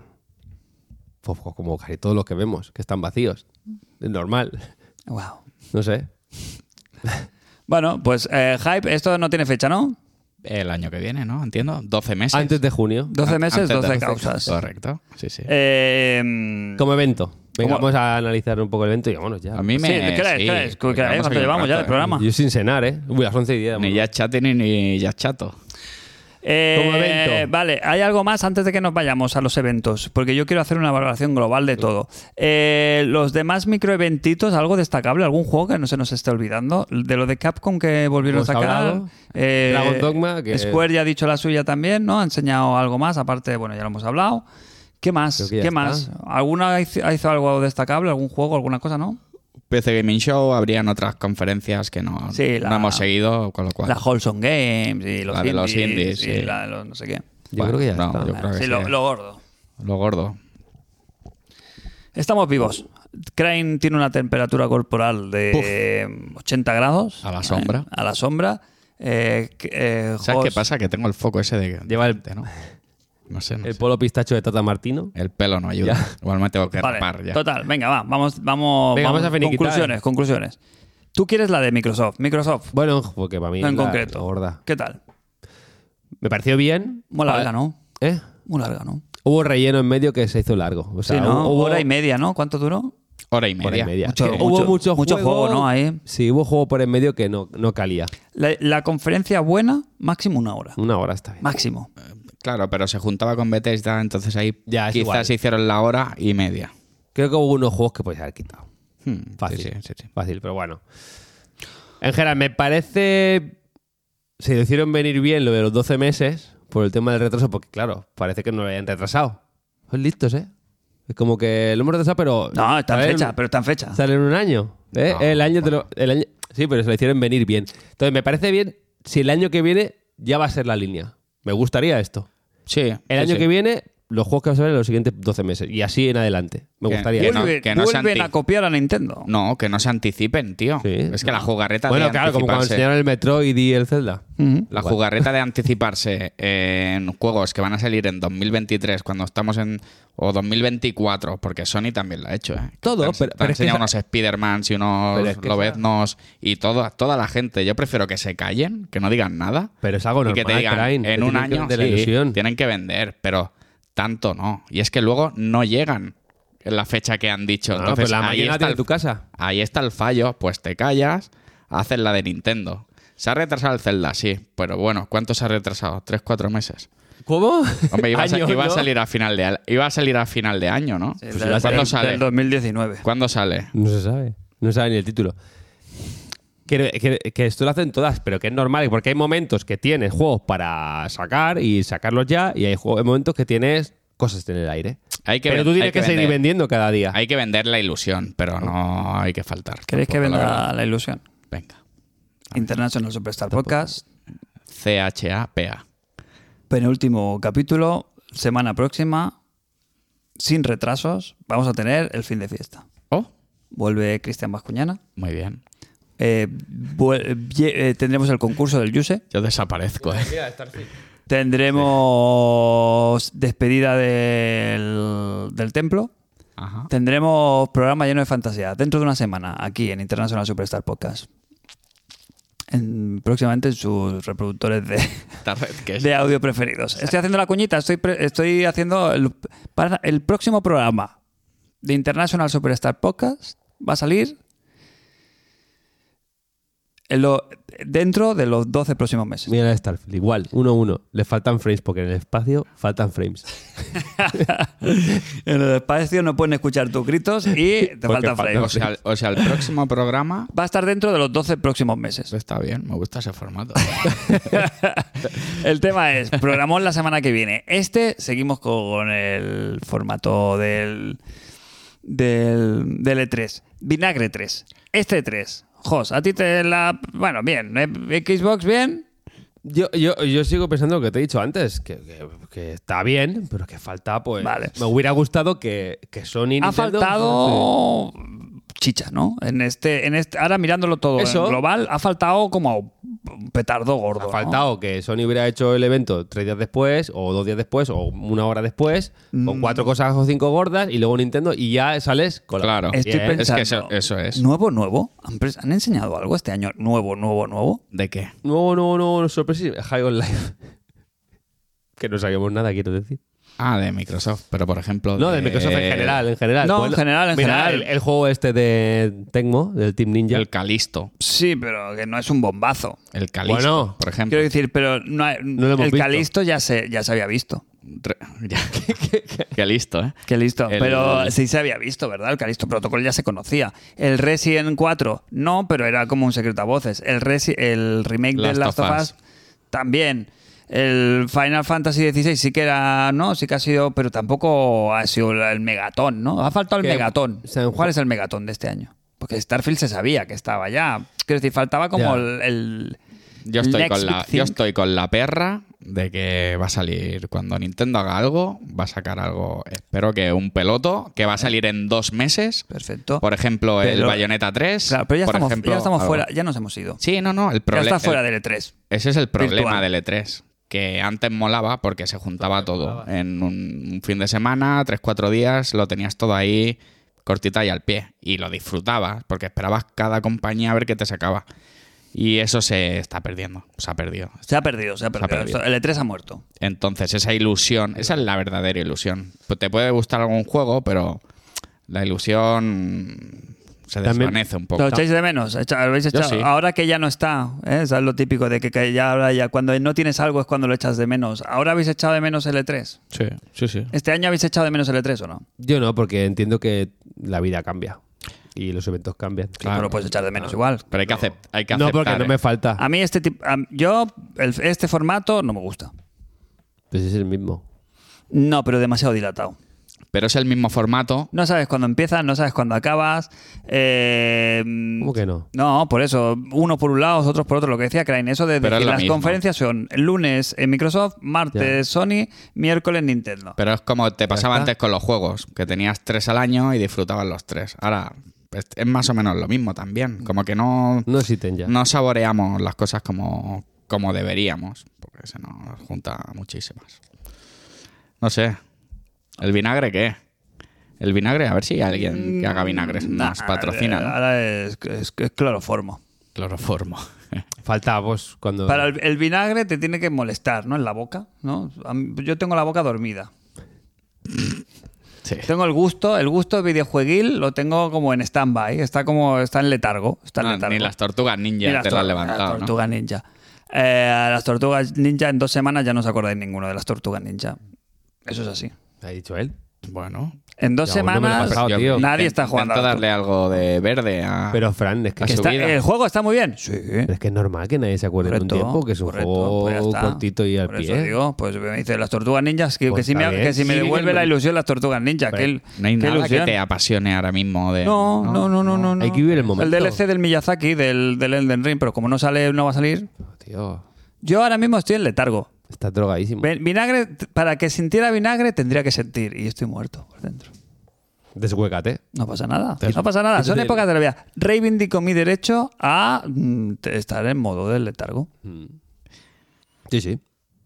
[SPEAKER 3] Pues como casi todos los que vemos, que están vacíos. Es normal.
[SPEAKER 2] Wow.
[SPEAKER 3] No sé.
[SPEAKER 2] Bueno, pues eh, Hype, esto no tiene fecha, ¿no?
[SPEAKER 4] El año que viene, ¿no? Entiendo. 12 meses.
[SPEAKER 3] Antes de junio.
[SPEAKER 2] 12 meses,
[SPEAKER 4] Antes de
[SPEAKER 2] 12 causas.
[SPEAKER 4] Correcto. Sí, sí.
[SPEAKER 2] Eh, mm,
[SPEAKER 3] Como evento. Venga,
[SPEAKER 2] Como-
[SPEAKER 3] vamos a analizar un poco el evento y vámonos ya.
[SPEAKER 4] A mí me.
[SPEAKER 2] Sí, ¿qué crees?
[SPEAKER 4] sí, pues
[SPEAKER 2] ¿Qué crees?
[SPEAKER 4] porque
[SPEAKER 2] ¿Qué crees?
[SPEAKER 4] vamos
[SPEAKER 2] ¿Cuánto
[SPEAKER 4] aquí un
[SPEAKER 2] llevamos ya
[SPEAKER 4] rato, ¿eh?
[SPEAKER 2] del programa?
[SPEAKER 3] Yo sin cenar, ¿eh? Uy, las 11 y 10.
[SPEAKER 4] Ni
[SPEAKER 3] vámonos.
[SPEAKER 4] ya chate ni, ni ya chato.
[SPEAKER 2] eh,
[SPEAKER 3] como evento.
[SPEAKER 2] Vale, hay algo más antes de que nos vayamos a los eventos, porque yo quiero hacer una valoración global de todo. Eh, los demás microeventitos, algo destacable, algún juego que no se nos esté olvidando, de lo de Capcom que volvieron a
[SPEAKER 3] Hemos
[SPEAKER 2] sacar.
[SPEAKER 3] hablado.
[SPEAKER 2] eh,
[SPEAKER 3] Dragon Dogma, que-
[SPEAKER 2] Square ya ha dicho la suya también, ¿no? Ha enseñado algo más, aparte, bueno, ya lo hemos hablado. ¿Qué más?
[SPEAKER 3] Creo que ya
[SPEAKER 2] ¿Qué
[SPEAKER 3] está.
[SPEAKER 2] más? ¿Alguna hizo, hizo algo destacable? ¿Algún juego? ¿Alguna cosa, no?
[SPEAKER 4] PC Gaming Show, habrían otras conferencias que no,
[SPEAKER 2] Sí, la-
[SPEAKER 4] no hemos seguido, con lo cual.
[SPEAKER 2] La Wholesome Games y los
[SPEAKER 4] La de
[SPEAKER 2] indies.
[SPEAKER 4] los indies,
[SPEAKER 2] y
[SPEAKER 4] sí.
[SPEAKER 2] la de los no sé qué.
[SPEAKER 3] Yo creo que ya
[SPEAKER 4] no,
[SPEAKER 3] está.
[SPEAKER 4] yo creo que
[SPEAKER 2] Sí,
[SPEAKER 4] sí. eh.
[SPEAKER 2] lo- lo gordo.
[SPEAKER 4] Lo gordo.
[SPEAKER 2] Estamos vivos. Crane tiene una temperatura corporal de 80 grados.
[SPEAKER 4] A la sombra.
[SPEAKER 2] ¿eh? A la sombra. Eh, que- eh,
[SPEAKER 4] ¿Sabes qué
[SPEAKER 2] Jos-
[SPEAKER 4] pasa? Que tengo el foco ese de.
[SPEAKER 3] Lleva el-
[SPEAKER 4] de- ¿no? No sé, no
[SPEAKER 3] El
[SPEAKER 4] sé.
[SPEAKER 3] polo pistacho de Tata Martino.
[SPEAKER 4] El pelo no ayuda.
[SPEAKER 3] Ya.
[SPEAKER 4] Igual me tengo que
[SPEAKER 2] Vale,
[SPEAKER 4] rapar ya.
[SPEAKER 2] total, venga, va, vamos, vamos,
[SPEAKER 3] Venga, vamos a finiquitar.
[SPEAKER 2] conclusiones, conclusiones. Tú quieres la de Microsoft, Microsoft,
[SPEAKER 3] Bueno, porque para mí
[SPEAKER 2] no en
[SPEAKER 3] es la-
[SPEAKER 2] concreto.
[SPEAKER 3] la gorda.
[SPEAKER 2] ¿Qué tal?
[SPEAKER 3] Me pareció bien.
[SPEAKER 2] Muy
[SPEAKER 3] Para-
[SPEAKER 2] larga, ¿no?
[SPEAKER 3] ¿Eh?
[SPEAKER 2] Muy larga, ¿no?
[SPEAKER 3] Hubo relleno en medio que se hizo largo. O sea,
[SPEAKER 2] sí, ¿no?
[SPEAKER 3] hubo
[SPEAKER 2] Hora y media, ¿no? ¿Cuánto duró?
[SPEAKER 4] Hora y
[SPEAKER 3] Por
[SPEAKER 4] media.
[SPEAKER 3] en media.
[SPEAKER 2] Mucho-
[SPEAKER 3] Que
[SPEAKER 2] mucho-
[SPEAKER 3] hubo mucho,
[SPEAKER 2] mucho juego, ¿no? Ahí.
[SPEAKER 3] Sí, hubo juego por en medio que no, no calía.
[SPEAKER 2] La, la conferencia buena, máximo una hora.
[SPEAKER 3] Una hora está bien.
[SPEAKER 2] Máximo.
[SPEAKER 4] Claro, pero se juntaba con Bethesda, entonces ahí
[SPEAKER 3] Ya, es
[SPEAKER 4] quizás
[SPEAKER 3] igual.
[SPEAKER 4] hicieron la hora y media.
[SPEAKER 3] Creo que hubo unos juegos que podéis haber quitado.
[SPEAKER 4] Hmm,
[SPEAKER 3] Fácil.
[SPEAKER 4] sí, sí, sí, sí.
[SPEAKER 3] Fácil, pero bueno. En general, me parece. Se lo hicieron venir bien lo de los 12 meses por el tema del retraso, porque claro, parece que no lo habían retrasado. Son listos, ¿eh? Es como que lo hemos retrasado, pero.
[SPEAKER 2] No, está en
[SPEAKER 3] sale
[SPEAKER 2] fecha, pero está en fecha.
[SPEAKER 3] Sale en un año. ¿eh?
[SPEAKER 4] No,
[SPEAKER 3] el año te lo- el año- Sí, pero se lo hicieron venir bien. Entonces, me parece bien si el año que viene ya va a ser la línea. Me gustaría esto.
[SPEAKER 4] Sí,
[SPEAKER 3] El año que viene, los juegos que vas a ver en los siguientes 12 meses. Y así en adelante. Me
[SPEAKER 4] Que-
[SPEAKER 3] gustaría.
[SPEAKER 4] que
[SPEAKER 3] eso.
[SPEAKER 4] no-
[SPEAKER 2] Vuelve-
[SPEAKER 4] que no se
[SPEAKER 2] vuelven
[SPEAKER 4] anti-
[SPEAKER 2] a copiar a Nintendo.
[SPEAKER 4] No, que no se anticipen, tío.
[SPEAKER 3] Sí.
[SPEAKER 4] es que la jugarreta
[SPEAKER 3] Bueno,
[SPEAKER 4] de
[SPEAKER 3] claro, como cuando
[SPEAKER 4] anticiparse.
[SPEAKER 3] enseñaron el Metroid y el Zelda.
[SPEAKER 4] La jugarreta de anticiparse en juegos que van a salir en 2023, cuando estamos en. o 2024, porque Sony también la ha hecho, ¿eh?
[SPEAKER 3] Todo,
[SPEAKER 4] Te han-
[SPEAKER 3] pero-
[SPEAKER 4] te
[SPEAKER 3] pero
[SPEAKER 4] han
[SPEAKER 3] es que
[SPEAKER 4] enseñado
[SPEAKER 3] esa-
[SPEAKER 4] unos Spider-Mans y unos
[SPEAKER 3] Pero es que esa-
[SPEAKER 4] Lobeznos y toda, toda la gente. Yo prefiero que se callen, que no digan nada.
[SPEAKER 3] Pero es algo normal,
[SPEAKER 4] y que te digan,
[SPEAKER 3] Crane, que
[SPEAKER 4] en un
[SPEAKER 3] tienen que
[SPEAKER 4] año
[SPEAKER 3] vender la
[SPEAKER 4] sí,
[SPEAKER 3] ilusión.
[SPEAKER 4] tienen que vender, pero tanto no. Y es que luego no llegan en la fecha que han dicho.
[SPEAKER 3] No,
[SPEAKER 4] Entonces,
[SPEAKER 3] pero Ah, pues la
[SPEAKER 4] ahí
[SPEAKER 3] máquina
[SPEAKER 4] está
[SPEAKER 3] tiene
[SPEAKER 4] el-
[SPEAKER 3] tu casa.
[SPEAKER 4] Ahí está el fallo, pues te callas, haces la de Nintendo. Se ha retrasado el Zelda, sí, pero bueno, ¿cuánto se ha retrasado? ¿Tres, cuatro meses?
[SPEAKER 3] ¿Cómo?
[SPEAKER 4] Hombre, iba, a, sa-
[SPEAKER 3] Años,
[SPEAKER 4] iba a
[SPEAKER 3] ¿no?
[SPEAKER 4] salir a final de, al- iba a salir a final de año, ¿no?
[SPEAKER 2] Sí,
[SPEAKER 4] Pues
[SPEAKER 2] del-
[SPEAKER 4] ¿Cuándo
[SPEAKER 2] del-
[SPEAKER 4] sale?
[SPEAKER 2] Del 2019.
[SPEAKER 4] ¿Cuándo sale?
[SPEAKER 3] No se sabe. No sabe ni el título. Que, que- que esto lo hacen todas, pero que es normal, porque hay momentos que tienes juegos para sacar y sacarlos ya, y hay juegos- hay momentos que tienes cosas en el aire.
[SPEAKER 4] Hay que
[SPEAKER 3] pero
[SPEAKER 4] ven-
[SPEAKER 3] tú tienes
[SPEAKER 4] hay
[SPEAKER 3] que,
[SPEAKER 4] que
[SPEAKER 3] seguir
[SPEAKER 4] vender.
[SPEAKER 3] vendiendo cada día.
[SPEAKER 4] Hay que vender la ilusión, pero no hay que faltar.
[SPEAKER 2] ¿Queréis que
[SPEAKER 4] tampoco, la
[SPEAKER 2] venga
[SPEAKER 4] verdad.
[SPEAKER 2] la, Ah. ilusión?
[SPEAKER 4] Venga.
[SPEAKER 2] International Superstar Podcast,
[SPEAKER 4] C-H-A-P-A.
[SPEAKER 2] penúltimo capítulo, semana próxima, sin retrasos, vamos a tener el fin de fiesta.
[SPEAKER 4] Oh,
[SPEAKER 2] Vuelve Cristian Bascuñana.
[SPEAKER 4] muy bien.
[SPEAKER 2] eh, vuel- vie- eh, tendremos el concurso del Yuse.
[SPEAKER 4] Yo desaparezco, ¿eh?
[SPEAKER 2] Tendremos despedida del, del templo.
[SPEAKER 4] Ajá.
[SPEAKER 2] Tendremos programa lleno de fantasía dentro de una semana aquí en International Superstar Podcast. En- próximamente en sus reproductores de,
[SPEAKER 4] Tarret, que es-
[SPEAKER 2] de audio preferidos. Estoy haciendo la cuñita, estoy, pre- estoy haciendo. El, para el próximo programa de International Superstar Podcast va a salir en lo- dentro de los 12 próximos meses.
[SPEAKER 3] Mira la de Starfield, igual, 1-1. Le faltan frames, porque en el espacio faltan frames.
[SPEAKER 2] en el espacio no pueden escuchar tus gritos y te
[SPEAKER 3] Porque
[SPEAKER 2] falta
[SPEAKER 3] falta-
[SPEAKER 2] frame.
[SPEAKER 4] O sea, o sea, el próximo programa
[SPEAKER 2] Va a estar dentro de los 12 próximos meses.
[SPEAKER 4] Eso está bien, me gusta ese formato.
[SPEAKER 2] El tema es, programón la semana que viene. Este seguimos con el formato del, del, del E3. Vinagre 3. Este 3. Jos, a ti te la... Bueno, bien. ¿eh? Xbox, bien.
[SPEAKER 3] Yo, yo, yo sigo pensando lo que te he dicho antes, que, que- que está bien, pero que falta, pues.
[SPEAKER 2] Vale.
[SPEAKER 3] Me hubiera gustado que, que Sony. y
[SPEAKER 2] Ha
[SPEAKER 3] Nintendo-
[SPEAKER 2] faltado... Chicha, ¿no? En este, en este, ahora mirándolo todo
[SPEAKER 3] Eso.
[SPEAKER 2] en global, ha faltado como un petardo gordo.
[SPEAKER 3] Ha
[SPEAKER 2] ¿no?
[SPEAKER 3] faltado que Sony hubiera hecho el evento tres días después, o dos días después, o una hora después, con
[SPEAKER 2] Mm.
[SPEAKER 3] cuatro cosas o cinco gordas, y luego Nintendo, y ya sales con la.
[SPEAKER 4] Claro.
[SPEAKER 2] Estoy
[SPEAKER 3] Bien.
[SPEAKER 4] Es
[SPEAKER 2] pensando.
[SPEAKER 4] que eso- eso es.
[SPEAKER 2] Nuevo, nuevo. ¿Han, pres- han enseñado algo este año? Nuevo, nuevo, nuevo.
[SPEAKER 4] ¿De qué?
[SPEAKER 3] No, no, no, no, sorpresa, High on Life. que no sabíamos nada, quiero decir.
[SPEAKER 4] Ah, de Microsoft, pero por ejemplo.
[SPEAKER 3] No, de Microsoft
[SPEAKER 4] Eh,
[SPEAKER 3] en general, en general. Pues
[SPEAKER 2] No, en general, en
[SPEAKER 3] mira,
[SPEAKER 2] general.
[SPEAKER 3] El, el juego este de Tecmo, del Team Ninja.
[SPEAKER 4] El Calisto.
[SPEAKER 2] Sí, pero que no es un bombazo.
[SPEAKER 4] El Calisto,
[SPEAKER 3] Bueno,
[SPEAKER 4] por ejemplo.
[SPEAKER 2] Quiero decir, pero no, hay-
[SPEAKER 3] lo hemos
[SPEAKER 2] el
[SPEAKER 3] visto.
[SPEAKER 2] Calisto ya se, ya se había visto.
[SPEAKER 4] Re- ya. qué listo, ¿eh?
[SPEAKER 2] Qué listo.
[SPEAKER 4] El-
[SPEAKER 2] Pero sí se había visto, ¿verdad? El Calisto Protocol ya se conocía. El Resident 4, no, pero era como un secreto a voces. El, Resi- el remake de
[SPEAKER 4] Last
[SPEAKER 2] Last
[SPEAKER 4] of
[SPEAKER 2] of Us,
[SPEAKER 4] Us.
[SPEAKER 2] también. El Final Fantasy XVI sí que era, no, sí que ha sido, pero tampoco ha sido la- el megatón, ¿no? Ha faltado el
[SPEAKER 3] Que-
[SPEAKER 2] megatón.
[SPEAKER 3] se enju-
[SPEAKER 2] ¿Cuál es el megatón de este año? Porque Starfield se sabía que estaba ya. Quiero decir, faltaba como
[SPEAKER 3] Ya.
[SPEAKER 2] el, el-
[SPEAKER 4] Yo estoy,
[SPEAKER 2] Next
[SPEAKER 4] con la,
[SPEAKER 2] Big
[SPEAKER 4] yo
[SPEAKER 2] Thing.
[SPEAKER 4] estoy con la perra de que va a salir. Cuando Nintendo haga algo, va a sacar algo. Espero que un peloto que va a salir en dos meses.
[SPEAKER 2] Perfecto.
[SPEAKER 4] Por ejemplo, el
[SPEAKER 2] Pero-
[SPEAKER 4] Bayonetta 3.
[SPEAKER 2] Claro, pero ya
[SPEAKER 4] por
[SPEAKER 2] estamos,
[SPEAKER 4] ejemplo,
[SPEAKER 2] ya estamos
[SPEAKER 4] algo.
[SPEAKER 2] fuera, E ya nos hemos ido.
[SPEAKER 4] Sí, no, no. El
[SPEAKER 2] ya
[SPEAKER 4] problema.
[SPEAKER 2] está fuera del E3.
[SPEAKER 4] Ese es el problema
[SPEAKER 2] Virtual.
[SPEAKER 4] del E3. que antes molaba porque se juntaba todo. En un, un fin de semana, tres, cuatro días, lo tenías todo ahí cortita y al pie. Y lo disfrutabas porque esperabas cada compañía a ver qué te sacaba. Y eso se está perdiendo, se ha perdido.
[SPEAKER 2] Se ha perdido, se ha perdido.
[SPEAKER 4] perdido.
[SPEAKER 2] Esto- El E3 ha muerto.
[SPEAKER 4] Entonces, esa ilusión, esa es la verdadera ilusión. Pues Te puede gustar algún juego, pero la ilusión se
[SPEAKER 3] También-
[SPEAKER 4] desvanece un
[SPEAKER 2] ¿Lo
[SPEAKER 4] poco.
[SPEAKER 2] echáis de menos? Echa- ¿habéis
[SPEAKER 4] Yo
[SPEAKER 2] echado-
[SPEAKER 4] sí.
[SPEAKER 2] Ahora que ya no está, ¿eh? Eso es lo típico de que, que ya, ahora ya cuando no tienes algo es cuando lo echas de menos. ¿Ahora habéis echado de menos el E3?
[SPEAKER 4] Sí, sí, sí.
[SPEAKER 2] ¿Este año habéis echado de menos el E3 o no?
[SPEAKER 3] Yo no, porque entiendo que la vida cambia y los eventos cambian.
[SPEAKER 2] Claro. lo puedes echar de menos igual.
[SPEAKER 4] Pero hay que, acep- hay que
[SPEAKER 3] No,
[SPEAKER 4] aceptar.
[SPEAKER 3] porque no
[SPEAKER 4] ¿eh?
[SPEAKER 3] me falta.
[SPEAKER 2] A mí este tipo, a- yo el- este formato no me gusta.
[SPEAKER 3] Pues es el mismo.
[SPEAKER 2] No, pero demasiado dilatado.
[SPEAKER 4] Pero es el mismo formato.
[SPEAKER 2] No sabes cuándo empiezas, no sabes cuándo acabas. Eh,
[SPEAKER 3] ¿Cómo que no?
[SPEAKER 2] No, por eso. Uno por un lado, otros por otro. Lo que decía Crane, eso de
[SPEAKER 4] Pero
[SPEAKER 2] decir,
[SPEAKER 4] es lo
[SPEAKER 2] las
[SPEAKER 4] mismo.
[SPEAKER 2] conferencias son lunes en Microsoft, martes Sony, miércoles Nintendo.
[SPEAKER 4] Pero es como te pasaba
[SPEAKER 3] está.
[SPEAKER 4] antes con los juegos, que tenías tres al año y disfrutabas los tres. Ahora pues, es más o menos lo mismo también. Como que no,
[SPEAKER 3] No existen ya.
[SPEAKER 4] no saboreamos las cosas como, como deberíamos, porque se nos junta muchísimas. No sé. ¿El vinagre qué? El vinagre, a ver si hay alguien que haga vinagre
[SPEAKER 2] Mm, Nah,
[SPEAKER 4] nos patrocina. ¿no?
[SPEAKER 2] Ahora es, es- es cloroformo.
[SPEAKER 4] Cloroformo.
[SPEAKER 3] Falta vos cuando.
[SPEAKER 2] Para el, el vinagre te tiene que molestar, ¿no? En la boca, ¿no? A mí- Yo tengo la boca dormida.
[SPEAKER 4] Sí.
[SPEAKER 2] Tengo el gusto, el gusto videojueguil lo tengo como en stand-by, está como, está en letargo. Está en
[SPEAKER 4] No,
[SPEAKER 2] letargo.
[SPEAKER 4] Ah, ni las tortugas
[SPEAKER 2] Ni
[SPEAKER 4] ninja te las
[SPEAKER 2] tor-
[SPEAKER 4] has levantado,
[SPEAKER 2] las
[SPEAKER 4] ¿no?
[SPEAKER 2] tortugas ninja. Eh, a las tortugas ninja en dos semanas ya no os acordáis ninguno de las tortugas ninja. Eso es así.
[SPEAKER 3] ¿Ha dicho él?
[SPEAKER 4] Bueno.
[SPEAKER 2] En dos
[SPEAKER 3] Ya, bueno, me lo he
[SPEAKER 2] semanas
[SPEAKER 3] pasado, tío.
[SPEAKER 2] nadie está
[SPEAKER 4] Intento
[SPEAKER 2] jugando. a las
[SPEAKER 4] darle algo de verde a...
[SPEAKER 3] Pero Fran, es que,
[SPEAKER 2] tortugas. Ah.
[SPEAKER 4] su
[SPEAKER 2] Está-
[SPEAKER 4] vida.
[SPEAKER 2] el juego está muy bien. Sí.
[SPEAKER 3] pero es que es normal que nadie se acuerde
[SPEAKER 2] Correcto,
[SPEAKER 3] de un tiempo, que es un
[SPEAKER 2] correcto,
[SPEAKER 3] juego
[SPEAKER 2] pues ya está.
[SPEAKER 3] cortito y al
[SPEAKER 2] Por
[SPEAKER 3] pie.
[SPEAKER 2] Eso digo, pues me dice las tortugas ninjas, que,
[SPEAKER 3] Pues
[SPEAKER 2] que si,
[SPEAKER 3] está
[SPEAKER 2] me,
[SPEAKER 3] bien.
[SPEAKER 2] que si me
[SPEAKER 3] Sí,
[SPEAKER 2] devuelve
[SPEAKER 3] bien,
[SPEAKER 2] la
[SPEAKER 3] bien.
[SPEAKER 2] ilusión las tortugas ninjas.
[SPEAKER 3] Pero
[SPEAKER 2] que
[SPEAKER 4] No hay
[SPEAKER 2] qué
[SPEAKER 4] nada
[SPEAKER 2] ilusión.
[SPEAKER 4] que te apasione ahora mismo de...
[SPEAKER 2] No, no, no, no, no, no.
[SPEAKER 3] Hay que vivir el momento.
[SPEAKER 2] El DLC del Miyazaki, del, del Elden Ring, pero como no sale, no va a salir.
[SPEAKER 3] Tío,
[SPEAKER 2] Yo ahora mismo estoy en letargo.
[SPEAKER 3] estás drogadísimo.
[SPEAKER 2] Ven- Vinagre, t- para que sintiera vinagre tendría que sentir. Y estoy muerto por dentro.
[SPEAKER 3] Deshuécate.
[SPEAKER 2] No pasa nada. No pasa nada. Son épocas de la vida. Reivindico mi derecho a mm, te- estar en modo de letargo.
[SPEAKER 3] Mm. Sí, sí.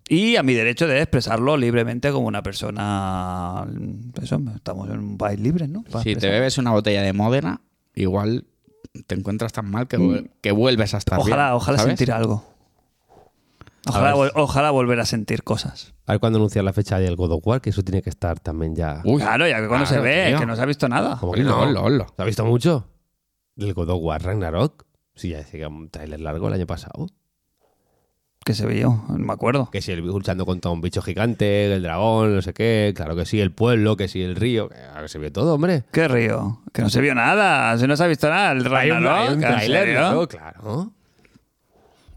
[SPEAKER 2] Y a mi derecho de expresarlo libremente como una persona. mm, Eso, estamos en un país libre, ¿no? Para
[SPEAKER 4] Si te
[SPEAKER 2] expresar.
[SPEAKER 4] bebes una botella de Módena, igual te encuentras tan mal que, vuel- que vuelves a estar
[SPEAKER 2] Mm. Ojalá,
[SPEAKER 4] bien,
[SPEAKER 2] ojalá
[SPEAKER 4] ¿sabes?
[SPEAKER 2] sentir algo. Ojalá, vol- ojalá volver a sentir cosas.
[SPEAKER 3] A ver cuándo anunciar la fecha del God of War, que eso tiene que estar también ya.
[SPEAKER 4] Uy,
[SPEAKER 2] claro, ya que cuando
[SPEAKER 4] claro,
[SPEAKER 2] se ve,
[SPEAKER 4] tío.
[SPEAKER 2] que pues no se ha visto nada.
[SPEAKER 3] ¿Cómo
[SPEAKER 4] Ponlo, ponlo, ponlo.
[SPEAKER 3] ¿Lo has visto mucho? ¿Del God of War Ragnarok? Sí, ya decía que era un trailer largo el año pasado.
[SPEAKER 2] Que se vio, no me acuerdo.
[SPEAKER 3] Que si el luchando contra un bicho gigante, el dragón, no sé qué, claro que sí, el pueblo, que sí, el río, que ahora se ve todo, hombre.
[SPEAKER 2] ¿Qué río? Que no se vio nada, si no se ha visto nada. El
[SPEAKER 3] Hay un- hay
[SPEAKER 2] Ragnarok,
[SPEAKER 3] un
[SPEAKER 2] ¿en
[SPEAKER 3] tráiler,
[SPEAKER 2] serio?
[SPEAKER 3] ¿no? claro.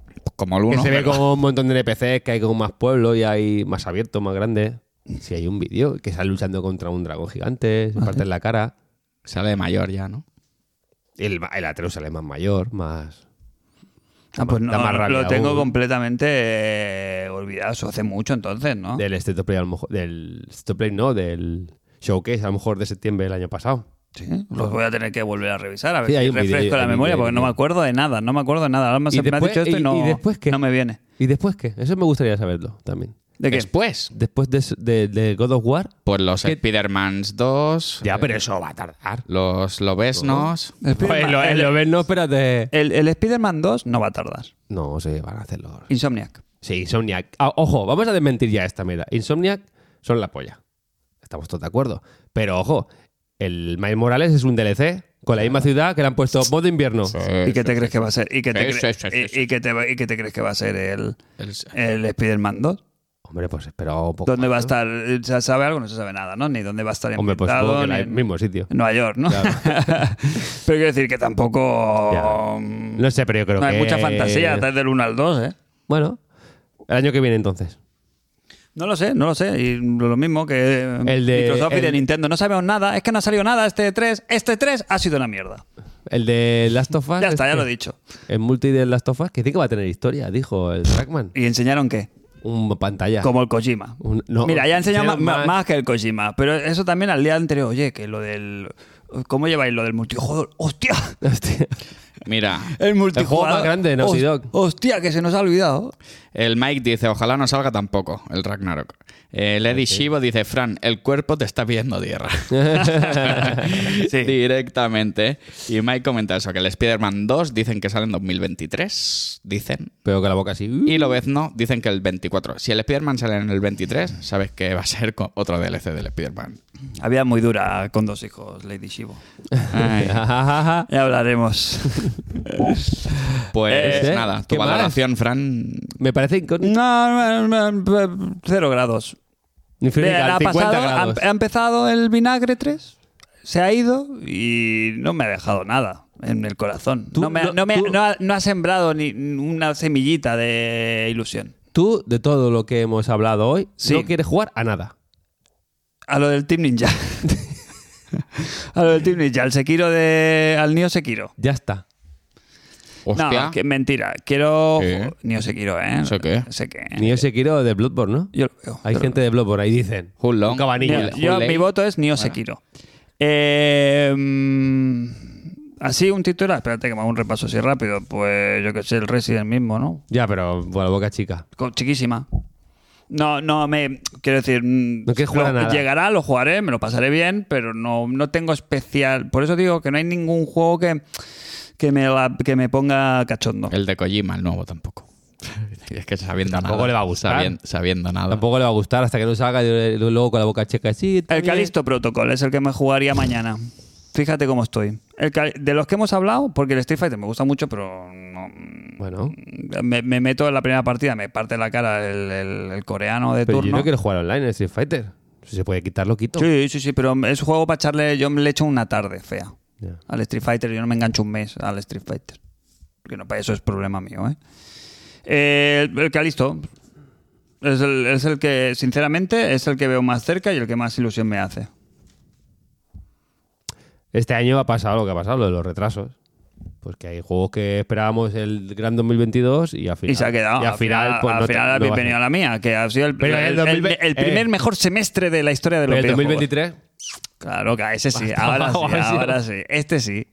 [SPEAKER 4] Pues Como el
[SPEAKER 3] Que
[SPEAKER 4] uno.
[SPEAKER 3] se ve
[SPEAKER 4] pero-
[SPEAKER 3] como un montón de NPCs, que hay como más pueblo y hay más abierto, más grande. Si hay un vídeo que están luchando contra un dragón gigante, se parten la cara.
[SPEAKER 4] Sale de mayor ya, ¿no?
[SPEAKER 3] El, el Atreus sale más mayor, más.
[SPEAKER 2] Ah, pues
[SPEAKER 3] Da más
[SPEAKER 2] no,
[SPEAKER 3] rabia
[SPEAKER 2] lo tengo
[SPEAKER 3] aún.
[SPEAKER 2] completamente eh, olvidado. Eso hace mucho entonces, ¿no?
[SPEAKER 3] Del State of Play, a lo mejor. Del State of Play, no, del Showcase, a lo mejor de septiembre del año pasado.
[SPEAKER 2] Sí, los voy a tener que volver a revisar a ver
[SPEAKER 3] Sí, hay
[SPEAKER 2] si
[SPEAKER 3] un vídeo,
[SPEAKER 2] refresco
[SPEAKER 3] hay
[SPEAKER 2] la
[SPEAKER 3] un
[SPEAKER 2] memoria
[SPEAKER 3] vídeo,
[SPEAKER 2] porque
[SPEAKER 3] hay un
[SPEAKER 2] no me
[SPEAKER 3] vídeo.
[SPEAKER 2] acuerdo de nada, no me acuerdo de nada. Ahora me
[SPEAKER 3] ¿Y
[SPEAKER 2] has- me has
[SPEAKER 3] después-
[SPEAKER 2] dicho esto y,
[SPEAKER 3] y-
[SPEAKER 2] no,
[SPEAKER 3] y después qué?
[SPEAKER 2] no me viene.
[SPEAKER 3] ¿Y después qué? Eso me gustaría saberlo también.
[SPEAKER 2] ¿De qué?
[SPEAKER 4] Después,
[SPEAKER 3] Después de, de- de God of War.
[SPEAKER 4] pues los
[SPEAKER 3] ¿Qué?
[SPEAKER 4] Spider-Mans 2,
[SPEAKER 3] Ya, pero eso va a tardar.
[SPEAKER 4] los Lobesnos...
[SPEAKER 2] Spiderman-
[SPEAKER 3] Pues lo,
[SPEAKER 2] el,
[SPEAKER 3] lo ves, no, espérate.
[SPEAKER 2] el- el Spider-Man 2 no va a tardar.
[SPEAKER 3] No, sí, van a hacerlo.
[SPEAKER 2] Insomniac.
[SPEAKER 3] Sí, Insomniac. Ah, ojo, vamos a desmentir ya esta mierda. Insomniac son la polla. Estamos todos de acuerdo. Pero ojo, el Miles Morales es un DLC con la misma ciudad que le han puesto modo invierno.
[SPEAKER 2] ¿Y qué te crees que va a ser? ¿Y qué te,
[SPEAKER 4] Sí,
[SPEAKER 2] cre-
[SPEAKER 4] sí, sí, sí,
[SPEAKER 2] y- y qué te va- y qué te crees que va a ser el,
[SPEAKER 4] El-
[SPEAKER 2] el Spider-Man 2?
[SPEAKER 3] Hombre, pues espera un poco.
[SPEAKER 2] ¿Dónde
[SPEAKER 3] más,
[SPEAKER 2] va a
[SPEAKER 3] ¿no?
[SPEAKER 2] estar? Eh, ¿Se sabe algo? No se sabe nada, ¿no? Ni dónde va a estar
[SPEAKER 3] Hombre, pues supongo
[SPEAKER 2] ambientado,
[SPEAKER 3] que
[SPEAKER 2] ni
[SPEAKER 3] en el
[SPEAKER 2] en-
[SPEAKER 3] mismo sitio.
[SPEAKER 2] en Nueva York, ¿no? pero quiero decir que tampoco...
[SPEAKER 3] Ya. No sé, pero yo creo
[SPEAKER 2] no hay
[SPEAKER 3] que-
[SPEAKER 2] mucha fantasía, desde del 1 al 2, ¿eh?
[SPEAKER 3] Bueno, el año que viene entonces.
[SPEAKER 2] No lo sé, no lo sé. Y lo mismo que
[SPEAKER 3] El de-
[SPEAKER 2] Microsoft y de
[SPEAKER 3] el-
[SPEAKER 2] Nintendo. No sabemos nada. Es que no ha salido nada este 3. Este 3 ha sido una mierda.
[SPEAKER 3] El de Last of Us.
[SPEAKER 2] Ya está, ya
[SPEAKER 3] este,
[SPEAKER 2] lo he dicho.
[SPEAKER 3] El multi de Last of Us, que dice que va a tener historia, dijo el Trackman.
[SPEAKER 2] ¿Y enseñaron qué?
[SPEAKER 3] Un pantalla.
[SPEAKER 2] Como el Kojima.
[SPEAKER 3] Un- no,
[SPEAKER 2] Mira, ya ha enseñado ma- ma-
[SPEAKER 3] enseñaron
[SPEAKER 2] más,
[SPEAKER 3] más.
[SPEAKER 2] que el Kojima. Pero eso también al día anterior. Oye, que lo del... ¿Cómo lleváis lo del multijugador? ¡Hostia!
[SPEAKER 3] Hostia.
[SPEAKER 4] Mira,
[SPEAKER 2] El multijugador.
[SPEAKER 3] más grande de Naughty Dog.
[SPEAKER 2] Hostia, que se nos ha olvidado.
[SPEAKER 4] el Mike dice, ojalá no salga tampoco el Ragnarok. El Eddie Shivo dice, Fran, el cuerpo te está pidiendo tierra.
[SPEAKER 2] Sí.
[SPEAKER 4] Directamente. Y Mike comenta eso, que el Spider-Man 2 dicen que sale en 2023, dicen.
[SPEAKER 3] Pero que la boca así.
[SPEAKER 4] Y Lobezno dicen que el 24. Si el Spider-Man sale en el 23, sabes que va a ser co- otro DLC del Spider-Man.
[SPEAKER 2] Había muy dura con dos hijos, Lady Shivo.
[SPEAKER 4] Ay,
[SPEAKER 2] Ya hablaremos.
[SPEAKER 4] Pues
[SPEAKER 3] Eh,
[SPEAKER 4] nada, tu
[SPEAKER 3] ¿qué más?
[SPEAKER 4] valoración, Fran.
[SPEAKER 3] Me parece incógnito.
[SPEAKER 2] No, no, no, no, cero grados. Vea, ha,
[SPEAKER 3] 50
[SPEAKER 2] pasado, ha,
[SPEAKER 3] grados.
[SPEAKER 2] ha empezado el vinagre 3, se ha ido y no me ha dejado nada en el corazón.
[SPEAKER 3] Tú
[SPEAKER 2] No, me, ha-
[SPEAKER 3] no-
[SPEAKER 2] no me-
[SPEAKER 3] tú-
[SPEAKER 2] no ha, no ha sembrado ni una semillita de ilusión.
[SPEAKER 3] Tú, de todo lo que hemos hablado hoy,
[SPEAKER 2] Sí.
[SPEAKER 3] no quieres jugar a nada.
[SPEAKER 2] A lo del Team Ninja. A lo del Team Ninja, al Sekiro de. al Nio Sekiro.
[SPEAKER 3] Ya está.
[SPEAKER 4] Hostia.
[SPEAKER 2] No, que mentira. Quiero.
[SPEAKER 4] ¿Qué?
[SPEAKER 2] Nio Sekiro, ¿eh?
[SPEAKER 4] ¿Eso qué?
[SPEAKER 2] Sé qué.
[SPEAKER 3] Ni ese quiero de Bloodborne, ¿no?
[SPEAKER 2] Yo lo veo.
[SPEAKER 3] Hay
[SPEAKER 2] Yo lo
[SPEAKER 3] gente de Bloodborne ahí dicen.
[SPEAKER 4] Hulk Long.
[SPEAKER 3] Un cabanillo.
[SPEAKER 2] Mira, yo-
[SPEAKER 4] Huley.
[SPEAKER 2] mi voto es Nio Sekiro. Eh, mm, así un titular, espérate que me hago un repaso así rápido. Pues yo que sé, el Resident mismo, ¿no?
[SPEAKER 3] Ya, pero bueno, boca chica.
[SPEAKER 2] Co- Chiquísima. No, no me. Quiero decir. mm,
[SPEAKER 3] No quieres jugar
[SPEAKER 2] lo-
[SPEAKER 3] a nada.
[SPEAKER 2] Llegará, lo jugaré, me lo pasaré bien, pero no, no tengo especial. Por eso digo que no hay ningún juego que, que, me, la- que me ponga cachondo.
[SPEAKER 4] El de Kojima, el nuevo tampoco. es que sabiendo
[SPEAKER 3] Tampoco
[SPEAKER 4] nada.
[SPEAKER 3] le va a gustar.
[SPEAKER 4] Sabien- Sabiendo, nada.
[SPEAKER 3] Tampoco le va a gustar hasta que no salga y luego con la boca chica así.
[SPEAKER 2] El
[SPEAKER 3] también.
[SPEAKER 2] Calisto Protocol es el que me jugaría mañana. Fíjate cómo estoy. El Cali- de los que hemos hablado, porque el Street Fighter me gusta mucho, pero no, mm,
[SPEAKER 3] Bueno,
[SPEAKER 2] me, me meto en la primera partida, me parte la cara el, el- el coreano de
[SPEAKER 3] pero yo
[SPEAKER 2] turno.
[SPEAKER 3] no quiero jugar online en Street Fighter. Si se puede quitar, lo quito.
[SPEAKER 2] Sí, sí, sí, pero es juego para echarle. Yo me le echo una tarde fea
[SPEAKER 3] Ya.
[SPEAKER 2] al Street Fighter. Yo no me engancho un mes al Street Fighter. Que no, para eso es problema mío, ¿eh? Eh, el, el Calisto es el, es el que, sinceramente, es el que veo más cerca y el que más ilusión me hace.
[SPEAKER 3] Este año ha pasado lo que ha pasado, lo de los retrasos. Pues que hay juegos que esperábamos el gran 2022 y al final.
[SPEAKER 2] Y se ha quedado.
[SPEAKER 3] y al final, pues
[SPEAKER 2] al
[SPEAKER 3] no te-
[SPEAKER 2] final
[SPEAKER 3] no va a
[SPEAKER 2] bienvenido a
[SPEAKER 3] ser.
[SPEAKER 2] la mía, que ha sido el,
[SPEAKER 3] Pero el
[SPEAKER 2] el-
[SPEAKER 3] 2020
[SPEAKER 2] el primer
[SPEAKER 3] eh.
[SPEAKER 2] mejor semestre de la historia de
[SPEAKER 3] Pero
[SPEAKER 2] los
[SPEAKER 3] el
[SPEAKER 2] videojuegos.
[SPEAKER 3] 2023.
[SPEAKER 2] Claro, que a ese sí, ahora sí,
[SPEAKER 3] abajo, ha sido.
[SPEAKER 2] ahora sí, este sí.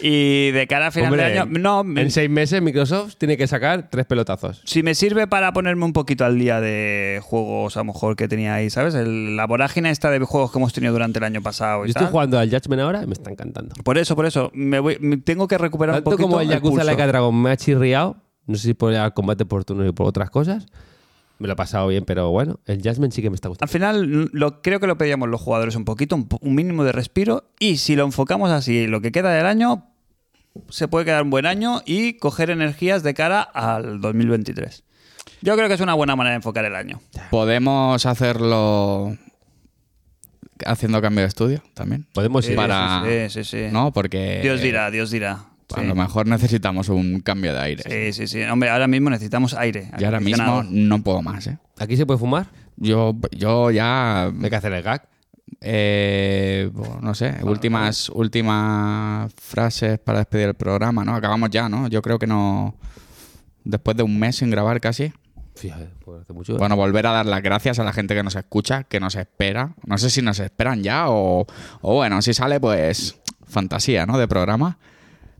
[SPEAKER 2] Y de cara a final
[SPEAKER 3] Hombre,
[SPEAKER 2] de año, no, me-
[SPEAKER 3] en seis meses Microsoft tiene que sacar tres pelotazos.
[SPEAKER 2] si me sirve para ponerme un poquito al día de juegos a lo mejor que tenía ahí, ¿sabes? El- la vorágine esta de juegos que hemos tenido durante el año pasado.
[SPEAKER 3] Yo
[SPEAKER 2] y
[SPEAKER 3] estoy
[SPEAKER 2] tal.
[SPEAKER 3] jugando al Judgment ahora y me está encantando.
[SPEAKER 2] Por eso, por eso, me voy, me tengo que recuperar un
[SPEAKER 3] Tanto
[SPEAKER 2] poquito
[SPEAKER 3] como el Yakuza
[SPEAKER 2] pulso.
[SPEAKER 3] Like a Dragon me ha chirriado, no sé si por el combate oportuno y por otras cosas, me lo he pasado bien, pero bueno, el Judgment sí que me está
[SPEAKER 2] Al
[SPEAKER 3] gustando.
[SPEAKER 2] final, lo, creo que lo pedíamos los jugadores un poquito, un, po- un mínimo de respiro. Y si lo enfocamos así, lo que queda del año, se puede quedar un buen año y coger energías de cara al 2023. Yo creo que es una buena manera de enfocar el año.
[SPEAKER 4] Podemos hacerlo haciendo cambio de estudio también.
[SPEAKER 3] Podemos
[SPEAKER 2] Eh,
[SPEAKER 3] ir.
[SPEAKER 4] para...
[SPEAKER 2] sí, sí, sí.
[SPEAKER 4] No, Eh, porque...
[SPEAKER 2] Dios dirá, Dios dirá.
[SPEAKER 4] A
[SPEAKER 2] Sí.
[SPEAKER 4] lo mejor necesitamos un cambio de aire.
[SPEAKER 2] Sí, sí, sí. Hombre, ahora mismo necesitamos aire.
[SPEAKER 4] Y ahora mismo
[SPEAKER 2] acondicionado.
[SPEAKER 4] no puedo más, ¿eh?
[SPEAKER 3] ¿Aquí se puede fumar?
[SPEAKER 4] Yo, yo ya...
[SPEAKER 3] Hay que hacer el gag.
[SPEAKER 4] eh, bueno, no sé, últimas, últimas frases para despedir el programa, ¿no? Acabamos ya, ¿no? Yo creo que no... Después de un mes sin grabar casi.
[SPEAKER 3] Fíjate, pues hace mucho.
[SPEAKER 4] Bueno, volver a dar las gracias a la gente que nos escucha, que nos espera. No sé si nos esperan ya o, o bueno, si sale, pues fantasía, ¿no? De programa.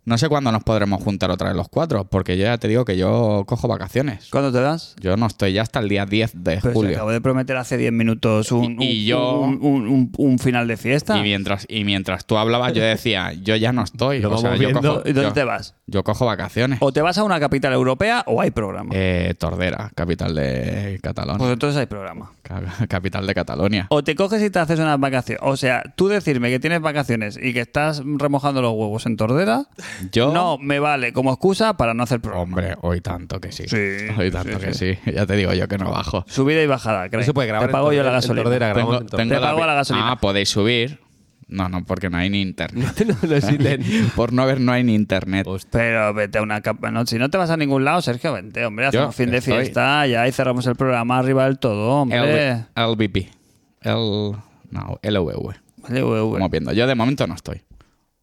[SPEAKER 4] No sé cuándo nos podremos juntar otra vez los cuatro, porque yo ya te digo que yo cojo vacaciones.
[SPEAKER 2] ¿Cuándo te das?
[SPEAKER 4] Yo no estoy ya hasta el día 10 de
[SPEAKER 2] Pues
[SPEAKER 4] julio.
[SPEAKER 2] acabo de prometer hace 10 minutos un,
[SPEAKER 4] Y- y
[SPEAKER 2] un-
[SPEAKER 4] yo-
[SPEAKER 2] un, un- un- un final de fiesta.
[SPEAKER 4] Y mientras, y mientras tú hablabas, yo decía, yo ya no estoy.
[SPEAKER 3] Lo
[SPEAKER 4] O sea,
[SPEAKER 3] vamos
[SPEAKER 4] yo,
[SPEAKER 3] viendo.
[SPEAKER 4] cojo,
[SPEAKER 2] ¿Y dónde
[SPEAKER 4] yo-
[SPEAKER 2] te vas?
[SPEAKER 4] yo cojo vacaciones.
[SPEAKER 2] O te vas a una capital europea o hay programa.
[SPEAKER 4] Eh, Tordera, capital de
[SPEAKER 2] Pues
[SPEAKER 4] Cataluña.
[SPEAKER 2] entonces hay programa.
[SPEAKER 4] Ca- Capital de Cataluña.
[SPEAKER 2] O te coges y te haces unas vacaciones. O sea, tú decirme que tienes vacaciones y que estás remojando los huevos en tordera,
[SPEAKER 4] Yo
[SPEAKER 2] no me vale como excusa para no hacer programa.
[SPEAKER 4] Hombre, hoy tanto que sí.
[SPEAKER 2] Sí,
[SPEAKER 4] hoy
[SPEAKER 2] sí,
[SPEAKER 4] tanto
[SPEAKER 2] sí,
[SPEAKER 4] que sí. Ya te digo yo que no bajo.
[SPEAKER 2] Subida y bajada, creo.
[SPEAKER 3] No se puede grabar.
[SPEAKER 2] Te pago
[SPEAKER 3] en
[SPEAKER 2] yo la
[SPEAKER 3] Tordera- en Tordera,
[SPEAKER 2] gasolina.
[SPEAKER 3] grabamos
[SPEAKER 4] Tengo-
[SPEAKER 3] en Tordera.
[SPEAKER 4] tengo
[SPEAKER 2] pago la gasolina.
[SPEAKER 4] Ah, podéis subir. No, no, porque no hay ni internet.
[SPEAKER 3] No, no existen.
[SPEAKER 4] Por no ver, no hay ni internet.
[SPEAKER 2] Pero vete a una capa. No, si no te vas a ningún lado, Sergio, vente, hombre.
[SPEAKER 4] Yo
[SPEAKER 2] Hacemos fin de
[SPEAKER 4] estoy- Eh,
[SPEAKER 2] fiesta ya y cerramos el programa arriba del todo, hombre.
[SPEAKER 4] LV LVP. L- no, LVV.
[SPEAKER 2] Vale, güey, güey.
[SPEAKER 4] Como viendo. Yo de momento no estoy.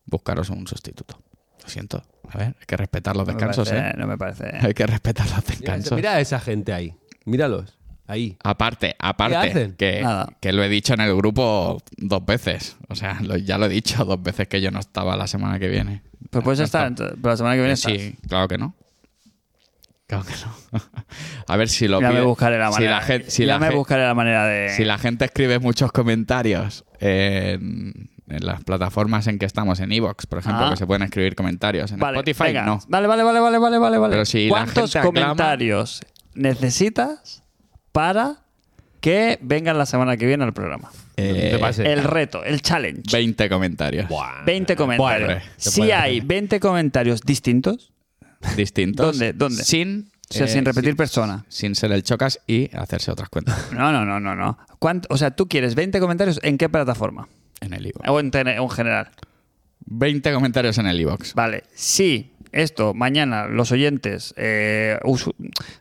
[SPEAKER 4] Buscaros un sustituto. Lo siento. A ver, hay que respetar los
[SPEAKER 2] No me
[SPEAKER 4] descansos,
[SPEAKER 2] parece,
[SPEAKER 4] ¿eh?
[SPEAKER 2] No me parece.
[SPEAKER 4] Hay que respetar los
[SPEAKER 3] Mira,
[SPEAKER 4] descansos.
[SPEAKER 3] esa- mira a esa gente ahí. Míralos. Ahí.
[SPEAKER 4] Aparte, aparte,
[SPEAKER 3] hacen?
[SPEAKER 4] que,
[SPEAKER 2] Nada.
[SPEAKER 4] que lo he dicho en el grupo dos veces. O sea, lo- ya lo he dicho dos veces que yo no estaba la semana que viene.
[SPEAKER 2] Pues puedes estar ento- pero la semana que viene. estás.
[SPEAKER 4] Sí, claro que no. Claro que no. A ver si lo
[SPEAKER 2] Ya me
[SPEAKER 4] pide.
[SPEAKER 2] buscaré la
[SPEAKER 4] Si
[SPEAKER 2] manera.
[SPEAKER 4] la gen- si
[SPEAKER 2] ya
[SPEAKER 4] la
[SPEAKER 2] me
[SPEAKER 4] gen-
[SPEAKER 2] buscaré la manera de.
[SPEAKER 4] Si la gente escribe muchos comentarios en, en las plataformas en que estamos, en Evox, por ejemplo,
[SPEAKER 2] Ah.
[SPEAKER 4] que se pueden escribir comentarios. En
[SPEAKER 2] Vale,
[SPEAKER 4] Spotify
[SPEAKER 2] venga.
[SPEAKER 4] no.
[SPEAKER 2] Vale, vale, vale, vale, vale, vale, vale.
[SPEAKER 4] Pero si la
[SPEAKER 2] ¿Cuántos
[SPEAKER 4] gente aclama-
[SPEAKER 2] comentarios necesitas para que vengan la semana que viene al programa?
[SPEAKER 4] Eh,
[SPEAKER 3] te pases.
[SPEAKER 2] El reto, el challenge.
[SPEAKER 4] 20 comentarios
[SPEAKER 3] Buah.
[SPEAKER 2] 20 comentarios.
[SPEAKER 4] Bueno,
[SPEAKER 3] se
[SPEAKER 2] si
[SPEAKER 3] puede.
[SPEAKER 2] hay 20 comentarios distintos,
[SPEAKER 4] distintos.
[SPEAKER 2] ¿Dónde? ¿Dónde?
[SPEAKER 4] Sin,
[SPEAKER 2] o sea,
[SPEAKER 4] eh,
[SPEAKER 2] sin repetir
[SPEAKER 4] sin-
[SPEAKER 2] persona.
[SPEAKER 4] sin ser el chocas y hacerse otras cuentas
[SPEAKER 2] No, no, no, no, no. ¿Cuánto- o sea, tú quieres 20 comentarios en qué plataforma?
[SPEAKER 4] en el Evox.
[SPEAKER 2] O en, tene- o en general.
[SPEAKER 4] 20 comentarios en el Evox.
[SPEAKER 2] Vale, si esto mañana los oyentes, eh, usu-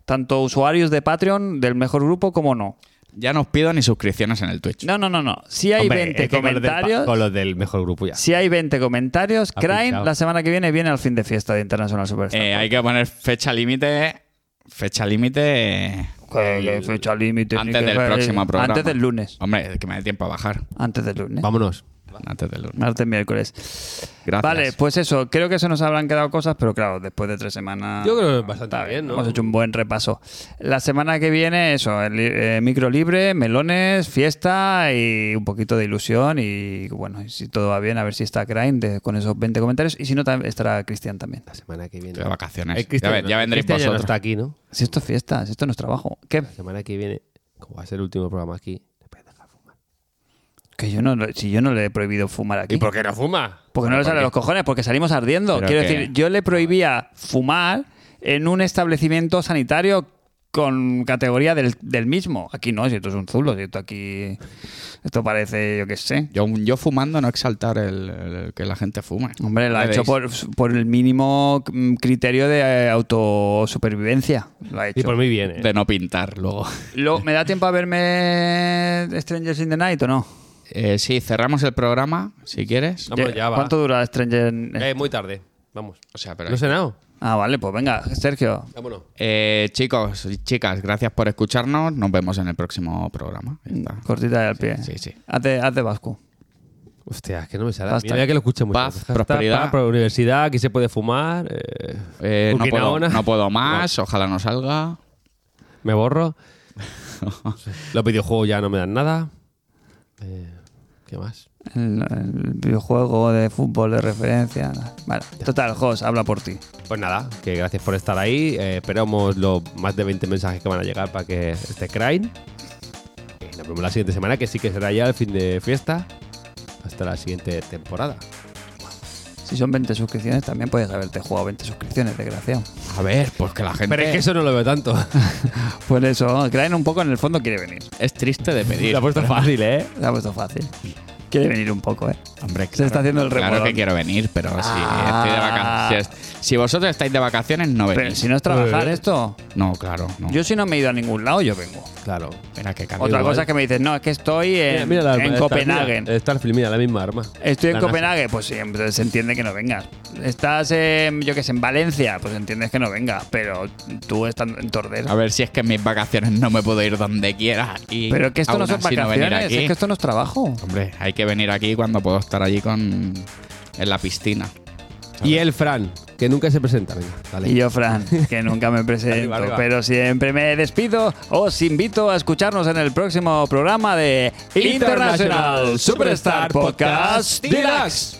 [SPEAKER 2] tanto usuarios de Patreon del mejor grupo como no.
[SPEAKER 4] Ya no os pido ni suscripciones en el Twitch.
[SPEAKER 2] No, no, no, no. Si hay
[SPEAKER 3] Hombre,
[SPEAKER 2] 20
[SPEAKER 3] es que con los del pa-
[SPEAKER 2] comentarios,
[SPEAKER 3] Con los del mejor grupo ya.
[SPEAKER 2] si hay 20 comentarios,
[SPEAKER 3] Ha
[SPEAKER 2] Crime
[SPEAKER 3] pinchado.
[SPEAKER 2] la semana que viene viene al fin de fiesta de International Superstar.
[SPEAKER 4] Eh, hay que poner fecha límite. Fecha límite. eh,
[SPEAKER 2] Que- que fecha límite, ni
[SPEAKER 4] Antes
[SPEAKER 2] que
[SPEAKER 4] del
[SPEAKER 2] fe-
[SPEAKER 4] próximo programa.
[SPEAKER 2] Antes del lunes.
[SPEAKER 4] Hombre, que me dé tiempo a bajar.
[SPEAKER 2] Antes del lunes.
[SPEAKER 3] Vámonos.
[SPEAKER 4] Antes del lunes.
[SPEAKER 2] Martes, miércoles.
[SPEAKER 4] Gracias.
[SPEAKER 2] Vale, pues eso, creo que se nos habrán quedado cosas, pero claro, después de tres semanas.
[SPEAKER 3] Yo creo que bastante
[SPEAKER 2] está
[SPEAKER 3] Ah, bien, ¿no?
[SPEAKER 2] Hemos hecho un buen repaso. La semana que viene, eso, el, li- eh, micro libre, melones, fiesta y un poquito de ilusión. Y bueno, y si todo va bien, a ver si está Crime de- con esos 20 comentarios. Y si no, tam- estará Cristian también.
[SPEAKER 3] La semana que viene.
[SPEAKER 4] Estoy de vacaciones.
[SPEAKER 3] El Eh, Cristian
[SPEAKER 4] Ya ven-
[SPEAKER 3] no-
[SPEAKER 4] ya vendréis
[SPEAKER 3] Cristian no
[SPEAKER 4] vosotros.
[SPEAKER 3] está aquí, ¿no?
[SPEAKER 2] Si esto es fiesta, si esto no es trabajo. ¿Qué?
[SPEAKER 3] La semana que viene, como va a ser el último programa aquí, te puedes dejar fumar.
[SPEAKER 2] Que yo no, le- si yo no le he prohibido fumar aquí.
[SPEAKER 3] ¿Y por qué no fuma?
[SPEAKER 2] Porque no le salen los cojones, porque salimos ardiendo.
[SPEAKER 4] Pero
[SPEAKER 2] Quiero
[SPEAKER 4] que-
[SPEAKER 2] decir, yo le prohibía fumar en un establecimiento sanitario con categoría del, del mismo. Aquí no, si esto es un zulo, si esto aquí. Esto parece, yo qué sé.
[SPEAKER 4] Yo, yo fumando no exaltar el, el que la gente fume.
[SPEAKER 2] Hombre, lo ha
[SPEAKER 4] ¿Veis?
[SPEAKER 2] hecho por, por el mínimo mm, criterio de eh, autosupervivencia. Lo ha
[SPEAKER 3] Y por
[SPEAKER 2] hecho.
[SPEAKER 3] mí viene.
[SPEAKER 4] De no pintar luego.
[SPEAKER 2] Lo- ¿Me da tiempo a verme Strangers in the Night o no?
[SPEAKER 4] Eh, sí, cerramos el programa, si quieres.
[SPEAKER 3] No. Hombre, ya va.
[SPEAKER 2] ¿Cuánto dura Stranger in-
[SPEAKER 3] Eh, Es muy tarde. Vamos.
[SPEAKER 4] O sea, pero...
[SPEAKER 3] No he cenado.
[SPEAKER 2] Ah, vale, pues venga, Sergio.
[SPEAKER 3] Vámonos.
[SPEAKER 4] Eh, chicos y chicas, gracias por escucharnos. Nos vemos en el próximo programa.
[SPEAKER 2] Mm.
[SPEAKER 4] Ya está.
[SPEAKER 2] Cortita del pie.
[SPEAKER 4] sí, sí.
[SPEAKER 2] Hazte, hazte vasco.
[SPEAKER 3] Hostia, es que no me sale.
[SPEAKER 2] Hashtag.
[SPEAKER 3] Mira que lo escucho mucho.
[SPEAKER 4] Paz,
[SPEAKER 3] Hashtag
[SPEAKER 4] prosperidad.
[SPEAKER 3] paz, universidad, aquí se puede fumar. eh,
[SPEAKER 4] Eh, no, puedo,
[SPEAKER 3] Okinawa.
[SPEAKER 4] no puedo más, ojalá no salga.
[SPEAKER 3] Me borro. Los videojuegos ya no me dan nada. Eh, ¿Qué más?
[SPEAKER 2] El, el videojuego de fútbol de referencia. Vale. Total, Jos, habla por ti.
[SPEAKER 3] Pues nada, que gracias por estar ahí. Eh, esperamos los más de 20 mensajes que van a llegar para que esté Crane. Y nos vemos la siguiente semana, que sí que será ya el fin de fiesta. Hasta la siguiente temporada.
[SPEAKER 2] Si son 20 suscripciones, también puedes haberte jugado 20 suscripciones, desgraciado.
[SPEAKER 4] A ver, pues que la gente
[SPEAKER 3] Pero es que eso no lo veo tanto.
[SPEAKER 2] Pues eso, Crane un poco en el fondo quiere venir.
[SPEAKER 4] es triste de pedir.
[SPEAKER 3] Lo ha puesto fácil, ¿eh?
[SPEAKER 2] Se ha puesto fácil. Quiere venir un poco, ¿eh?
[SPEAKER 3] Pues
[SPEAKER 4] Hombre,
[SPEAKER 2] Se está haciendo el
[SPEAKER 4] Claro que
[SPEAKER 2] remolón.
[SPEAKER 4] quiero venir, pero si
[SPEAKER 2] Ah.
[SPEAKER 4] estoy de vacaciones. Si, es- si vosotros estáis de vacaciones, no
[SPEAKER 2] Pero
[SPEAKER 4] venís.
[SPEAKER 2] si no es trabajar
[SPEAKER 3] Eh.
[SPEAKER 2] esto,
[SPEAKER 4] No, claro, no.
[SPEAKER 2] yo si no me he ido a ningún lado, yo vengo.
[SPEAKER 3] Claro.
[SPEAKER 4] Espera, que cambie.
[SPEAKER 2] Otra
[SPEAKER 3] igual.
[SPEAKER 2] cosa es que me dices, no, es que estoy
[SPEAKER 3] Mira,
[SPEAKER 2] en,
[SPEAKER 3] mira la arma
[SPEAKER 2] en
[SPEAKER 3] de Starfield,
[SPEAKER 2] Copenhague.
[SPEAKER 3] mira, Starfield, mira, la misma arma.
[SPEAKER 2] Estoy en
[SPEAKER 3] La NASA.
[SPEAKER 2] Copenhague, pues siempre se entiende que no vengas. Estás, en, yo que sé, en Valencia, pues entiendes que no vengas, pero tú estás en Tordera.
[SPEAKER 4] A ver si es que en mis vacaciones no me puedo ir donde quiera. Y
[SPEAKER 2] Pero que esto
[SPEAKER 4] aún
[SPEAKER 2] no son
[SPEAKER 4] así venir
[SPEAKER 2] vacaciones,
[SPEAKER 4] aquí.
[SPEAKER 2] es que esto no es trabajo.
[SPEAKER 4] Hombre, hay que venir aquí cuando puedo estar allí con en la piscina.
[SPEAKER 3] Y el Fran, que nunca se presenta. Venga, dale.
[SPEAKER 2] Y yo, Fran, que nunca me presento,
[SPEAKER 3] Arriba, arriba.
[SPEAKER 2] pero siempre me despido. Os invito a escucharnos en el próximo programa de International Superstar Podcast Deluxe.